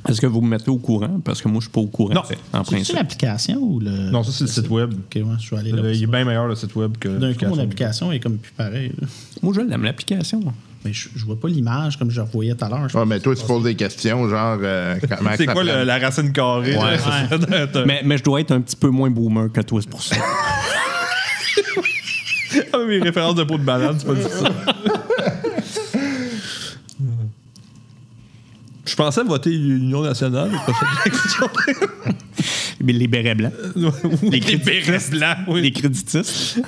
Est-ce que vous me mettez au courant? Parce que moi, je suis pas au courant.
Non.
en
C'est
principe.
l'application ou le.
Non, ça, c'est le site web.
Ok, ouais, je vais aller là.
Le- il est bien meilleur le site web que.
D'un coup, mon application est comme plus pareille. là.
Moi, je l'aime, l'application.
Mais je, je vois pas l'image comme je la revoyais tout à l'heure. Je-
Ah, mais toi, tu poses des questions, genre. euh, comment
C'est
ça
quoi
prend-
le- la racine carrée?
Ouais.
c'est ça.
Mais, mais je dois être un petit peu moins boomer que toi, c'est pour ça.
Ah, mes références de peau de banane, c'est pas du tout ça. Je pensais voter Union nationale. mais pas ça.
les bérets blancs. les
bérets blancs, oui.
Les créditistes.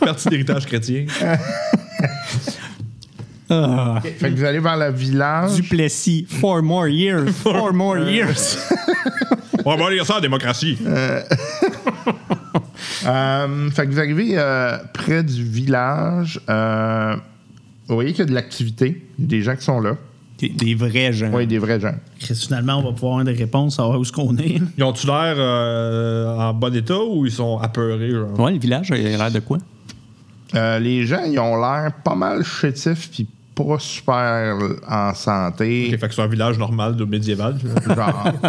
Partie d'héritage chrétien.
Ah.
Fait que vous allez vers le village.
Duplessis, four more years, four more
Euh,
years.
On va lire ça en démocratie.
Euh, fait que vous arrivez euh, près du village. euh, vous voyez qu'il y a de l'activité. Il y a des gens qui sont là.
Des, des vrais gens.
Oui, des vrais gens.
Chris, Finalement, on va pouvoir avoir des réponses, savoir où est-ce qu'on est.
Ils ont-tu l'air euh, en bon état ou ils sont apeurés? genre?
Ouais, le village, il a l'air de quoi?
Euh, les gens, ils ont l'air pas mal chétifs puis pas super en santé.
Ok, fait que c'est un village normal de médiéval. tu vois.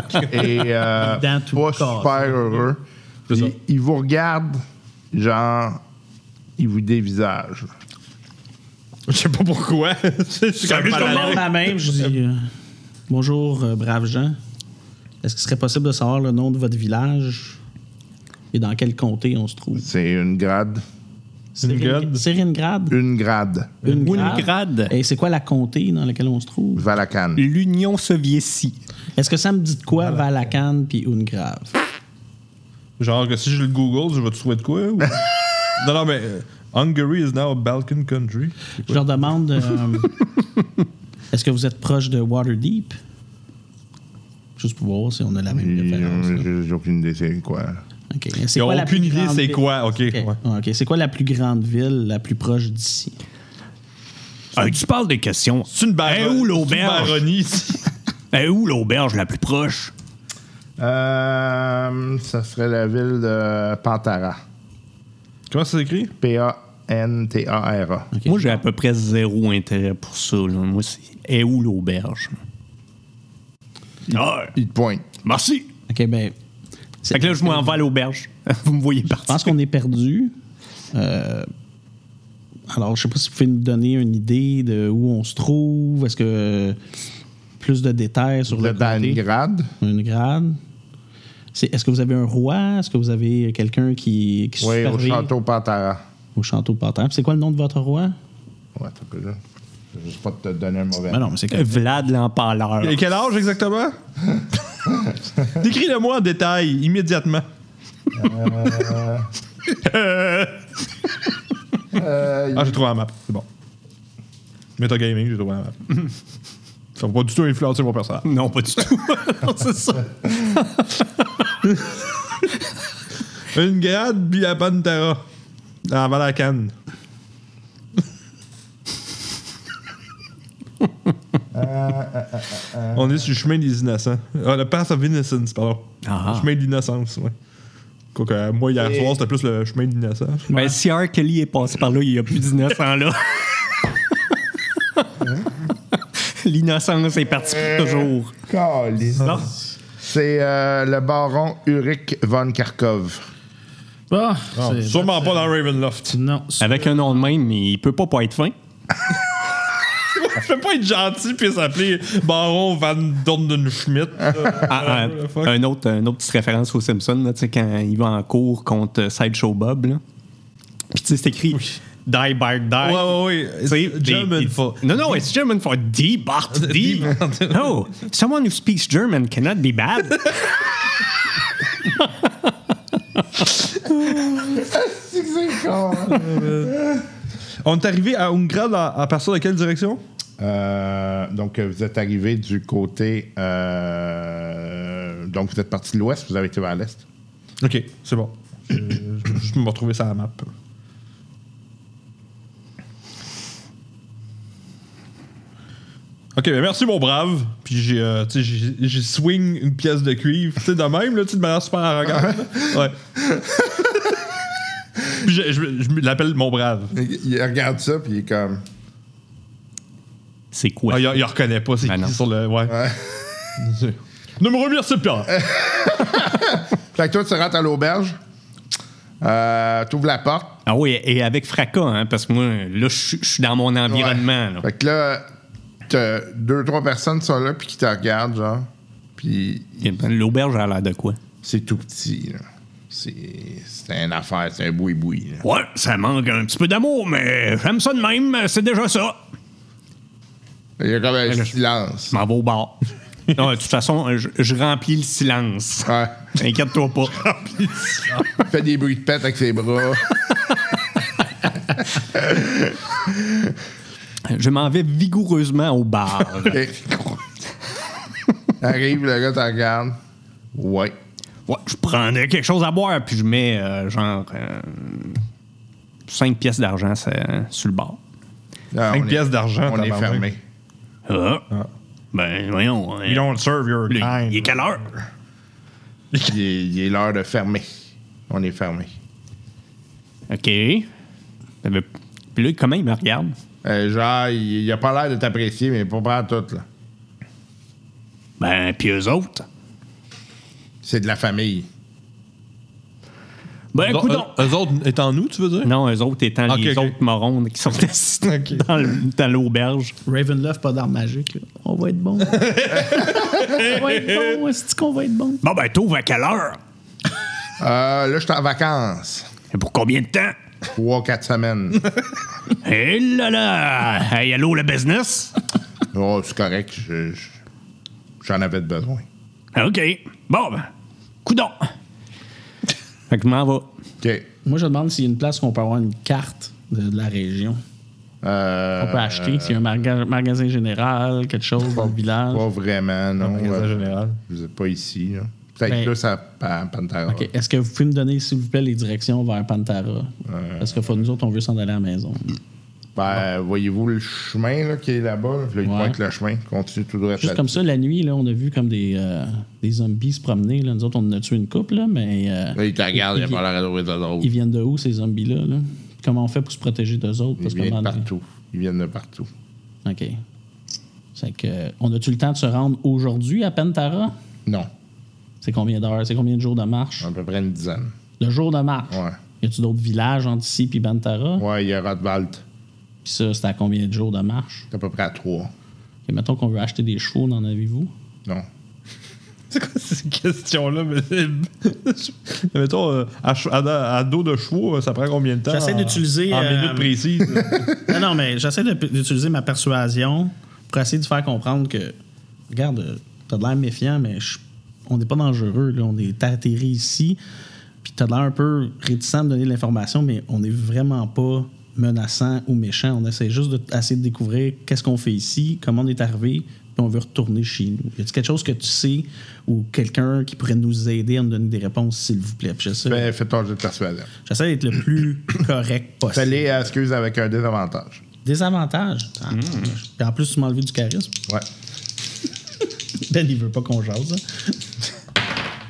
Genre. et euh,
Dans tout
pas
le corps.
super heureux.
C'est ça.
Ils, ils vous regardent, genre, ils vous dévisagent.
Je sais pas pourquoi. C'est c'est quand même
Je
mal à
demande
l'aise.
la même, je dis euh, Bonjour, euh, braves gens. Est-ce qu'il serait possible de savoir le nom de votre village et dans quel comté on se trouve
C'est une grade.
Seringrad.
Seringrad.
Une grade.
Une
Winograd.
Et c'est quoi la comté dans laquelle on se trouve
Valacan.
L'Union soviétique.
Est-ce que ça me dit de quoi Valacan puis Ungrave
Genre que si je le Google, je vais te trouver de quoi? ou- non, non, mais euh, Hungary is now a Balkan country.
Je leur demande euh, Est-ce que vous êtes proche de Waterdeep Juste pour voir si on a la même
Ils-
référence. là.
euh, J'ai j'ai aucune idée c'est quoi.
Ok. C'est
Mm, Ils ont
quoi la
aucune
plus
idée
grande
c'est
ville?
quoi. Ok.
Ok.
ouais.
Ben,
Ah, ok. C'est quoi la plus grande ville la plus proche d'ici
Ah, tu parles des questions.
C'est une, barre-
Eh, où
c'est une
l'auberge?
baronnie ici.
Eh, où l'auberge la plus proche?
Euh, ça serait la ville de Pantara.
Comment ça s'écrit?
P-A-N-T-A-R-A.
Moi, j'ai à peu près zéro intérêt pour ça. là. Moi, c'est. Eh, où l'auberge? Ah,
Il te pointe.
merci!
OK, ben. c'est-
Fait que là, je m'en vais à l'auberge. Ah. Vous me voyez
je
partir.
pense qu'on est perdu. Euh, alors, je sais pas si vous pouvez nous donner une idée de où on se trouve. Est-ce que euh, plus de détails sur
Le
le comté?
Danigrad.
Une grade. C'est- Est-ce que vous avez un roi? Est-ce que vous avez quelqu'un qui, qui
Oui, au
surveille?
château Pantara.
Au château Pantin. C'est quoi le nom de votre roi?
Ouais, t'as que là. Je veux juste pas te donner un mauvais.
Ben non, mais c'est que.
Euh, Vlad l'empaleur.
Ah,
Et quel âge exactement? Décris-le-moi en détail, immédiatement.
Euh,
ah, j'ai trouvé la map. C'est bon. Metagaming, j'ai trouvé la map. Ça va pas du tout influencer mon personnage.
Non, pas du tout. Non, c'est ça.
Une grade, puis à Pantera. À Valacan. On est sur le chemin des innocents. Ah, le Path of Innocence, pardon.
Ah.
Le chemin de l'innocence, ouais. Quoique, euh, moi, hier soir, c'était plus le chemin de l'innocence.
Ben, si R. Kelly est passé par là, il y a plus d'innocent là. L'innocence est partie pour toujours.
Calice.
Non?
C'est euh, le baron Ulrich von Kharkov.
Bah, c'est-
Sûrement pas dans
euh,
Ravenloft.
Non, c'est-
Avec un nom de même, mais il peut pas pas être fin.
Je peux pas être gentil puis s'appeler Baron Van Dondenschmidt.
Ah,
Euh,
un,
fuck.
un autre, un autre petite référence aux Simpsons, là, tu sais, quand il va en cours contre euh, Sideshow Bob. Là. Puis tu sais, c'est écrit Die, Bart, Die.
Ouais, ouais, ouais.
Tu sais,
It's German
they- it-
for.
No, no, it's German for die Bart, die. no, someone who speaks German cannot be bad.
On est arrivé à Ungrad à, à partir de quelle direction?
Euh, donc, euh, vous êtes arrivé du côté. euh, donc, vous êtes parti de l'ouest, vous avez été vers l'est.
Ok, c'est bon. Je, je, je vais retrouver ça à la map. Ok, ben merci mon brave. Puis j'ai, euh, tu sais, j'ai- j'ai swing une pièce de cuivre, tu sais, de même, là, tu sais, de manière super arrogante. là. Ouais. Puis je, je- je l'appelle mon brave.
Il, il regarde ça, puis il est comme.
c'est quoi?
Ah, il, il reconnaît pas, c'est
Ben
qui
non.
sur le. Ouais. ne me remercie pas.
Fait que toi, tu rentres à l'auberge, euh, t'ouvres la porte.
Ah oui, et avec fracas, hein, parce que moi, là, je suis- je suis dans mon environnement. là.
Fait que là, t'as deux, trois personnes qui sont là, puis qui te regardent, genre. Puis
L'auberge a l'air de quoi?
c'est tout petit, là. C'est c'est une affaire, c'est un boui-boui. là.
Ouais, ça manque un petit peu d'amour, mais j'aime ça de même, c'est déjà ça.
Il y a comme un silence.
Je m'en vais au bar. Non, de toute façon, euh, je, je remplis le silence.
Ouais.
Inquiète-toi pas.
Fait des bruits de pète avec ses bras.
Je m'en vais vigoureusement au bar.
Et- Arrive, le gars, t'en regarde. Ouais.
Ouais, je prendrais quelque chose à boire, puis je mets euh, genre 5 pièces d'argent ça- sur le bar.
Ah, on
5
est-
pièces d'argent,
On est
tabarnak.
fermé.
Ah. Ben, voyons. hein.
You don't serve your
Là,
kind.
il est quelle heure?
Il est- il est l'heure de fermer. On est fermé.
OK. Ben, ben, Puis là, comment il me regarde?
Euh, genre, il, il a pas l'air de t'apprécier, mais pas pas en tout, là.
Ben, puis eux autres?
C'est de la famille.
Ben,
Donc,
écoute
eux, eux autres étant nous, tu veux dire?
Non, eux autres étant
Ok,
les
ok.
autres morons qui sont assis dans le- dans l'auberge.
Ravenloft, pas d'arme magique. là. On va être bon. on va être bon. Est-ce qu'on va être bon?
Bon, ben, t'ouvres à quelle heure?
Euh, là, je suis en vacances.
Et pour combien de temps?
Trois, quatre semaines.
Hé là là! Hey, allô, le business?
oh, c'est correct. je- je- J'en avais de besoin.
OK. Bon, ben, coudon. Fait que je m'en vais.
OK.
Moi, je demande s'il y a une place qu'on peut avoir une carte de, de la région.
Euh,
On peut acheter, s'il y a un marga- magasin général, quelque chose dans le village.
Pas vraiment, non.
magasin
Euh,
général.
Vous êtes pas ici, là. Peut-être
Ben-
plus à, à Pantera.
Ok, Est-ce que vous pouvez me donner, s'il vous plaît, les directions vers Pantara?
Euh,
Parce que faut, nous autres, on veut s'en aller à la maison.
Ben, voyez-vous le chemin là, qui est là-bas? Là, Là, il
Ouais.
pointe le chemin. Continue tout droit.
Juste comme ça, la nuit, là, on a vu comme des, euh, des zombies se promener. Là. Nous autres, on en a tué une couple, là, mais euh,
Là, il te regarde, il a pas l'air de trouver de drôle.
ils viennent de où, ces zombies-là? là? Comment on fait pour se protéger d'eux autres?
Ils
Parce que
viennent de
comment-
partout. Ils viennent de partout.
OK. C'est que, on a-tu le temps de se rendre aujourd'hui à Pantara?
Non,
C'est combien d'heures? C'est combien de jours de marche?
à peu près une dizaine.
De jours de marche?
Ouais.
Y a-tu d'autres villages entre ici puis Pantara?
Ouais, il y a Rothwald.
Puis ça, c'est à combien de jours de marche?
C'est à peu près à trois.
Et mettons qu'on veut acheter des chevaux, n'en avez-vous?
Non.
C'est quoi ces questions-là? mais- Mettons, euh, à, che- à da- à dos de chevaux, euh, ça prend combien de temps?
J'essaie
en-
d'utiliser,
En
euh,
minutes précises.
non, non, mais j'essaie de- d'utiliser ma persuasion pour essayer de faire comprendre que, regarde, euh, t'as de l'air méfiant, mais je- on n'est pas dangereux. Là, on est atterri ici, puis t'as de l'air un peu réticent de donner de l'information, mais on n'est vraiment pas menaçant ou méchant. On essaie juste d'essayer de découvrir qu'est-ce qu'on fait ici, comment on est arrivé, puis on veut retourner chez nous. Y a-t-il quelque chose que tu sais ou quelqu'un qui pourrait nous aider à nous donner des réponses, s'il vous plaît? Puis j'essaie-
Fais, fais ton jeu de persuasion.
J'essaie d'être le plus correct
Fais
possible.
les excuses avec un désavantage.
Désavantage. Ah,
Mm.
Puis en plus, tu m'as enlevé du charisme.
Ouais.
Ben, il veut pas qu'on jase. hein.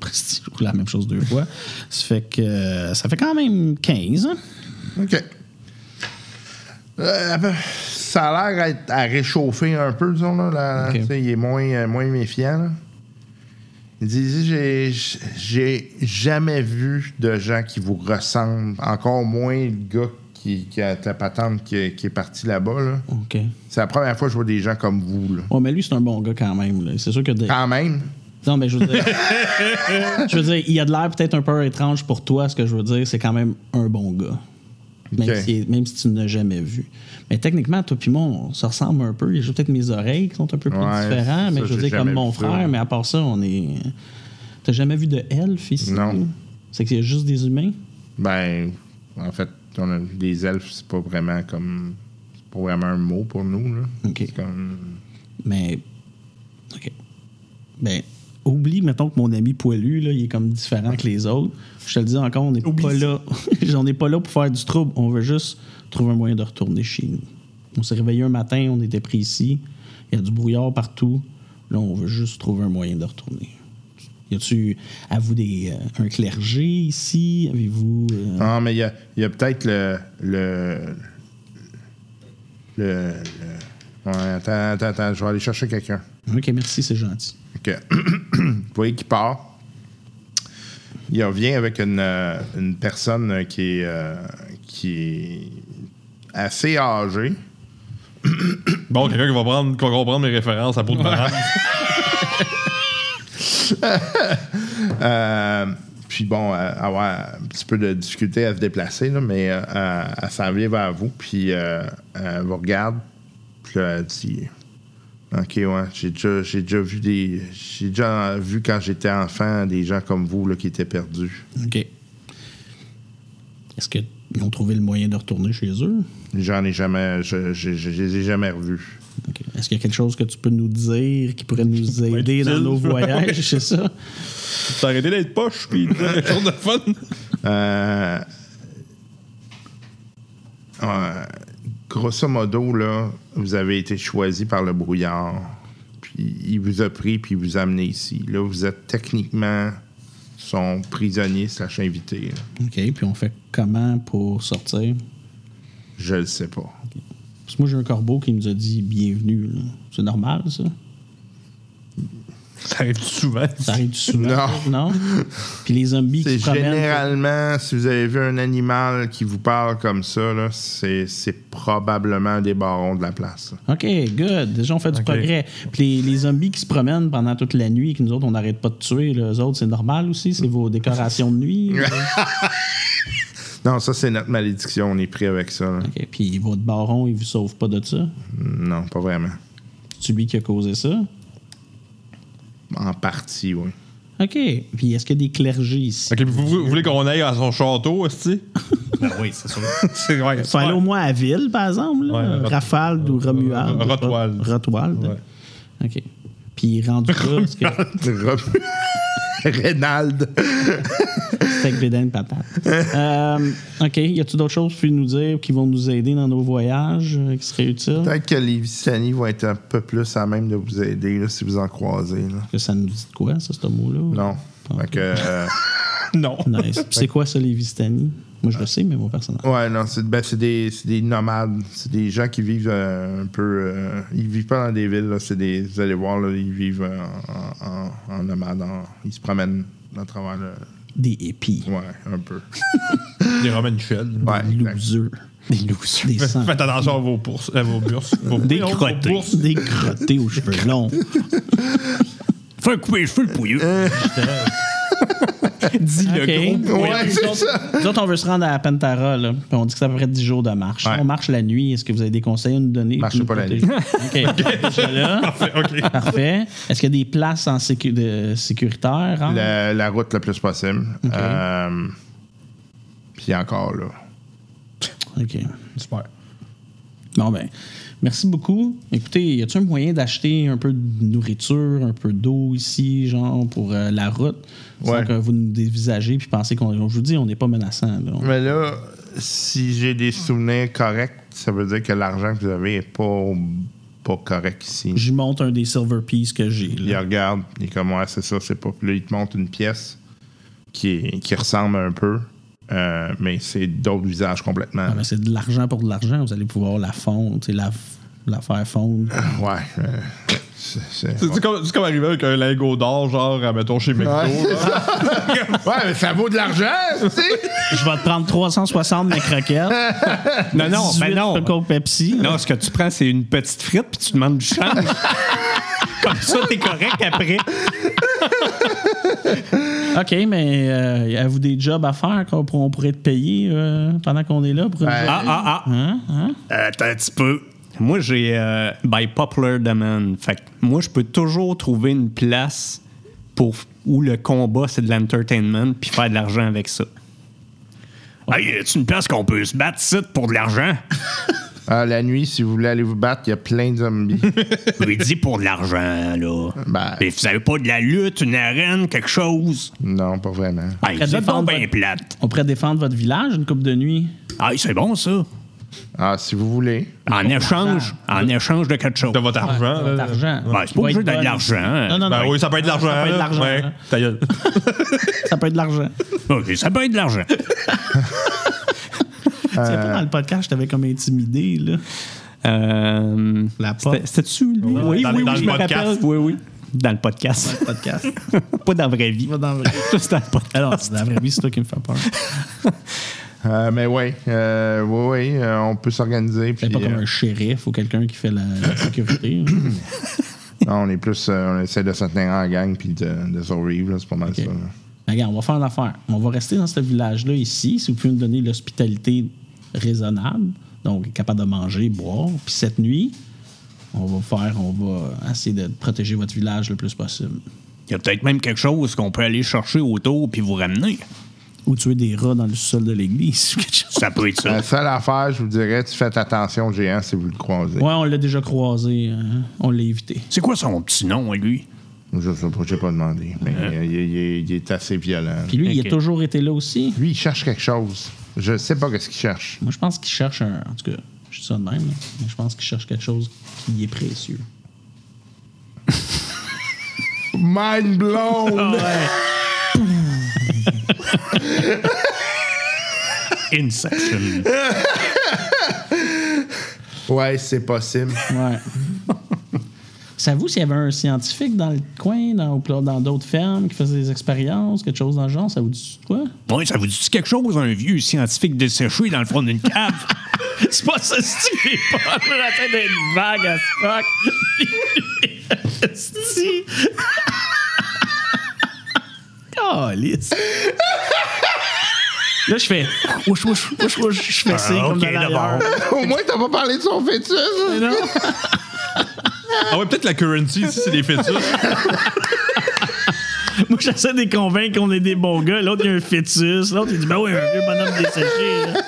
Prestige, je roule la même chose deux fois. Ça fait que euh, ça fait quand même 15. hein.
OK. Euh, à peu- ça a l'air à, être- à réchauffer un peu, disons. Là, la-
OK.
tu sais, Il est moins, euh, moins méfiant. là. Il dit j'ai- J'ai jamais vu de gens qui vous ressemblent. Encore moins le gars qui, qui a ta patente qui, qui est parti là-bas. là.
OK.
C'est la première fois que je vois des gens comme vous. là.
Ouais, mais lui, c'est un bon gars quand même. là. C'est sûr que. des-
Quand même.
Non, mais je veux dire. je veux dire, il a de l'air peut-être un peu étrange pour toi. Ce que je veux dire, c'est quand même un bon gars. Même,
Ok.
si, même si tu ne l'as jamais vu. Mais techniquement, toi puis moi, on se ressemble un peu. Il y a juste peut-être mes oreilles qui sont un peu plus
Ouais, ça,
différentes. Mais je
j'ai
veux dire,
jamais
comme mon
vu ça.
frère, mais à part ça, on est. T'as jamais vu de elfe ici?
Non.
là? C'est qu'il y a juste des humains?
Ben, en fait, on a, les elfes, c'est pas vraiment comme. C'est pas vraiment un mot pour nous, là.
OK.
C'est comme.
Mais. OK. Ben, oublie, mettons que mon ami poilu, là, il est comme différent que les autres. Je te le dis encore, on n'est pas là. on n'est pas là pour faire du trouble. On veut juste trouver un moyen de retourner chez nous. On s'est réveillé un matin, on était pris ici. Il y a du brouillard partout. Là, on veut juste trouver un moyen de retourner. Y a-tu, à vous des, euh, un clergé ici? Avez-vous. euh,
Non, mais il y a, il y a peut-être le. Le. Le. le- Ouais, attends, attends, attends, je vais aller chercher quelqu'un.
Ok, merci, c'est gentil.
OK. Vous voyez qu'il part. Il revient avec une, euh, une personne euh, qui est, euh, qui est assez âgée.
bon, quelqu'un qui va prendre, qui va comprendre mes références à peau de banane.
Euh, puis bon, euh, avoir un petit peu de difficulté à se déplacer, là, mais euh, euh, elle s'en vient vers vous, puis euh, elle vous regarde, puis là, elle dit OK, ouais. J'ai déjà, j'ai déjà vu des. J'ai déjà vu quand j'étais enfant des gens comme vous là, qui étaient perdus.
OK. Est-ce qu'ils ont trouvé le moyen de retourner chez eux?
J'en ai jamais. Je, je- je- je les ai jamais revus.
OK. Est-ce qu'il y a quelque chose que tu peux nous dire qui pourrait nous aider dans nos voyages? C'est ça?
T'as arrêté d'être poche, puis de dire quelque chose de fun.
Euh, euh, grosso modo, là, vous avez été choisi par le brouillard. Puis il vous a pris, puis il vous a amené ici. Là, vous êtes techniquement son prisonnier slash invité. là.
OK. Puis on fait comment pour sortir?
Je le sais pas.
Parce que moi, j'ai un corbeau qui nous a dit bienvenue. là. C'est normal, ça?
Ça arrive souvent.
Ça arrive souvent. Non. Puis les zombies qui
C'est
se promènent.
généralement, si vous avez vu un animal qui vous parle comme ça, là, c'est c'est probablement des barons de la place. là.
OK, good. Déjà, on fait du progrès. Puis les, les zombies qui se promènent pendant toute la nuit et que nous autres, on n'arrête pas de tuer, les autres, c'est normal aussi. C'est vos décorations de nuit.
Non, ça, c'est notre malédiction. On est pris avec ça. là.
OK. Puis votre baron, il vous sauve pas de ça.
Non, pas vraiment.
C'est lui qui a causé ça.
En partie, oui.
OK. Puis est-ce qu'il y a des clergés ici?
Ok, puis vous, vous voulez qu'on aille à son château, est-ce
oui, c'est sûr.
C'est ouais,
Faut aller au moins à Ville, par exemple. là.
Ouais, Rot-
Rafalde ou Romuald.
Rotoilde.
Rotoilde. OK. Puis rendu là, parce que
Reynald.
steak bédin de patate. Euh, OK. Y a-tu d'autres choses que tu peux nous dire qui vont nous aider dans nos voyages euh, qui seraient utiles?
Peut-être que les Vistani vont être un peu plus à même de vous aider là, si vous en croisez. là.
Que ça nous dit de quoi, ça, ce mot-là?
Non. Fait que, euh,
Non.
Nice. Puis c'est quoi ça, les Vistani? Moi, je le sais, mais mon personnage.
ouais, non, c'est ben, c'est des, c'est des nomades. C'est des gens qui vivent euh, un peu. euh, ils vivent pas dans des villes. là. C'est des, vous allez voir, là, ils vivent euh, en, en- en nomade. en- ils se promènent à travers le.
Des hippies.
Ouais, un peu.
Des Roman Shell.
Ouais,
Des
exact.
losers. Des losers. Des sangs.
Faites attention à vos, bourses, à vos bourses. Vos-
Des
non, vos
crottés.
bourses.
Des crottés aux cheveux longs.
Fais un couper les cheveux, le pouilleux. Dis
OK.
le gros.
Ouais, c'est ça.
Nous autres, on veut se rendre à Pantara, là. Puis on dit que c'est à peu près 10 jours de marche.
Ouais.
On marche la nuit. Est-ce que vous avez des conseils à nous donner?
Marchez
Nous
pas la
protéger. OK. Déjà là. Parfait. Est-ce qu'il y a des places en sécu- de- sécuritaires? hein?
La, la route le plus possible. Euh, Puis encore, là.
OK. Super. Bon, ben, merci beaucoup. Écoutez, y a-t-il un moyen d'acheter un peu de nourriture, un peu d'eau ici, genre, pour euh, la route? Sans
Ouais.
que vous nous dévisagez puis pensez qu'on. Je vous dis, on n'est pas menaçant. là. On-
Mais là, si j'ai des souvenirs corrects, ça veut dire que l'argent que vous avez est pas, pas correct ici.
J'y monte un des silver pieces que j'ai.
Il
là.
regarde, il est comme, ouais, c'est ça, c'est pas. Puis là, il te montre une pièce qui, est- qui ressemble un peu, euh, mais c'est d'autres visages complètement.
Ah, ben, c'est de l'argent pour de l'argent. Vous allez pouvoir la fondre, tu sais, la, la faire fondre.
ouais. euh, c'est- c'est-
C'est c'est comme, c'est comme arriver avec un lingot d'or, genre, à, mettons, chez McDo. là.
Ouais, mais ça vaut de l'argent, tu sais!
Je vais te prendre 360 mes croquettes.
Non, non, ben
18
non.
Coke Pepsi.
Non, Ah, ce que tu prends, c'est une petite frite puis tu demandes du change. Comme ça, t'es correct après.
OK, mais euh, avez-vous des jobs à faire qu'on pour- on pourrait te payer euh, pendant qu'on est là? Pour une
Ben,
journée?
Ah, ah, ah.
Hein? Hein?
Attends un petit peu. Moi, j'ai euh, by popular demand. Fait que moi, je peux toujours trouver une place pour où le combat, c'est de l'entertainment puis faire de l'argent avec ça.
Hey, Ah, y a-tu une place qu'on peut se battre, site, pour de l'argent?
Ah, la nuit, si vous voulez aller vous battre, il y a plein de zombies.
Oui, dis pour de l'argent, là.
Ben-
Mais vous avez pas de la lutte, une arène, quelque chose?
non, pas vraiment.
Hey,
Après,
vous êtes donc
défendre
bien
votre-
plate.
On pourrait défendre votre village une coupe de nuit.
Hey, c'est bon, ça.
Ah, si vous voulez.
En échange, en échange de quelque chose.
De votre argent.
Votre
là.
argent.
Ouais, c'est pas
Qui va
obligé
être
d'être de
bonne.
l'argent, hein.
Non, non,
Ben
non.
oui, ça peut être de l'argent.
Ça peut être de
là.
l'argent,
Ouais,
là.
ta gueule.
Ça peut être de l'argent.
Ok, ça peut être de l'argent.
C'est
Euh,
pas dans le podcast, je t'avais comme intimidé, là.
Euh,
La
c'était-
porte.
C'était-tu lui? Oui,
Dans-
oui,
dans
oui,
le
je me
podcast.
rappelle. Oui, oui. Dans le podcast.
Podcast.
pas dans la vraie vie.
Va dans le...
Juste dans le podcast.
Alors, c'est la vraie vie, c'est toi qui me fais peur.
Euh, mais oui, oui, oui, euh, on peut s'organiser. puis,
C'est pas comme
euh,
un shérif ou quelqu'un qui fait la, la sécurité.
Non, on est plus. euh, on essaie de se tenir en gang puis de, de survivre, là, c'est pas mal ça. là.
Mais Regarde, on va faire une affaire. On va rester dans ce village-là ici. Si vous pouvez nous donner l'hospitalité raisonnable, donc capable de manger, boire, puis cette nuit, on va faire, on va essayer de protéger votre village le plus possible.
Il y a peut-être même quelque chose qu'on peut aller chercher autour puis vous ramener.
Ou tuer des rats dans le sol de l'église. ou quelque chose.
Ça peut être
Ah.
ça.
La seule affaire, je vous dirais, tu faites attention au géant si vous le croisez.
ouais, on l'a déjà croisé. hein. On l'a évité.
C'est quoi son petit nom, à lui?
Je sais pas, j'ai pas demandé. Mais euh, il, est- il est- il est assez violent.
Puis lui, il
Ok.
a toujours été là aussi.
Lui, il cherche quelque chose. Je sais pas qu'est-ce qu'il cherche.
Moi, je pense qu'il cherche un. En tout cas, je dis ça de même, là. mais je pense qu'il cherche quelque chose qui est précieux.
Mind blown!
Inception.
Oh.
ouais, c'est possible.
Ouais. Savez-vous s'il y avait un scientifique dans le coin, dans, au- dans d'autres fermes, qui faisait des expériences, quelque chose dans le genre? Ça vous dit quoi?
Ouais, ça vous dit quelque chose, un vieux scientifique desséché dans le fond d'une cave? C'est pas ça, c'est que j'ai pas la tête d'être vague à ce fuck.
Calice! Là, je fais. Ouch, ouch, ouch, ouch. Je fais signe comme
ok,
dans l'arrière.
Au moins, t'as pas parlé de son fœtus!
Ah ouais, peut-être la currency ici, c'est des fœtus.
Moi, j'essaie de les convaincre qu'on est des bons gars. L'autre, il y a un fœtus. L'autre, il dit Ben oui, un vieux bonhomme desséché. là.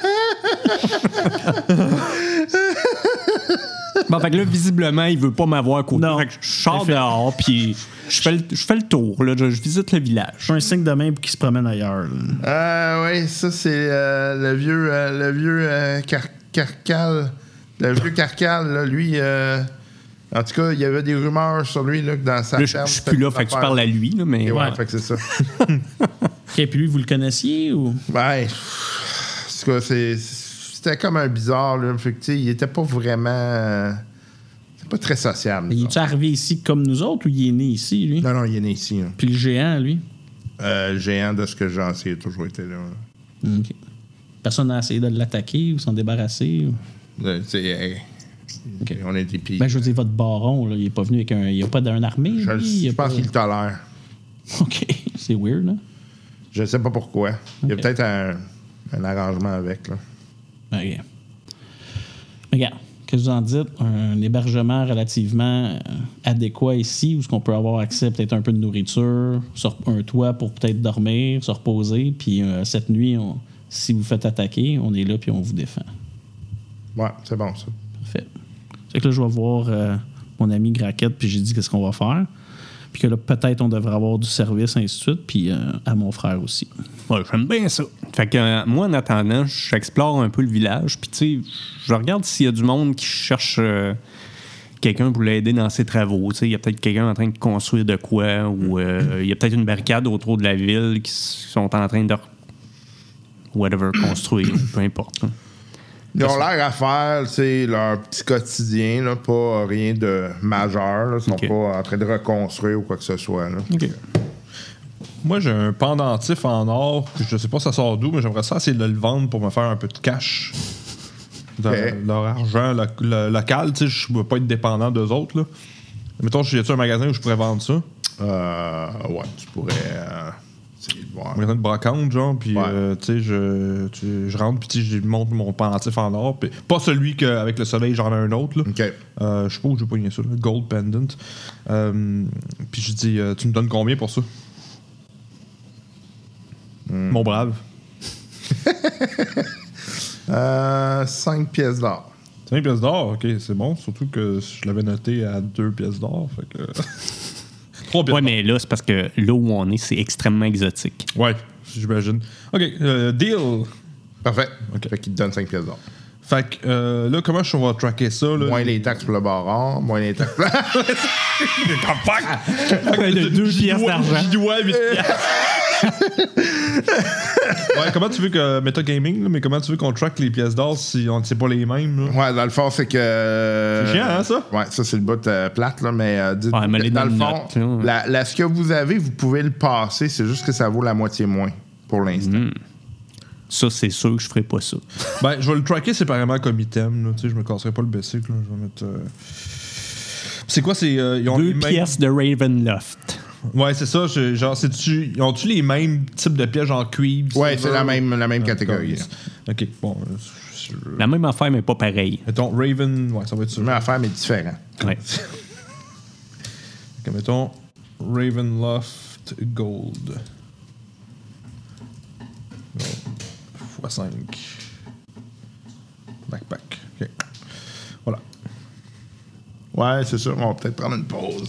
Bon, fait que là, visiblement, il veut pas m'avoir à côté.
Non.
Fait que je sors dehors, puis je fais, le, je fais le tour, là. Je, je visite le village.
Je fais un signe de main pour qu'il se promène ailleurs. là.
Euh, oui, ça, c'est euh, le vieux, euh, le vieux euh, car- carcal. Le vieux carcal, là, lui. euh, en tout cas, il y avait des rumeurs sur lui là, que dans sa
Là, je,
ferme,
je suis
c'était
plus là,
des
fait que tu
affaires.
parles à lui, là, mais...
Et ouais,
Ouais.
fait que c'est ça.
Ok, puis lui, vous le connaissiez ou
Ouais. En tout cas, c'est- c'était comme un bizarre, là. Fait que, tu sais, il était pas vraiment. euh, c'est pas très sociable.
Il
disons.
est arrivé ici comme nous autres ou il est né ici, lui
Non, non, il est né ici. hein.
Puis le géant, lui
Euh, le géant de ce que j'en sais, il a toujours été là. là.
Ok. Personne n'a essayé de l'attaquer ou s'en débarrasser ou-
Là, Euh, tu sais, hey,
Ok.
on est des pires.
Ben, je veux dire, votre baron, là, il est pas venu avec un. Il n'y a pas d'un armée.
Je le-
lui? Il y a
je pense
pas-
qu'il le tolère.
Ok, c'est weird, là.
Je sais pas pourquoi. Il y a
Ok.
peut-être un, un arrangement avec. Là.
OK. Ben, Regarde, que vous en dites, un hébergement relativement euh, adéquat ici, où ce qu'on peut avoir accès à peut-être un peu de nourriture, se rep- un toit pour peut-être dormir, se reposer, puis euh, cette nuit, on- si vous faites attaquer, on est là puis on vous défend.
Ouais, c'est bon ça.
Parfait. Fait que là, je vais voir euh, mon ami Graquette, puis j'ai dit qu'est-ce qu'on va faire. Puis que là, peut-être on devrait avoir du service, ainsi de suite, puis euh, à mon frère aussi.
Ouais, j'aime bien ça. Fait que euh, moi, en attendant, j'explore un peu le village. Puis, tu sais, je regarde s'il y a du monde qui cherche euh, quelqu'un pour l'aider dans ses travaux. Tu sais, il y a peut-être quelqu'un en train de construire de quoi,
Mm-hmm.
ou euh, il y a peut-être une barricade autour de la ville qui s- sont en train de. re- Whatever, construire, peu importe. hein.
Ils ont l'air à faire tu sais, leur petit quotidien, là, pas rien de majeur. Là. Ils sont
Ok.
pas en train de reconstruire ou quoi que ce soit. Là.
Moi, j'ai un pendentif en or. que Je sais pas ça sort d'où, mais j'aimerais ça essayer de le vendre pour me faire un peu de cash. De
Ok.
leur argent lo- le- local. Tu sais, je ne veux pas être dépendant d'eux autres. Là. Mettons, y a-tu un magasin où je pourrais vendre ça?
Euh, ouais, tu pourrais euh, essayer de voir.
Un magasin de brocante, genre. Puis,
Ouais.
euh, tu sais, je, tu- je rentre, puis tu sais, je lui montre mon pendentif en or. Puis, pas celui qu'avec le soleil, j'en ai un autre. Là.
OK.
Euh, je sais pas où j'ai pogné ça, là. Gold Pendant. Euh, puis je dis, euh, tu me donnes combien pour ça?
Hmm.
Mon brave.
Euh, 5 pièces d'or.
5 pièces d'or, ok, c'est bon. Surtout que je l'avais noté à 2 pièces d'or. Fait que. 3 pièces
Ouais, mais là, c'est parce que là où on est, c'est extrêmement exotique.
d'or. Ouais, j'imagine. Ok, euh, deal.
Parfait.
OK.
Fait qu'il te donne 5 pièces d'or.
Fait que euh, là, comment je vais tracker ça? Là?
Moins les taxes pour le baron, moins les taxes.
De deux pièces d'argent.
J'y dois 8 pièces. ouais, comment tu veux que. Metagaming, là, mais comment tu veux qu'on track les pièces d'or si on ne sait pas les mêmes? Là?
ouais, dans le fond, c'est que. euh,
C'est chiant, hein, ça?
Ouais, ça, c'est le bout euh, plate, là, mais euh, dites-
Ouais, mais les
dans le fond,
notes, là, ouais.
la, la- ce que vous avez, vous pouvez le passer, c'est juste que ça vaut la moitié moins pour l'instant.
Mm-hmm. Ça, c'est sûr que je ferai pas ça.
Ben, je vais le tracker séparément comme item. Là. Tu sais, je me casserai pas le bicycle. là. Je vais mettre. euh, C'est quoi? C'est. euh, ils ont
Deux
les mêmes-
pièces de Ravenloft.
Ouais, c'est ça. je- genre, c'est-tu. Ont-tu les mêmes types de pièges en cuivre?
Ouais,
silver?
c'est la même, la même
Ah,
catégorie.
comme- Ok, bon. euh, je- je-
La même affaire, mais pas pareil.
Mettons, Raven. Ouais, ça va être sûr.
Mais l'affaire est différente.
Ouais.
Ok, mettons, Ravenloft Gold. Bon, x5. Backpack. Ok. Voilà.
Ouais, c'est sûr. On va peut-être prendre une pause.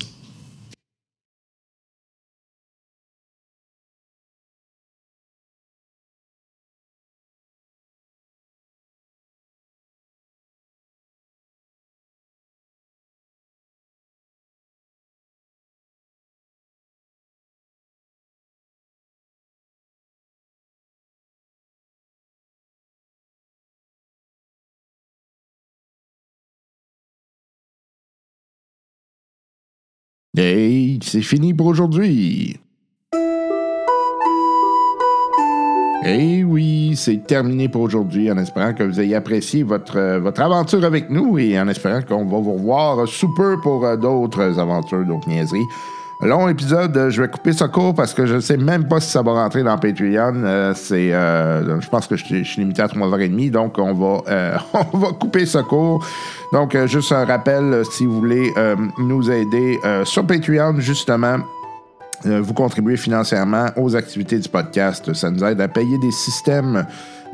Hey, c'est fini pour aujourd'hui. Eh oui, c'est terminé pour aujourd'hui en espérant que vous ayez apprécié votre, euh, votre aventure avec nous et en espérant qu'on va vous revoir sous peu pour euh, d'autres aventures, d'autres niaiseries. Long épisode, euh, je vais couper ça court parce que je ne sais même pas si ça va rentrer dans Patreon. Euh, c'est, euh, je pense que je, suis- je suis limité à 3h30, donc on va, euh, on va couper ça court. Donc, euh, juste un rappel, euh, si vous voulez euh, nous aider euh, sur Patreon, justement, euh, vous contribuez financièrement aux activités du podcast. Ça nous aide à payer des systèmes,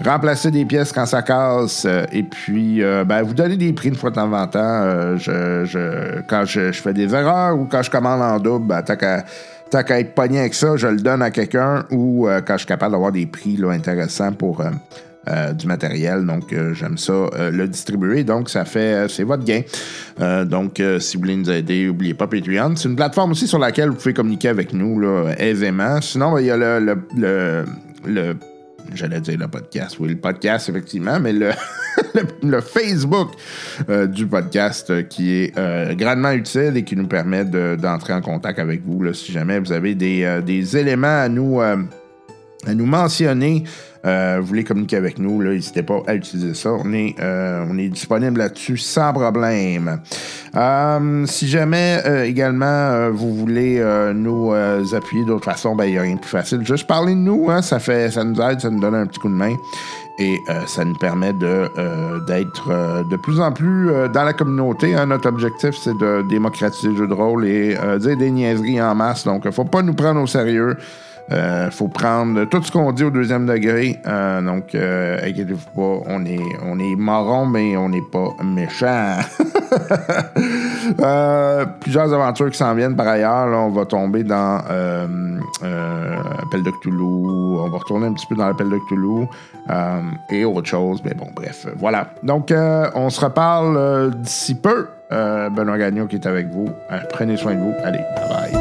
remplacer des pièces quand ça casse, euh, et puis euh, ben, vous donner des prix une fois de temps en temps. Euh, je, je- quand je, je fais des erreurs ou quand je commande en double, ben, tant qu'à tant qu'à être pogné avec ça, je le donne à quelqu'un ou euh, quand je suis capable d'avoir des prix là, intéressants pour euh, euh, du matériel. Donc, euh, j'aime ça euh, le distribuer. Donc, ça fait, euh, c'est votre gain. Euh, donc, euh, si vous voulez nous aider, n'oubliez pas Patreon. C'est une plateforme aussi sur laquelle vous pouvez communiquer avec nous là, aisément. Sinon, ben, il y a le, le, le, le- J'allais dire le podcast, oui, le podcast, effectivement, mais le, le, le Facebook euh, du podcast euh, qui est euh, grandement utile et qui nous permet de- d'entrer en contact avec vous là, si jamais vous avez des, euh, des éléments à nous. euh, à nous mentionner. Euh, vous voulez communiquer avec nous, là, n'hésitez pas à utiliser ça. On est, euh, on est disponible là-dessus sans problème. Euh, si jamais euh, également euh, vous voulez euh, nous euh, appuyer d'autres façons, ben, il n'y a rien de plus facile. Juste parler de nous, hein, ça, fait, ça nous aide, ça nous donne un petit coup de main et euh, ça nous permet de, euh, d'être euh, de plus en plus euh, dans la communauté. hein. Notre objectif, c'est de démocratiser le jeu de rôle et euh, dire des niaiseries en masse. Donc, faut pas nous prendre au sérieux. Euh, faut prendre tout ce qu'on dit au deuxième degré. Euh, donc, euh, inquiétez-vous pas, on est, on est marron, mais on n'est pas méchant. Euh, plusieurs aventures qui s'en viennent par ailleurs. Là, on va tomber dans euh, euh, Appel de Cthulhu. On va retourner un petit peu dans Appel de Cthulhu euh, et autre chose. Mais bon, bref, voilà. Donc, euh, on se reparle euh, d'ici peu. Euh, Benoît Gagnon qui est avec vous. Euh, prenez soin de vous. Allez, bye bye.